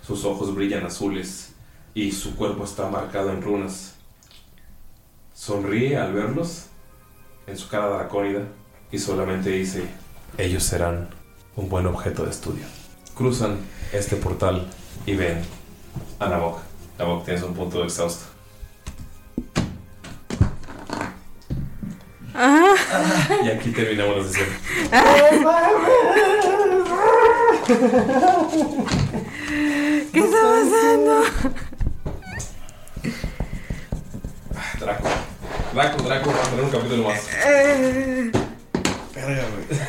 Sus ojos brillan azules y su cuerpo está marcado en runas. Sonríe al verlos en su cara dracónida y solamente dice, ellos serán un buen objeto de estudio. Cruzan este portal y ven a Nabok. Nabok, tienes un punto de exhausto.
Ah.
Y aquí terminamos la sesión.
¿Qué está pasando?
Draco. Draco, Draco, va a tener un capítulo más.
Eh,
Verga, güey.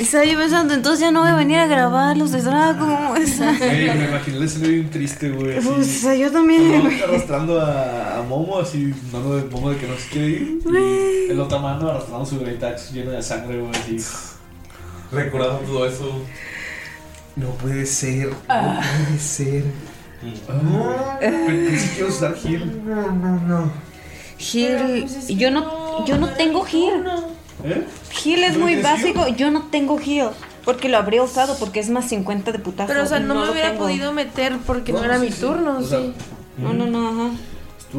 Estaba yo pensando, entonces ya no voy a venir a grabar los de Draco.
Ey, me imaginé el escenario bien triste, güey. así.
Pues, o sea, yo también,
Momo
güey.
Arrastrando a, a Momo, así, mano de Momo de que no se quiere ir. Y el otra mano arrastrando su Great Axe llena de sangre, güey, así.
Recordando todo eso.
No puede ser,
Ah.
no puede ser.
Ah.
Pensé
Eh,
que ibas a usar heal.
No, no, no.
Gil, yo no, yo no tengo Gil.
¿Eh?
Gil es
¿No
muy
tienes heal?
básico. Yo no tengo Gil. Porque lo habría usado porque es más 50 de putazo.
Pero, o sea, no, me
lo
hubiera
tengo.
podido meter porque no,
No,
era
sí,
mi
sí.
turno,
O
sí.
sea, No, no, no, ajá.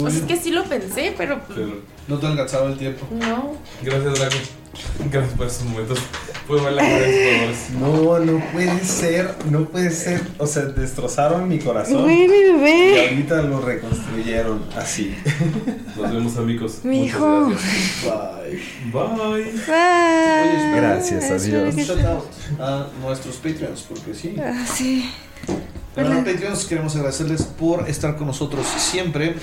O sea, es que sí lo pensé, pero pues,
No te alcanzaba el tiempo.
no.
Gracias, Draco. Gracias por estos momentos. Fue mala cara de estos
No, no puede ser, no puede ser. O sea, destrozaron mi corazón.
Güey, mi
Y
bebé.
ahorita lo reconstruyeron así.
Nos vemos, amigos.
Mi
Muchas
hijo.
gracias. Bye. Bye.
Ah. espera,
Gracias,
espera
adiós.
que- Shout out a nuestros Patreons, porque sí.
Ah, sí.
Bueno, Patreons, queremos agradecerles por estar con nosotros siempre.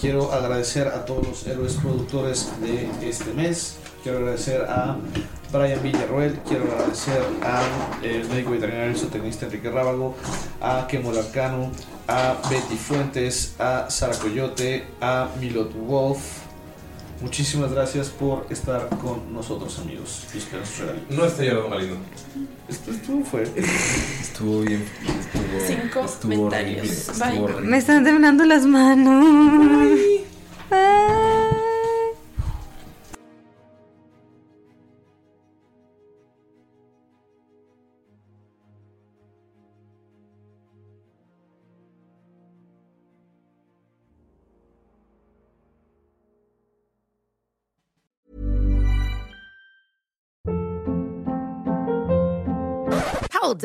Quiero agradecer a todos los héroes productores de este mes. Quiero agradecer a Brian Villarroel. Quiero agradecer a eh, el médico veterinario y zootecnista Enrique Rábago, a Kemal Arcano, a Betty Fuentes, a Sara Coyote, a Milot Wolf. Muchísimas gracias por estar con nosotros, amigos. Y espero sus regalitos.
No está llorando, Marino.
Esto estuvo fuerte.
Estuvo bien. Estuvo,
Cinco
estuvo horrible.
comentarios.
Estuvo
Bye.
horrible.
Me están temblando las manos.
Hold